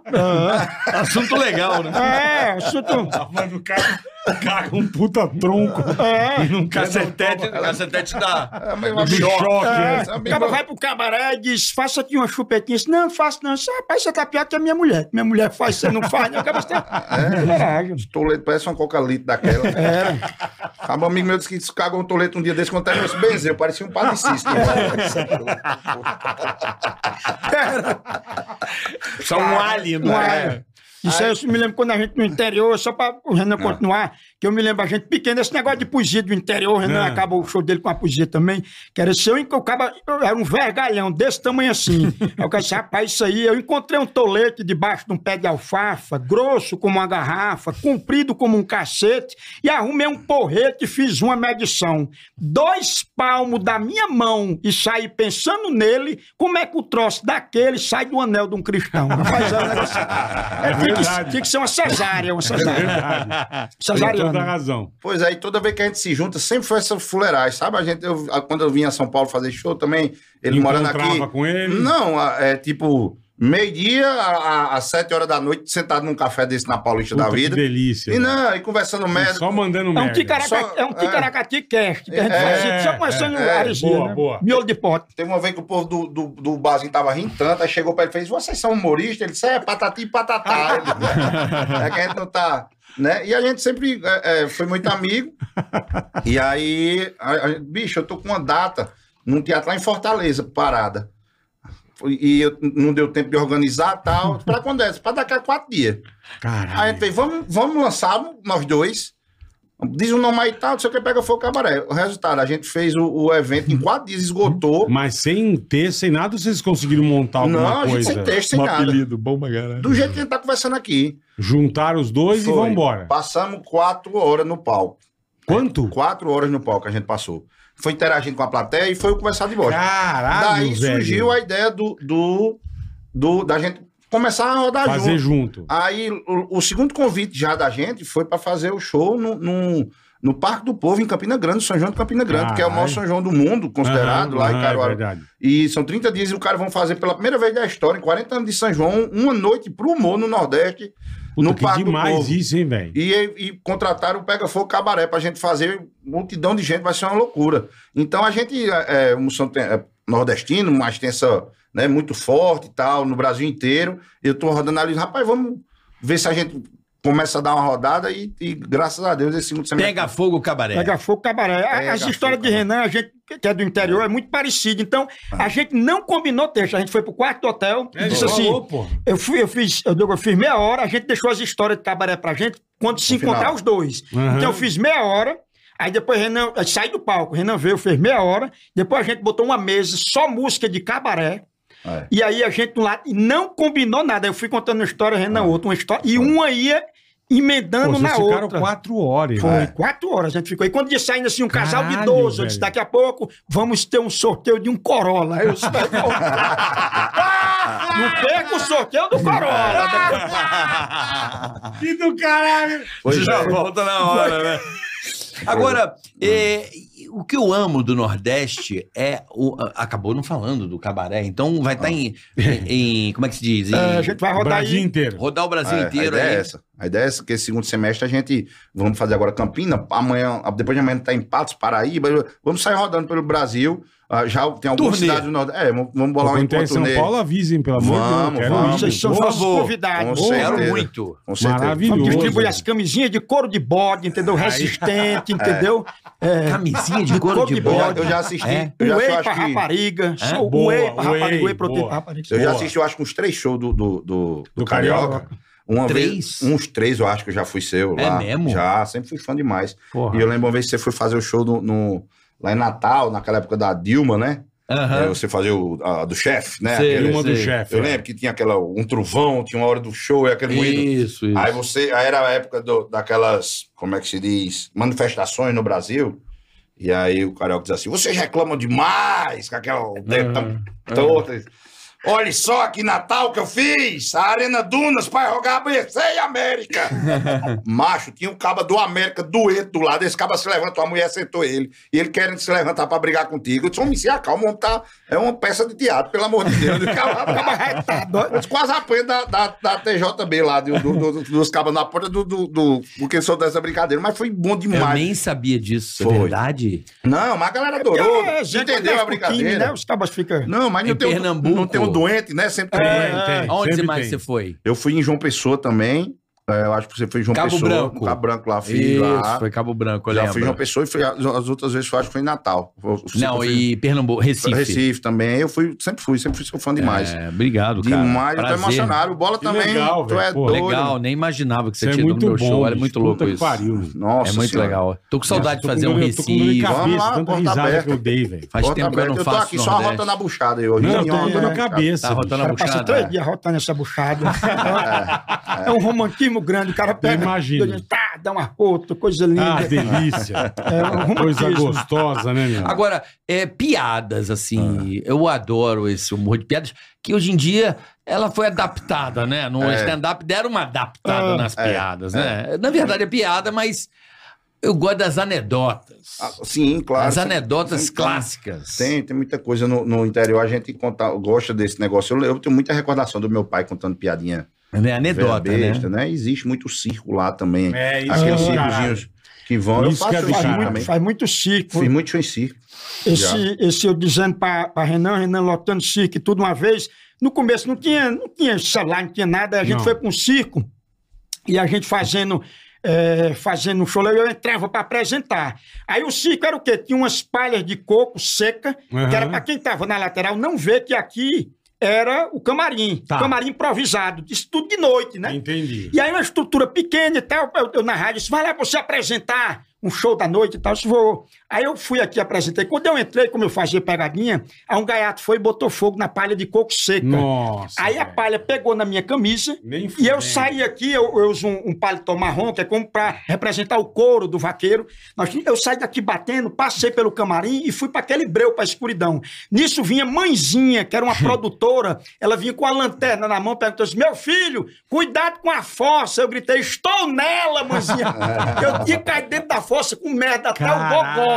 Speaker 3: Assunto legal, né?
Speaker 4: É, assunto.
Speaker 5: Tá,
Speaker 2: Mas o cara caga um puta tronco. um
Speaker 4: É,
Speaker 7: Cacetete, cacetete da.
Speaker 5: É, mas eu
Speaker 2: Do
Speaker 5: acho-
Speaker 2: choque.
Speaker 4: é.
Speaker 2: né?
Speaker 5: esse amigo-
Speaker 4: O cara vai pro cabaré e diz: faça aqui uma chupetinha. Diz, não, faço não. Diz, Rapaz, você tá pior que a minha mulher. Minha mulher faz, você não faz, não. O cara está. É,
Speaker 5: Os toletos parece uma coca-lito daquela. É. Acaba um amigo meu disse que cagou um toleto um dia desse quando era esse benzeu, parecia um né? padre cisto.
Speaker 4: É.
Speaker 3: Só um alien,
Speaker 4: Não é. Isso aí eu me lembro quando a gente no interior, só para o Renan continuar, que eu me lembro a gente pequeno, esse negócio de poesia do interior, o Renan
Speaker 2: Ah.
Speaker 4: acabou o show dele com uma poesia também, que era se eu encocava, eu era um vergalhão desse tamanho assim. Aí o cara disse, rapaz, isso aí, eu encontrei um tolete debaixo de um pé de alfafa, grosso como uma garrafa, comprido como um cacete, e arrumei um porrete e fiz uma medição. Dois palmos da minha mão e saí pensando nele, como é que o troço daquele sai do anel de um cristão? Rapaz, é um negócio...
Speaker 2: É
Speaker 4: Tinha
Speaker 2: verdade.
Speaker 4: que, tinha que ser uma cesárea, uma
Speaker 2: É
Speaker 4: cesárea.
Speaker 2: verdade. Tem toda
Speaker 4: Tá
Speaker 2: a
Speaker 4: Cesariana.
Speaker 2: razão.
Speaker 5: Pois aí, toda vez que a gente se junta, sempre foi essa fuleiragem, sabe? A gente, eu- a- quando eu vinha a São Paulo fazer show também, ele morando
Speaker 2: Encontrava
Speaker 5: aqui.
Speaker 2: com ele.
Speaker 5: Não, a- é tipo, meio-dia a- a- às sete horas da noite, sentado num café desse na Paulista da
Speaker 2: Puta,
Speaker 5: Vida.
Speaker 2: Que delícia.
Speaker 5: E
Speaker 2: né?
Speaker 5: não, e conversando merda.
Speaker 2: Só mandando
Speaker 4: É um,
Speaker 2: merda.
Speaker 4: ticaraca,
Speaker 5: Só-
Speaker 4: é um ticaracati cast que a gente
Speaker 5: É,
Speaker 4: fazia. Só começando
Speaker 5: é,
Speaker 4: é,
Speaker 5: é,
Speaker 4: aresia,
Speaker 2: boa,
Speaker 4: né?
Speaker 2: boa.
Speaker 4: Miolo de pote.
Speaker 5: Teve uma vez que o povo do, do, do barzinho tava rindo tanto, aí chegou pra ele e fez: Vocês são humoristas? Ele disse: É, patati e patatá. Ele- é que a gente não tá. Né? E a gente sempre é, é, foi muito amigo. E aí, a- a- bicho, eu tô com uma data num teatro lá em Fortaleza, parada. E eu- não deu tempo de organizar tal. Pra quando é? Pra daqui a quatro dias. Aí a
Speaker 2: Caralho.
Speaker 5: gente fez, vamos, vamos lançar nós dois. Diz o nome aí e tal, não sei o que, pega fogo cabaré. O resultado, a gente fez o, o evento em quatro dias, esgotou.
Speaker 2: Mas sem ter, sem nada, vocês conseguiram montar alguma
Speaker 5: Não, a gente
Speaker 2: coisa?
Speaker 5: sem texto, sem
Speaker 6: um
Speaker 5: nada.
Speaker 6: apelido bom pra caralho.
Speaker 5: Do jeito que a gente tá conversando aqui.
Speaker 2: Juntaram os dois e
Speaker 5: Foi.
Speaker 2: vambora.
Speaker 5: Passamos quatro horas no palco.
Speaker 2: Quanto?
Speaker 5: Quatro horas no palco a gente passou. Foi interagindo com a plateia e foi o conversar de bosta.
Speaker 2: Caralho,
Speaker 5: Daí
Speaker 2: velho.
Speaker 5: surgiu a ideia do, do, do- da gente começar a rodar
Speaker 2: Fazer
Speaker 5: junto.
Speaker 2: junto.
Speaker 5: Aí o, o segundo convite já da gente foi para fazer o show no, no, no Parque do Povo, em Campina Grande, São João de Campina Grande, que é o maior
Speaker 2: Caralho.
Speaker 5: São João do mundo, considerado
Speaker 2: Aham,
Speaker 5: lá
Speaker 2: aham,
Speaker 5: em
Speaker 2: É
Speaker 5: Caruaru.
Speaker 2: verdade.
Speaker 5: E são 30 dias e o cara vão fazer pela primeira vez da história, em 40 anos de São João, uma noite pro humor no Nordeste,
Speaker 2: Puta,
Speaker 5: no
Speaker 2: que
Speaker 5: Parque do
Speaker 2: demais
Speaker 5: Povo.
Speaker 2: isso, hein, velho?
Speaker 5: E, e contrataram o Pega Fogo Cabaré pra gente fazer um multidão de gente, vai ser uma loucura. Então a gente, é, é, o Moção tem- é nordestino, mas tem essa, né, muito forte e tal, no Brasil inteiro. Eu tô rodando ali, rapaz, vamos ver se a gente começa a dar uma rodada e, e graças a Deus, esse segundo semestre.
Speaker 3: Pega fogo o
Speaker 2: É.
Speaker 3: cabaré.
Speaker 4: Pega fogo cabaré. A-
Speaker 5: Pega
Speaker 4: As histórias
Speaker 5: fogo,
Speaker 4: de Renan, a gente que é do interior, é muito parecido. Então,
Speaker 5: Ah.
Speaker 4: a gente não combinou texto. A gente foi pro quarto do hotel
Speaker 2: É,
Speaker 4: e disse assim:
Speaker 2: falou, pô.
Speaker 4: eu, fui, eu, fiz, eu, digo, eu fiz meia hora, a gente deixou as histórias de cabaré pra gente quando se
Speaker 5: final.
Speaker 4: encontrar os dois.
Speaker 2: Aham.
Speaker 4: Então, eu fiz meia hora. Aí depois Renan aí sai do palco, Renan veio, fez meia hora, depois a gente botou uma mesa, só música de cabaré,
Speaker 5: É.
Speaker 4: e aí a gente lá e não combinou nada. Eu fui contando uma história, Renan outra, uma história, e uma ia emendando
Speaker 2: Ah. Pô, vocês
Speaker 4: na
Speaker 2: ficaram
Speaker 4: é outra.
Speaker 2: quatro horas.
Speaker 4: Foi,
Speaker 2: né?
Speaker 4: quatro horas a gente ficou. E quando disse ainda assim, um casal de
Speaker 2: Caralho,
Speaker 4: idoso, eu disse,
Speaker 2: velho.
Speaker 4: daqui a pouco vamos ter um sorteio de um Corolla. Eu disse, "Mas, pô, não perca o sorteio do Corolla.
Speaker 2: Que do caralho!
Speaker 3: Você já volta na hora, né? é. Agora, é, o que eu amo do Nordeste é. o- a- acabou não falando do cabaré, então vai
Speaker 5: Ah.
Speaker 3: estar em, em- em- Como é que se diz? Em-
Speaker 4: É, a gente vai
Speaker 2: O
Speaker 4: rodar
Speaker 2: Brasil
Speaker 4: aí.
Speaker 2: inteiro.
Speaker 3: rodar o Brasil
Speaker 5: É,
Speaker 3: Assim, inteiro
Speaker 5: a ideia
Speaker 3: aí.
Speaker 5: é essa. A ideia é essa, que esse segundo semestre a gente. Vamos fazer agora Campina, amanhã, depois de amanhã tá em Patos, Paraíba. Vamos sair rodando pelo Brasil. Ah, já tem algumas
Speaker 3: Turnê.
Speaker 5: cidades do Nordeste. É, vamos, vamos bolar um
Speaker 2: Quando tiver em
Speaker 5: encontro
Speaker 2: São
Speaker 5: nele.
Speaker 2: Paulo, avisem, pelo amor
Speaker 5: Vamos,
Speaker 2: de Deus.
Speaker 5: vamos.
Speaker 2: Quero ir.
Speaker 4: Vocês são
Speaker 3: Por
Speaker 4: nossos
Speaker 3: favor.
Speaker 4: convidados.
Speaker 5: Com
Speaker 3: Quero
Speaker 5: certeza.
Speaker 3: muito.
Speaker 5: Com certeza.
Speaker 2: Maravilhoso.
Speaker 4: Vamos distribuir as camisinhas de couro de bode, entendeu? Resistente, entendeu? É,
Speaker 3: Camisinha de couro de
Speaker 4: de bode.
Speaker 5: Eu já,
Speaker 3: bode.
Speaker 5: eu já assisti.
Speaker 3: É.
Speaker 5: Eu já
Speaker 4: whey
Speaker 5: acho
Speaker 4: pra
Speaker 5: que-
Speaker 4: rapariga. só O
Speaker 2: É, Boa,
Speaker 4: whey pra
Speaker 2: whey,
Speaker 4: rapariga, whey proteína
Speaker 2: boa.
Speaker 4: pra rapariga.
Speaker 5: Eu já
Speaker 2: Boa.
Speaker 5: assisti, eu acho que uns três shows do, do, do, do
Speaker 2: Do
Speaker 5: Carioca.
Speaker 2: Carioca.
Speaker 5: Uma
Speaker 3: Três?
Speaker 5: Vez, uns três, eu acho que eu já fui seu
Speaker 3: É
Speaker 5: lá.
Speaker 3: mesmo?
Speaker 5: Já, sempre fui fã demais.
Speaker 2: Porra.
Speaker 5: E eu lembro uma vez que você foi fazer o show no, no- lá em Natal, naquela época da Dilma, né? É,
Speaker 3: Aham.
Speaker 5: você fazia o a, do chefe, né?
Speaker 3: Sei,
Speaker 5: Aquele-
Speaker 2: Uma do é.
Speaker 3: Sei.
Speaker 2: chefe.
Speaker 5: eu lembro que tinha aquela, um trovão, tinha uma hora do show e aquele ruído.
Speaker 6: Isso, isso.
Speaker 5: Aí você, aí era a época do- daquelas, como é que se diz, manifestações no Brasil. E aí o carioca diz assim: vocês reclamam demais com aquela
Speaker 6: Uhum,
Speaker 5: o dedo tão torto." Olha só que Natal que eu fiz! A Arena Dunas para jogar ABC e América! Macho, tinha um caba do América doente do lado. Esse caba se levantou, a mulher sentou ele. E ele querendo se levantar pra brigar contigo. Eu disse, homem, se acalma, o homem tá... É uma peça de teatro, pelo amor de Deus. O caba tava
Speaker 4: é, tá
Speaker 5: retado. Eu disse, quase apanha da, da, da TJB lá, do- do- do- dos cabas na porta do... do, do porque sou dessa brincadeira. Mas foi bom
Speaker 3: Eu
Speaker 5: demais.
Speaker 3: nem sabia disso. É
Speaker 5: Foi.
Speaker 3: verdade?
Speaker 5: Não, mas a galera adorou.
Speaker 4: É, gente,
Speaker 5: entendeu
Speaker 4: quando
Speaker 5: a
Speaker 4: mexe com o time,
Speaker 5: brincadeira.
Speaker 4: né? Os cabas ficam...
Speaker 5: Não, mas
Speaker 3: Em
Speaker 5: não tem, um,
Speaker 3: Pernambuco. É.
Speaker 5: não tem um doente, né? Sempre tem um doente.
Speaker 2: Tem,
Speaker 3: Aonde
Speaker 2: sempre
Speaker 3: mais
Speaker 2: tem.
Speaker 3: você foi?
Speaker 5: Eu fui em João Pessoa também. É, eu acho que você foi em João
Speaker 3: Cabo
Speaker 5: Pessoa.
Speaker 3: Branco.
Speaker 5: Cabo Branco lá, fiz
Speaker 3: Isso,
Speaker 5: lá.
Speaker 3: foi Cabo Branco, eu
Speaker 5: já
Speaker 3: lembro.
Speaker 5: fui em João Pessoa e fui, as, as outras vezes eu acho que foi em Natal. Eu- eu
Speaker 3: Não,
Speaker 5: sempre
Speaker 3: e Pernambuco,
Speaker 5: fui-
Speaker 3: Recife.
Speaker 5: Recife também. Eu fui, sempre fui, sempre fui seu fã demais.
Speaker 3: É, obrigado, cara.
Speaker 5: demais, eu tô
Speaker 3: Prazer.
Speaker 5: emocionado. O Bola
Speaker 2: Que
Speaker 5: também.
Speaker 2: legal,
Speaker 5: tu
Speaker 2: velho.
Speaker 5: é
Speaker 2: Pô,
Speaker 5: doido.
Speaker 3: Legal, nem imaginava que você
Speaker 2: Isso é
Speaker 3: tinha ido no
Speaker 2: muito
Speaker 3: meu
Speaker 2: bom.
Speaker 3: show. Era
Speaker 2: bicho.
Speaker 3: muito louco
Speaker 2: Puta que
Speaker 3: isso.
Speaker 2: Pariu.
Speaker 5: Nossa
Speaker 3: é muito
Speaker 5: Senhora.
Speaker 3: legal. Tô com saudade de fazer um
Speaker 2: Eu tô com dor de
Speaker 3: Recife.
Speaker 2: cabeça,
Speaker 5: Vamos lá,
Speaker 2: tanta
Speaker 5: porta
Speaker 2: risada
Speaker 5: aberta.
Speaker 2: que eu dei, velho.
Speaker 3: Faz
Speaker 5: Bota
Speaker 3: tempo que eu
Speaker 5: aberto.
Speaker 3: não
Speaker 5: tô
Speaker 3: faço
Speaker 5: aqui só rotando a buchada aí hoje.
Speaker 2: Não, eu tô com
Speaker 5: Minhoca,
Speaker 2: dor na
Speaker 5: né,
Speaker 2: cabeça.
Speaker 3: Tá rotando a
Speaker 4: Eu passei
Speaker 3: buchada.
Speaker 4: três dias rotando essa buchada. é, um romantismo grande, o cara pega.
Speaker 2: imagino.
Speaker 4: Tá, dá uma rota, coisa
Speaker 2: Ah,
Speaker 4: linda.
Speaker 2: delícia.
Speaker 4: é um
Speaker 2: Coisa
Speaker 4: romantismo.
Speaker 2: gostosa, né, meu?
Speaker 3: Agora, é, piadas, assim, eu adoro esse humor de piadas, que hoje em dia ela foi adaptada, né? No
Speaker 5: É.
Speaker 3: stand-up deram uma adaptada
Speaker 5: Ah,
Speaker 3: nas piadas, né? Na verdade é piada, mas eu gosto das anedotas.
Speaker 5: cara? Ah, Sim, claro.
Speaker 3: as
Speaker 5: Sempre-
Speaker 3: anedotas
Speaker 5: sempre-
Speaker 3: clássicas.
Speaker 5: Tem, tem muita coisa no, no interior. A gente conta, gosta desse negócio. Eu, eu tenho muita recordação do meu pai contando piadinha
Speaker 3: Né? Anedota,
Speaker 5: Velha besta,
Speaker 3: né?
Speaker 5: né? Existe muito circo lá também.
Speaker 2: É, isso
Speaker 5: Aqueles
Speaker 2: é do caralho.
Speaker 5: circozinhos que vão.
Speaker 2: Isso
Speaker 5: eu
Speaker 2: que é
Speaker 5: faço
Speaker 2: do
Speaker 5: show
Speaker 2: caralho.
Speaker 5: também.
Speaker 4: Faz muito circo.
Speaker 5: Fiz muito show em circo.
Speaker 4: Esse, esse eu dizendo pra, pra Renan, Renan lotando circo e tudo uma vez. No começo não tinha, não tinha celular, não tinha nada. A gente
Speaker 2: Não.
Speaker 4: foi pra um circo e a gente fazendo. É, fazendo um show, lá, eu entrava pra apresentar. Aí o circo era o quê? Tinha umas palhas de coco seca,
Speaker 2: Aham.
Speaker 4: que era pra quem tava na lateral não ver que aqui era o camarim.
Speaker 2: Tá.
Speaker 4: Camarim improvisado. Isso tudo de noite, né?
Speaker 2: Entendi.
Speaker 4: E aí uma estrutura pequena e tal, eu, eu na rádio disse, vai lá pra você apresentar um show da noite e tal, eu disse, vou. Aí eu fui aqui apresentei. Quando eu entrei, como eu fazia pegadinha, aí um gaiato foi e botou fogo na palha de coco seca.
Speaker 2: Nossa.
Speaker 4: Aí a
Speaker 2: velho.
Speaker 4: palha pegou na minha camisa
Speaker 2: Nem
Speaker 4: e eu
Speaker 2: fudendo.
Speaker 4: saí aqui, eu, eu uso um, um paletó marrom, que é como pra representar o couro do vaqueiro. Nós- eu saí daqui batendo, passei pelo camarim e fui pra aquele breu, pra escuridão. Nisso vinha mãezinha, que era uma produtora, ela vinha com a lanterna na mão, perguntou assim, meu filho, cuidado com a fossa. Eu gritei, estou nela, mãezinha. eu tinha caído dentro da fossa com merda até é o
Speaker 2: Caralho,
Speaker 4: gogó.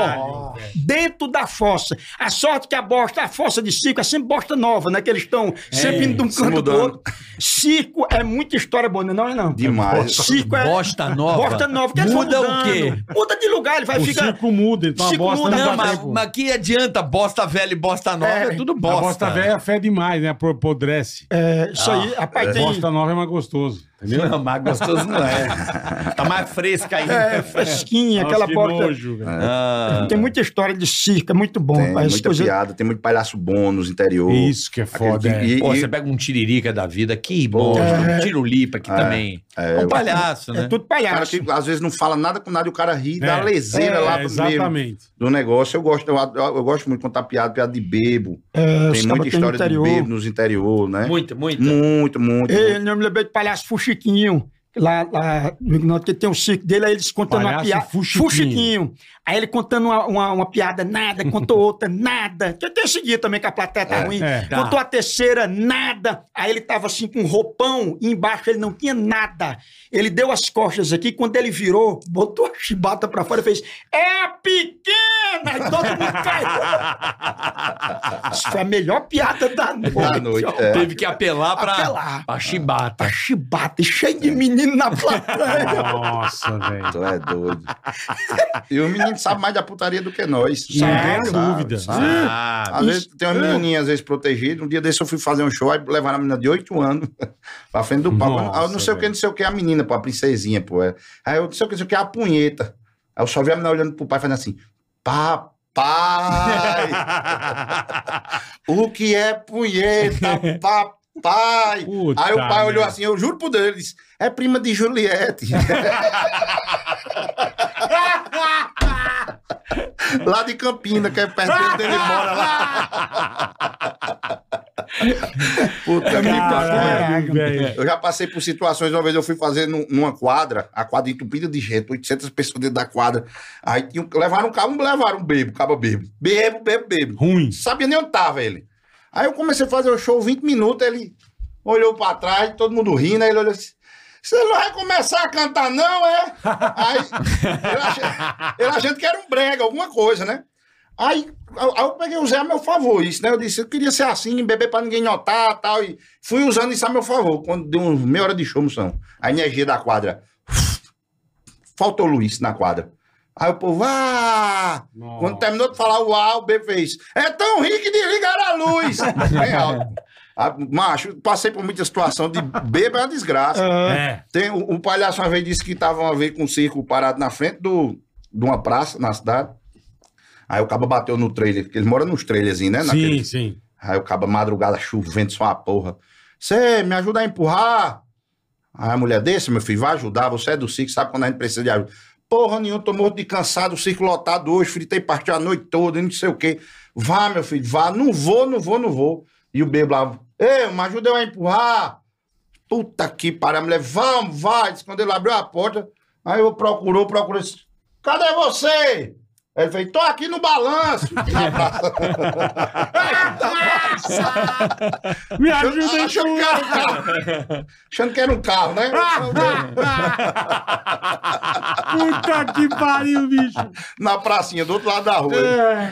Speaker 4: Dentro da fossa. A sorte que a bosta, a fossa de circo, é sempre bosta nova, né? Que eles estão sempre indo de um
Speaker 5: É, se
Speaker 4: canto pro
Speaker 5: mudando.
Speaker 4: outro. Circo é muita história boa, não é não?
Speaker 5: Demais.
Speaker 4: Circo é...
Speaker 3: Bosta nova.
Speaker 4: Bosta nova. que eles vão
Speaker 3: Muda o
Speaker 4: mudando.
Speaker 3: quê?
Speaker 4: Muda de lugar, ele vai
Speaker 2: O
Speaker 4: ficar...
Speaker 2: circo muda, então a
Speaker 4: Circo
Speaker 2: bosta
Speaker 4: muda,
Speaker 2: não
Speaker 3: Não,
Speaker 2: dá
Speaker 3: mas, é
Speaker 2: tempo.
Speaker 3: mas que adianta bosta velha e bosta nova? É,
Speaker 4: É,
Speaker 3: tudo
Speaker 2: A
Speaker 3: bosta.
Speaker 2: bosta velha fede mais, é né? Apodrece.
Speaker 5: Ah,
Speaker 4: É, isso aí, rapaz, tem...
Speaker 2: Bosta nova é mais gostoso.
Speaker 7: Entendeu? Não, mais gostoso não é. Tá mais fresca ainda.
Speaker 4: É, fresquinha, aquela
Speaker 2: que
Speaker 4: porta.
Speaker 2: nojo, velho.
Speaker 7: Ah,
Speaker 4: Tem muita história de circo, é muito bom.
Speaker 5: Tem
Speaker 4: mas
Speaker 5: muita
Speaker 4: coisa-
Speaker 5: piada, tem muito palhaço bom nos interior.
Speaker 2: Isso que é
Speaker 5: Aquele
Speaker 2: foda.
Speaker 5: que-
Speaker 2: é.
Speaker 5: e-
Speaker 7: Pô,
Speaker 5: e-
Speaker 7: você pega um tiririca da vida, que bom. Um tirolipa aqui também. É, um palhaço,
Speaker 4: É
Speaker 7: né?
Speaker 4: tudo
Speaker 5: o cara
Speaker 4: palhaço.
Speaker 5: que às vezes não fala nada com nada e o cara ri, dá
Speaker 2: É,
Speaker 5: leseira
Speaker 2: é,
Speaker 5: lá do meio
Speaker 2: Exatamente.
Speaker 5: do negócio. Eu gosto, eu, adoro- eu gosto muito de contar piada, piada de bebo.
Speaker 4: É, os caras
Speaker 5: tem muita
Speaker 4: têm no
Speaker 5: história de bebo nos interior, né?
Speaker 7: Muito, muito.
Speaker 5: Muito, muito. muito.
Speaker 4: Ei, eu me lembrei de palhaço Fuxiquinho. Lá, lá no Rio Grande do Norte, que tem um circo dele, aí eles contando uma
Speaker 2: Palhaço
Speaker 4: piada.
Speaker 2: Fuxiquinho.
Speaker 4: Aí ele contando uma, uma, uma piada, nada, contou outra, nada. Que tem esse dia também que a plateia tá ruim.
Speaker 2: é, tá.
Speaker 4: Contou a terceira, nada. Aí ele tava assim com um roupão, e embaixo ele não tinha nada. Ele deu as costas aqui, quando ele virou, botou a chibata pra fora e fez: É a pequena! E todo mundo caiu. Isso foi a melhor piada da noite.
Speaker 5: Da noite,
Speaker 4: ó.
Speaker 5: é.
Speaker 7: Teve que apelar pra,
Speaker 4: Apelar.
Speaker 7: pra chibata.
Speaker 4: Tá chibata, e cheio
Speaker 2: É.
Speaker 4: de menino na plateia.
Speaker 2: Nossa, velho.
Speaker 5: Tu é doido. e o menino sabe mais da putaria do que nós.
Speaker 2: Não tenha
Speaker 5: Sabe,
Speaker 2: dúvida.
Speaker 5: sabe.
Speaker 7: Ah,
Speaker 5: Às vezes tem uma
Speaker 2: é.
Speaker 5: menininha, às vezes, protegida. Um dia desse eu fui fazer um show, aí levaram a menina de 8 anos pra frente do palco.
Speaker 2: Nossa,
Speaker 5: Aí eu não sei o que,
Speaker 2: velho.
Speaker 5: não sei o que, é a menina, pô, a princesinha, pô. é. Aí eu não sei o que, não sei o que, a punheta. Aí eu só vi a menina olhando pro pai fazendo assim: Papai! o que é punheta, papai?
Speaker 2: Puta
Speaker 5: aí o pai olhou
Speaker 2: merda.
Speaker 5: assim, eu juro por Deus, ele disse: É prima de Juliette. lá de Campina, que é perto de onde ele mora lá. Puta
Speaker 2: É
Speaker 5: que pariu.
Speaker 2: Caralho, velho.
Speaker 5: Eu já passei por situações, uma vez eu fui fazer num- numa quadra, a quadra entupida de gente, 800 pessoas dentro da quadra. Aí tinha um- levaram um cabo, levaram um bebo, cabo bebo. Bebo, bebo, bebo.
Speaker 2: Ruim.
Speaker 5: Não sabia nem onde tava ele. Aí eu comecei a fazer o show 20 minutos, ele olhou pra trás, todo mundo rindo, aí ele olhou assim. Você não vai começar a cantar, não, é? Aí ele achando, ele achando que era um brega, alguma coisa, né? Aí, eu- aí eu peguei usei a meu favor isso, né? Eu disse, eu queria ser assim, beber pra ninguém notar tal. E fui usando isso a meu favor. Quando deu uns meia hora de show, moção, a energia da quadra. Faltou Luiz na quadra. Aí o povo, ah!
Speaker 2: Nossa.
Speaker 5: Quando terminou de falar o A, o B fez. É tão rico que desligaram a luz! Bem alto. Ah, macho, passei por muita situação de bêbado é uma desgraça.
Speaker 2: É.
Speaker 5: Tem, o, o palhaço uma vez disse que estava uma vez com um circo parado na frente do, de uma praça na cidade. Aí o cabo bateu no trailer, porque ele mora nos trailers, né?
Speaker 2: É, Sim,
Speaker 5: naquele-
Speaker 2: sim.
Speaker 5: Aí o cabo madrugada, chovendo, só uma porra. Você me ajuda a empurrar? Aí a mulher desse, meu filho, vai ajudar. Você é do circo, sabe quando a gente precisa de ajuda. Porra nenhuma, tô morto de cansado, o circo lotado hoje, fritei partiu a noite toda, não sei o quê. Vá, meu filho, vá. Não vou, não vou, não vou. E o bebo lá, ei, me ajuda eu a empurrar. Puta que pariu, a mulher, vamos, vai. Disse, Quando ele abriu a porta, aí eu procurou, procurou. disse, Cadê você? Ele fez, tô aqui no balanço. Na praça.
Speaker 2: Me
Speaker 5: Achando,
Speaker 2: ajuda aí,
Speaker 5: achando Ah, que era um carro. Achando que era um carro, né?
Speaker 2: Puta que pariu, bicho.
Speaker 5: Na pracinha, do outro lado da rua.
Speaker 4: Ei,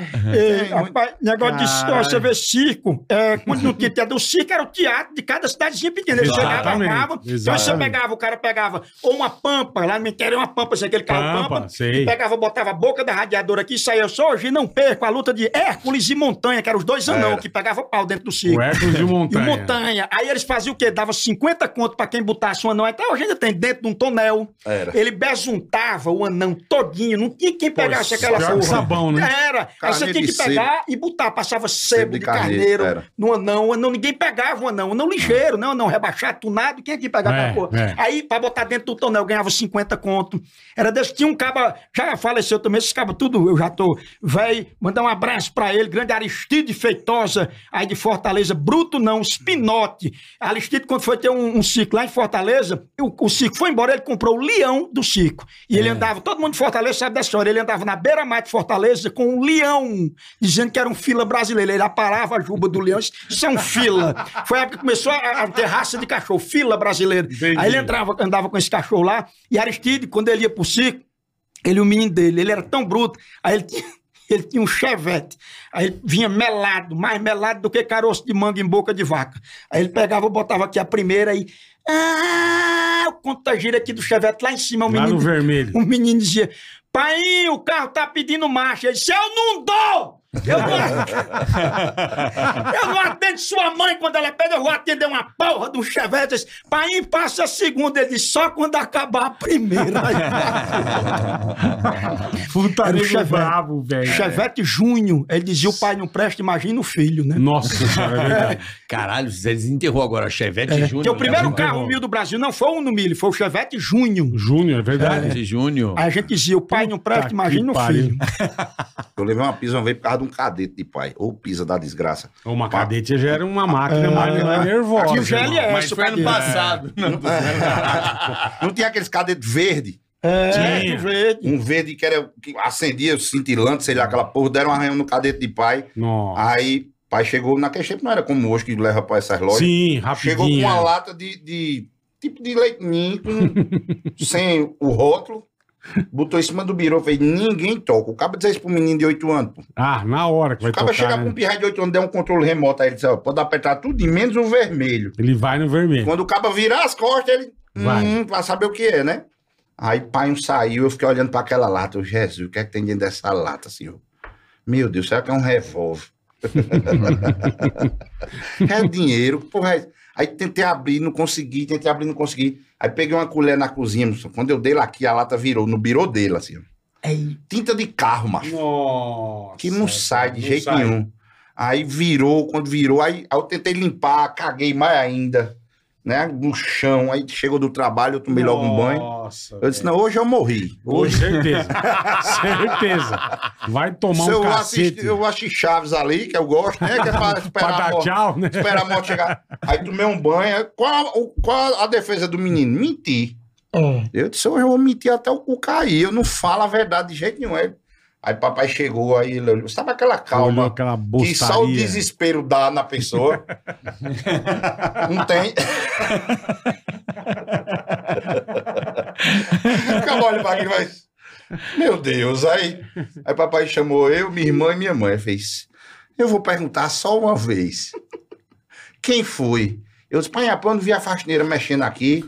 Speaker 5: Tem muito-
Speaker 4: É, rapaz, negócio de circo, você vê circo, é, quando não tinha teatro, o circo era o teatro de cada cidadezinha pequena. Ele chegava,
Speaker 2: Exatamente,
Speaker 4: acabava, então você
Speaker 2: exatamente.
Speaker 4: pegava, o cara pegava ou uma pampa, lá no interior uma pampa, assim, aquele carro
Speaker 2: Pampa,
Speaker 4: pampa,
Speaker 2: sei.
Speaker 4: pegava, botava a boca da radiadora aqui, saía, eu só hoje não perco a luta de Hércules e Montanha, que eram os dois anão que pegavam pau dentro do circo.
Speaker 2: O Hércules de
Speaker 4: E
Speaker 2: montanha.
Speaker 4: montanha. Aí eles faziam o quê? Dava 50 conto pra quem botasse um anão. Até hoje ainda tem dentro de um tonel.
Speaker 5: Era.
Speaker 4: Ele besuntava o anão todinho. Não tinha quem pegasse aquela
Speaker 2: pior que
Speaker 4: porra.
Speaker 2: sabão, né?
Speaker 4: Era. Aí você
Speaker 5: Carne
Speaker 4: tinha
Speaker 5: de
Speaker 4: que
Speaker 5: sebo.
Speaker 4: pegar e botar. Passava sebo de,
Speaker 5: de
Speaker 4: carneiro,
Speaker 5: carneiro, era.
Speaker 4: no anão. O anão. Ninguém pegava o anão. O anão ligeiro, né? O anão rebaixado, tunado. Quem é que pegava
Speaker 2: É,
Speaker 4: aquela porra?
Speaker 2: é.
Speaker 4: Aí, pra botar dentro do tonel, ganhava 50 conto. Era desse. Tinha um caba, já faleceu também, esses cabas tudo, eu já tô velho. Mandar um abraço pra ele, grande Aristide Feitosa, aí de Fortaleza. Bruto não, Spinote. Aristide, quando foi ter um, um circo lá em Fortaleza, o, o circo foi embora, ele comprou o leão do circo. E ele andava, todo mundo de Fortaleza sabe dessa história, ele andava na beira-mar de Fortaleza com um leão, dizendo que era um fila brasileiro. Ele aparava a juba do leão, isso é um fila. Foi a época que começou a, a ter raça de cachorro, fila brasileiro.
Speaker 2: Entendi.
Speaker 4: Aí ele entrava, andava com esse cachorro lá, e Aristide, quando ele ia pro circo, ele, o menino dele, ele era tão bruto, aí ele tinha, ele tinha um chevette, aí ele vinha melado, mais melado do que caroço de manga em boca de vaca. Aí ele pegava, botava aqui a primeira e... Ah, o conta gira aqui do chevette lá em cima. O
Speaker 2: Lá
Speaker 4: menino,
Speaker 5: Um
Speaker 2: no vermelho.
Speaker 4: O menino dizia, pai, o carro tá pedindo marcha. Ele disse, eu não dou! Eu não, eu não atendo sua mãe quando ela é pede, eu vou atender uma porra do Chevette. Pai, passa a segunda. Ele disse, só quando acabar a primeira.
Speaker 3: Ah.
Speaker 2: Puta
Speaker 4: Era o
Speaker 2: nego
Speaker 4: Chevette.
Speaker 2: bravo, velho.
Speaker 4: Chevette Júnior. Ele dizia, o pai não presta, imagina o filho, né?
Speaker 2: Nossa, cara, é verdade.
Speaker 3: Caralho, você desenterrou agora. Chevette Júnior.
Speaker 4: Porque É. o
Speaker 2: é
Speaker 4: primeiro
Speaker 3: né?
Speaker 4: carro humilde do Brasil não foi o Uno Milho, foi o Chevette Júnior.
Speaker 2: Júnior, é verdade.
Speaker 3: Chevette Júnior.
Speaker 4: Aí a gente dizia, o pai não presta,
Speaker 2: que
Speaker 4: imagina o
Speaker 2: pariu.
Speaker 4: filho.
Speaker 5: Eu levei uma pisa uma vez por causa de um cadete de pai. Ou pisa da desgraça.
Speaker 2: Uma cadete já era uma
Speaker 5: É.
Speaker 2: máquina mais mais nervosa.
Speaker 4: Aqui o GLS,
Speaker 7: Mas foi ano
Speaker 4: o cadete.
Speaker 7: passado.
Speaker 5: Não tinha aqueles cadetes verde.
Speaker 4: É,
Speaker 2: Tinha.
Speaker 4: que verde.
Speaker 5: Um verde que era que acendia o cintilante, sei lá, aquela porra. Deram um arranhão no cadete de pai.
Speaker 2: Nossa.
Speaker 5: Aí pai chegou naquele tempo, não era como hoje que leva pra essas lojas.
Speaker 2: Sim,
Speaker 5: Chegou com
Speaker 2: rapidinho.
Speaker 5: uma lata de, de- tipo de leite ninho, com- sem o rótulo, botou em cima do birô, fez ninguém toca. O cabo disse isso pro menino de 8 anos. pô.
Speaker 2: Ah, na hora que vai
Speaker 5: O cabo
Speaker 2: tocar,
Speaker 5: chega com
Speaker 2: né?
Speaker 5: um pirra de 8 anos, der um controle remoto, aí ele disse, ó, pode apertar tudo, e menos o vermelho.
Speaker 2: Ele vai no vermelho.
Speaker 5: Quando o cabo virar as costas, ele,
Speaker 2: Vai.
Speaker 5: hum, pra saber o que é, né? Aí pai um saiu, eu fiquei olhando pra aquela lata, eu, Jesus, o que é que tem dentro dessa lata, senhor? Meu Deus, será que é um revólver? é dinheiro, que porra. é essa? Aí tentei abrir, não consegui, tentei abrir, não consegui. Aí peguei uma colher na cozinha, moço, quando eu dei lá aqui, a lata virou, no birô dele, assim. ó. Tinta de carro, macho
Speaker 2: Nossa.
Speaker 5: que não sai de jeito nenhum. Aí virou, quando virou, aí, aí eu tentei limpar, caguei mais ainda, né? No chão, aí chegou do trabalho, eu tomei logo um banho.
Speaker 2: Nossa.
Speaker 5: Eu disse, não, hoje eu morri.
Speaker 2: Com
Speaker 5: Hoje
Speaker 2: certeza. certeza. Vai tomar
Speaker 5: se
Speaker 2: um
Speaker 5: eu,
Speaker 2: cacete.
Speaker 5: assisto, eu assisto Chaves ali, que eu gosto, né? Que é pra
Speaker 2: pra
Speaker 5: esperar a
Speaker 2: dar
Speaker 5: morte,
Speaker 2: tchau, né?
Speaker 5: esperar a morte chegar. Aí tomei um banho. aí Qual, o- qual a defesa do menino? Mentir.
Speaker 2: É.
Speaker 5: Eu disse, hoje eu vou mentir até o cu cair. Eu não falo a verdade de jeito nenhum. Aí, aí papai chegou, aí ele olhou. Sabe aquela calma?
Speaker 2: Olhou aquela
Speaker 5: que só o
Speaker 2: bostaria.
Speaker 5: desespero dá na pessoa. não tem. Acabou olha pra aqui, mas. Meu Deus, aí. Aí papai chamou eu, minha irmã e minha mãe. Ele Fez. Eu vou perguntar só uma vez. Quem foi? Eu disse, pai, é rapaz, eu não vi a faxineira mexendo aqui.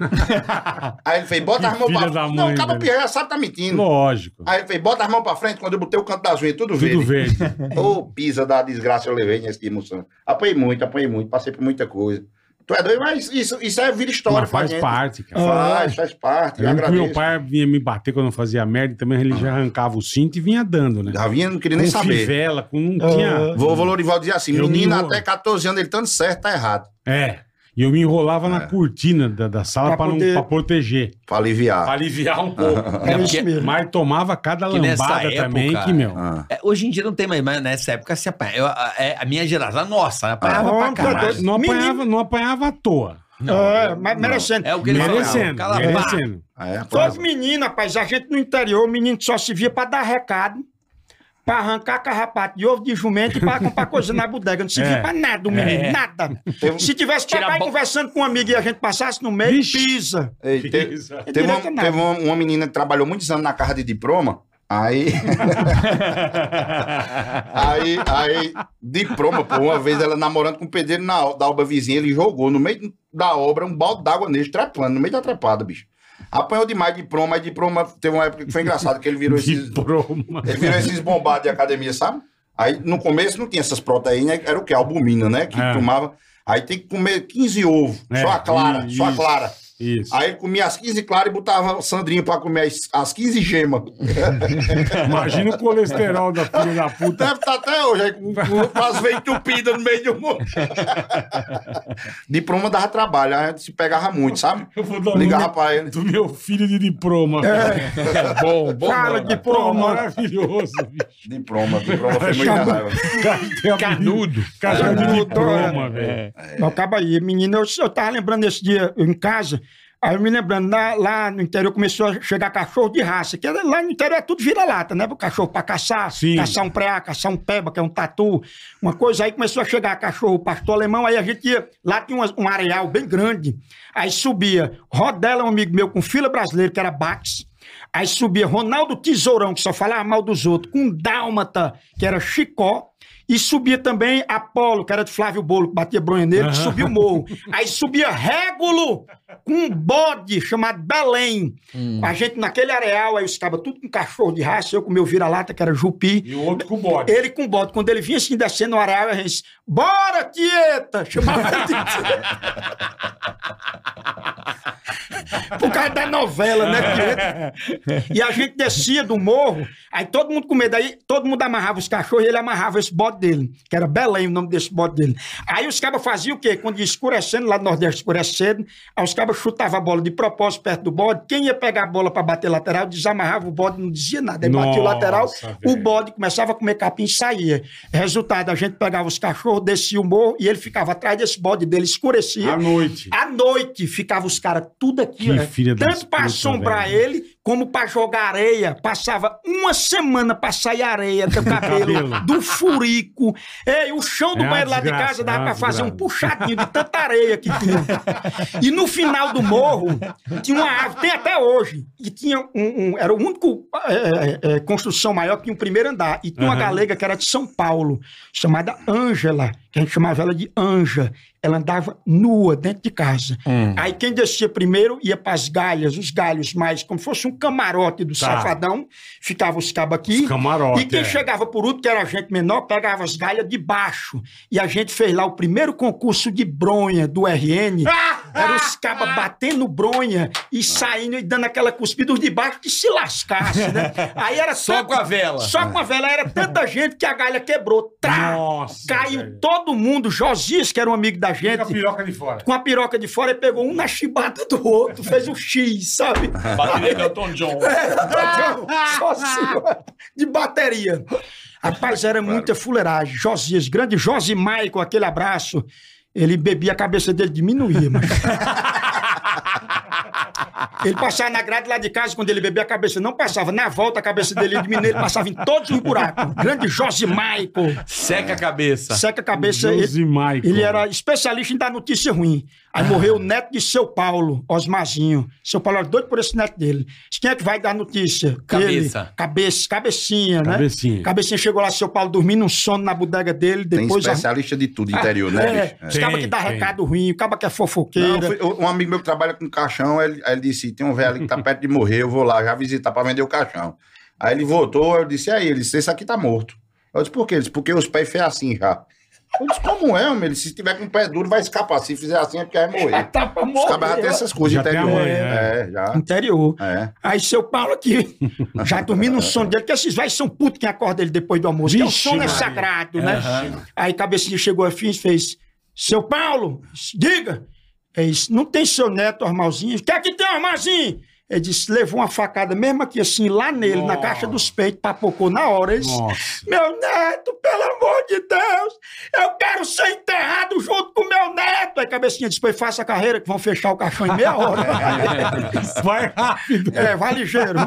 Speaker 5: Aí ele fez, bota
Speaker 2: Que
Speaker 5: as mãos
Speaker 2: filha
Speaker 5: pra
Speaker 2: da mãe,
Speaker 5: frente. Não, acaba
Speaker 2: velho.
Speaker 5: pirra, sabe, tá mentindo.
Speaker 2: Lógico.
Speaker 5: Aí ele fez, bota as mãos pra frente. Quando eu botei o canto das unhas, tudo, verde.
Speaker 2: Tudo verde.
Speaker 5: Ô, pisa da desgraça, eu levei nesse de emoção. Apanhei muito, apanhei muito, passei por muita coisa. Tu é doido, mas isso, isso é vira história.
Speaker 2: Mas
Speaker 5: pra
Speaker 2: faz
Speaker 5: gente.
Speaker 2: parte, cara.
Speaker 5: Faz, faz parte. Ah, Eu
Speaker 2: Eu lembro que
Speaker 5: agradeço.
Speaker 2: meu pai vinha me bater quando eu fazia merda e também ele já arrancava o cinto e vinha dando, né?
Speaker 5: Davinha não queria nem
Speaker 2: com
Speaker 5: saber.
Speaker 2: fivela, com não tinha.
Speaker 5: Vovô Lorival dizia assim:
Speaker 2: Eu me
Speaker 5: menino
Speaker 2: enrolo.
Speaker 5: até 14 anos, ele tanto certo, tá errado.
Speaker 2: É. E eu me enrolava na
Speaker 5: É.
Speaker 2: cortina da, da sala
Speaker 4: Pra
Speaker 2: pra, não,
Speaker 4: poder-
Speaker 2: pra proteger.
Speaker 5: Pra aliviar.
Speaker 2: Pra aliviar um pouco.
Speaker 4: Era É isso mesmo.
Speaker 2: Mas tomava cada
Speaker 3: Que nessa
Speaker 2: lambada
Speaker 3: época,
Speaker 2: também, que, meu.
Speaker 5: Ah.
Speaker 3: É, hoje em dia não tem mais, mas nessa época se apanha. Eu, a, é, a minha geração, a nossa, apanhava pra
Speaker 4: Ah,
Speaker 3: caralho.
Speaker 4: Deus.
Speaker 2: Não,
Speaker 4: Menino-
Speaker 2: apanhava, não apanhava à toa.
Speaker 4: É, mas merecendo.
Speaker 3: É o que ele
Speaker 2: Merecendo,
Speaker 3: falava. Cala a boca.
Speaker 2: merecendo.
Speaker 5: É,
Speaker 4: Todos
Speaker 5: rapaz.
Speaker 4: os meninos, rapaz, a gente no interior, o menino só se via pra dar recado, pra arrancar carrapato de ovo de jumento e pra comprar coisa na bodega. Não se via
Speaker 2: É.
Speaker 4: pra nada, o menino, nada.
Speaker 5: um,
Speaker 4: Se tivesse
Speaker 3: Tira a
Speaker 4: papai
Speaker 3: bo-
Speaker 4: conversando com um amigo e a gente passasse no meio,
Speaker 2: Vixe.
Speaker 4: pisa.
Speaker 5: Ei, te-
Speaker 4: É
Speaker 5: teve, uma,
Speaker 4: direito nada.
Speaker 5: teve uma, uma menina que trabalhou muitos anos na casa de diploma. Aí. aí, aí, diploma, pô. Uma vez ela namorando com o pedreiro na, o- da obra vizinha, ele jogou no meio da obra um balde d'água nele, trepando, no meio da trepada, bicho. Apanhou demais diploma, aí diploma. Teve uma época que foi engraçado, que ele virou esses.
Speaker 2: Diploma.
Speaker 5: Ele virou esses bombados de academia, sabe? Aí no começo não tinha essas proteínas, era o que? Albumina, né? Que
Speaker 2: É.
Speaker 5: tomava. Aí tem que comer 15 ovos,
Speaker 2: É,
Speaker 5: só a clara, só a
Speaker 2: isso.
Speaker 5: clara.
Speaker 2: Isso.
Speaker 5: Aí ele comia as 15 claras e botava o Sandrinho pra comer as, as 15 gemas.
Speaker 2: Imagina o colesterol da filha da puta.
Speaker 5: Deve estar até hoje, aí, com, com, com as veias entupidas no meio do mundo. Diploma dava trabalho, aí a gente se pegava muito, sabe?
Speaker 2: Eu vou dar o
Speaker 5: Ligava
Speaker 2: número
Speaker 5: pra ele.
Speaker 2: do meu filho de diploma.
Speaker 7: Bom, bom.
Speaker 4: Cara,
Speaker 7: bom.
Speaker 4: de porra.
Speaker 2: Maravilhoso, bicho.
Speaker 5: Diploma, diploma foi muita raiva.
Speaker 2: Canudo. Canudo de diploma, velho.
Speaker 3: É.
Speaker 4: Mas acaba aí, menino, eu, eu tava lembrando esse dia em casa, aí eu me lembrando, lá, lá no interior começou a chegar cachorro de raça, que era- lá no interior é tudo vira-lata, né? O cachorro pra caçar,
Speaker 2: Sim.
Speaker 4: caçar um preá, caçar um peba, que é um tatu, uma coisa. Aí começou a chegar cachorro, pastor alemão, aí a gente ia, lá tinha umas- um areal bem grande, aí subia Rodela, um amigo meu com fila brasileiro, que era Bax, aí subia Ronaldo Tesourão, que só falava mal dos outros, com Dálmata, que era Chicó, E subia também Apolo, que era de Flávio Bolo, que batia bronha nele, que subia o morro. Aí subia Régulo com um bode chamado Belém. A gente naquele areal, aí os cabas tudo com cachorro de raça, eu com meu vira-lata, que era Jupi.
Speaker 2: E o outro com o bode.
Speaker 4: Ele com bode. Quando ele vinha assim descendo o areal, a gente, bora, Tieta! Chamava ele de Tieta. Por causa da novela, né, Tieta? E a gente descia do morro, aí todo mundo com medo, aí todo mundo amarrava os cachorros e ele amarrava esse bode dele, que era Belém o nome desse bode dele. Aí os cabas faziam o quê? Quando ia escurecendo, lá no Nordeste escurecendo, aí os cabas chutavam a bola de propósito perto do bode, quem ia pegar a bola pra bater lateral, desamarrava o bode, não dizia nada, aí batia o
Speaker 2: Nossa,
Speaker 4: lateral, o
Speaker 2: velho.
Speaker 4: bode começava a comer capim e saía. Resultado, a gente pegava os cachorros, descia o morro e ele ficava atrás desse bode dele, escurecia.
Speaker 2: À noite.
Speaker 4: À noite ficava os caras tudo aqui,
Speaker 2: Que
Speaker 4: né?
Speaker 2: filha das
Speaker 4: tanto pra
Speaker 2: puta,
Speaker 4: assombrar
Speaker 2: velho.
Speaker 4: ele como pra jogar areia. Passava uma semana pra sair areia do cabelo,
Speaker 2: Cabelo.
Speaker 4: do furico. Ei, o chão do
Speaker 2: É uma
Speaker 4: banheiro lá de
Speaker 2: desgraça,
Speaker 4: casa
Speaker 2: é
Speaker 4: dava
Speaker 2: uma
Speaker 4: pra fazer um
Speaker 2: desgraça.
Speaker 4: puxadinho de tanta areia que tinha. E no final do morro tinha uma árvore, tem até hoje, e tinha um, um- era o único é, é, é, construção maior que tinha o primeiro andar. E tinha uma
Speaker 2: Aham.
Speaker 4: galega que era de São Paulo, chamada Ângela, que a gente chamava ela de Anja. Ela andava nua dentro de casa.
Speaker 2: Hum.
Speaker 4: Aí quem descia primeiro ia para as galhas, os galhos mais, como fosse um camarote do safadão, ficava os cabos aqui.
Speaker 2: Tá. Os camarote,
Speaker 4: e quem
Speaker 2: é.
Speaker 4: chegava por último, que era a gente menor, pegava as galhas de baixo. E a gente fez lá o primeiro concurso de bronha do RN.
Speaker 7: Ah,
Speaker 4: Era os cabas batendo bronha e saindo e dando aquela cuspida os de baixo que se lascasse, né? Aí era
Speaker 7: Só
Speaker 4: tanto-
Speaker 7: com a vela.
Speaker 4: Só com a vela. Era tanta gente que a galha quebrou. Trá!
Speaker 2: Nossa,
Speaker 4: Caiu
Speaker 2: velho.
Speaker 4: todo mundo. Josias, que era um amigo da gente,
Speaker 2: Fica a piroca de fora.
Speaker 4: com a piroca de fora e pegou um na chibata do outro, fez um X, sabe?
Speaker 9: Bateria de Elton John.
Speaker 4: Só assim, de bateria. Rapaz, era muita fuleiragem. Josias, grande Josimar, com aquele abraço. Ele bebia, a cabeça dele diminuía, mas... Ele passava na grade lá de casa, quando ele bebia, a cabeça não passava. Na volta, a cabeça dele diminuía, ele passava em todos os buracos. Grande Josimar,
Speaker 7: Seca a
Speaker 2: Tá.
Speaker 7: cabeça.
Speaker 4: seca a cabeça. ele-
Speaker 2: Josimar.
Speaker 4: ele era especialista em dar notícia ruim. Aí
Speaker 2: Ah.
Speaker 4: morreu o neto de seu Paulo, Osmarzinho. Seu Paulo era doido por esse neto dele. Disse, Quem é que vai dar notícia?
Speaker 7: Cabeça.
Speaker 4: Ele, cabeça, cabecinha, né?
Speaker 2: Cabecinha.
Speaker 4: Cabecinha chegou lá, seu Paulo dormindo, um sono na bodega dele.
Speaker 5: Tem
Speaker 4: Depois a-
Speaker 5: especialista de tudo interior, né, bicho?
Speaker 4: É, Os cabas que dá
Speaker 2: Tem,
Speaker 4: recado ruim, o caba que é fofoqueira.
Speaker 5: Não, foi- um amigo meu que trabalha com caixão, ele, aí ele disse: tem um velho ali que tá perto de morrer, eu vou lá já visitar pra vender o caixão. Aí ele voltou, eu disse: e aí, ele disse: esse aqui tá morto. Eu disse: por quê? Ele disse: porque os pés fez assim já. Eu disse: como é, homem? Ele disse: se tiver com o pé duro, vai escapar. Se fizer assim, é porque vai morrer.
Speaker 4: tá pra
Speaker 5: Os cabras já
Speaker 4: morrer,
Speaker 5: têm essas coisas
Speaker 2: Já tem
Speaker 5: interior.
Speaker 2: a mãe,
Speaker 5: é.
Speaker 2: é.
Speaker 5: já.
Speaker 4: Interior.
Speaker 5: É.
Speaker 4: Aí seu Paulo aqui, já dormindo no sono dele, que esses velhos são putos quem acorda ele depois do almoço. que o
Speaker 2: Vixe,
Speaker 4: sono é
Speaker 2: Maria.
Speaker 4: sagrado, né? Aí cabecinha chegou a fim e fez: Seu Paulo, diga! É isso, não tem seu neto, Armalzinho? Quer que tenha Armalzinho? Ele disse: levou uma facada mesmo aqui, assim, lá nele, na caixa dos peitos, papocou na hora. Ele disse,
Speaker 2: Nossa.
Speaker 4: meu neto, pelo amor de Deus, eu quero ser enterrado junto com meu neto. Aí cabecinha disse: pois faça a carreira que vão fechar o caixão em meia hora.
Speaker 2: Vai rápido.
Speaker 4: É, vai ligeiro.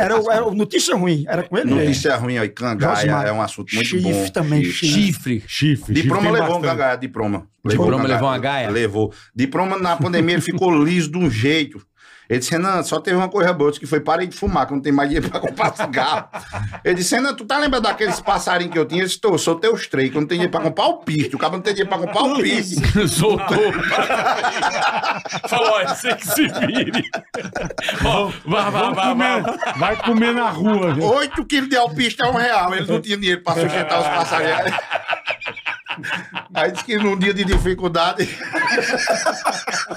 Speaker 4: Era, o- era o notícia ruim, era com ele mesmo.
Speaker 5: Notícia ruim aí, cangaia
Speaker 4: Josimar.
Speaker 5: é um assunto muito
Speaker 4: Chifre
Speaker 5: bom.
Speaker 4: também,
Speaker 5: Chifre.
Speaker 4: chifre.
Speaker 7: Chifre.
Speaker 2: Chifre.
Speaker 5: De
Speaker 2: chifre tem
Speaker 5: Proma levou um
Speaker 2: bastante.
Speaker 5: cangaia, de Proma.
Speaker 7: Proma levou uma gaia?
Speaker 5: um Levou. De Proma, na pandemia, ele ficou liso de um jeito. Ele disse, Renan, só teve uma coisa boa, disse que foi parei de fumar, que eu não tem mais dinheiro pra comprar cigarro. Ele disse, Renan, tu tá lembrando daqueles passarinhos que eu tinha? Eu disse, tô, sou teu três, que eu não tenho dinheiro pra comprar o pisto. O cara não tem dinheiro pra comprar o pisto.
Speaker 7: Soltou.
Speaker 9: Falou, ó, você que se vire. Ó, vá, vá,
Speaker 2: Vamos
Speaker 9: vá, vá.
Speaker 2: comer- Vai comer na rua. viu?
Speaker 5: Oito quilos de alpista é um real. Ele não tinha dinheiro pra sustentar os passarinhos. Aí disse que num dia de dificuldade...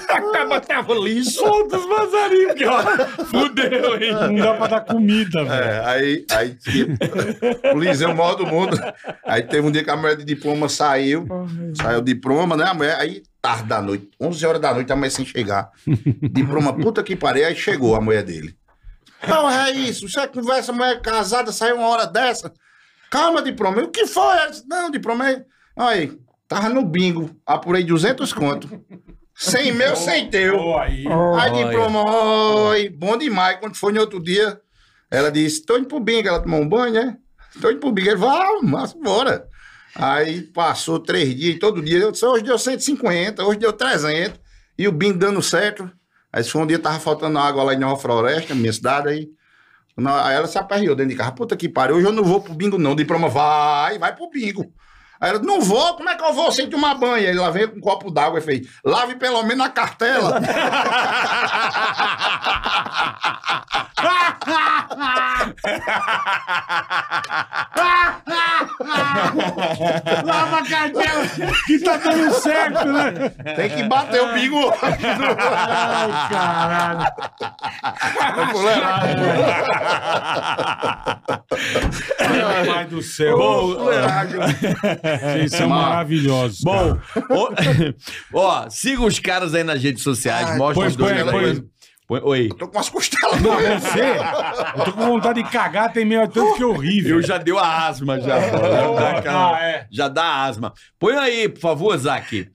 Speaker 4: A caba tava liso.
Speaker 2: Solta os passarinhos, cara.
Speaker 9: Fudeu, hein?
Speaker 2: Não dá pra dar comida, velho.
Speaker 5: É, aí, aí tipo, o Liseu, o maior do mundo. Aí teve um dia que a mulher de diploma saiu, saiu de diploma, né? A mulher, aí tarde da noite, 11 horas da noite, a mulher sem chegar. Diploma, puta que pariu, aí chegou a mulher dele. Não, é isso, você conversa, mulher é casada, saiu uma hora dessa. Calma, diploma, e o que foi? Ela disse, Não, diploma, aí, aí, tava no bingo, apurei 200 conto. Sem meu, sem teu.
Speaker 2: Pô, aí.
Speaker 4: É,
Speaker 5: Aí
Speaker 7: Olha.
Speaker 5: diploma, oi, bom demais. Quando foi no outro dia, ela disse: tô indo pro bingo. Ela tomou um banho, né? Tô indo pro bingo. Ele falou: ah, mas bora. Aí passou três dias, todo dia. Eu disse: hoje deu 150, hoje deu 300. E o bingo dando certo. Aí foi um dia tava faltando água lá em Nova Floresta, minha cidade. Aí Não, aí ela se aperreou dentro de casa. Puta que pariu, hoje eu não vou pro bingo, não. De promo, vai, vai pro bingo. Aí ela, não vou, como é que eu vou sem tomar banho? Aí ela veio com um copo d'água e fez, lave pelo menos a cartela.
Speaker 2: Lava cartela! Que tá dando certo, né?
Speaker 5: Tem que bater o bingo.
Speaker 2: Ai, caralho. Meu pai do céu.
Speaker 9: é.
Speaker 2: Vocês são maravilhosos.
Speaker 3: Bom,
Speaker 2: cara.
Speaker 3: ô- ó, siga os caras aí nas redes
Speaker 5: Ah,
Speaker 3: sociais, mostra
Speaker 2: pois,
Speaker 3: os dois.
Speaker 2: pois,
Speaker 3: né?
Speaker 2: pois.
Speaker 3: Põe- Oi.
Speaker 5: Tô com umas costelas
Speaker 2: Não, você, eu tô com vontade de cagar, tem meio tanto que é horrível.
Speaker 3: Eu já deu a asma, já. pô. já, dá aquela-
Speaker 2: Ah, é.
Speaker 3: já dá asma. Põe aí, por favor, Zac.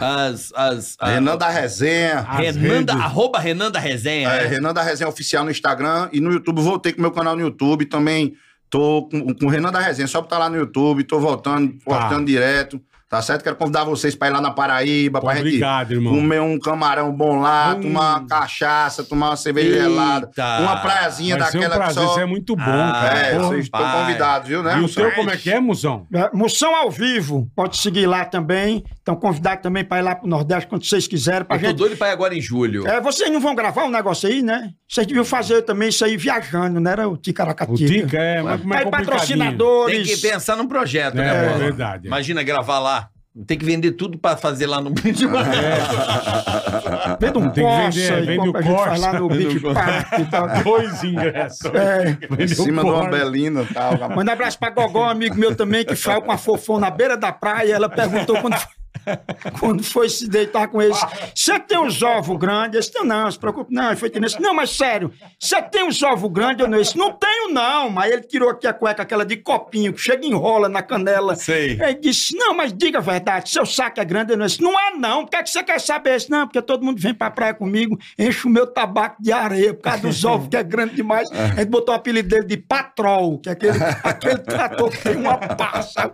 Speaker 3: As. as a-
Speaker 5: Ah, Renan da Resenha.
Speaker 2: As
Speaker 3: Renan da-
Speaker 2: redes.
Speaker 3: arroba Renan da Resenha.
Speaker 5: É,
Speaker 3: né?
Speaker 5: Renan da Resenha Oficial no Instagram e no YouTube. Voltei com o meu canal no YouTube também. Tô com, com o Renan da Resenha, É só botar lá no YouTube. Tô
Speaker 2: Tá.
Speaker 5: voltando, voltando direto. Tá certo? Quero convidar vocês pra ir lá na Paraíba, pra
Speaker 2: Obrigado,
Speaker 5: gente
Speaker 2: irmão. Hum.
Speaker 5: comer um camarão bom lá, tomar uma cachaça, tomar uma cerveja
Speaker 3: Eita.
Speaker 5: gelada, uma praiazinha
Speaker 2: Vai ser um
Speaker 5: daquela que
Speaker 2: prazer,
Speaker 5: só.
Speaker 2: isso é muito bom,
Speaker 3: Ah,
Speaker 2: cara.
Speaker 5: É,
Speaker 2: Porra.
Speaker 5: vocês estão
Speaker 3: pai.
Speaker 5: convidados, viu, né?
Speaker 2: E o teu como é que é, Musão?
Speaker 4: É, Moção ao vivo, pode seguir lá também. Estão convidados também para ir lá pro Nordeste quando vocês quiserem. Pra
Speaker 3: Eu tô
Speaker 4: gente...
Speaker 3: doido pra ir agora em julho.
Speaker 4: É, vocês não vão gravar um negócio aí, né? Vocês deviam fazer também isso aí viajando, não era o
Speaker 2: O
Speaker 4: Ticaracatica.
Speaker 2: Tica é, mas como é
Speaker 4: Aí
Speaker 2: complicadinho.
Speaker 3: Tem que
Speaker 4: patrocinadores.
Speaker 3: pensar num projeto,
Speaker 2: É,
Speaker 3: né,
Speaker 2: é
Speaker 3: bola?
Speaker 2: verdade.
Speaker 3: Imagina gravar lá. Tem que vender tudo pra fazer lá no vídeo.
Speaker 4: Vende um
Speaker 2: Tem que vender,
Speaker 4: Corsa,
Speaker 2: vende
Speaker 4: e
Speaker 2: o
Speaker 4: compra, a gente faz
Speaker 2: Corsa.
Speaker 4: lá no Beach Park e tal.
Speaker 2: Dois ingressos.
Speaker 4: É.
Speaker 5: Em
Speaker 2: Vendeu
Speaker 5: cima de uma
Speaker 2: corte.
Speaker 5: belina e tal. rapaz.
Speaker 4: Manda um abraço pra Gogó, amigo meu também, que saiu com a fofão na beira da praia. Ela perguntou quando, quando foi se deitar com eles. Você tem uns ovos grandes? Esse tem não, não se preocupe, não. Ele foi nesse. Não, mas sério, você tem uns ovos grandes ou não? Esse não tenho, não. Mas ele tirou aqui a cueca, aquela de copinho, que chega e enrola na canela.
Speaker 3: Sei.
Speaker 4: Ele disse: Não, mas diga a verdade, seu saco é grande ou não? Eu disse, não é, não. Por que, é que você quer saber isso? Não, porque todo mundo vem pra praia comigo, enche o meu tabaco de areia por causa dos ovos, que é grande demais.
Speaker 3: Ah.
Speaker 4: A gente botou o apelido dele de Patrol, que é aquele, aquele trator que tem uma passa.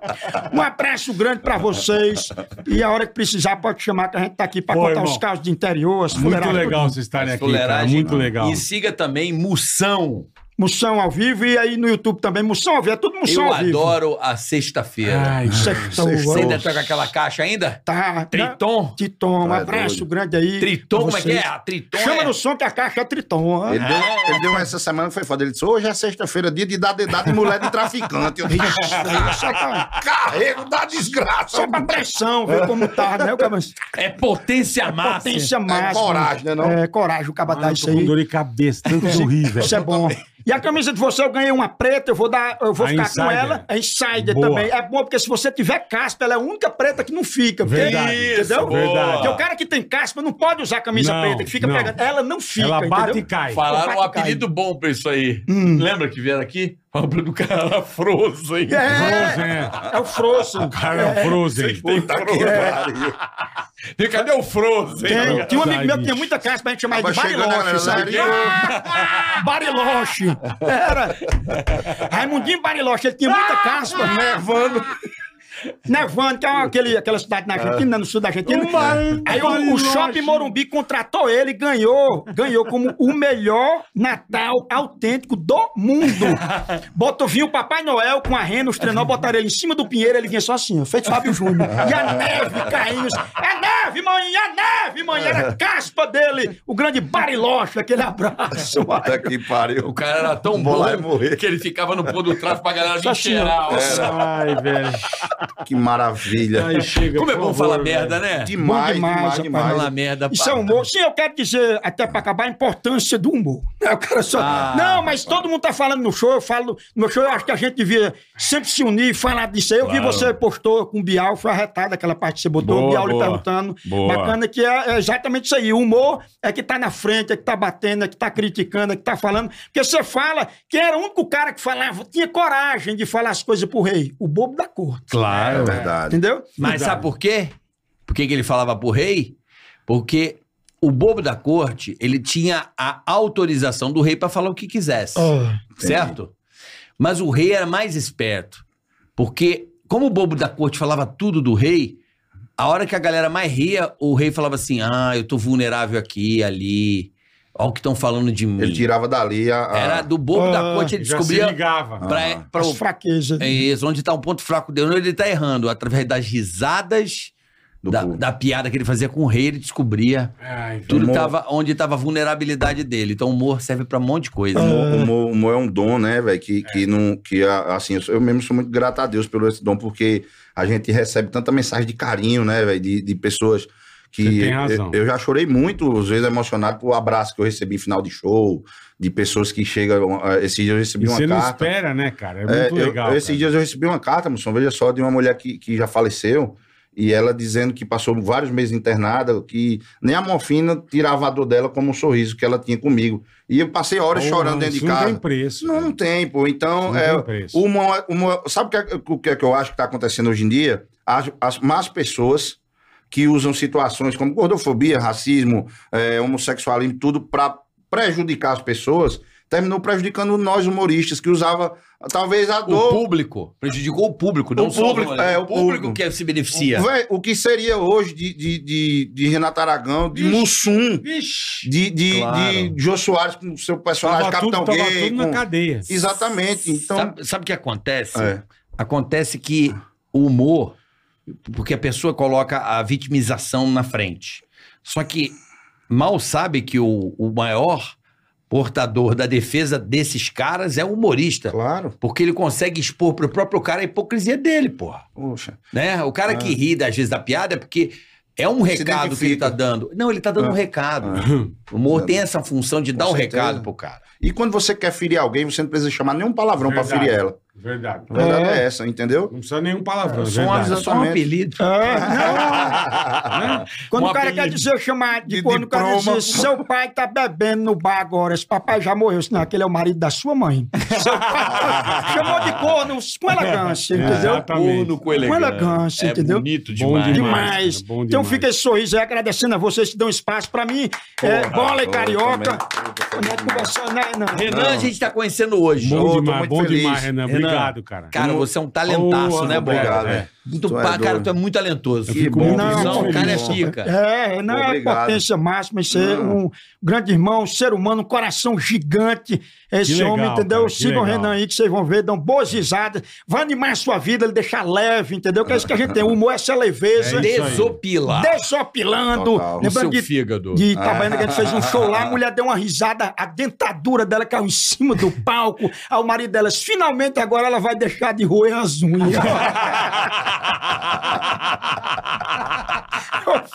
Speaker 4: Um abraço grande pra vocês. E a hora que precisar, pode chamar que a gente tá aqui pra
Speaker 2: Pô,
Speaker 4: contar
Speaker 2: irmão,
Speaker 4: os casos de interior, as
Speaker 2: Muito
Speaker 4: fuleiragens,
Speaker 2: legal
Speaker 4: tudo.
Speaker 2: vocês estarem aqui, cara. Muito legal.
Speaker 3: E siga também Moção.
Speaker 4: Moção ao vivo e aí no YouTube também. Moção ao vivo, é tudo moção
Speaker 3: Eu
Speaker 4: ao vivo.
Speaker 3: adoro a sexta-feira.
Speaker 2: Ai, gente.
Speaker 4: Sextou,
Speaker 3: Você ainda
Speaker 4: ó.
Speaker 3: tá com aquela caixa ainda?
Speaker 4: Tá.
Speaker 3: Triton?
Speaker 4: Triton, um
Speaker 5: Tá
Speaker 4: abraço
Speaker 5: doido.
Speaker 4: grande aí.
Speaker 3: Triton,
Speaker 4: pra
Speaker 3: como é que é?
Speaker 4: vocês.
Speaker 9: Ah,
Speaker 3: A
Speaker 2: Então
Speaker 3: Triton
Speaker 4: Chama
Speaker 3: é...
Speaker 4: no som que a caixa é Triton. ó.
Speaker 5: Ele deu, ele deu essa semana que foi foda. Ele disse: hoje é sexta-feira, dia de dar dedada de mulher de traficante. Eu disse,
Speaker 4: Só pra,
Speaker 5: é um carrego da desgraça.
Speaker 4: só
Speaker 2: é
Speaker 4: pra pressão, ver como tá, né?
Speaker 2: Ah,
Speaker 4: O cabra
Speaker 9: É potência máxima.
Speaker 2: É
Speaker 4: potência máxima.
Speaker 5: coragem, né, não?
Speaker 4: É, coragem, o cabra dá
Speaker 2: Ah, eu
Speaker 4: isso
Speaker 2: tô com
Speaker 4: aí.
Speaker 2: dor de cabeça, tanto que eu ri, velho.
Speaker 4: Isso é bom. E a camisa de você, eu ganhei uma preta, eu vou dar, eu vou
Speaker 2: A
Speaker 4: ficar com
Speaker 2: Insider.
Speaker 4: ela. É insider
Speaker 2: Boa.
Speaker 4: também. É bom, porque se você tiver caspa, ela é a única preta que não fica. Porque,
Speaker 2: Verdade.
Speaker 4: Entendeu?
Speaker 2: Isso, verdade.
Speaker 4: Porque o cara que tem caspa não pode usar camisa
Speaker 2: Não,
Speaker 4: preta, que fica
Speaker 2: não.
Speaker 4: pegando. Ela não fica,
Speaker 2: Ela bate
Speaker 4: entendeu?
Speaker 2: e cai.
Speaker 9: Falaram um
Speaker 4: Vai que
Speaker 9: apelido bom pra isso aí. Lembra que vieram aqui? Falaram do cara lá, Frozen.
Speaker 4: É,
Speaker 2: Frozen.
Speaker 4: é o Frozen.
Speaker 2: Cara, é o Frozen.
Speaker 5: Puta que pariu.
Speaker 9: E cadê o Frozen?
Speaker 4: Tem, tinha um amigo meu que tinha
Speaker 2: bicho.
Speaker 4: muita caspa, a gente chamava
Speaker 5: Tava
Speaker 4: de
Speaker 5: chegando a
Speaker 4: Bariloche, sabe? Ah!
Speaker 5: galera.
Speaker 4: Bariloche. Era. Raimundinho Bariloche, ele tinha muita caspa. Nevando. Nevando, que é aquele, aquela cidade na Argentina, no sul da Argentina. Aí o, o Shopping Morumbi contratou ele e ganhou. Ganhou como o melhor Natal autêntico do mundo. Bota vinha o Papai Noel com a rena, os trenó, botaram ele em cima do pinheiro, ele vinha só assim, ó, feito Fábio Júnior. E a neve caindo. É neve, mãe! É neve, mãe! Era a caspa dele, o grande Bariloche, aquele abraço.
Speaker 5: Puta que pariu.
Speaker 9: O cara era tão
Speaker 5: Vou
Speaker 9: bom
Speaker 5: lá e morrer.
Speaker 9: que ele ficava no pôr do tráfico pra galera vir
Speaker 4: assim, ó.
Speaker 9: cheirar.
Speaker 2: É.
Speaker 9: ó.
Speaker 2: Ai, velho.
Speaker 5: Que maravilha.
Speaker 2: Aí chega.
Speaker 9: Como é
Speaker 2: por
Speaker 9: bom
Speaker 2: favor,
Speaker 9: falar
Speaker 2: velho.
Speaker 9: merda, né?
Speaker 4: Bom demais,
Speaker 5: Demais, demais,
Speaker 4: rapaz.
Speaker 5: demais.
Speaker 3: Fala merda.
Speaker 4: Isso é humor. Sim, eu quero dizer, até pra acabar, a importância do humor. É, O cara só.
Speaker 9: Ah,
Speaker 4: não, mas todo mundo tá falando no show, eu falo. No meu show, eu acho que a gente devia sempre se unir e falar disso aí. Eu vi você postou com o Bial, foi arretado aquela parte que você botou,
Speaker 9: Boa,
Speaker 4: o Bial lhe
Speaker 9: boa.
Speaker 4: perguntando.
Speaker 9: Boa.
Speaker 4: Bacana que é, é exatamente isso aí. O humor é que tá na frente, é que tá batendo, é que tá criticando, é que tá falando. Porque você fala que era o único cara que falava, tinha coragem de falar as coisas pro rei. O bobo da
Speaker 9: né?
Speaker 4: corte.
Speaker 5: É
Speaker 2: Claro.
Speaker 5: verdade.
Speaker 4: Entendeu?
Speaker 3: Mas sabe por quê? Por que, que ele falava pro rei? Porque o bobo da corte, ele tinha a autorização do rei pra falar o que quisesse.
Speaker 4: Oh,
Speaker 3: certo? Mas o rei era mais esperto. Porque, como o bobo da corte falava tudo do rei, a hora que a galera mais ria, o rei falava assim: ah, eu tô vulnerável aqui, ali. Olha o que estão falando de mim.
Speaker 5: Ele tirava dali a. a-
Speaker 3: Era do bobo da corte, ele
Speaker 2: Ah, já
Speaker 3: descobria.
Speaker 2: se ligava.
Speaker 3: Pra, pra,
Speaker 4: As fraquezas.
Speaker 3: é isso, onde tá um ponto fraco dele. Ele tá errando. Através das risadas,
Speaker 5: Do
Speaker 3: da,
Speaker 5: povo.
Speaker 3: da piada que ele fazia com o rei, ele descobria
Speaker 2: Ai, velho.
Speaker 3: tudo
Speaker 5: Humor.
Speaker 3: tava, onde estava a vulnerabilidade dele. Então o humor serve pra um monte de coisa.
Speaker 5: O humor,
Speaker 2: Ah.
Speaker 5: o humor- o humor é um dom, né, velho? Que, que não. Que, a- assim, eu sou- eu mesmo sou muito grato a Deus pelo esse dom, porque a gente recebe tanta mensagem de carinho, né, velho? De, de pessoas que.
Speaker 2: Você tem
Speaker 5: eu-
Speaker 2: razão.
Speaker 5: Eu, já chorei muito, às vezes, emocionado por abraço que eu recebi em final de show, de pessoas que chegam. ah, Esses dias eu recebi
Speaker 2: E
Speaker 5: uma
Speaker 2: você não
Speaker 5: carta.
Speaker 2: espera, né, cara? É
Speaker 5: É,
Speaker 2: muito
Speaker 5: eu-
Speaker 2: legal.
Speaker 5: esses
Speaker 2: cara.
Speaker 5: dias eu recebi uma carta, moção, veja só, de uma mulher que, que já faleceu, e ela dizendo que passou vários meses internada, que nem a morfina tirava a dor dela como um sorriso que ela tinha comigo. E eu passei horas
Speaker 2: Porra,
Speaker 5: chorando dentro
Speaker 2: isso
Speaker 5: de casa.
Speaker 2: Então, Não tem preço. né? Uhum.
Speaker 5: Não, não tem, pô. Então,
Speaker 2: Não
Speaker 5: é,
Speaker 2: tem preço.
Speaker 5: uma, uma, sabe o que, é, o que é que eu acho que está acontecendo hoje em dia? As, as más pessoas que usam situações como gordofobia, racismo, é, homossexualismo, tudo para prejudicar as pessoas, terminou prejudicando nós humoristas, que usava talvez a
Speaker 3: O
Speaker 5: dor.
Speaker 3: público prejudicou o público, não
Speaker 5: O
Speaker 3: só
Speaker 5: público,
Speaker 3: humor.
Speaker 5: é,
Speaker 3: o
Speaker 5: o
Speaker 3: público
Speaker 5: público.
Speaker 3: que se beneficia.
Speaker 5: Véi, o que seria hoje de, de, de, de Renato Aragão, de
Speaker 2: Ixi.
Speaker 5: Mussum,
Speaker 2: Vixe,
Speaker 5: de, de,
Speaker 6: Claro.
Speaker 5: de Jô Soares com o seu personagem
Speaker 2: tava
Speaker 5: Capitão
Speaker 2: tudo, tava
Speaker 5: Gay.
Speaker 2: tudo na
Speaker 5: com-
Speaker 2: cadeia.
Speaker 5: Exatamente. Então.
Speaker 3: Sabe- Sabe o que acontece?
Speaker 5: É.
Speaker 3: Acontece que o humor, porque a pessoa coloca a vitimização na frente. Só que mal sabe que o, o maior portador da defesa desses caras é o humorista.
Speaker 5: Claro,
Speaker 3: Porque ele consegue expor pro próprio cara a hipocrisia dele, porra.
Speaker 5: poxa.
Speaker 3: Né? O cara
Speaker 5: Ah.
Speaker 3: que ri, às vezes, da piada é porque é um
Speaker 5: Se
Speaker 3: recado que ele
Speaker 5: identifica.
Speaker 3: tá dando. Não, ele tá dando
Speaker 5: Ah.
Speaker 3: um recado.
Speaker 5: Ah.
Speaker 3: O humor tem essa função de
Speaker 5: Com
Speaker 3: dar um
Speaker 5: certeza.
Speaker 3: recado pro cara.
Speaker 5: E quando você quer ferir alguém, você não precisa chamar nenhum palavrão pra
Speaker 2: Verdade.
Speaker 5: ferir ela.
Speaker 2: Verdade.
Speaker 5: A verdade é, essa, entendeu?
Speaker 2: Não precisa nenhum palavrão. é
Speaker 5: Só uma
Speaker 2: verdade.
Speaker 5: Exatamente.
Speaker 3: Só um apelido.
Speaker 4: É.
Speaker 9: É.
Speaker 2: Né?
Speaker 4: Quando
Speaker 3: Um
Speaker 4: o cara quer
Speaker 3: apelido.
Speaker 4: dizer, chamar de,
Speaker 5: De
Speaker 4: corno, o cara
Speaker 5: diploma.
Speaker 4: diz, seu pai tá bebendo no bar agora, esse papai já morreu, senão aquele é o marido da sua mãe. Seu pai chamou de corno com elegância, entendeu?
Speaker 2: Exatamente.
Speaker 9: com
Speaker 4: Com elegância,
Speaker 9: é
Speaker 4: entendeu?
Speaker 9: bonito
Speaker 2: Bom
Speaker 9: demais.
Speaker 2: demais.
Speaker 4: Demais.
Speaker 2: cara, bom
Speaker 4: Então
Speaker 2: demais.
Speaker 4: fica esse sorriso aí, agradecendo a vocês que dão espaço pra mim. é, bola e
Speaker 5: Pô,
Speaker 4: carioca.
Speaker 5: também. Puta,
Speaker 4: Não é
Speaker 5: também.
Speaker 4: conversando, né, não.
Speaker 3: Renan, a gente tá conhecendo hoje.
Speaker 2: Bom
Speaker 5: Ô, tô
Speaker 2: demais,
Speaker 5: muito
Speaker 2: bom
Speaker 5: feliz.
Speaker 2: demais, Renan.
Speaker 3: Renan,
Speaker 2: Obrigado, cara.
Speaker 3: Cara,
Speaker 5: Não-
Speaker 3: você é um talentaço,
Speaker 2: Oh,
Speaker 3: né, Bob?
Speaker 5: Obrigado,
Speaker 2: É.
Speaker 5: velho.
Speaker 3: Muito
Speaker 5: Tu é
Speaker 3: pá, cara,
Speaker 5: doido.
Speaker 3: tu é muito talentoso.
Speaker 5: Que
Speaker 2: fico
Speaker 5: bom,
Speaker 2: muito
Speaker 5: que
Speaker 3: Não,
Speaker 5: bom,
Speaker 3: o cara é
Speaker 5: que bom.
Speaker 3: pica.
Speaker 4: É, Renan é
Speaker 5: Obrigado.
Speaker 4: potência máxima, isso é
Speaker 5: Não.
Speaker 4: um grande irmão, um ser humano, um coração gigante. Esse
Speaker 2: Que legal,
Speaker 4: homem, entendeu?
Speaker 2: cara, que
Speaker 4: Sigam o
Speaker 2: legal.
Speaker 4: Renan aí, que vocês vão ver, dão boas risadas. Vai animar a sua vida, ele deixar leve, entendeu? Que é isso que a gente tem. O humor, é essa leveza.
Speaker 2: É isso aí.
Speaker 3: Desopila.
Speaker 4: Desopilando.
Speaker 5: Total. O
Speaker 3: O seu
Speaker 4: Lembrando de,
Speaker 3: fígado.
Speaker 4: de Itabaiana, que a gente fez um show lá, a mulher deu uma risada, a dentadura dela caiu em cima do palco. Aí o marido dela, disse, finalmente agora ela vai deixar de roer as unhas.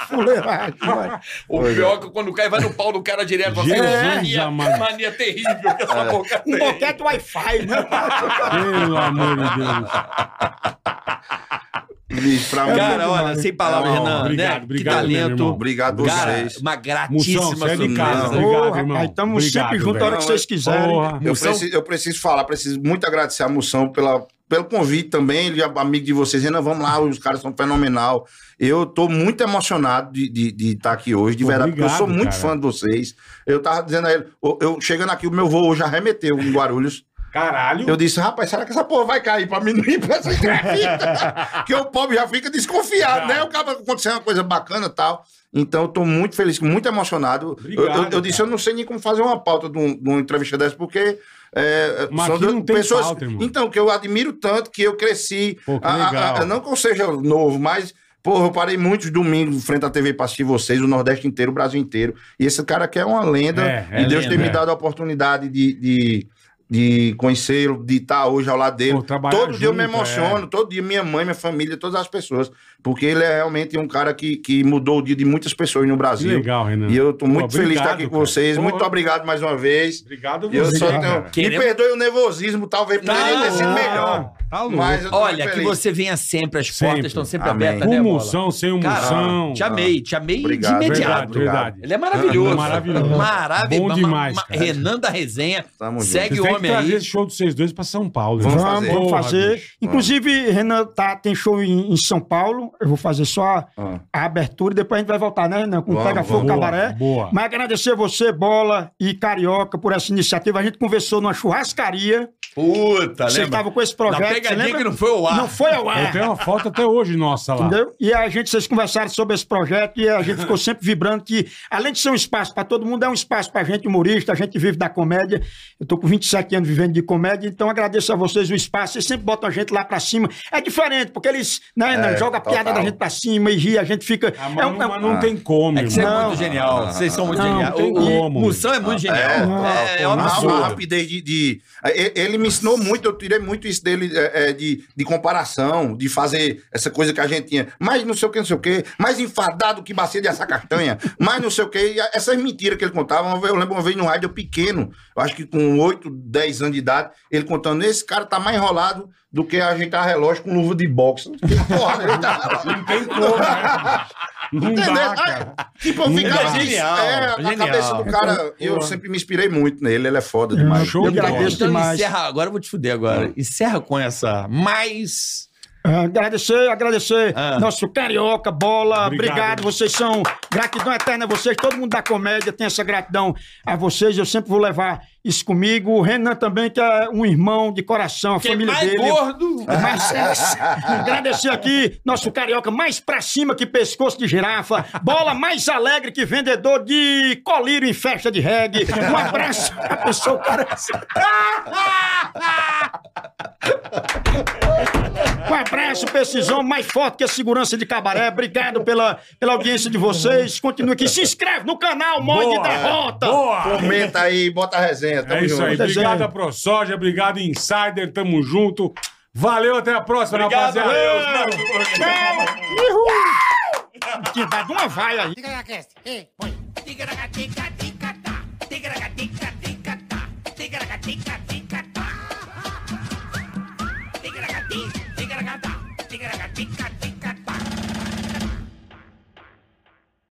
Speaker 4: Fuleiragem, vai.
Speaker 9: O pior é que quando cai, vai no pau do cara direto. Você
Speaker 2: Jesus
Speaker 9: mania,
Speaker 2: amado.
Speaker 9: mania terrível que
Speaker 5: É.
Speaker 9: essa boca
Speaker 4: Um
Speaker 9: tem.
Speaker 4: boquete Wi-Fi, né?
Speaker 3: é um
Speaker 2: Pelo amor de Deus.
Speaker 5: Bicho, pra mim,
Speaker 3: Cara, olha, sem palavras,
Speaker 5: É uma
Speaker 3: Renan.
Speaker 2: honra.
Speaker 3: né?
Speaker 2: Obrigado, obrigado
Speaker 3: que
Speaker 2: mesmo,
Speaker 3: talento.
Speaker 2: irmão.
Speaker 5: Obrigado
Speaker 3: Cara,
Speaker 5: vocês.
Speaker 3: uma
Speaker 2: Moção,
Speaker 3: gratíssima
Speaker 2: você é de casa.
Speaker 5: surpresa.
Speaker 2: Obrigado,
Speaker 4: Ô,
Speaker 2: irmão.
Speaker 4: rapaz, tamo
Speaker 2: Obrigado,
Speaker 4: sempre junto a hora
Speaker 2: velho.
Speaker 4: que vocês quiserem.
Speaker 2: Porra.
Speaker 5: Eu
Speaker 3: Moção?
Speaker 5: preciso, eu preciso falar, preciso muito agradecer a Moção pela, pelo convite também, ele é amigo de vocês. Renan, vamos lá, os caras são fenomenal. Eu tô muito emocionado de estar de, de tá aqui hoje, de verdade, porque eu sou
Speaker 2: Obrigado,
Speaker 5: muito
Speaker 2: cara.
Speaker 5: fã de vocês. Eu tava dizendo a ele, eu, eu- chegando aqui, o meu voo já arremeteu em Guarulhos.
Speaker 2: Caralho.
Speaker 5: Eu disse, rapaz, será que essa porra vai cair pra mim não ir pra essa entrevista? Porque o pobre já fica desconfiado, né? O cara acontecer uma coisa bacana e tal. Então, eu tô muito feliz, muito emocionado. Eu- eu- eu,
Speaker 2: Obrigado,
Speaker 5: disse,
Speaker 2: cara.
Speaker 5: eu não sei nem como fazer uma pauta de, um, de uma entrevista dessa, porque. é,
Speaker 2: Mas
Speaker 5: são
Speaker 2: aqui
Speaker 5: duas
Speaker 2: não tem pauta, irmão.
Speaker 5: Então, que eu admiro tanto, que eu cresci.
Speaker 2: Pô, que
Speaker 5: A- a-
Speaker 2: legal.
Speaker 5: a- não que eu seja novo, mas. Porra, eu parei muitos domingos frente à TV pra assistir vocês, o Nordeste inteiro, o Brasil inteiro. E esse cara aqui é uma lenda.
Speaker 2: É, é
Speaker 5: e Deus tem
Speaker 2: lenda,
Speaker 5: me
Speaker 2: é.
Speaker 5: dado a oportunidade de- de de conhecê-lo, de estar hoje ao lado dele.
Speaker 2: Pô, trabalhar
Speaker 5: todo dia eu me
Speaker 2: junto, é.
Speaker 5: emociono, todo dia minha mãe, minha família, todas as pessoas, porque ele é realmente um cara que, que mudou o dia de muitas pessoas no
Speaker 2: Que
Speaker 5: Brasil.
Speaker 2: legal, Renan.
Speaker 5: E eu estou
Speaker 2: Pô,
Speaker 5: muito feliz de estar
Speaker 2: obrigado,
Speaker 5: aqui com
Speaker 2: cara.
Speaker 5: vocês.
Speaker 2: Pô,
Speaker 5: Muito obrigado mais uma vez.
Speaker 2: Obrigado
Speaker 5: Eu
Speaker 2: você,
Speaker 5: só
Speaker 2: cara.
Speaker 5: tenho... Me
Speaker 3: Queremos-
Speaker 5: perdoe o nervosismo, talvez poderia ter sido
Speaker 3: Não,
Speaker 5: melhor.
Speaker 2: Tá louco.
Speaker 5: Mas eu tô
Speaker 3: Olha,
Speaker 5: muito
Speaker 3: que
Speaker 5: feliz.
Speaker 3: você venha sempre, as portas
Speaker 2: Sempre.
Speaker 3: estão sempre
Speaker 5: Amém.
Speaker 3: abertas, né,
Speaker 2: Com
Speaker 3: Bola?
Speaker 2: moção, sem um
Speaker 3: Cara,
Speaker 2: moção.
Speaker 3: Te amei, te amei
Speaker 5: Obrigado.
Speaker 3: de imediato.
Speaker 2: Verdade, verdade.
Speaker 3: Ele é maravilhoso.
Speaker 2: Maravilhoso.
Speaker 3: Maravilhoso.
Speaker 2: Bom demais, cara.
Speaker 3: Renan da Resenha.
Speaker 5: Tamo junto.
Speaker 3: segue
Speaker 2: Vocês
Speaker 3: o
Speaker 2: têm que
Speaker 3: homem aí.
Speaker 2: trazer esse show dos vocês dois pra São Paulo.
Speaker 5: Vamos
Speaker 2: irmão.
Speaker 5: fazer.
Speaker 4: Vamos
Speaker 2: Porra,
Speaker 4: fazer.
Speaker 2: bicho.
Speaker 4: Inclusive, Renan tá, tem show em, em São Paulo. Eu vou fazer só a,
Speaker 5: Ah.
Speaker 4: a abertura e depois a gente vai voltar, né, Renan? Com o
Speaker 5: Vamos,
Speaker 4: Pega Fogo
Speaker 2: boa,
Speaker 4: Cabaré.
Speaker 2: boa.
Speaker 4: Mas agradecer você, Bola e Carioca, por essa iniciativa. A gente conversou numa churrascaria
Speaker 3: Tá
Speaker 7: Puta,
Speaker 4: Vocês
Speaker 7: lembra?
Speaker 4: estavam com esse projeto.
Speaker 7: Na
Speaker 4: você
Speaker 7: pegadinha
Speaker 4: lembra?
Speaker 7: que não foi ao ar.
Speaker 4: Não foi ao
Speaker 2: Eu
Speaker 4: ar.
Speaker 2: tenho uma foto até hoje nossa lá.
Speaker 4: Entendeu? E a gente, vocês conversaram sobre esse projeto e a gente ficou sempre vibrando que, além de ser um espaço para todo mundo, é um espaço para gente humorista, a gente vive da comédia. Eu tô com 27 anos vivendo de comédia, então agradeço a vocês o espaço. Vocês sempre botam a gente lá para cima. É diferente, porque eles né, não, jogam a piada
Speaker 5: total.
Speaker 4: da gente para cima e ri, a gente fica.
Speaker 2: Ah, mas,
Speaker 4: é um-
Speaker 2: não-
Speaker 4: é um-
Speaker 2: mas não tem como.
Speaker 3: É que você é
Speaker 2: irmão.
Speaker 3: muito
Speaker 5: Ah,
Speaker 3: genial. Vocês são muito
Speaker 2: Não,
Speaker 3: geniais.
Speaker 2: não tem
Speaker 3: O- o-
Speaker 2: como.
Speaker 3: Moção é muito genial.
Speaker 2: não,
Speaker 3: É, é
Speaker 2: pô,
Speaker 3: um
Speaker 2: não,
Speaker 5: Uma, uma
Speaker 3: absurdo.
Speaker 5: rapidez de, de- eh, Ele me ensinou muito, eu tirei muito isso dele eh, eh, de, de comparação, de fazer essa coisa que a gente tinha. Mais não sei o que, não sei o que, mais enfadado que bacia de essa castanha, mais não sei o que. E a- essas mentiras que ele contava, uma vez- eu lembro uma vez no rádio eu pequeno, eu acho que com 8, 10 anos de idade, ele contando: esse cara tá mais enrolado do que ajeitar relógio com luva de boxe. Que porra, ele tá. Não tem como,
Speaker 2: Não
Speaker 5: Entendeu?
Speaker 2: dá,
Speaker 5: Ah,
Speaker 2: cara.
Speaker 5: Tipo, eu ficava
Speaker 3: dá. Genial,
Speaker 5: é, a
Speaker 3: genial.
Speaker 5: cabeça do cara, eu sempre me inspirei muito nele, ele é foda demais.
Speaker 2: Então, Show de
Speaker 4: Eu
Speaker 2: bola.
Speaker 4: agradeço.
Speaker 3: Então
Speaker 4: demais.
Speaker 3: encerra, agora eu vou te fuder agora. Encerra com essa mais.
Speaker 4: Ah, Agradecer, agradecer
Speaker 3: Ah.
Speaker 4: nosso carioca, bola,
Speaker 2: Obrigado.
Speaker 4: obrigado. Vocês são gratidão eterna a vocês, todo mundo da comédia tem essa gratidão a vocês. Eu sempre vou levar isso comigo. O Renan também, que é um irmão de coração, a família
Speaker 3: mais
Speaker 4: dele.
Speaker 3: gordo.
Speaker 4: Mas, agradecer aqui nosso carioca mais pra cima que pescoço de girafa, bola mais alegre que vendedor de colírio em festa de reggae. Um abraço a pessoa, assim. o cara. Um abraço pra esses homens mais forte que a segurança de cabaré. Obrigado pela, pela audiência de vocês. Continue aqui. Se inscreve no canal Mãe de
Speaker 2: Boa.
Speaker 4: Derrota.
Speaker 2: Boa!
Speaker 5: Comenta aí, bota a resenha. Tamo
Speaker 2: É isso
Speaker 5: junto.
Speaker 2: aí. Obrigado, ProSoja. Obrigado, Insider. Tamo junto. Valeu, até a próxima, rapaziada.
Speaker 4: Tinha dado uma vai aí.
Speaker 8: Tica-tica-tica-tica-tá. Tica-tica-tica-tica-tá. Tica-tica-tica-tica-tá.